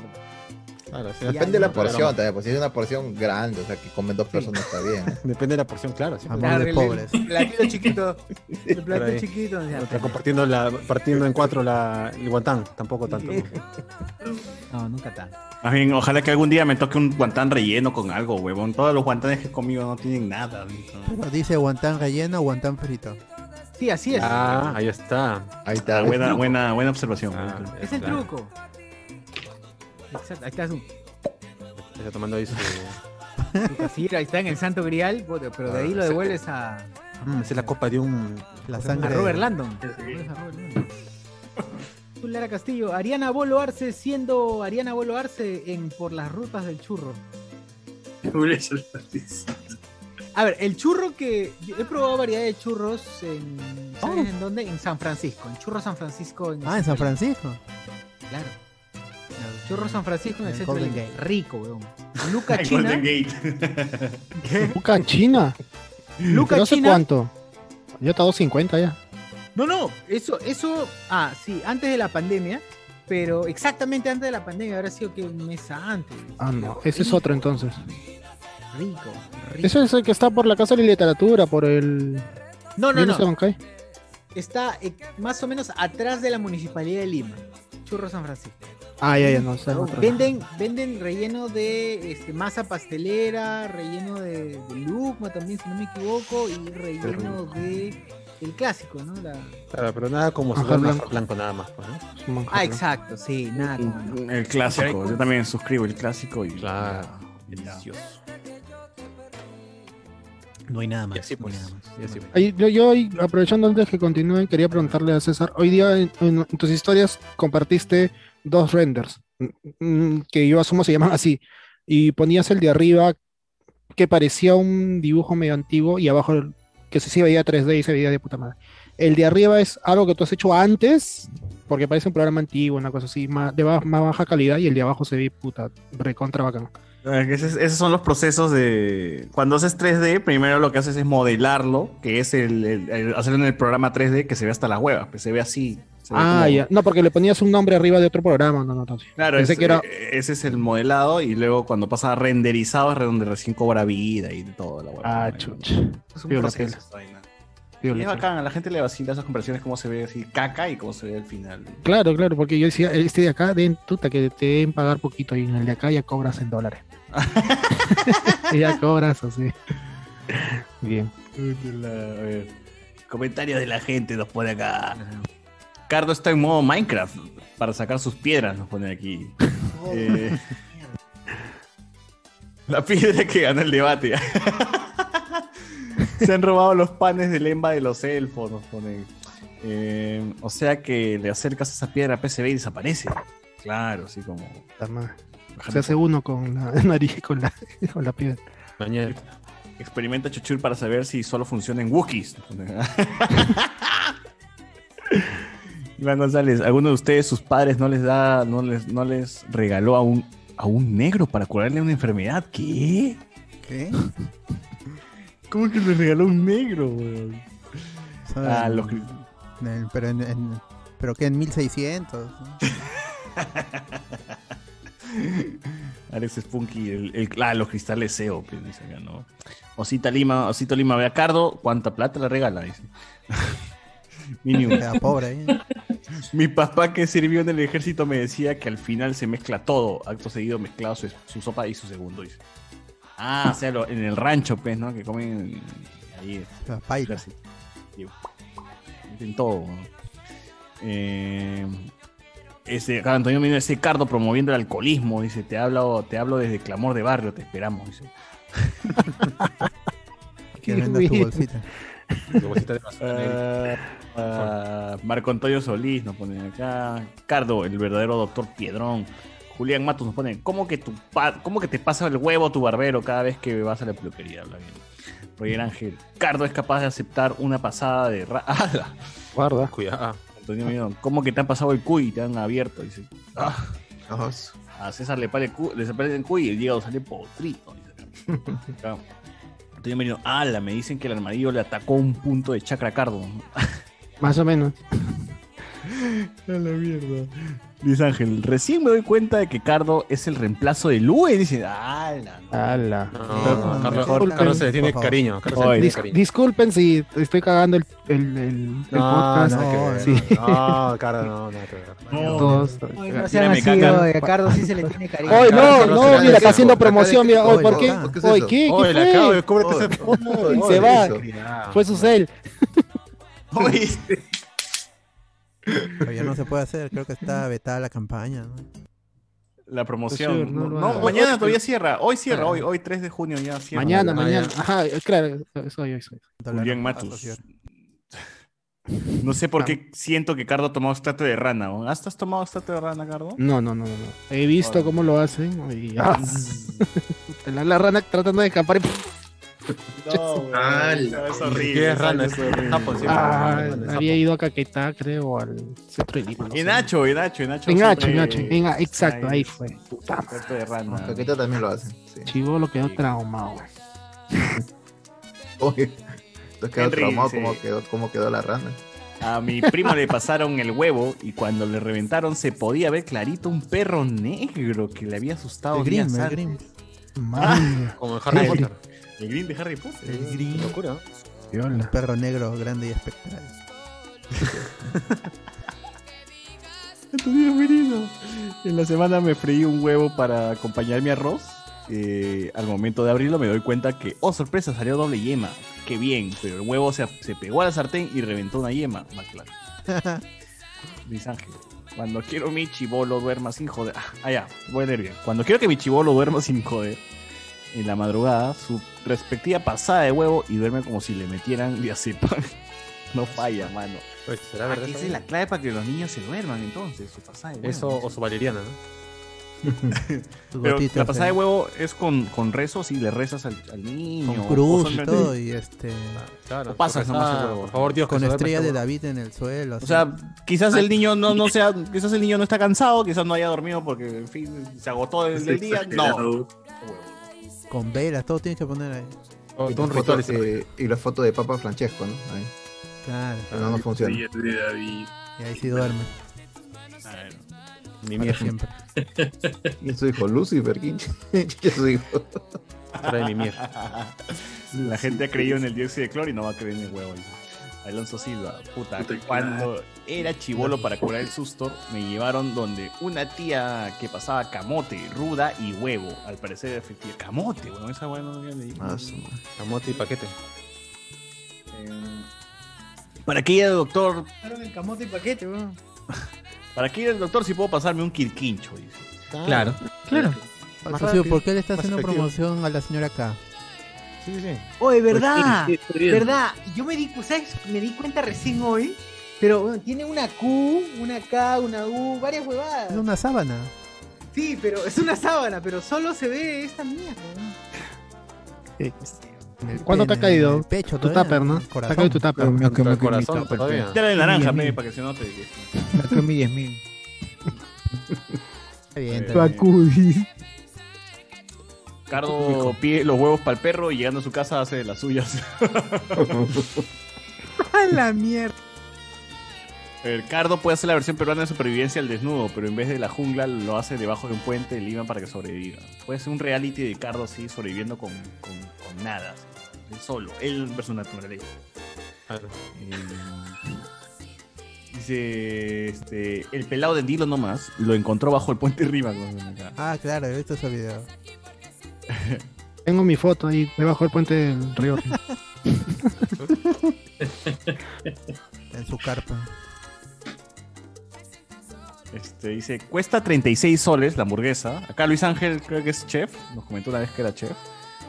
Speaker 4: Claro, sí,
Speaker 5: Depende de la
Speaker 4: no,
Speaker 5: porción
Speaker 4: pero-
Speaker 5: también, pues si es una porción grande, o sea, que comen dos personas está bien.
Speaker 4: Depende de la porción, claro. sí,
Speaker 20: Amor
Speaker 4: pero-
Speaker 20: de pobres.
Speaker 1: El platito chiquito. El
Speaker 4: Por
Speaker 1: platito
Speaker 4: ahí.
Speaker 1: chiquito. o sea,
Speaker 4: Otra compartiendo la, partiendo en cuatro la, el guantán, tampoco tanto.
Speaker 1: No, nunca tanto.
Speaker 3: Más bien, ojalá que algún día me toque un guantán relleno con algo, huevón. Todos los guantanes que he comido no tienen nada. weón.
Speaker 20: Pero dice guantán relleno o guantán frito.
Speaker 1: Sí, así es.
Speaker 4: Ah, ahí está. Ah,
Speaker 5: Ahí está.
Speaker 3: Buena, buena, buena observación.
Speaker 11: Ah,
Speaker 3: weón.
Speaker 1: es el
Speaker 4: claro.
Speaker 1: truco. Exacto, ahí está su,
Speaker 4: Está tomando ahí su.
Speaker 1: su casillero, ahí está en el Santo Grial, puta, pero de ahí lo
Speaker 4: Ah,
Speaker 1: devuelves a,
Speaker 4: Mm, esa es la copa de un.
Speaker 20: La
Speaker 1: a
Speaker 20: sangre.
Speaker 1: Robert Landon. Devuelves a Robert Landon. Tú, Lara Castillo, Ariana Bolo Arce siendo Ariana Bolo Arce en Por las Rutas del Churro. A ver, el churro que. yo he probado variedad de churros en. ¿Sabes en dónde? En San Francisco. En Churro San Francisco. En el
Speaker 20: Oh. Ah, en San
Speaker 1: centro de
Speaker 20: Francisco.
Speaker 1: Lima. Claro. Churro San Francisco en el
Speaker 20: En
Speaker 1: centro de
Speaker 20: Golden
Speaker 1: Lima.
Speaker 20: Gate.
Speaker 1: Rico, weón. Luca
Speaker 3: El
Speaker 1: China.
Speaker 3: Golden Gate.
Speaker 7: Luca China.
Speaker 1: Luca
Speaker 7: no sé
Speaker 1: China.
Speaker 7: cuánto. Yo hasta 250 ya.
Speaker 1: No, no, eso, eso, ah, sí, antes de la pandemia, pero exactamente antes de la pandemia, habrá sido que un mes antes.
Speaker 7: Ah, no. Ese es otro entonces.
Speaker 1: Rico, rico.
Speaker 7: Ese es el que está por la Casa de la Literatura, por el.
Speaker 1: No, no,
Speaker 7: ¿Bien
Speaker 1: no.
Speaker 7: ese Bancay?
Speaker 1: Está eh, más o menos atrás de la municipalidad de Lima, Churro San Francisco.
Speaker 7: Ah, ya, ya, no. ese es otro.
Speaker 1: Venden, venden relleno de este, masa pastelera, relleno de, de lúcuma también, si no me equivoco, y relleno de el clásico, ¿no? La-
Speaker 4: Claro, pero nada como
Speaker 1: Ajá,
Speaker 4: su blanco.
Speaker 1: blanco.
Speaker 4: blanco nada más. pues, ¿no?
Speaker 1: Ah, exacto, sí, nada como no.
Speaker 3: El clásico, yo también suscribo el clásico y. Delicioso.
Speaker 1: No hay nada más.
Speaker 4: Y así pues. y así pues.
Speaker 11: Ahí, yo, yo hoy, aprovechando antes que continúen, quería preguntarle a César. Hoy día en, en- en tus historias compartiste dos renders, mm, mm, que yo asumo se llaman así, y ponías el de arriba que parecía un dibujo medio antiguo y abajo el- que sí se veía 3D y se veía de puta madre. El de arriba es algo que tú has hecho antes, porque parece un programa antiguo, una cosa así, más, de ba- más baja calidad, y el de abajo se ve puta, recontra bacán.
Speaker 3: Ah, que Esos, esos son los procesos de. Cuando haces 3D, primero lo que haces es modelarlo, que es el, el- el- hacerlo en el programa 3D que se ve hasta las huevas, que se ve así. se ve
Speaker 11: Ah,
Speaker 3: como-
Speaker 11: ya. No, porque le ponías un nombre arriba de otro programa. No, no, no.
Speaker 3: Claro,
Speaker 11: Pensé
Speaker 3: es-
Speaker 11: que era.
Speaker 3: eh, ese es el modelado y luego cuando pasa a renderizado es donde recién cobra vida y todo la hueva.
Speaker 11: Ah, chucha.
Speaker 3: Es un
Speaker 11: Piola,
Speaker 3: proceso
Speaker 11: piola.
Speaker 3: esta vaina.
Speaker 11: Piola,
Speaker 3: Y es bacán, a la gente le vacila esas conversiones, cómo se ve así caca y cómo se ve al final.
Speaker 11: Claro, claro, porque yo decía, este de acá, den, tuta, que te deben pagar poquito y en el de acá ya cobras en dólares. Y ya cobras así. Bien.
Speaker 3: Este, Comentarios de la gente nos pone acá. Cardo está en modo Minecraft para sacar sus piedras, nos pone aquí. Eh, la piedra que ganó el debate. Se han robado los panes del emba de los elfos, nos ponen. Eh, o sea que le acercas esa piedra a PCB y desaparece. Claro, así como.
Speaker 11: Puta madre. Se hace uno con la nariz, con la, con la piedra.
Speaker 3: Experimenta Chuchur para saber si solo funciona en Wookiees. Iván González, ¿alguno de ustedes, sus padres, no les da, no les, no les regaló a un, a un negro para curarle una enfermedad? ¿Qué?
Speaker 7: ¿Qué?
Speaker 3: ¿Cómo que les regaló un negro, weón?
Speaker 7: ¿Saben?
Speaker 3: Ah, los cri-
Speaker 7: En- pero, en, en- pero que en 1600. ¿no?
Speaker 3: Alex Spunky, el, el- ah, los cristales SEO, pues, dice acá, ¿no? Osita Lima, Osito Lima, ve a Cardo, ¿cuánta plata le regala? Dice. Mínimo.
Speaker 7: Queda pobre, ¿eh?
Speaker 3: Mi papá que sirvió en el ejército me decía que al final se mezcla todo, acto seguido mezclado su, su sopa y su segundo. Dice. Ah, o sea, lo- en el rancho, pues, ¿no? Que comen ahí.
Speaker 7: La paila.
Speaker 3: Meten todo. ¿no? Eh, ese, Carlos Antonio Mino, ese cardo promoviendo el alcoholismo, dice, te hablo, te hablo desde Clamor de Barrio, te esperamos, dice.
Speaker 7: Que venda tu bolsita.
Speaker 4: Tu bolsita de basura negra.
Speaker 3: Ah, Eh, Marco Antonio Solís nos pone acá. Cardo, el verdadero doctor Piedrón. Julián Matos nos pone, ¿cómo que, tu pa- cómo que te pasa el huevo tu barbero cada vez que vas a la peluquería? Habla bien. Roger Ángel, Cardo es capaz de aceptar una pasada de... ra- ¡Hala!
Speaker 11: Guarda.
Speaker 1: Eh,
Speaker 4: Cuidado.
Speaker 3: Antonio Millón, ¿cómo que te han pasado el cuy y te han abierto? Dice, ah. A César le, pare el cu- le desaparece el cuy y el hígado sale potrito. dice acá. Acá. Antonio Merino, ala, me dicen que el armadillo le atacó un punto de chakra cardo.
Speaker 11: Más o menos.
Speaker 3: A la mierda. Luis Ángel, recién me doy cuenta de que Cardo es el reemplazo de Lue. Dice, "Ah, ala.
Speaker 11: Ala.
Speaker 3: No,
Speaker 4: Carlos-
Speaker 11: Disculpen.
Speaker 4: Carlos se le tiene cariño, Carlos se le
Speaker 11: Oye,
Speaker 4: tiene
Speaker 11: dis-
Speaker 4: cariño.
Speaker 11: Disculpen si estoy cagando el, el, el- el podcast. Sí.
Speaker 4: No, cara, no, nada que ver.
Speaker 11: Todos-
Speaker 4: Ay,
Speaker 14: No sean así, oye, a Cardo sí se le tiene cariño.
Speaker 11: Oye, no, no, mira, está haciendo promoción, mira, oye, ¿por qué? Oye, ¿qué? ¿Qué
Speaker 4: Oye, le
Speaker 11: fue?
Speaker 4: acabo de cóbrete ese
Speaker 11: Oye,
Speaker 4: fondo.
Speaker 11: Se va.
Speaker 4: Oye,
Speaker 11: Fue su cel.
Speaker 7: Pero ya no se puede hacer, creo que está vetada la campaña. ¿no?
Speaker 3: La
Speaker 11: Sí,
Speaker 3: promoción.
Speaker 11: no
Speaker 3: No,
Speaker 11: lo
Speaker 3: no,
Speaker 11: hagas.
Speaker 3: mañana todavía cierra. Hoy cierra,
Speaker 11: Ah.
Speaker 3: hoy, hoy 3 de junio ya cierra.
Speaker 11: Mañana,
Speaker 3: Ah,
Speaker 11: mañana.
Speaker 3: ya.
Speaker 11: Ajá, claro, soy hoy, soy.
Speaker 3: Julián Matus. No sé por
Speaker 11: Ah.
Speaker 3: qué siento que Cardo ha tomado estrato de rana. ¿no? ¿Has has tomado estrato de rana, Cardo?
Speaker 11: No, no, no, no. He visto cómo lo hacen y ah, la, la rana tratando de escapar y
Speaker 3: es horrible.
Speaker 4: Ah, Qué rana,
Speaker 3: es horrible.
Speaker 4: es Japón, siempre.
Speaker 11: Ah,
Speaker 4: Rana, es
Speaker 11: había ido a Caquetá, creo, al centro de Lima. no
Speaker 3: Y
Speaker 11: sé.
Speaker 3: Nacho, y Nacho, y Nacho.
Speaker 11: En Nacho,
Speaker 3: siempre-
Speaker 11: en Nacho, en- ah, exacto, ahí fue.
Speaker 3: Estrato de rana.
Speaker 5: Caqueta también lo hacen.
Speaker 11: Chivo lo quedó traumado.
Speaker 5: Oye, te quedó
Speaker 3: Henry,
Speaker 5: traumado
Speaker 3: sí.
Speaker 5: como quedó, cómo quedó la rana.
Speaker 3: A mi primo le pasaron el huevo y cuando le reventaron se podía ver clarito un perro negro que le había asustado.
Speaker 7: El Grimm,
Speaker 3: días
Speaker 7: el
Speaker 3: antes.
Speaker 7: Grimm.
Speaker 3: Ah,
Speaker 4: Como en
Speaker 3: Ah,
Speaker 4: Harry
Speaker 3: el-
Speaker 4: Potter.
Speaker 3: El Green de Harry Potter.
Speaker 7: El Grimm.
Speaker 4: Qué locura. ¿no?
Speaker 7: Un perro negro grande y espectral.
Speaker 3: Antonio Merino. En la semana me freí un huevo para acompañar mi arroz. Eh, al momento de abrirlo me doy cuenta que, oh sorpresa, salió doble yema. que bien, pero el huevo se, se pegó a la sartén y reventó una yema. McFly. Luis Ángel. Cuando quiero mi chivolo duerma sin joder. Ah, ah, ya, voy a leer bien. Cuando quiero que mi chivolo duerma sin joder, en la madrugada, su respectiva pasada de huevo y duerme como si le metieran diazepam. No falla, mano.
Speaker 4: ¿será verdad
Speaker 3: Aquí esa
Speaker 4: esa
Speaker 3: es
Speaker 4: vaina?
Speaker 3: la clave para que los niños se duerman, entonces, su pasada de huevo.
Speaker 4: Eso o su valeriana, ¿no?
Speaker 3: Pero
Speaker 7: gotitas,
Speaker 3: la pasada de
Speaker 7: eh.
Speaker 3: huevo es con, con rezos y le rezas al, al niño. Ah,
Speaker 7: Con
Speaker 3: o
Speaker 7: cruz y
Speaker 3: son-
Speaker 7: todo, y este.
Speaker 3: O pasas nomás el huevo.
Speaker 7: Con estrella de David en el suelo.
Speaker 3: O
Speaker 7: así.
Speaker 3: sea, quizás el niño no, no sea, quizás el niño no está cansado, quizás no haya dormido porque en fin se agotó el, el día. No.
Speaker 7: Con velas, todo tienes que poner ahí.
Speaker 5: y, las fotos de- y la foto de Papa Francesco, ¿no? Ahí.
Speaker 7: Claro.
Speaker 3: Ah,
Speaker 5: Pero no, no funciona.
Speaker 7: Y ahí sí duerme.
Speaker 3: Ah,
Speaker 5: Ni
Speaker 7: mierda. siempre.
Speaker 5: ¿Quién es su hijo? Lucifer. ¿Quién quién es su hijo?
Speaker 3: Trae mi mierda. La gente ha creído en el dióxido de cloro y no va a creer en el huevo. dice. Alonso Silva, puta, cuando era chivolo para curar el susto, me llevaron donde una tía que pasaba camote, ruda y huevo. Al parecer efectiva. Camote, bueno, esa hueá no la había
Speaker 7: Ah.
Speaker 3: leído.
Speaker 4: Camote y paquete.
Speaker 3: ¿Para qué ir al doctor?
Speaker 14: el camote y paquete, weón.
Speaker 3: ¿Para qué ir al doctor si puedo pasarme un quirquincho? Dice.
Speaker 7: Claro.
Speaker 3: Claro.
Speaker 7: Más Rocío, ¿por qué le está haciendo promoción a la señora acá?
Speaker 4: Sí, sí,
Speaker 14: Oye, verdad,
Speaker 7: Pues Sí, sí, estoy viendo.
Speaker 14: verdad. Yo me di, cu- ¿sabes? Me di cuenta recién hoy, pero bueno, tiene una Q, una K, una U, varias
Speaker 7: Es
Speaker 14: huevadas.
Speaker 7: una sábana.
Speaker 14: Sí, pero es una sábana, pero solo se ve esta mierda. weón.
Speaker 11: ¿Cuándo te ha caído?
Speaker 7: Este, El pecho
Speaker 11: tu
Speaker 7: todavía,
Speaker 11: tupper,
Speaker 7: en
Speaker 11: ¿no?
Speaker 7: el
Speaker 11: Te ha
Speaker 7: corazón.
Speaker 11: caído tu tupper.
Speaker 7: Pero me
Speaker 11: Contra
Speaker 7: ha
Speaker 11: el
Speaker 7: comido
Speaker 11: corazón
Speaker 7: mi tupper,
Speaker 11: todavía.
Speaker 7: pe.
Speaker 3: Tela de naranja,
Speaker 7: Sí,
Speaker 3: pe,
Speaker 7: bien.
Speaker 3: para que se note.
Speaker 7: Me comí 10 mil. Está bien, está bien.
Speaker 21: Acudir.
Speaker 3: Cardo pide los huevos para el perro y llegando a su casa hace de las suyas.
Speaker 14: A la mierda.
Speaker 3: El Cardo puede hacer la versión peruana de supervivencia al desnudo, pero en vez de la jungla lo hace debajo de un puente de Lima para que sobreviva. Puede ser un reality de Cardo así, sobreviviendo con, con, con nada. así. Él solo, él versus naturaleza. Eh, dice, este, el pelado de Dilo nomás lo encontró bajo el puente Rima.
Speaker 7: Ah, claro, he visto ese video.
Speaker 11: Tengo mi foto ahí debajo del puente del río.
Speaker 7: En su carpa.
Speaker 3: Este, dice, cuesta 36 soles la hamburguesa. Acá Luis Ángel creo que es chef. Nos comentó una vez que era chef.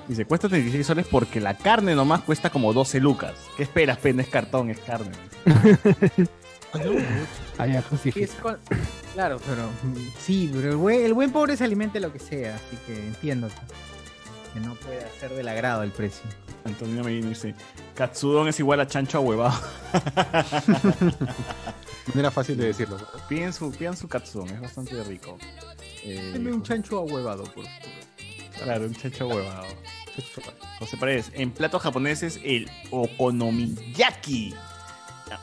Speaker 3: Dice, cuesta 36 soles porque la carne nomás cuesta como 12 lucas. ¿Qué esperas, pe? No es cartón, es carne.
Speaker 11: Ahí abajo sí.
Speaker 14: Es con- Claro, pero mm, sí, pero el buen, el buen pobre se alimente lo que sea, así que entiendo que- que no puede hacer del agrado el precio.
Speaker 3: Antonio Medina dice, Katsudon es igual a chancho a huevado.
Speaker 4: Manera fácil de decirlo.
Speaker 3: Piden su, pidan su Katsudon, es bastante rico. Eh,
Speaker 4: Deme un
Speaker 3: chancho a huevado, por favor. Claro, un chancho a huevado. José Paredes, en platos japoneses, el okonomiyaki.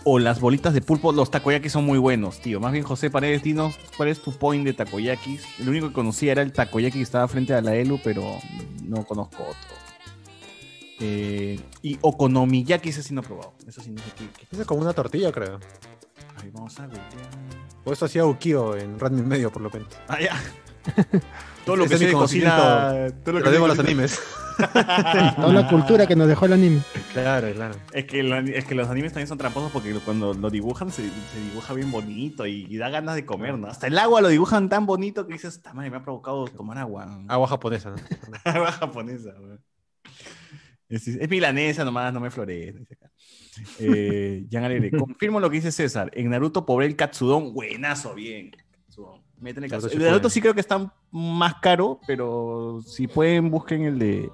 Speaker 3: O las bolitas de pulpo, los takoyakis son muy buenos, tío. Más bien, José Paredes, dinos cuál es tu point de takoyakis. El único que conocía era el takoyaki que estaba frente a la ELU, pero no conozco otro. Eh, y okonomiyaki, ese sí no he probado. Eso sí no sé qué- qué-
Speaker 4: Esa es como una tortilla, creo.
Speaker 3: Ay, vamos a voltear.
Speaker 4: O eso hacía Ukio en Radmin Medio, por lo menos.
Speaker 3: Ah, ya. Todo lo
Speaker 4: Ese
Speaker 3: que
Speaker 4: es
Speaker 3: se
Speaker 4: mi
Speaker 3: cocina.
Speaker 4: conocimiento.
Speaker 3: todo lo
Speaker 4: Lo
Speaker 3: que
Speaker 4: debo a
Speaker 3: sé
Speaker 4: los
Speaker 3: de cocina-
Speaker 4: animes.
Speaker 11: Toda la cultura que nos dejó el anime.
Speaker 4: Claro, claro.
Speaker 3: Es que, lo- es que los animes también son tramposos porque lo- cuando lo dibujan se, se dibuja bien bonito y, y da ganas de comer, ¿no? Hasta el agua lo dibujan tan bonito que dices, esta madre me ha provocado tomar agua.
Speaker 4: Agua japonesa, ¿no?
Speaker 3: agua japonesa, weón. Es, es milanesa nomás, no me flores. dice acá. Eh, Jan Alegre, confirmo lo que dice César. En Naruto pobre el Katsudon, buenazo, bien. Katsudon. Meten el Katsudon. El de Naruto sí creo que está más caro, pero si pueden, busquen el de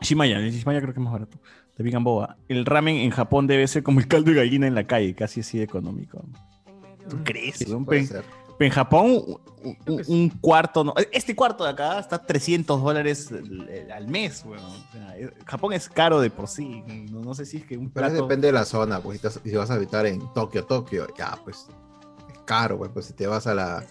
Speaker 3: Shimaya. El de Shimaya creo que es más barato. De Big Boa. El ramen en Japón debe ser como el caldo de gallina en la calle, casi así de económico. ¿Tú crees? weón?
Speaker 5: puede
Speaker 3: Pe-
Speaker 5: ser.
Speaker 3: pe- en Japón, un, un- un cuarto, no, este cuarto de acá está 300 dólares el- el- al mes, weón. O sea, eh, Japón es caro de por sí. No, no sé si es que un
Speaker 5: Pero
Speaker 3: plato...
Speaker 5: es depende de la zona, pues. Si, estás- si vas a habitar en Tokio, Tokio, ya, pues. Es caro, pues. pues, si te vas a la.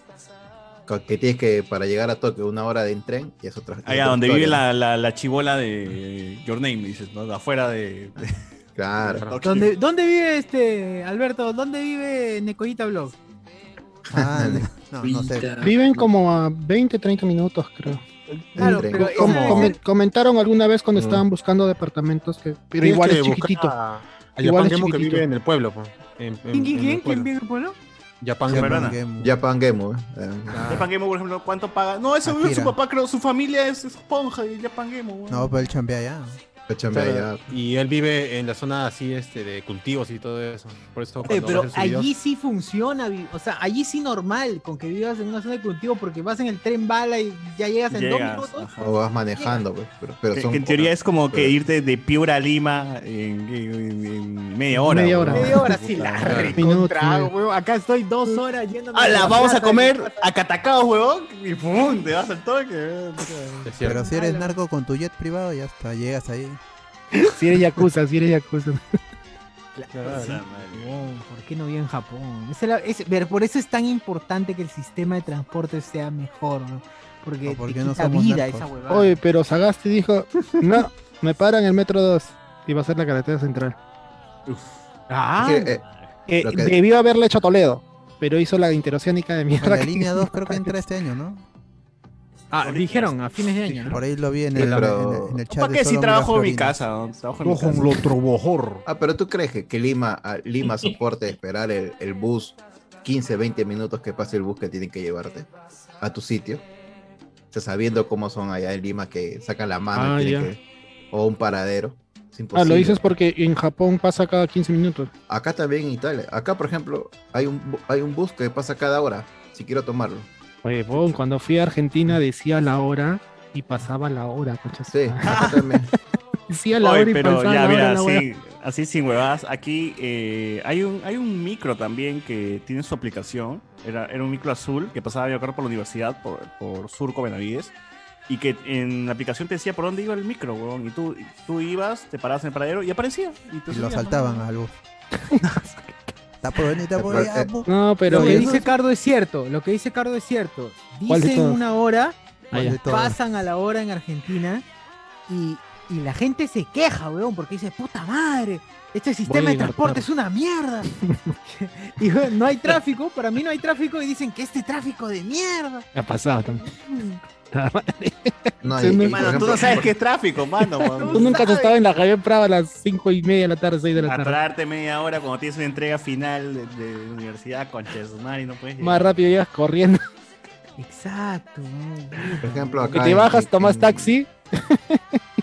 Speaker 5: co- Que tienes que, para llegar a Tokio, una hora de en tren, y es otra. es
Speaker 3: Allá
Speaker 5: otra
Speaker 3: donde vive
Speaker 5: historia,
Speaker 3: la, la, la chibola de Your Name, dices, ¿no? De afuera de.
Speaker 5: Claro.
Speaker 14: ¿Dónde, dónde vive este, Alberto? ¿Dónde vive Necoyita Blog?
Speaker 7: Ah, no, no sé.
Speaker 11: Viven como a 20, 30 minutos, creo.
Speaker 5: Claro, pero
Speaker 11: Com-
Speaker 5: esa-
Speaker 11: comen- comentaron alguna vez cuando
Speaker 4: Mm.
Speaker 11: estaban buscando departamentos que pero
Speaker 4: Tienes
Speaker 11: igual
Speaker 4: que
Speaker 11: es
Speaker 4: buscar
Speaker 11: chiquitito.
Speaker 4: A, a
Speaker 11: Igual
Speaker 4: Japan
Speaker 11: es
Speaker 4: Gemu que
Speaker 11: chiquitito.
Speaker 4: vive en el pueblo. po. En- en-
Speaker 14: ¿Quién, quién,
Speaker 4: en
Speaker 14: quién?
Speaker 4: el
Speaker 14: ¿Quién
Speaker 4: pueblo.
Speaker 14: vive en el pueblo?
Speaker 4: Japan
Speaker 5: Japan
Speaker 4: Gemu.
Speaker 5: Gemu. Japan Gemu. eh.
Speaker 3: Japan Game, por ejemplo, ¿cuánto paga? No,
Speaker 5: Ah,
Speaker 3: eso
Speaker 7: Akira.
Speaker 3: su papá, creo, su familia es esponja y Japan Game, weón.
Speaker 7: No, pero el chambea allá.
Speaker 4: Claro, Y él vive en la zona así este de cultivos y todo eso. Por eso
Speaker 14: Oye,
Speaker 4: cuando
Speaker 14: Eh, pero
Speaker 4: hace sus videos-
Speaker 14: allí sí funciona, vi- o sea, allí sí normal con que vivas en una zona de cultivo porque vas en el tren bala y ya llegas en
Speaker 3: Llegas,
Speaker 14: dos minutos.
Speaker 5: O vas manejando, pues, pero, pero
Speaker 3: Que-
Speaker 5: son
Speaker 3: que en teoría
Speaker 5: horas,
Speaker 3: es como que
Speaker 5: pero-
Speaker 3: irte de Piura a Lima en, en- en media hora.
Speaker 5: Media
Speaker 3: weón.
Speaker 5: hora.
Speaker 14: Media hora, sí,
Speaker 3: Puta,
Speaker 14: la
Speaker 3: claro.
Speaker 14: recontrago, huevón. Acá estoy dos horas yéndome.
Speaker 3: ¡Hala!
Speaker 14: la
Speaker 3: Ah, Vamos a
Speaker 14: plata.
Speaker 3: comer a catacaos, huevón. Y ¡pum! Te vas al toque. weón.
Speaker 7: Pero si eres narco con tu jet privado, ya está, llegas ahí.
Speaker 21: Si eres yakuza, si eres
Speaker 11: Ah,
Speaker 21: yakuza.
Speaker 14: Claro, Japón, ¿Por qué no vive en Japón? Esa era- es- ver, por eso es tan importante que el sistema de transporte sea mejor, ¿no? Porque
Speaker 7: ¿por
Speaker 14: te
Speaker 7: qué no
Speaker 14: quita
Speaker 7: somos
Speaker 14: vida
Speaker 7: narcos?
Speaker 14: esa huevada.
Speaker 11: Oye, pero Sagasti dijo, "No, me paran el metro 2 y va a ser la carretera central."
Speaker 14: Ah,
Speaker 11: Es que, eh, eh,
Speaker 7: lo que-
Speaker 11: debió haberle hecho a Toledo, pero hizo la interoceánica de
Speaker 7: En
Speaker 11: mierda.
Speaker 7: la
Speaker 11: que-
Speaker 7: línea 2 creo que entra este año, ¿no?
Speaker 1: Ah, dijeron a fines de año, ¿no?
Speaker 7: Por ahí lo vi en
Speaker 5: Sí,
Speaker 7: el,
Speaker 5: pero-
Speaker 7: en el- en el chat.
Speaker 3: ¿Para
Speaker 7: de
Speaker 3: qué si
Speaker 7: solo
Speaker 3: trabajo en mi
Speaker 7: Miraflorinos.
Speaker 3: casa? ¿no? Trabajo en mi casa.
Speaker 5: Ah, pero ¿tú crees que, que Lima, a Lima soporte esperar el, el bus 15, 20 minutos que pase el bus que tienen que llevarte a tu sitio? O sea, sabiendo cómo son allá en Lima que sacan la mano
Speaker 11: Ah,
Speaker 5: y tienen
Speaker 11: ya.
Speaker 5: que- o un paradero. Es
Speaker 11: Ah,
Speaker 5: imposible.
Speaker 11: lo dices porque en Japón pasa cada 15 minutos.
Speaker 5: Acá también en Italia. Acá, por ejemplo, hay un, bu- hay un bus que pasa cada hora, si quiero tomarlo.
Speaker 11: Oye, bon, cuando fui a Argentina decía la hora y pasaba la hora, concha.
Speaker 5: Sí, también.
Speaker 11: decía la
Speaker 3: Oye,
Speaker 11: hora y
Speaker 3: pero
Speaker 11: pasaba
Speaker 3: ya,
Speaker 11: la
Speaker 3: mira,
Speaker 11: hora. la
Speaker 3: así,
Speaker 11: hora.
Speaker 3: así sin huevadas. Aquí eh, hay, un, hay un micro también que tiene su aplicación. Era, era un micro azul que pasaba, yo creo, por la universidad, por, por Surco Benavides. Y que en la aplicación te decía por dónde iba el micro, weón. Y tú, y tú ibas, te parabas en el paradero y aparecía. Y, te
Speaker 7: Y lo
Speaker 3: subías,
Speaker 7: saltaban al bus. Está por venir, está por allá, bu.
Speaker 11: eh, No, pero
Speaker 14: lo que
Speaker 11: eso
Speaker 14: dice
Speaker 11: es-
Speaker 14: Cardo es cierto, lo que dice Cardo es cierto.
Speaker 11: ¿Cuál de
Speaker 14: Dicen
Speaker 11: todas?
Speaker 14: una hora,
Speaker 11: ¿Cuál de todas?
Speaker 14: pasan a la hora en Argentina y, y la gente se queja, weón, porque dice, puta madre, este sistema de
Speaker 11: llegar
Speaker 14: transporte
Speaker 11: tarde.
Speaker 14: es una mierda. y weón, no hay tráfico, para mí no hay tráfico y dicen que este tráfico de mierda. Mm.
Speaker 11: Ha pasado también. Puta madre.
Speaker 5: No,
Speaker 11: Sí,
Speaker 5: y-
Speaker 11: no-
Speaker 5: y, por
Speaker 3: Mano, tú
Speaker 5: ejemplo,
Speaker 3: no sabes qué es tráfico, mano.
Speaker 11: Tú
Speaker 3: weón.
Speaker 11: nunca has estado en la calle Prada a las 5 y media de la tarde, 6 de la tarde.
Speaker 3: Atrarte media hora cuando tienes una entrega final de, de universidad con Chesumar y no puedes llegar.
Speaker 11: Más rápido llegas corriendo.
Speaker 14: Exacto. weón.
Speaker 5: por ejemplo,
Speaker 11: Que
Speaker 5: acá
Speaker 11: te
Speaker 5: en-
Speaker 11: bajas, tomas
Speaker 5: en-
Speaker 11: taxi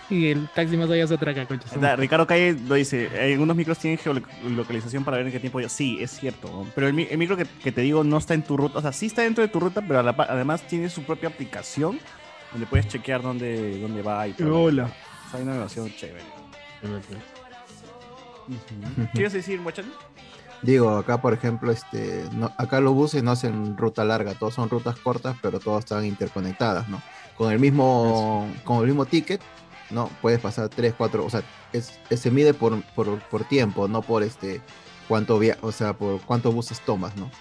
Speaker 11: y el taxi más allá se atraca, concha. su
Speaker 3: Da,
Speaker 11: madre.
Speaker 3: Ricardo Calle lo dice, algunos micros tienen geolocalización para ver en qué tiempo ya. Sí, es cierto. ¿no? Pero el, mi- el micro que, que te digo no está en tu ruta, o sea, sí está dentro de tu ruta, pero a la pa- además tiene su propia aplicación donde puedes chequear dónde, dónde va y todo.
Speaker 11: Hola.
Speaker 3: O sea, hay una relación chévere. ¿Quieres decir, muchacho?
Speaker 5: Digo, acá por ejemplo, este, no- acá los buses no hacen ruta larga, todos son rutas cortas, pero todas están interconectadas, ¿no? Con el mismo, con el mismo ticket, ¿no? Puedes pasar 3, 4, o sea, es, es- se mide por, por, por tiempo, no por este cuánto via o sea, por cuántos buses tomas, ¿no?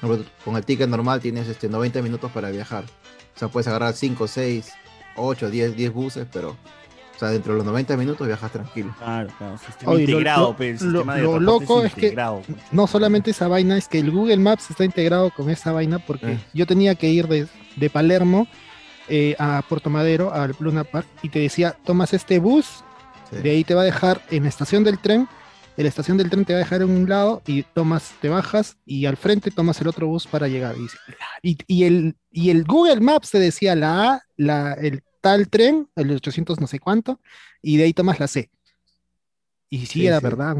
Speaker 5: Por ejemplo, Con el ticket normal tienes este 90 minutos para viajar. O sea, puedes agarrar 5, 6, 8, 10, 10 buses, pero o sea, dentro de los 90 minutos viajas tranquilo.
Speaker 3: Claro, claro, sistema
Speaker 11: Oye, lo-
Speaker 3: integrado,
Speaker 11: lo-
Speaker 3: pe, el
Speaker 11: lo-
Speaker 3: sistema de
Speaker 11: lo
Speaker 3: transporte
Speaker 11: loco es que-
Speaker 3: integrado, pe.
Speaker 11: No solamente esa vaina, es que el Google Maps está integrado con esa vaina porque
Speaker 3: Eh.
Speaker 11: yo tenía que ir de, de Palermo eh, a Puerto Madero, al Luna Park, y te decía, tomas este bus,
Speaker 5: Sí.
Speaker 11: de ahí te va a dejar en la estación del tren, de la estación del tren te va a dejar en un lado y tomas, te bajas y al frente tomas el otro bus para llegar. Y, dice, "La-". Y- y el, y el Google Maps te decía la A, la, el tal tren, el 800 no sé cuánto, y de ahí tomas la C. Y sí,
Speaker 5: Sí,
Speaker 11: era
Speaker 5: sí.
Speaker 11: verdad.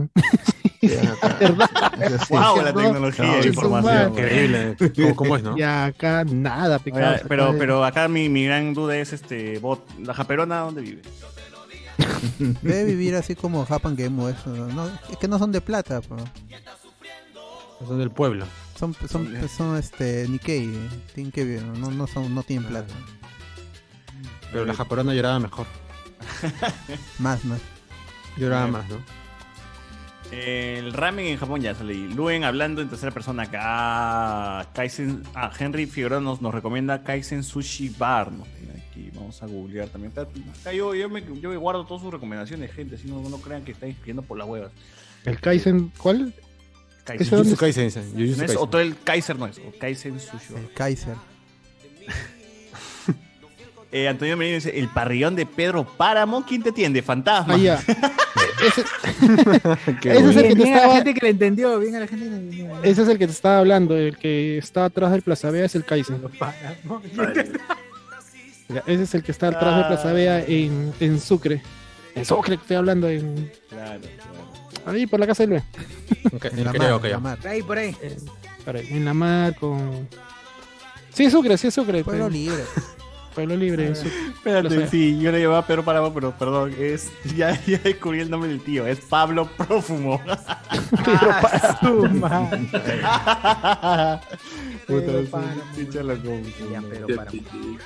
Speaker 3: Wow, la tecnología
Speaker 4: No,
Speaker 3: de
Speaker 4: es
Speaker 3: información.
Speaker 4: Increíble. eh, ¿Cómo, cómo es, no?
Speaker 11: Y acá nada,
Speaker 3: Oye,
Speaker 11: pecado.
Speaker 3: pero, pero acá mi, mi gran duda es este bot, la japerona dónde vive.
Speaker 7: Debe vivir así como Japan Game o eso. No, es que no son de plata, po.
Speaker 4: Son del pueblo.
Speaker 7: Son, son, son este, Nikkei. eh. Tienen que vivir, no, no, son, no tienen plata.
Speaker 4: Pero la japorona lloraba mejor.
Speaker 7: Más, más.
Speaker 4: Lloraba más, ¿no?
Speaker 3: El ramen en Japón ya salí. Luen hablando en tercera persona acá. Kaizen, ah, Henry Figueroa nos, nos recomienda Kaizen Sushi Bar. Nos pone aquí vamos a googlear también. Está- está- yo, yo, me, yo me guardo todas sus recomendaciones, gente. Si no, no crean que está escribiendo por las huevas.
Speaker 11: El Kaizen, ¿cuál?
Speaker 3: Kaizen.
Speaker 11: ¿Eso dónde
Speaker 4: Jujutsu Kaisen, dice.
Speaker 3: No
Speaker 4: Jujutsu
Speaker 3: es
Speaker 4: Kaisen.
Speaker 3: Hotel Kaiser, no es. o Kaizen Sushi Bar.
Speaker 7: El Kaiser.
Speaker 3: Eh, Antonio Merino dice, el parrillón de Pedro Páramo, ¿quién te atiende? Fantasma.
Speaker 11: Ah, ya.
Speaker 3: Qué
Speaker 11: Ese es
Speaker 3: bueno.
Speaker 11: el que te
Speaker 1: Bien a la
Speaker 11: estaba,
Speaker 1: gente que le entendió, bien a la gente que le entendió.
Speaker 11: ese es el que te estaba hablando, el que está atrás del Plaza Vea es el Kaizen. Ya, Ese es el que está atrás de Plaza Vea en, en Sucre. En Sucre, que estoy hablando, en,
Speaker 3: Claro,
Speaker 11: ahí por la casa del B.
Speaker 4: En la creo mar, que ya. en la mar.
Speaker 14: Eh,
Speaker 1: Por ahí, por ahí.
Speaker 3: eh,
Speaker 11: Por ahí, en la mar, con. Sí, es Sucre, sí, es Sucre.
Speaker 3: Pueblo
Speaker 11: libre. Pueblo libre, en Sucre.
Speaker 3: Espérate,
Speaker 11: Lo sé.
Speaker 3: sí, yo le llamaba Pedro Páramo, pero perdón, es, ya, ya descubrí el nombre del tío, es Pablo Prófumo.
Speaker 1: Ah, su madre.
Speaker 3: Puta,
Speaker 1: Pedro
Speaker 3: sí,
Speaker 1: Páramo.
Speaker 3: pinche loco.
Speaker 1: Ya, Pedro Páramo. Increíble.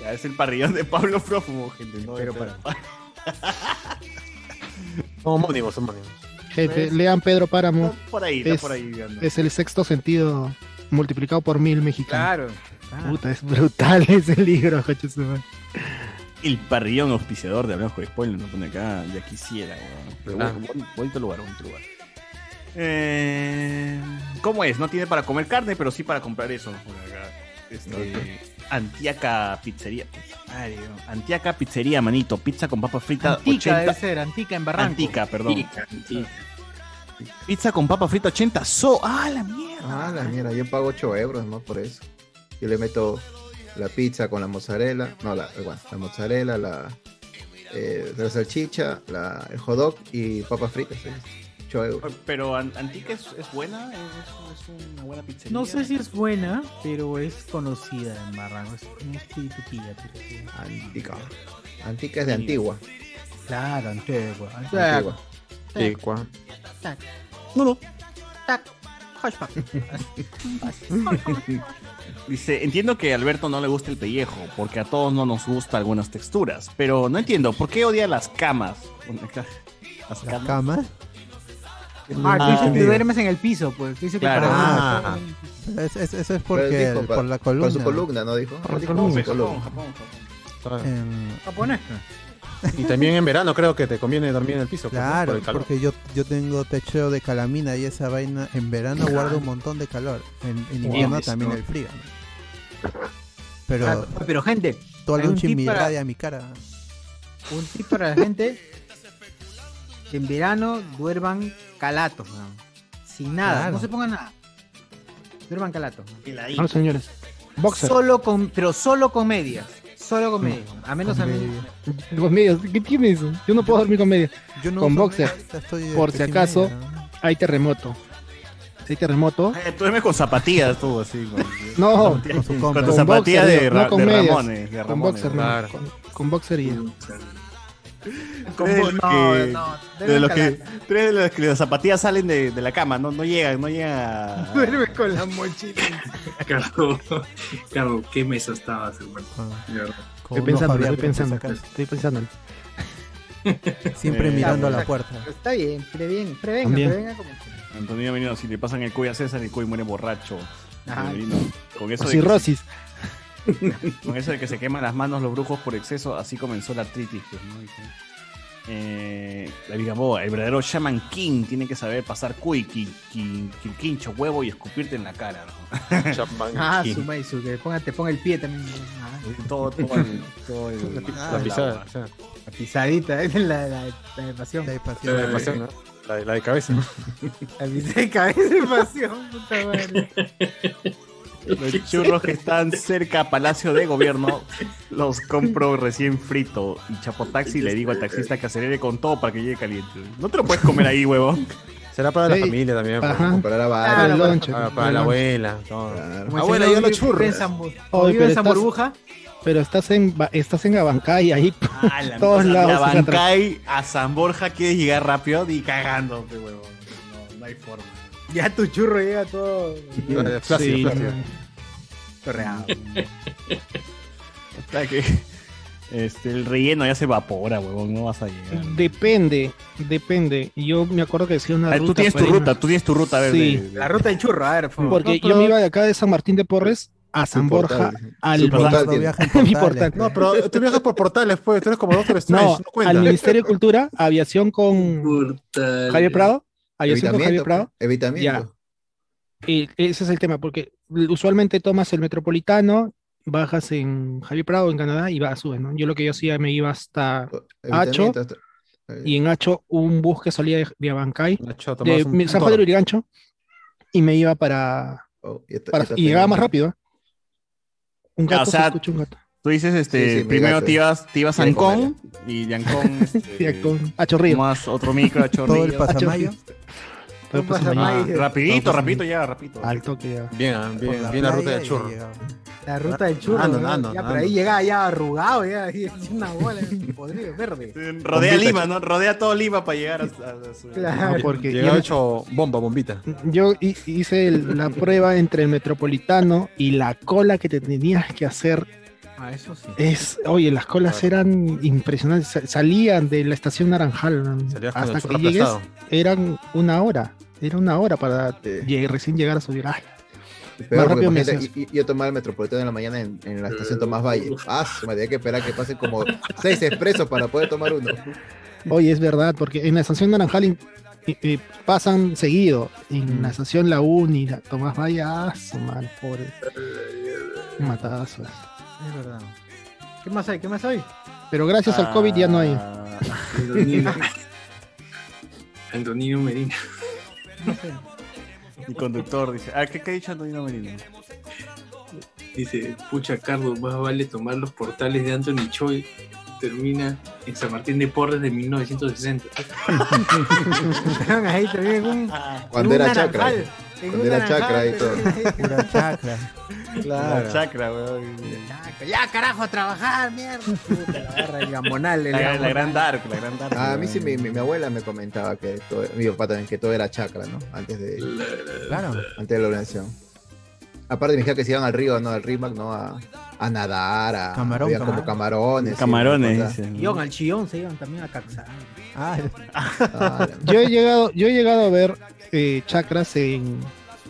Speaker 3: Ya, es el parrillón de Pablo Prófumo, gente. No
Speaker 22: Pedro
Speaker 3: de Pedro
Speaker 4: Son homónimos, son homónimos.
Speaker 11: Gente, Eh, lean Pedro Páramo.
Speaker 3: Está por ahí, está
Speaker 11: es,
Speaker 3: por ahí, anda.
Speaker 11: es el sexto sentido multiplicado por mil mexicanos.
Speaker 1: Claro.
Speaker 11: Puta, es brutal ese libro, coche su madre.
Speaker 3: El parrillón auspiciador de Hablamos de Spoiler, no pone acá, ya quisiera. weón. Pero
Speaker 4: Ah.
Speaker 3: bueno, bon- bonito lugar, bonito lugar. Eh, ¿Cómo es? No tiene para comer carne, pero sí para comprar eso. Por acá. Este, Antiaca Pizzería. Madre, weón. Antiaca Pizzería, manito. Pizza con papa frita.
Speaker 1: Antica
Speaker 3: 80.
Speaker 1: debe ser, Antica en Barranco.
Speaker 3: Antica, perdón.
Speaker 1: Antica, Antica.
Speaker 3: Pizza con papa frita 80 so. ¡Ah, la mierda!
Speaker 5: Ah, la mierda, yo pago 8 euros, ¿no? Por eso. Yo le meto la pizza con la mozzarella, no, la, bueno, la mozzarella, la, eh, la salchicha, la, el hot dog y papas fritas. ¿sí? 8 euros.
Speaker 3: Pero An- Antica es, es buena, es, es una buena pizzería.
Speaker 1: No sé si es buena, pero es conocida en Barranco. Es una espirituquilla.
Speaker 5: Antica. Antica es de antigua.
Speaker 1: Claro, antigua.
Speaker 5: Antigua.
Speaker 4: Antigua.
Speaker 1: Tac.
Speaker 3: No, no.
Speaker 1: Tac. Hashpack.
Speaker 3: Dice, entiendo que a Alberto no le gusta el pellejo, porque a todos no nos gusta algunas texturas, pero no entiendo, ¿por qué odia las camas? ¿Las camas?
Speaker 1: Ah, tú dices que
Speaker 3: Ah,
Speaker 1: duermes en el piso, pues. Tú dices que
Speaker 3: Claro.
Speaker 1: para-
Speaker 3: Ah.
Speaker 7: Es- es- eso es
Speaker 5: Pero él
Speaker 7: porque
Speaker 5: Pues dijo
Speaker 7: el-
Speaker 5: pa-
Speaker 7: por la
Speaker 5: por
Speaker 7: columna.
Speaker 5: su columna, ¿no dijo?
Speaker 7: Por
Speaker 5: Él
Speaker 7: la
Speaker 5: dijo
Speaker 7: columna.
Speaker 5: por su columna.
Speaker 7: En-
Speaker 1: Japonés.
Speaker 4: Y también en verano creo que te conviene dormir en el piso. pues, ¿no?
Speaker 7: Claro,
Speaker 4: Por el calor.
Speaker 7: porque yo, yo tengo techeo de calamina y esa vaina en verano guarda un montón de calor. En, en invierno
Speaker 1: Tienes,
Speaker 7: también
Speaker 1: ¿no?
Speaker 7: el frío. ¿no? Pero,
Speaker 1: Ah, pero, gente,
Speaker 7: Todo
Speaker 1: hay un
Speaker 7: algún
Speaker 1: tip
Speaker 7: chimi
Speaker 1: para-
Speaker 7: irradia mi cara.
Speaker 1: Un tip para la gente. En verano duerman calatos, weón. Sin nada,
Speaker 7: Claro.
Speaker 1: no se pongan nada. Duerman calatos.
Speaker 11: No, señores. Boxer.
Speaker 1: Solo con, pero solo con medias. Solo con medias. A menos a mí.
Speaker 11: Con medias, ¿qué tienes? Yo no puedo dormir con medias.
Speaker 7: Yo no
Speaker 11: con
Speaker 7: uso
Speaker 11: boxer.
Speaker 7: medias, estoy de
Speaker 11: Por si
Speaker 7: pez y
Speaker 11: acaso, hay terremoto. Si hay terremoto.
Speaker 3: Eh, Tú duermes con zapatillas, tú, así. con-
Speaker 11: No,
Speaker 3: con, tu zapatilla
Speaker 11: boxer,
Speaker 3: de,
Speaker 11: digo, no
Speaker 3: Ra-
Speaker 11: con
Speaker 3: de
Speaker 11: medias.
Speaker 3: Ramones. de
Speaker 11: con
Speaker 3: Ramones,
Speaker 11: boxer, no,
Speaker 3: eh, claro.
Speaker 11: con, con boxer y.
Speaker 3: Tres de los que-
Speaker 1: no,
Speaker 3: de los que-
Speaker 1: duermen
Speaker 3: tres de los que las zapatillas salen de, de la cama, no, no llegan, no llegan. a-
Speaker 1: Duerme con la mochila.
Speaker 23: Claro, claro, qué mesa estabas, hermano. De verdad.
Speaker 11: Estoy pensando, estoy pensando. Estoy pensando.
Speaker 7: Siempre
Speaker 3: Eh,
Speaker 7: mirando a
Speaker 3: ya,
Speaker 7: la
Speaker 3: pues,
Speaker 7: puerta.
Speaker 1: Está bien, preven, prevenga,
Speaker 3: También.
Speaker 1: prevenga como.
Speaker 3: Antonio Merino, si le pasan el cuello a César, el cuello muere borracho.
Speaker 1: Ajá.
Speaker 3: Merino, Con eso
Speaker 11: O
Speaker 3: de que se-
Speaker 11: cirrosis.
Speaker 3: Con eso de que se queman las manos los brujos por exceso, así comenzó la artritis. pues, ¿no? Dice, eh, la Vigaboa, el verdadero Shaman King tiene que saber pasar cuy, qui- qui- quirquincho, huevo y escupirte en la cara. ¿no?
Speaker 1: Ah,
Speaker 3: King.
Speaker 1: su Maisu, que ponga, te ponga el pie también. Ah.
Speaker 3: Todo, todo el- todo el- Ah,
Speaker 1: La
Speaker 4: La pisada.
Speaker 3: la-
Speaker 4: o sea,
Speaker 1: La pisadita, es la, la, la de pasión. La de
Speaker 4: la de pasión, ¿no? La de, la de cabeza.
Speaker 1: La piseca, es de pasión, puta madre.
Speaker 3: Los churros que están cerca a Palacio de Gobierno los compro recién frito y chapo taxi y le digo al taxista que acelere con todo para que llegue caliente. No te lo puedes comer ahí, huevón.
Speaker 4: Será para la
Speaker 11: Sí.
Speaker 4: familia también. pues,
Speaker 11: Ajá.
Speaker 4: comprar a varios.
Speaker 11: Para el lonche,
Speaker 4: Para, para
Speaker 11: para el
Speaker 4: la
Speaker 11: lonche.
Speaker 4: abuela. todo.
Speaker 1: Como
Speaker 5: Ah,
Speaker 4: Abuela,
Speaker 1: Pues si
Speaker 4: yo
Speaker 1: no
Speaker 4: los
Speaker 1: vive
Speaker 4: churros.
Speaker 1: en San Bu-
Speaker 11: Oy,
Speaker 1: vive
Speaker 11: pero
Speaker 1: en San
Speaker 11: estás-
Speaker 1: Burbuja.
Speaker 11: Pero estás en, Ba- estás en Abancay ahí.
Speaker 3: Ah, la
Speaker 11: todos
Speaker 3: mierda.
Speaker 11: lados.
Speaker 3: La
Speaker 11: es atrás.
Speaker 3: Bancay a San Borja quieres llegar rápido y cagando, pe, huevón. No, no hay forma.
Speaker 1: Ya tu churro llega todo.
Speaker 4: Eh, Flácido,
Speaker 11: Sí.
Speaker 4: flácido.
Speaker 1: Torreado.
Speaker 3: Hasta que este, el relleno ya se evapora, huevón. No vas a llegar.
Speaker 11: Depende, depende. Yo me acuerdo que decía una
Speaker 3: Ah,
Speaker 11: ruta.
Speaker 3: tú tienes tu
Speaker 11: para irme.
Speaker 3: ruta, tú tienes tu ruta, a ver.
Speaker 11: Sí.
Speaker 3: de- de-
Speaker 1: La ruta de churro, a ver. fue-
Speaker 11: Porque
Speaker 1: No,
Speaker 11: yo
Speaker 1: pero-
Speaker 11: me iba de acá de San Martín de Porres a San Borja
Speaker 5: portal, dice.
Speaker 11: al
Speaker 5: Su portal tiene.
Speaker 7: Viaja en
Speaker 11: mi
Speaker 7: portales,
Speaker 11: portal.
Speaker 7: pues.
Speaker 4: No, pero tú viajas por portales, pues. Tú eres como Doctor Strange. No,
Speaker 11: No,
Speaker 4: cuenta.
Speaker 11: al Ministerio de Cultura, aviación con
Speaker 23: Puta,
Speaker 11: Javier Prado, aviación con Javier
Speaker 5: Evitamiento.
Speaker 11: Prado.
Speaker 5: pues, Evitamiento.
Speaker 11: Ya. Y ese es el tema, porque usualmente tomas el metropolitano bajas en Javier Prado, en Canadá, y vas, subes, ¿no? Yo lo que yo hacía, me iba hasta Hacho,
Speaker 5: Oh, Evitamiento, hasta-
Speaker 11: y en Hacho un bus que salía de, de Abancay,
Speaker 4: Hacho,
Speaker 11: de
Speaker 4: tomabas un-
Speaker 11: mi-
Speaker 4: un
Speaker 11: San Juan de
Speaker 4: toro.
Speaker 11: Lurigancho, y me iba para...
Speaker 5: oh, y,
Speaker 3: esta-
Speaker 11: para-
Speaker 3: esta
Speaker 11: y llegaba
Speaker 3: tenía-
Speaker 11: más rápido, ¿eh? Un
Speaker 3: Ah,
Speaker 11: gato,
Speaker 3: o
Speaker 11: se
Speaker 3: sea,
Speaker 11: escucha un gato.
Speaker 3: Tú dices,
Speaker 11: Sí,
Speaker 3: este,
Speaker 11: sí, mi
Speaker 3: primero
Speaker 11: gato.
Speaker 3: te ibas, te ibas a
Speaker 11: Quiere
Speaker 3: Ancón y de Ancón
Speaker 11: Y
Speaker 3: este,
Speaker 11: con- a Chorrillo.
Speaker 3: Más otro micro a Chorrillo.
Speaker 11: Todo el pasamayo. Todo el
Speaker 3: Ah,
Speaker 11: pasamayo.
Speaker 3: rapidito,
Speaker 11: Todo el
Speaker 3: rapidito ya, rapidito.
Speaker 11: Al toque ya.
Speaker 4: Bien, ah, bien, bien la ruta del churro.
Speaker 1: La ruta del churro.
Speaker 4: Ando,
Speaker 1: ¿no?
Speaker 4: ando,
Speaker 1: ya,
Speaker 4: ando.
Speaker 1: por ahí llegaba ya arrugado, ya, así, una bola, podrido, verde.
Speaker 3: Rodea
Speaker 4: Bombita,
Speaker 3: Lima, ¿no? Rodea todo Lima para llegar hasta, hasta su...
Speaker 1: Ah,
Speaker 11: Ah,
Speaker 4: No, porque
Speaker 11: yo
Speaker 4: llegaba
Speaker 11: me-
Speaker 4: hecho bomba, bombita.
Speaker 11: Yo hi- hice el- la prueba entre el metropolitano y la cola que te tenías que hacer.
Speaker 24: Ah, eso sí.
Speaker 11: Es, oye, las colas eran impresionantes. Sa- Salían de la estación Naranjal ¿no?
Speaker 4: Salías con el
Speaker 11: hasta que
Speaker 4: churro
Speaker 11: llegues.
Speaker 4: aplastado.
Speaker 11: Eran una hora. Era una hora para lle- recién llegar a subir. Ay,
Speaker 5: Peor,
Speaker 11: más
Speaker 5: porque
Speaker 11: rápido me
Speaker 5: imagínate,
Speaker 11: hacías.
Speaker 5: y- y- yo tomaba el metropolitano en la mañana en, en la estación Tomás Valle. Ah, su madre, había que esperar que pasen como seis expresos para poder tomar uno.
Speaker 11: Oye, es verdad, porque en la estación Naranjal in- i- i- pasan seguido.
Speaker 24: Mm.
Speaker 11: En la estación La Uni, la Tomás Vaya, ah, su madre, pobre. Matadas.
Speaker 1: Es verdad. ¿Qué más hay? ¿Qué más hay?
Speaker 11: Pero gracias
Speaker 4: Ah,
Speaker 11: al COVID ya no hay.
Speaker 2: Antonino. Antonino Medina.
Speaker 3: El conductor dice, ah, ¿qué, qué ha dicho Antonino Merino?
Speaker 2: Dice, pucha, Carlos, más vale tomar los portales de Anthony Choi. Termina en San Martín de Porres de 1960.
Speaker 1: ahí también en un.
Speaker 2: Cuando
Speaker 1: en un
Speaker 2: era chacra.
Speaker 1: naranjal, en
Speaker 2: Cuando
Speaker 1: un
Speaker 2: era
Speaker 1: naranjal,
Speaker 2: chacra y
Speaker 1: pero
Speaker 2: todo.
Speaker 1: ahí-
Speaker 7: Pura chacra.
Speaker 3: La chacra, weón.
Speaker 1: Ya, carajo, a trabajar, mierda. Puta, la barra, el gamonal, el
Speaker 5: La- la
Speaker 1: gamonal.
Speaker 5: gran
Speaker 3: Dark, la gran Dark.
Speaker 5: Ah, a mí sí, mi, mi- mi abuela me comentaba que todo, mi papá también, que todo era chacra, ¿no? Antes de,
Speaker 3: Claro.
Speaker 5: antes de la organización. Aparte, me dijeron que se iban al río, ¿no? Al RIMAC, ¿no? A, a nadar, a.
Speaker 1: Camarón,
Speaker 5: había
Speaker 1: camarón.
Speaker 5: como camarones.
Speaker 3: Camarones,
Speaker 5: ¿no?
Speaker 3: dicen,
Speaker 1: Guión, al chillón se iban también a Caxar.
Speaker 7: Ah,
Speaker 11: Yo he llegado, yo he llegado a ver eh, chacras en,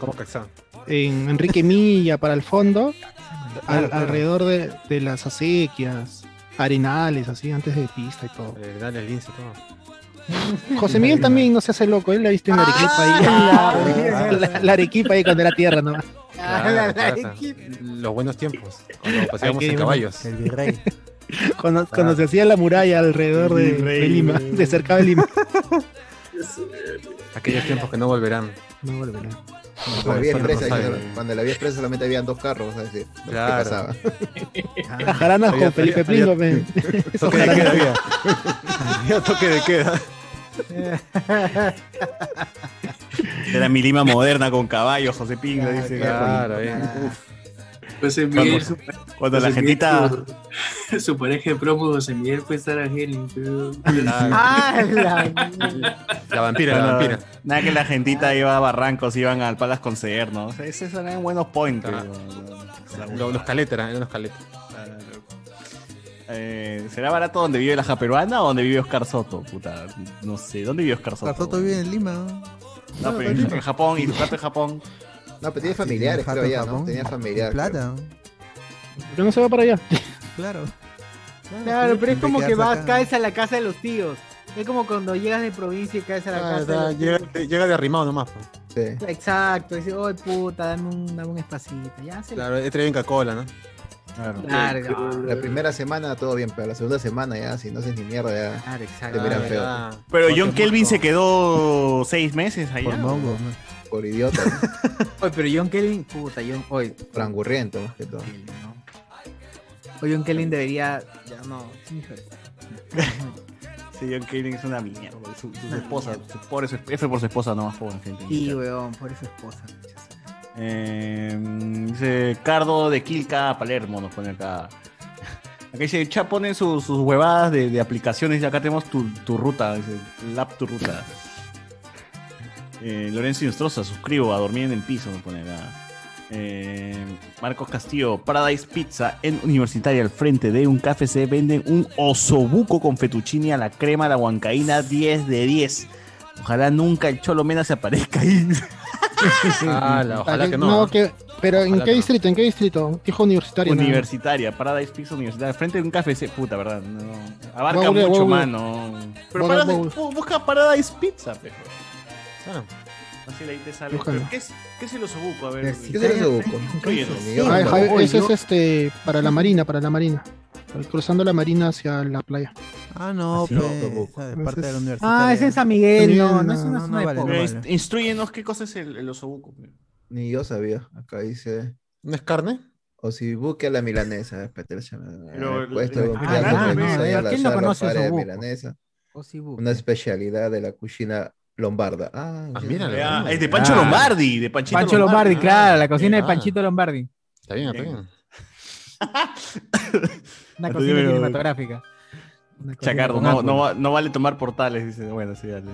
Speaker 4: Como Caxán.
Speaker 11: en Enrique Milla para el fondo, al-
Speaker 4: Claro, claro.
Speaker 11: alrededor de, de las acequias, arenales, así antes de pista y todo.
Speaker 4: Eh, dale el lince todo.
Speaker 11: José Miguel también no se hace loco, él la ha visto en Arequipa ahí.
Speaker 4: Ah,
Speaker 11: la, la- la Arequipa ahí cuando era tierra, ¿no?
Speaker 4: Claro, claro. Los buenos tiempos, cuando paseábamos
Speaker 11: Ay, qué
Speaker 4: en
Speaker 11: bueno.
Speaker 4: caballos.
Speaker 11: El virrey. Cuando, cuando se hacía la muralla alrededor de, de
Speaker 4: Virrey.
Speaker 11: Lima, de cerca de Lima.
Speaker 4: Aquellos tiempos que no volverán.
Speaker 11: No volverán.
Speaker 5: Cuando la vía expresa, cuando la vía expresa solamente habían dos carros, es decir, ¿qué
Speaker 4: Claro.
Speaker 5: pasaba?
Speaker 11: Jaranas Ah, con Felipe Pingo, men. Esos
Speaker 4: Toque de queda
Speaker 11: jaranas.
Speaker 4: había. Había toque de queda.
Speaker 3: Era mi Lima moderna con caballo, José Pingo, dice.
Speaker 4: Ah, claro, eh.
Speaker 3: bien.
Speaker 2: José
Speaker 3: Cuando-
Speaker 2: Miguel. su-
Speaker 3: cuando la
Speaker 2: José Miguel,
Speaker 3: gentita-
Speaker 2: su- Su pareja de promo, José Miguel, fue Sara Helen. pero-
Speaker 4: Ah. La vampira, la
Speaker 3: Cuando-
Speaker 4: vampira.
Speaker 3: Nada que la gentita iba a barrancos, iban al Palas Conceder, ¿no? O sea, esos eran buenos points.
Speaker 4: Los, los caletas, eran eran los caletas.
Speaker 3: Eh, ¿Será barato donde vive la japeruana o donde vive Oscar Soto? Puta, no sé. ¿Dónde vive Oscar Soto?
Speaker 7: Cartoto vive en Lima.
Speaker 3: No, pero en en Japón y tu gato en Japón.
Speaker 5: No,
Speaker 7: Ah,
Speaker 5: pero tenía familiares, creo ya, ¿no? Tenía
Speaker 7: familiares.
Speaker 5: familiares.
Speaker 7: Plata.
Speaker 11: Pero no se va para allá.
Speaker 7: Claro.
Speaker 1: Claro, pero es como que vas,
Speaker 4: acá.
Speaker 1: caes a la casa de los tíos. Es como cuando llegas de provincia y caes a la
Speaker 4: Ah,
Speaker 1: casa
Speaker 4: está,
Speaker 1: de los
Speaker 4: llega, llega de arrimado nomás. pues.
Speaker 1: tíos. Exacto, dice, ay puta, dame un, dame un espacito. Ya se
Speaker 4: Claro, he traído en Coca-Cola, ¿no?
Speaker 1: Claro.
Speaker 5: La primera semana todo bien, pero la segunda semana ya, si no haces ni mierda, ya te miran
Speaker 3: Ah,
Speaker 5: feo.
Speaker 3: verdad. Pero John Kelvin se quedó seis meses allá. Por mongo,
Speaker 5: Por idiota.
Speaker 1: Oye, pero John Kelvin, puta, John, oye.
Speaker 5: Frangurriento, más que todo.
Speaker 1: O John Kelvin debería. Ya no, hijo de-
Speaker 3: Sí, John Kelvin es una mierda. Su, su esposa, su- pobre su- F por su esposa nomás, pobre gente.
Speaker 1: Sí, weón, por esa esposa.
Speaker 3: Eh, dice Cardo de Quilca a Palermo, nos pone acá. Acá dice, ya ponen sus, sus huevadas de, de aplicaciones y acá tenemos tu, tu ruta, dice, lap tu ruta. Eh, Lorenzo Inostroza, suscribo, a dormir en el piso, me pone acá. Eh, Marcos Castillo, Paradise Pizza en Universitaria, al frente de un café se venden un osobuco con fettuccine a la crema, la huancaína 10 de 10. Ojalá nunca el Cholo Mena se aparezca ahí.
Speaker 4: Ala, Ah, ojalá que no. ¿no?
Speaker 11: que- pero ¿en
Speaker 4: Ojalá
Speaker 11: qué
Speaker 4: que no.
Speaker 11: distrito? ¿En qué distrito? Dijo universitario. ¿no?
Speaker 3: Universitaria, Paradise Pizza Universitaria, frente de un café, se- puta, ¿verdad? No, abarca
Speaker 11: Voy a googlear,
Speaker 3: mucho,
Speaker 11: voy a
Speaker 3: mano.
Speaker 11: Voy
Speaker 3: Pero
Speaker 11: a-
Speaker 3: Paradise-
Speaker 11: voy a-
Speaker 3: bu- busca Paradise Pizza, pero. Así ahí te sale.
Speaker 11: Búscalo.
Speaker 3: Pero, ¿Qué es, qué es el osobuco? A ver.
Speaker 5: ¿Qué es el osobuco?
Speaker 3: Instrúyenos.
Speaker 11: Ah,
Speaker 3: Ay,
Speaker 11: Javi,
Speaker 3: Javi,
Speaker 11: ese es
Speaker 3: ¿no?
Speaker 11: este para la marina, para la marina. Cruzando la marina hacia la playa.
Speaker 7: Ah, no,
Speaker 11: Así no,
Speaker 7: pe,
Speaker 11: tampoco.
Speaker 7: esa de parte de la universidad.
Speaker 1: Ah, ese es San Miguel, no, no es una zona de
Speaker 3: Pero
Speaker 1: pobre.
Speaker 3: inst- Instrúyenos Este, qué cosa es el, el osobuco.
Speaker 5: Ni yo sabía. Acá dice.
Speaker 4: ¿No es carne?
Speaker 5: O si busque a la milanesa, eh, espérate,
Speaker 3: Pero-
Speaker 5: puesto
Speaker 3: Ah,
Speaker 5: con
Speaker 3: ah,
Speaker 5: platos
Speaker 3: ah, no,
Speaker 5: de Venezuela,
Speaker 3: ¿quién no
Speaker 5: salva
Speaker 3: conoce
Speaker 5: pared
Speaker 3: osobuco?
Speaker 5: milanesa,
Speaker 1: Osobuco.
Speaker 5: una especialidad de la cocina lombarda. Ah, ya.
Speaker 3: Ah, es de Pancho Lombardi, de Panchito
Speaker 1: Pancho Lombardi,
Speaker 3: Lombardi.
Speaker 1: claro,
Speaker 3: Ah,
Speaker 1: la cocina de
Speaker 3: ah.
Speaker 1: Panchito Lombardi.
Speaker 4: Está bien, está
Speaker 3: Bien.
Speaker 4: bien.
Speaker 1: Una
Speaker 3: Pero
Speaker 1: cocina
Speaker 3: digo-
Speaker 1: cinematográfica. Una cocina
Speaker 3: Chacardo,
Speaker 1: con
Speaker 3: no,
Speaker 1: árbol.
Speaker 3: no, va- no vale tomar portales, dice. Bueno, sí, dale.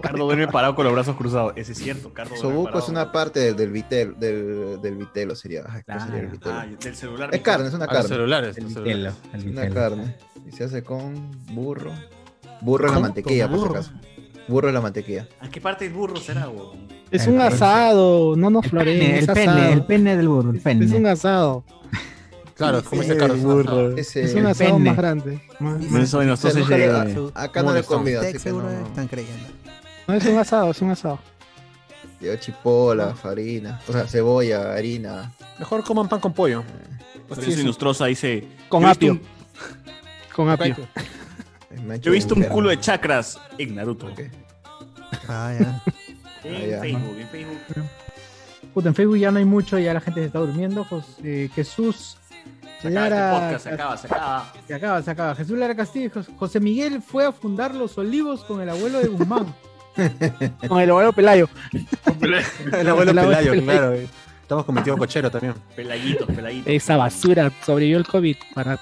Speaker 3: Cardo duerme parado con los brazos cruzados. Ese es cierto, Cardo duerme
Speaker 5: Sobuco es
Speaker 3: parado.
Speaker 5: una parte del, del vitel, del, del vitelo sería. Ay, ¿qué sería el vitelo?
Speaker 3: Ah, del celular.
Speaker 5: Es carne, es una
Speaker 4: A los
Speaker 5: carne.
Speaker 4: celulares, los celulares.
Speaker 5: Es
Speaker 4: El
Speaker 5: una
Speaker 4: vitelo.
Speaker 5: carne. Y se hace con burro. Burro es la
Speaker 4: ¿Cómo?
Speaker 5: mantequilla,
Speaker 4: ¿Con
Speaker 5: por si
Speaker 4: burro?
Speaker 5: acaso. Burro es la mantequilla.
Speaker 3: ¿A qué parte del burro será, huevón?
Speaker 11: Es un asado, no nos
Speaker 1: pene,
Speaker 11: flores.
Speaker 1: el pene, el pene del burro, el pene.
Speaker 11: Es un asado.
Speaker 4: Claro, como ese carro.
Speaker 11: burro.
Speaker 5: Ese-
Speaker 11: Es un asado
Speaker 1: pene.
Speaker 11: más grande. Más-
Speaker 3: Bueno, eso, bueno, entonces
Speaker 5: Acá no le-
Speaker 3: llega,
Speaker 5: a-
Speaker 3: eh.
Speaker 5: Acá no le he comido, así que
Speaker 7: seguro
Speaker 5: no.
Speaker 7: están creyendo.
Speaker 11: No es un asado, es un asado.
Speaker 4: eh.
Speaker 5: Lleva chipola, farina, o sea, cebolla, harina.
Speaker 4: Mejor coman pan con pollo.
Speaker 3: Lorenzo Inostroza dice.
Speaker 11: Con
Speaker 3: "Yo he visto
Speaker 11: apio.
Speaker 3: un-
Speaker 11: Con apio.
Speaker 3: Yo he visto un culo de chakras en Naruto.
Speaker 7: Ah, ya.
Speaker 3: En
Speaker 5: ya.
Speaker 3: Facebook, en Facebook.
Speaker 1: Puta, en Facebook ya no hay mucho, ya la gente se está durmiendo. Jos- eh, Jesús
Speaker 3: Se acaba este
Speaker 1: Lara.
Speaker 3: podcast, se
Speaker 11: ah,
Speaker 3: acaba, se acaba.
Speaker 1: Se acaba, se acaba. Jesús Lara Castillo y Jos- José Miguel fue a fundar los olivos con el abuelo de Guzmán.
Speaker 11: Con el abuelo Pelayo.
Speaker 4: El abuelo
Speaker 11: El abuelo
Speaker 4: Pelayo,
Speaker 11: Pelayo.
Speaker 4: claro. eh. Estamos con mi tío cochero también.
Speaker 3: Pelayitos, pelayitos.
Speaker 11: Esa basura sobrevivió el COVID para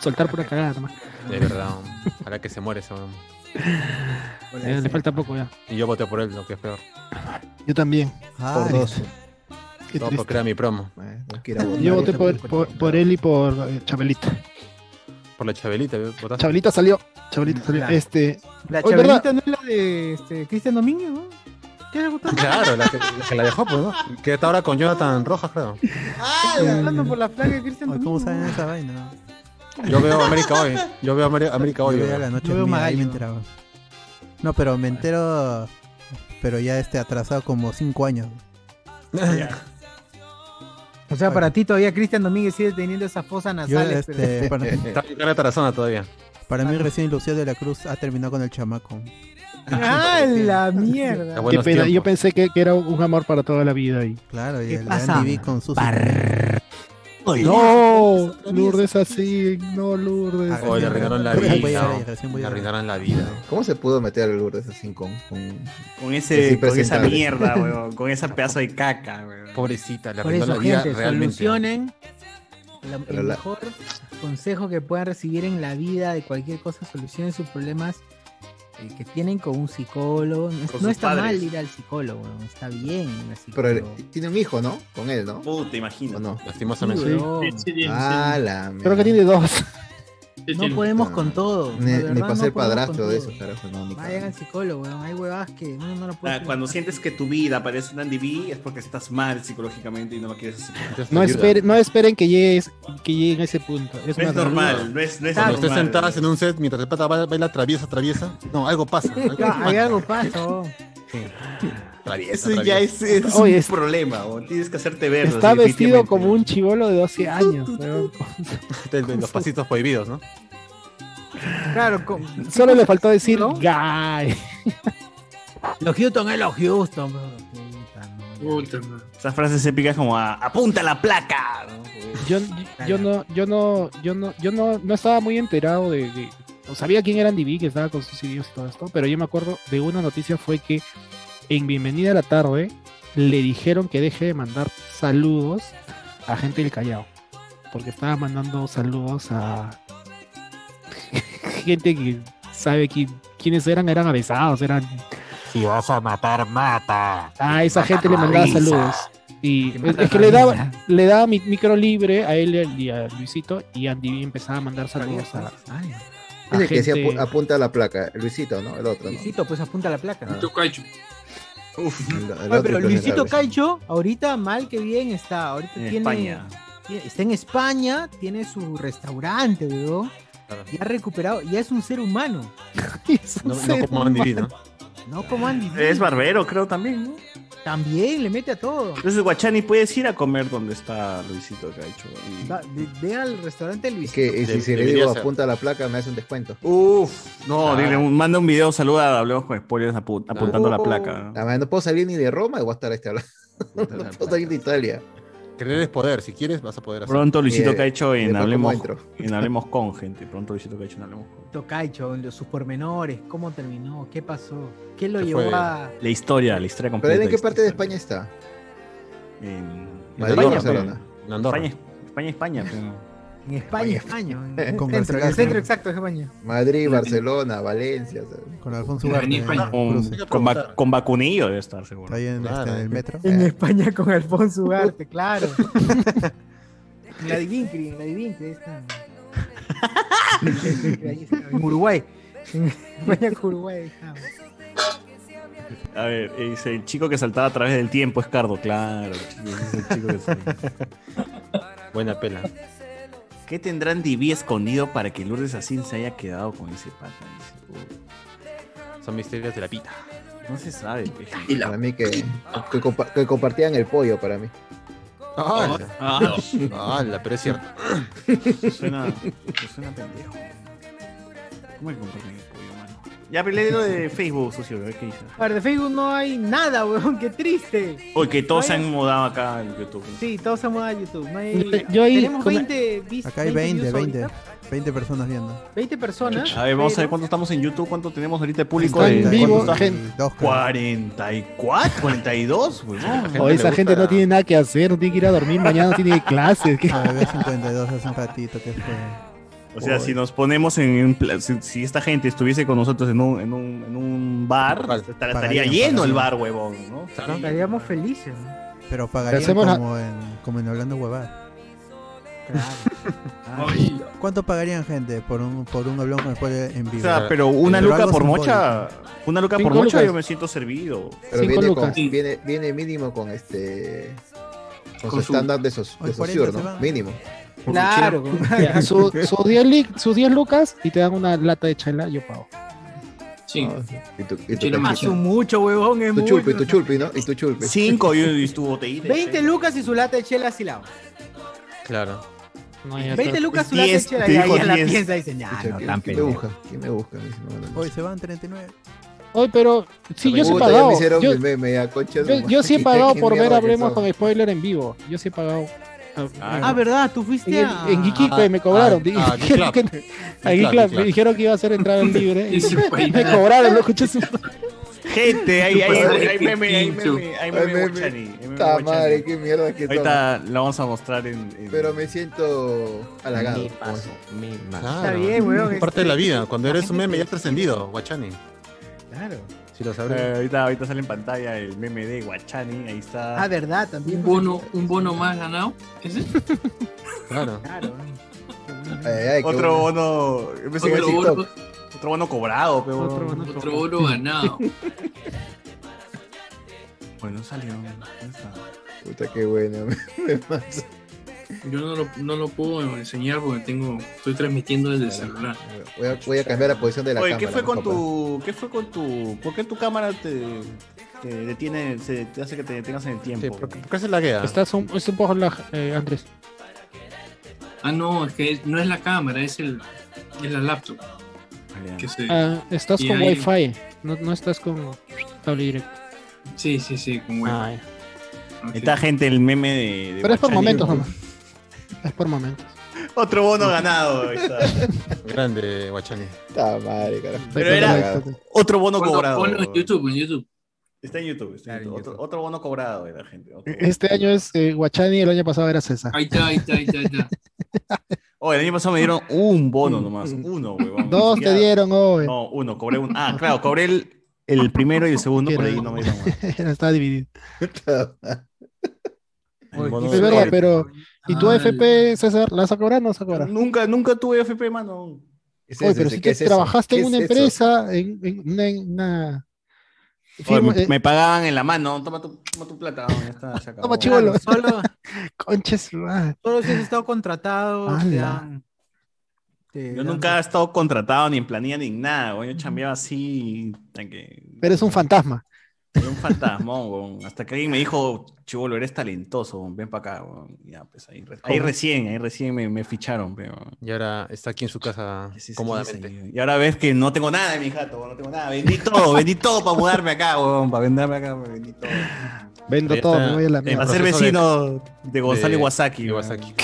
Speaker 11: soltar pura cagada nomás.
Speaker 4: De verdad. Para que se muere ese hombre.
Speaker 11: Eh, le falta poco ya.
Speaker 4: Y yo voté por él, lo que es peor.
Speaker 11: Yo también.
Speaker 5: Por dos.
Speaker 11: Qué
Speaker 4: Todo
Speaker 11: triste.
Speaker 4: porque era mi promo.
Speaker 5: Eh, no quiero abonar.
Speaker 11: Yo voté por, por, por él y por eh, Chabelita.
Speaker 4: Por la Chabelita, ¿eh? ¿votaste?
Speaker 11: Chabelita salió. Chabelita salió.
Speaker 1: Claro.
Speaker 11: Este.
Speaker 1: La
Speaker 11: Oye, ¿verdad?
Speaker 1: chabelita no es la de este, Cristian Domínguez, ¿no? ¿Qué le gustó?
Speaker 4: Claro, la que, la que la dejó, pues, ¿no? Que está ahora con Jonathan Rojas, creo.
Speaker 1: Ah, hablando por la flaca de Cristian
Speaker 7: Oye,
Speaker 1: Domínguez.
Speaker 7: ¿Cómo saben esa vaina?
Speaker 4: Yo veo América hoy. Yo veo Ameri- América hoy.
Speaker 7: Yo
Speaker 4: yo
Speaker 7: veía
Speaker 4: veo.
Speaker 7: la noche
Speaker 1: Yo veo
Speaker 7: mía, ahí
Speaker 1: Magallo.
Speaker 7: me enteraba. No, pero me entero. Pero ya este atrasado como 5 años.
Speaker 3: Ya.
Speaker 1: O sea, para ti todavía Cristian Domínguez sigue teniendo esas fosas
Speaker 7: Yo,
Speaker 1: nasales. pero-
Speaker 7: este, para,
Speaker 4: Está en cara de Tarazona todavía.
Speaker 7: para mí, recién Lucía de la Cruz ha terminado con el chamaco.
Speaker 1: ¡Ah, la mierda!
Speaker 4: Está bueno.
Speaker 11: Qué pena,
Speaker 4: tiempos.
Speaker 11: Yo pensé que, que era un amor para toda la vida. Y...
Speaker 7: Claro, y
Speaker 1: ¿Qué
Speaker 7: el de
Speaker 1: pasa?
Speaker 7: Andy B con Susi.
Speaker 11: No, Lourdes así. No, Lourdes.
Speaker 7: Ah,
Speaker 4: Hoy le arruinaron la
Speaker 7: Recién voy a
Speaker 4: vida.
Speaker 7: ver, recién voy
Speaker 4: Le
Speaker 7: a ver.
Speaker 4: arruinaron la vida.
Speaker 5: ¿Cómo se pudo meter el Lourdes así con, con-
Speaker 3: Con,
Speaker 5: Es
Speaker 3: ese, con esa
Speaker 5: impresentable.
Speaker 3: mierda, weón. Con esa pedazo de caca, weón.
Speaker 4: Pobrecita, le
Speaker 1: Por
Speaker 4: arruinó la
Speaker 1: eso,
Speaker 4: vida
Speaker 1: gente,
Speaker 4: realmente.
Speaker 1: solucionen la-
Speaker 5: Pero
Speaker 1: el
Speaker 5: la-
Speaker 1: mejor consejo que puedan recibir en la vida de cualquier cosa, solucionen sus problemas eh, que tienen con un psicólogo. No,
Speaker 3: Con
Speaker 1: no
Speaker 3: sus
Speaker 1: está
Speaker 3: padres.
Speaker 1: mal ir al psicólogo, no está bien ir al
Speaker 5: Pero
Speaker 1: psicólogo.
Speaker 5: él- tiene un hijo, ¿no? Con él, ¿no?
Speaker 3: Puta,
Speaker 5: ¿O
Speaker 3: imagino.
Speaker 5: no?
Speaker 4: Lastimosamente.
Speaker 1: Sí, weón.
Speaker 5: Ah, la
Speaker 11: Creo
Speaker 5: mierda.
Speaker 11: que tiene dos.
Speaker 1: No podemos con todo.
Speaker 5: Ni,
Speaker 1: de
Speaker 5: ni
Speaker 1: verdad,
Speaker 5: para
Speaker 1: no
Speaker 5: ser
Speaker 1: podemos
Speaker 5: padrastro
Speaker 1: con
Speaker 5: de
Speaker 1: todo.
Speaker 5: eso, carajo, no, ni
Speaker 1: Vayan
Speaker 5: cagando.
Speaker 1: al psicólogo, weón. hay huevas que no, no lo puedo
Speaker 3: Ah, Cuando sientes que tu vida parece un Andy B es porque estás mal psicológicamente y no lo quieres aceptar.
Speaker 4: Entonces,
Speaker 11: No,
Speaker 4: ayuda.
Speaker 11: esperen, no esperen que llegue, que llegue a ese punto. Es,
Speaker 3: No es
Speaker 11: más,
Speaker 3: normal, no es, no es
Speaker 4: Cuando
Speaker 3: normal.
Speaker 4: estés sentadas en un set mientras el pata baila, baila traviesa, traviesa. No, algo pasa. Algo
Speaker 1: Ah, Hay
Speaker 4: pasa.
Speaker 1: algo paso.
Speaker 4: Traviesa,
Speaker 3: Eso ya
Speaker 4: traviesa.
Speaker 3: es, es un
Speaker 11: Oye, es-
Speaker 3: problema, weón. Tienes que hacerte ver.
Speaker 11: Está
Speaker 3: así,
Speaker 11: vestido
Speaker 3: definitivamente.
Speaker 11: como un chivolo de 12 años. weón.
Speaker 4: De- de Los pasitos prohibidos, ¿no?
Speaker 1: Claro, con-
Speaker 11: Solo le faltó decir
Speaker 1: ¿No?
Speaker 11: guy.
Speaker 1: los Houston es los Houston. weón. Puta, no, ya.
Speaker 25: Puta, man.
Speaker 3: Esas frases épicas como a- apunta la placa. ¿no?
Speaker 11: Yo, yo no, yo no, yo no, yo no, no estaba muy enterado de, de- no sabía quién era Andy B, que estaba con sus videos y todo esto, pero yo me acuerdo de una noticia fue que en Bienvenida a la tarde le dijeron que deje de mandar saludos a gente del Callao, porque estaba mandando saludos a gente que sabe quién- quiénes eran, eran avesados, eran
Speaker 2: Si vas a matar, mata.
Speaker 11: a esa gente le
Speaker 2: la
Speaker 11: mandaba
Speaker 2: risa.
Speaker 11: saludos. Y
Speaker 2: Que
Speaker 11: es,
Speaker 2: mata
Speaker 11: es que
Speaker 2: la
Speaker 11: le daba,
Speaker 2: risa.
Speaker 11: le daba mi micro libre a él y a Luisito y Andy B empezaba a mandar saludos a,
Speaker 1: Ay,
Speaker 11: a
Speaker 5: Es el que decía
Speaker 11: gente.
Speaker 5: apu- apunta a la placa, Luisito, ¿no? El otro, ¿no?
Speaker 1: Luisito, pues apunta la placa.
Speaker 5: Ah,
Speaker 25: Tu caicho.
Speaker 5: el- el
Speaker 1: Oye,
Speaker 5: otro
Speaker 1: pero
Speaker 5: impresentable.
Speaker 1: Luisito Caicho, ahorita mal que bien está. Ahorita
Speaker 3: En
Speaker 1: tiene,
Speaker 3: España.
Speaker 1: tiene- Está en España, tiene su restaurante, weón.
Speaker 4: Claro.
Speaker 1: Ya ha recuperado, ya es un ser humano.
Speaker 11: Es un
Speaker 4: No, no
Speaker 11: ser
Speaker 4: como Andy B,
Speaker 11: humano.
Speaker 4: ¿no?
Speaker 1: No, como Andy.
Speaker 3: Es barbero, creo también, ¿no?
Speaker 1: También le mete a todo.
Speaker 3: Entonces, Guachani, puedes ir a comer donde está Luisito Gaicho. y-
Speaker 1: Va- ve, ve al restaurante Luis.
Speaker 5: Que y si, si le
Speaker 3: Debería
Speaker 5: digo
Speaker 3: ser.
Speaker 5: apunta a la placa, me hace un descuento.
Speaker 3: Uf, no,
Speaker 5: Ah.
Speaker 3: dile, un- manda un video, saluda, hablemos con spoilers apu- apuntando la placa.
Speaker 5: La verdad, Ah, no puedo salir ni de Roma y voy a estar este hablando. no puedo salir de Italia.
Speaker 4: Querer es poder, si quieres vas a poder hacer.
Speaker 3: Pronto Luisito Caicho
Speaker 4: hecho
Speaker 3: en Hablemos, en Hablemos con, gente. Pronto Luisito Caicho en Hablemos con.
Speaker 1: Tocaicho, los- sus pormenores, cómo terminó, qué pasó, qué lo
Speaker 3: Se
Speaker 1: llevó
Speaker 3: fue.
Speaker 1: a.
Speaker 3: La historia, la historia
Speaker 5: ¿Pero
Speaker 3: completa.
Speaker 5: él en qué parte de España está?
Speaker 3: En
Speaker 5: Madrid o Barcelona. Ah,
Speaker 3: En Andorra. España, España, España. pero-
Speaker 1: En España, España. en el centro,
Speaker 5: Con
Speaker 1: en
Speaker 5: Garcilaso.
Speaker 1: el centro exacto de España.
Speaker 5: Madrid, Barcelona, Valencia.
Speaker 7: Con Alfonso
Speaker 3: Con, con, va- con vacunillo debe estar seguro.
Speaker 7: Ahí en, este, en el metro.
Speaker 1: En España con Alfonso Ugarte, claro. en la Divincri, en la Divincri, ahí está. Ahí está, En Uruguay. En España con Uruguay. ahí está.
Speaker 3: A ver, es el chico que saltaba a través del tiempo, es Cardo, claro. chico, es el chico que saltaba. Buena pela. ¿Qué tendrán Divi escondido para que Lourdes Asín se haya quedado con ese pata?
Speaker 4: Son misterios de la pita.
Speaker 3: No se sabe. pues, pe.
Speaker 5: Para mí que, que, compa- que compartían el pollo para mí.
Speaker 4: ¡Hala!
Speaker 3: Ah.
Speaker 4: ¡Hala! Pero es cierto.
Speaker 3: Suena, suena pendejo. ¿Cómo que comparten el pollo, mano? Ya, pero lee lo de Facebook, socio, a ver qué dice.
Speaker 1: A ver, de Facebook no hay nada, weón, qué triste.
Speaker 3: Oye, que todos
Speaker 1: No
Speaker 3: se
Speaker 1: hay-
Speaker 3: han mudado acá en YouTube.
Speaker 1: Sí, todos se han mudado a YouTube. No hay...
Speaker 7: Yo ahí-
Speaker 1: Tenemos
Speaker 7: con-
Speaker 1: 20 vis-
Speaker 7: Acá hay 20,
Speaker 1: views
Speaker 7: 20.
Speaker 1: ahorita,
Speaker 7: 20 personas viendo.
Speaker 1: 20 personas.
Speaker 3: A ver, vamos a ver
Speaker 1: pero-
Speaker 3: cuánto estamos en YouTube, cuánto tenemos ahorita de público.
Speaker 7: Está en
Speaker 3: de-
Speaker 7: vivo,
Speaker 3: ¿cuánto está?
Speaker 7: gente.
Speaker 3: 44, 42, huevón.
Speaker 11: O esa gente no tiene nada que hacer, no tiene que ir a dormir, mañana no tiene clases. ¿qué?
Speaker 7: Ah, había 52 hace un ratito que fue.
Speaker 3: O sea, si nos ponemos en. un pla- Si, si esta gente estuviese con nosotros en un, en un, en un bar, estar- estaría
Speaker 7: Pagarían,
Speaker 3: lleno el
Speaker 7: pagarían.
Speaker 3: bar, huevón, ¿no?
Speaker 1: Estaríamos felices. ¿no?
Speaker 7: Pero pagarían
Speaker 1: Hacemos la-
Speaker 7: como, en, como en Hablando Huevada.
Speaker 1: Claro.
Speaker 7: ¿Cuánto pagarían, gente, por un, por un hablón con el pollo en vivo?
Speaker 3: O sea, pero una luca
Speaker 7: algo
Speaker 3: por
Speaker 7: simbólico.
Speaker 3: mocha. Una luca por
Speaker 7: Cinco
Speaker 3: mocha,
Speaker 7: lucas.
Speaker 3: yo me siento servido.
Speaker 5: Pero viene, con, viene, viene mínimo con este.
Speaker 3: Con
Speaker 5: Con, su
Speaker 3: su-
Speaker 5: estándar de, sos,
Speaker 3: Hoy 40
Speaker 5: de Saussure,
Speaker 3: se
Speaker 5: ¿no?
Speaker 3: van.
Speaker 5: Mínimo.
Speaker 1: Claro.
Speaker 11: Ya, su- Sus 10 li- sus 10 lucas y te dan una lata de chela, yo pago.
Speaker 5: Y tu, y tu,
Speaker 1: Chile macho. mucho, huevón, es
Speaker 5: tu chulpi,
Speaker 1: mucho.
Speaker 5: tu chulpi, ¿no? Y tu chulpi.
Speaker 3: Cinco y, y tu botellita.
Speaker 1: 20 lucas y su lata de chela asilado.
Speaker 4: Claro.
Speaker 1: 20 lucas su lata de
Speaker 4: Diez,
Speaker 1: chela
Speaker 4: te
Speaker 1: y
Speaker 4: dijo
Speaker 1: ahí la
Speaker 4: diez.
Speaker 1: piensa y dice, ya,
Speaker 5: Escucha,
Speaker 1: Ah, no,
Speaker 5: ¿quién-
Speaker 1: tan
Speaker 5: quién me
Speaker 1: pendejo.
Speaker 5: busca? ¿Quién me busca? Me dice, no, no, no.
Speaker 7: Hoy se van 39.
Speaker 11: Oye, pero sí, yo sí he
Speaker 5: Puta, ya
Speaker 11: pagado.
Speaker 5: me hicieron
Speaker 11: Yo,
Speaker 5: mi meme, ya, concha de
Speaker 11: yo-
Speaker 5: su
Speaker 11: yo sí he
Speaker 5: madre.
Speaker 11: pagado
Speaker 5: Qué
Speaker 11: por ver
Speaker 5: mierda que
Speaker 11: Hablemos
Speaker 5: son.
Speaker 11: con spoiler en vivo. Yo sí he pagado.
Speaker 1: Ah, verdad, tú fuiste
Speaker 11: En,
Speaker 1: a...
Speaker 11: en Iquique me cobraron. Di-
Speaker 1: ah,
Speaker 11: dijeron
Speaker 1: Geek Club.
Speaker 11: que-
Speaker 1: Club,
Speaker 11: a Geek
Speaker 1: Geek
Speaker 11: Club, Me
Speaker 1: Club.
Speaker 11: dijeron que iba a ser entrada en libre.
Speaker 1: Y su
Speaker 11: me
Speaker 1: peinada.
Speaker 11: cobraron, lo escuché su
Speaker 3: Gente, hay, hay, hay, hay meme, hay
Speaker 5: Pincho.
Speaker 3: meme, hay
Speaker 5: Ay,
Speaker 3: meme,
Speaker 5: meme.
Speaker 3: Guachani, hay meme
Speaker 5: Ta
Speaker 3: Guachani.
Speaker 5: madre, qué mierda que son.
Speaker 3: Ahorita la vamos a mostrar en. en-
Speaker 5: Pero me siento halagado.
Speaker 4: Claro.
Speaker 1: bien, weón,
Speaker 4: Parte
Speaker 1: este-
Speaker 4: de la vida. Cuando eres un meme ya trascendido, Guachani.
Speaker 1: Claro.
Speaker 4: Si lo
Speaker 3: Eh,
Speaker 4: sabré.
Speaker 3: ahorita, ahorita sale en pantalla el meme de Guachani, ahí está.
Speaker 1: Ah, verdad, también.
Speaker 3: Un
Speaker 1: bono,
Speaker 2: un bono más ganado.
Speaker 4: Claro.
Speaker 3: otro bono. yo pensé
Speaker 2: Otro
Speaker 3: que iba a decir-
Speaker 2: bono.
Speaker 3: otro bono cobrado, pero.
Speaker 2: Otro bono Otro cobrado. bono ganado.
Speaker 3: bueno, salió. ¿dónde está?
Speaker 5: Puta, qué bueno. Me mato.
Speaker 2: Yo no lo, no lo puedo enseñar porque tengo, estoy transmitiendo desde el celular.
Speaker 5: Voy a, voy a cambiar la posición de la
Speaker 3: Oye,
Speaker 5: cámara.
Speaker 3: ¿qué fue
Speaker 5: ¿no,
Speaker 3: con
Speaker 5: papá?
Speaker 3: tu. ¿Qué fue con tu. ¿Por qué tu cámara te, te detiene, se, te hace que te detengas en el tiempo? ¿por,
Speaker 4: qué se laguea?
Speaker 11: Estás un, es un poco lag, eh, Andrés.
Speaker 2: Ah, no, es que no es la cámara, es el es la laptop. Que se-
Speaker 11: Ah, estás
Speaker 2: y
Speaker 11: con
Speaker 2: ahí-
Speaker 11: Wi-Fi, no, no estás con cable directo. Ah,
Speaker 2: Sí, sí, sí, con Wi-Fi.
Speaker 3: Está gente el meme de. de
Speaker 11: Pero es por
Speaker 3: Guachani.
Speaker 11: momentos, nomás. Es por momentos.
Speaker 3: Otro bono ganado. ahí está.
Speaker 4: Grande, Guachani.
Speaker 5: Ta madre, carajo.
Speaker 3: Pero era otro bono
Speaker 2: Ponlo-
Speaker 3: cobrado.
Speaker 2: ponlo en YouTube, en YouTube.
Speaker 3: Está en YouTube. está en YouTube. Otro, otro bono cobrado era, gente. Otro bono.
Speaker 11: Este año es eh, Guachani, el año pasado era César.
Speaker 2: Ahí está, ahí está, ahí está. Ahí está.
Speaker 3: Oh, el año pasado me dieron un bono nomás. Uno, huevón.
Speaker 11: Mm. Dos
Speaker 3: Ya.
Speaker 11: te dieron, hoy.
Speaker 3: No, uno. Cobré un. Ah, claro, cobré el, el primero y el segundo, por ahí no me dieron.
Speaker 11: Está dividido.
Speaker 3: El bono
Speaker 11: Es
Speaker 3: de-
Speaker 11: verdad, pero. ¿Y tu
Speaker 2: Ah,
Speaker 3: Ay.
Speaker 11: AFP, César, la vas a cobrar o no vas a cobrar?
Speaker 3: Nunca, nunca tuve FP, mano.
Speaker 11: Oye, pero si tú trabajaste en una empresa, en, en una. en una-
Speaker 3: Oye,
Speaker 11: firma-
Speaker 3: me,
Speaker 11: eh,
Speaker 3: me pagaban en la mano. Toma tu, toma tu plata. ya está, se acabó.
Speaker 11: Toma, chivolo.
Speaker 1: Solo,
Speaker 11: Conches, madre.
Speaker 1: solo si has estado contratado, te
Speaker 11: Ala.
Speaker 1: dan-
Speaker 26: Este,
Speaker 3: Yo nunca he estado contratado ni en planilla ni en nada, weón. Yo chambeaba así, tan que
Speaker 11: Pero es un fantasma.
Speaker 3: era un fantasmón, weón. Hasta que alguien me dijo, chivolo, eres talentoso, weón, ven para acá, weón. Ya, pues ahí, re- ahí
Speaker 4: ¿Cómo?
Speaker 3: recién, ahí recién me, me ficharon, pero.
Speaker 4: Y ahora está aquí en su casa cómodamente.
Speaker 3: Y ahora ves que no tengo nada en mi jato, weón, no tengo nada. Vendí todo, vendí todo para mudarme acá, weón, para venderme acá, weón, vendí todo.
Speaker 11: Vendo
Speaker 4: Ahí
Speaker 11: todo,
Speaker 4: está,
Speaker 11: me voy a la
Speaker 4: en
Speaker 11: mierda.
Speaker 3: Para ser
Speaker 4: proceso
Speaker 3: vecino de, Gonzalo
Speaker 4: de-
Speaker 3: Iwasaki,
Speaker 4: de
Speaker 3: weón.
Speaker 4: Iwasaki.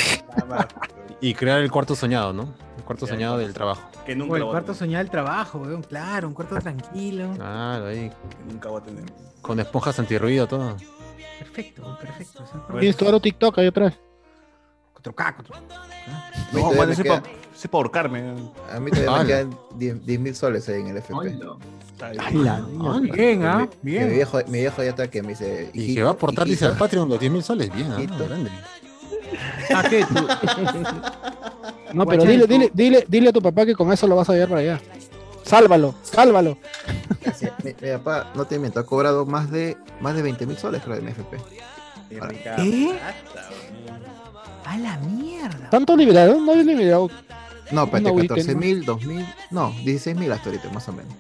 Speaker 4: Y crear el cuarto soñado, ¿no? El cuarto soñado del trabajo.
Speaker 3: que
Speaker 1: O
Speaker 3: nunca
Speaker 1: el
Speaker 3: lo voy a
Speaker 1: cuarto soñado del trabajo, weón, claro, un cuarto tranquilo.
Speaker 4: Claro, ahí.
Speaker 3: tener, que nunca voy a tener.
Speaker 4: Con esponjas antirruido, todo.
Speaker 1: Perfecto, weón, perfecto. ese cuarto-
Speaker 11: Tienes tu aro TikTok ahí atrás.
Speaker 1: 4K, 4K.
Speaker 5: mí
Speaker 3: No,
Speaker 5: todavía
Speaker 3: bueno,
Speaker 5: me
Speaker 3: soy
Speaker 5: queda-
Speaker 3: para pa ahorcarme.
Speaker 5: A mí todavía
Speaker 3: Ala.
Speaker 5: me quedan 10 mil soles ahí en el FP.
Speaker 1: mierda. Bien, ¿ah?
Speaker 5: Mi-
Speaker 1: Bien.
Speaker 5: Mi viejo, mi viejo ya está que me dice.
Speaker 4: Y que va a aportar, dice, al Patreon los 10 mil soles. Bien, ah,
Speaker 5: Hijito.
Speaker 4: grande.
Speaker 11: Ah, ¿qué? Tú- No, pero
Speaker 1: Guachani,
Speaker 11: dile,
Speaker 1: tú-
Speaker 11: dile, dile, dile a tu papá que con eso lo vas a llevar para allá. Sálvalo, sálvalo.
Speaker 5: Sí, Mi, mi papá, no te miento, ha cobrado más de más de 20 mil soles, creo, en FP. Ahora,
Speaker 1: ¿Qué? A la mierda.
Speaker 11: ¿Tanto liberado? No había liberado.
Speaker 5: No, espérate,
Speaker 11: Una
Speaker 5: 14 mil, 2 mil, no, 16 mil hasta ahorita, más o menos.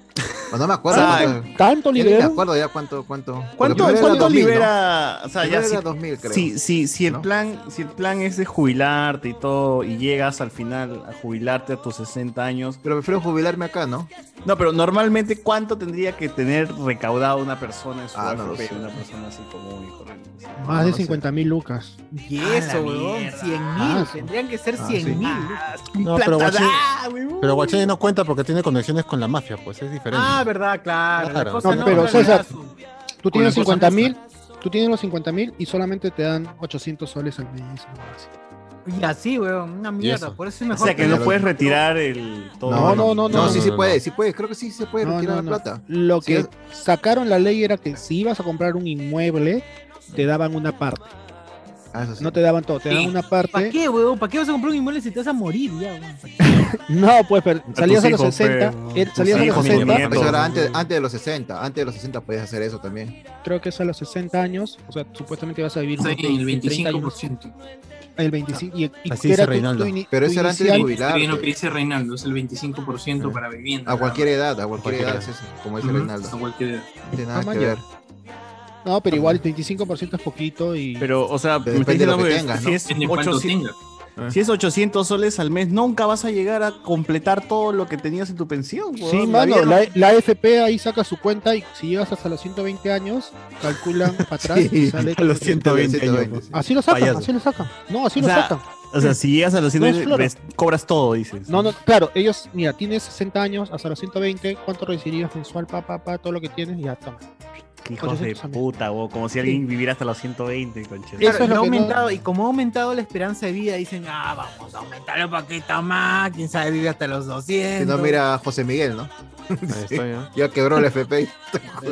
Speaker 5: O no me acuerdo.
Speaker 3: Ah,
Speaker 5: cuánto-
Speaker 11: ¿Tanto
Speaker 5: ya ni me
Speaker 11: liberado?
Speaker 5: acuerdo ya cuánto, cuánto.
Speaker 3: ¿Cuánto,
Speaker 5: porque primero era
Speaker 3: cuánto
Speaker 5: 2000, ¿no?
Speaker 3: libera? O sea, ya
Speaker 5: Primero
Speaker 3: si,
Speaker 5: era 2000, creo.
Speaker 3: si, si, si el plan, si el plan es de jubilarte y todo, y llegas al final a jubilarte a tus 60 años.
Speaker 5: Pero prefiero jubilarme acá, ¿no?
Speaker 3: No, pero normalmente, ¿cuánto tendría que tener recaudado una persona en su
Speaker 5: Ah, no lo
Speaker 3: AFP?
Speaker 5: sé.
Speaker 3: Una persona así común y corriente.
Speaker 11: Más de 50 mil lucas.
Speaker 1: Y eso, weón, 100 mil. Tendrían que ser 100 mil. ¡ah,
Speaker 4: No, pero
Speaker 1: Platadá,
Speaker 4: Guachani,
Speaker 1: weón.
Speaker 4: pero Guachani no cuenta porque tiene conexiones con la mafia, pues es diferente.
Speaker 1: Ah, verdad, claro. la
Speaker 4: Claro.
Speaker 1: cosa
Speaker 4: No, pero,
Speaker 1: no
Speaker 11: César,
Speaker 1: era su-
Speaker 11: Tú
Speaker 4: Con
Speaker 11: tienes
Speaker 4: las cosas
Speaker 11: 50 mil, tú tienes los 50 mil y solamente te dan 800 soles al mes. algo así.
Speaker 1: Y así, weón, una mierda.
Speaker 11: eso?
Speaker 1: Por eso es
Speaker 3: O
Speaker 1: mejor.
Speaker 3: sea, que no puedes retirar el todo.
Speaker 11: No, no, no, no,
Speaker 5: sí,
Speaker 11: no,
Speaker 5: sí
Speaker 11: no,
Speaker 5: puede,
Speaker 11: no.
Speaker 5: sí puede, creo que sí se puede
Speaker 11: No,
Speaker 5: retirar la
Speaker 11: no, no.
Speaker 5: plata.
Speaker 11: Lo
Speaker 5: Sí,
Speaker 11: que sacaron la ley era que si ibas a comprar un inmueble, te daban una parte.
Speaker 5: Ah,
Speaker 11: No te daban todo, te daban una
Speaker 1: ¿Para
Speaker 11: parte.
Speaker 1: qué, weón? ¿Para qué vas a comprar un inmueble si te vas a morir ya, weón?
Speaker 11: No, pues pero salías a
Speaker 5: tus
Speaker 11: los
Speaker 5: hijos,
Speaker 11: 60.
Speaker 5: pero-
Speaker 11: eh,
Speaker 5: tus
Speaker 11: Salías a los
Speaker 5: hijos,
Speaker 11: 60.
Speaker 5: Eso era antes, antes de los 60, antes de los 60 podías hacer eso también.
Speaker 11: creo que es a los 60 años, o sea, supuestamente vas a vivir
Speaker 5: Sí,
Speaker 11: unos
Speaker 5: el
Speaker 11: 25%. El 25 y, y
Speaker 5: Así
Speaker 11: que
Speaker 5: dice
Speaker 11: era tu-
Speaker 5: Reinaldo.
Speaker 11: tu ini-
Speaker 5: Pero
Speaker 11: tu
Speaker 5: eso era antes de
Speaker 11: inicial-
Speaker 5: jubilar.
Speaker 27: Bien lo que dice Reinaldo, es el 25% para vivienda.
Speaker 5: A cualquier edad, a cualquier,
Speaker 27: Cualquier
Speaker 5: edad,
Speaker 27: edad.
Speaker 5: es eso, como dice
Speaker 27: Ujú,
Speaker 5: Reinaldo.
Speaker 27: A cualquier edad.
Speaker 5: No tiene nada
Speaker 11: Ah,
Speaker 5: que
Speaker 11: maña.
Speaker 5: ver.
Speaker 11: No, pero igual el 25% es poquito y
Speaker 3: Pero, o sea, me
Speaker 5: Depende de lo
Speaker 3: estás
Speaker 5: que
Speaker 3: diciendo,
Speaker 5: tengas,
Speaker 3: si
Speaker 5: ¿no?
Speaker 3: es
Speaker 5: Depende de cuánto
Speaker 3: 800 si es 800 soles al mes, nunca vas a llegar a completar todo lo que tenías en tu pensión. weón.
Speaker 11: Sí,
Speaker 3: La
Speaker 11: mano,
Speaker 3: vida no-
Speaker 11: la, la FP ahí saca su cuenta y si llegas hasta los 120 años, calculan para atrás y sale.
Speaker 3: a los 120 años.
Speaker 11: Así lo sacan,
Speaker 3: Payaso.
Speaker 11: así lo sacan. No, así
Speaker 3: o,
Speaker 11: lo
Speaker 3: sea,
Speaker 11: sacan.
Speaker 3: o sea, si llegas a los
Speaker 11: No
Speaker 3: 120,
Speaker 11: explora.
Speaker 3: ves- cobras todo, dices.
Speaker 11: No, no, claro, ellos, mira, tienes 60 años, hasta los 120, ¿cuánto recibirías mensual, pa, pa, pa, todo lo que tienes? Ya, toma.
Speaker 3: Hijos de
Speaker 11: 800 también.
Speaker 3: puta, weón, como si alguien viviera hasta los 120, conche.
Speaker 1: Claro,
Speaker 11: Eso es
Speaker 1: y
Speaker 11: lo
Speaker 1: ha
Speaker 11: que no-
Speaker 1: aumentado, y como ha aumentado la esperanza de vida, dicen, ah, vamos a aumentarlo un poquito más, quién sabe, vive hasta los
Speaker 5: Si
Speaker 1: 200.
Speaker 5: no, mira a José Miguel, ¿no?
Speaker 4: estoy, ¿no?
Speaker 5: Ya quebró el FP.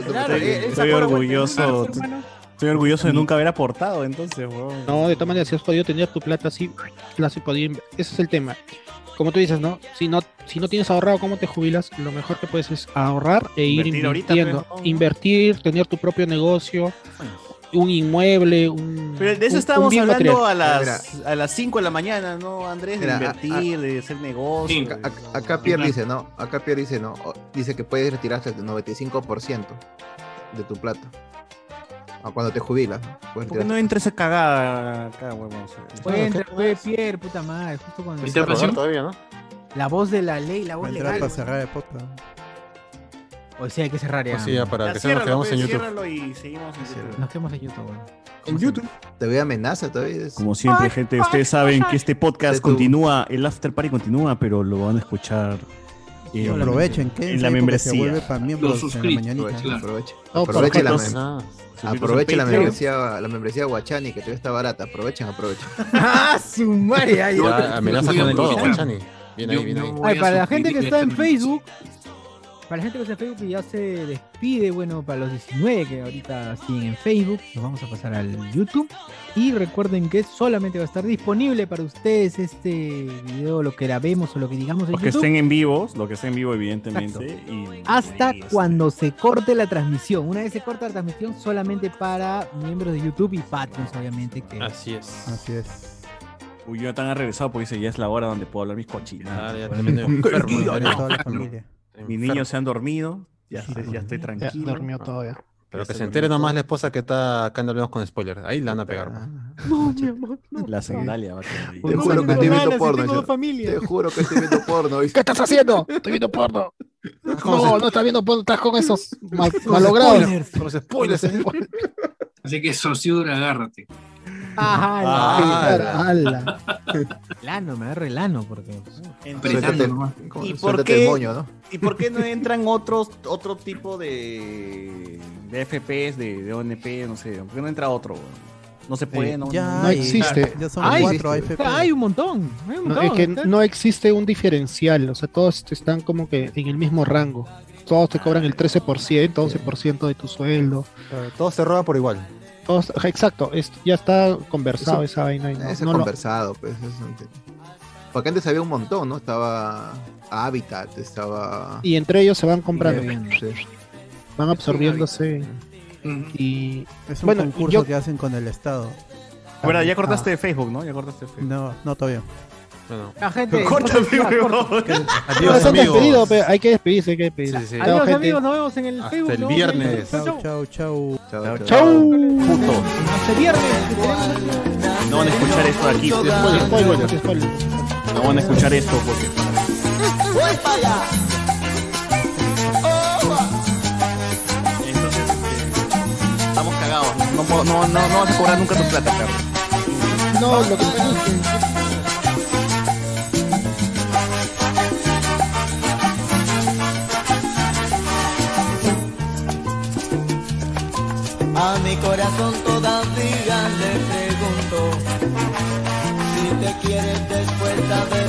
Speaker 1: Claro,
Speaker 3: Estoy,
Speaker 1: eh, esa
Speaker 3: estoy
Speaker 1: bola
Speaker 3: orgulloso.
Speaker 1: vuelta, hermano.
Speaker 3: Estoy orgulloso de nunca haber aportado, entonces, weón.
Speaker 11: No, de todas maneras, si has podido tener tu plata así, la has podido inv- Ese es el tema. Como tú dices, ¿no? Si no, si no tienes ahorrado, ¿cómo te jubilas? Lo mejor que puedes es ahorrar e ir
Speaker 3: Invertir ahorita,
Speaker 11: invirtiendo.
Speaker 3: pues, ¿no?
Speaker 11: Invertir, tener tu propio negocio, un inmueble, un.
Speaker 3: Pero de
Speaker 11: un-
Speaker 3: eso
Speaker 11: un
Speaker 3: estábamos
Speaker 11: bien
Speaker 3: hablando
Speaker 11: material.
Speaker 3: a las a las 5 de la mañana, ¿no, Andrés? De
Speaker 5: Mira, a-
Speaker 3: invertir, de hacer negocios. de-
Speaker 5: Acá- Acá Pierre dice, no, acá Pierre dice, no, o- dice que puedes retirar hasta el 95% de tu plata. A cuando te jubilas. ¿no? Puedes
Speaker 3: ¿Por qué
Speaker 5: retirar
Speaker 3: no entra esa cagada acá, huevón?
Speaker 1: Fue entre fue Pierre, puta madre, justo cuando.
Speaker 3: ¿Viste a Roberto
Speaker 4: todavía, no?
Speaker 1: La voz de la ley, la voz
Speaker 7: Vendrá
Speaker 1: legal.
Speaker 7: para cerrar el podcast.
Speaker 1: O sea, hay que cerrar ya.
Speaker 4: Pues sí, ya, para
Speaker 3: Ya,
Speaker 4: que sea, nos
Speaker 3: ciérralo,
Speaker 4: quedamos en
Speaker 3: pues,
Speaker 4: YouTube.
Speaker 3: ciérralo y seguimos en YouTube.
Speaker 1: Nos quedamos en YouTube. weón.
Speaker 5: en YouTube. Te veo amenaza todavía. es-
Speaker 3: Como siempre, gente, ustedes saben que este podcast continúa, el after party continúa, pero lo van a escuchar. eh,
Speaker 7: Y aprovechen, quédense
Speaker 3: en la
Speaker 7: ahí porque
Speaker 3: membresía.
Speaker 7: Se vuelve para miembros en la
Speaker 27: suscritos,
Speaker 11: pues,
Speaker 5: Aproveche,
Speaker 7: mañanita.
Speaker 5: aproveche.
Speaker 11: No,
Speaker 5: Aproveche la,
Speaker 3: suscritos.
Speaker 5: mem-
Speaker 3: Ah, suscritos en
Speaker 5: aproveche la
Speaker 3: Patreon.
Speaker 5: membresía, la membresía Guachani, que todavía está barata. Aprovechen, aprovechen.
Speaker 1: ¡Ah, su madre! Ay,
Speaker 5: Ya,
Speaker 1: ay.
Speaker 4: amenaza con todo, Guachani.
Speaker 5: Bien
Speaker 4: Viene ahí, viene ahí.
Speaker 1: Ay, para la gente que está en Facebook, para la gente que está en Facebook y ya se despide, bueno, para los 19 que ahorita siguen en Facebook, nos vamos a pasar al YouTube. Y recuerden que solamente va a estar disponible para ustedes este video, lo que grabemos o lo que digamos en
Speaker 3: Los que
Speaker 1: YouTube.
Speaker 3: estén en vivo, los que estén en vivo, evidentemente. Y este,
Speaker 1: Hasta cuando se corte la transmisión. Una vez se corta la transmisión, solamente para miembros de YouTube y Patreons, obviamente. Que
Speaker 4: Así es.
Speaker 7: Así es.
Speaker 3: Uy, Jonathan ha regresado porque dice, ya es la hora donde puedo hablar mis cochinas.
Speaker 4: Ah, ya también tengo enfermo, ya tengo toda la
Speaker 11: familia.
Speaker 4: Ah,
Speaker 3: Mis niños se han dormido, ya, estoy- ya estoy tranquilo.
Speaker 11: dormió todavía.
Speaker 4: Pero que se entere nomás la esposa que está acá no hablemos con spoilers. Ahí la van a pegar. pues.
Speaker 28: No, mi amor, no.
Speaker 3: La sandalia va a
Speaker 4: Te
Speaker 3: tener.
Speaker 28: No
Speaker 4: juro
Speaker 28: me
Speaker 4: que
Speaker 28: lo
Speaker 4: estoy
Speaker 28: ganas,
Speaker 4: viendo
Speaker 28: si
Speaker 4: porno,
Speaker 28: tengo
Speaker 4: dice.
Speaker 28: dos familias.
Speaker 5: Te juro que estoy viendo porno.
Speaker 29: ¿Qué estás haciendo? Estoy viendo porno. No, no estás viendo porno, estás con esos mal- malogrados.
Speaker 4: Spoilers, Los spoilers.
Speaker 30: Así que Sociudra, agárrate.
Speaker 31: Ah,
Speaker 11: ala.
Speaker 31: El ano, me agarro el ano porque.
Speaker 3: Entonces, ¿y por,
Speaker 31: Suéltate
Speaker 3: qué,
Speaker 31: el moño, ¿no?
Speaker 3: ¿Y por qué no entran otros, otro tipo de, de FPS, de, de ONP, no sé? ¿Por qué no entra otro? No se puede,
Speaker 11: Eh,
Speaker 3: no,
Speaker 11: ya hay, ya son Ay, cuatro existe. AFP.
Speaker 1: Hay un montón. Hay un
Speaker 11: No,
Speaker 1: montón.
Speaker 11: es que
Speaker 1: Está-
Speaker 11: no existe un diferencial, o sea, todos están como que en el mismo rango. Todos te cobran el 13%, 11% de tu sueldo.
Speaker 4: Todo se roba por igual.
Speaker 11: Todos, ajá, exacto, es- ya está conversado esa vaina. y no-
Speaker 5: Eso
Speaker 11: no lo-
Speaker 5: conversado, pues. eso no entiendo. Porque antes había un montón, ¿no? Estaba Habitat, estaba.
Speaker 11: y entre ellos se van comprando,
Speaker 5: Sí.
Speaker 11: van absorbiéndose. Y
Speaker 7: Es un
Speaker 11: bueno,
Speaker 7: concurso
Speaker 11: yo-
Speaker 7: que hacen con el Estado.
Speaker 3: Bueno, Ah, ya
Speaker 11: Ah.
Speaker 3: cortaste de Facebook, ¿no? Ya cortaste de Facebook.
Speaker 7: No, no todavía.
Speaker 1: La gente.
Speaker 3: Córtame,
Speaker 1: corta,
Speaker 3: huevón.
Speaker 1: corta.
Speaker 11: Ah, No, se han despedido, pe- hay que despedirse, hay que despedirse. Chao,
Speaker 1: Adiós,
Speaker 11: gente.
Speaker 1: amigos. Nos vemos en el Facebook. nos vemos en
Speaker 7: Chau,
Speaker 1: Chau,
Speaker 7: chau, chau.
Speaker 5: Chau,
Speaker 11: chau.
Speaker 3: Puto.
Speaker 1: Hasta viernes. que tenemos-
Speaker 3: No van a escuchar esto aquí.
Speaker 11: Spoiler, spoiler, spoiler.
Speaker 3: No van a escuchar esto porque...
Speaker 28: Voy para allá.
Speaker 3: Entonces, este, estamos cagados. No, puedo- no, no, no vas a cobrar nunca tu plata, Carlos.
Speaker 11: No, lo que pasa es que.
Speaker 28: A mi corazón todavía le pregunto si te quieres después de haber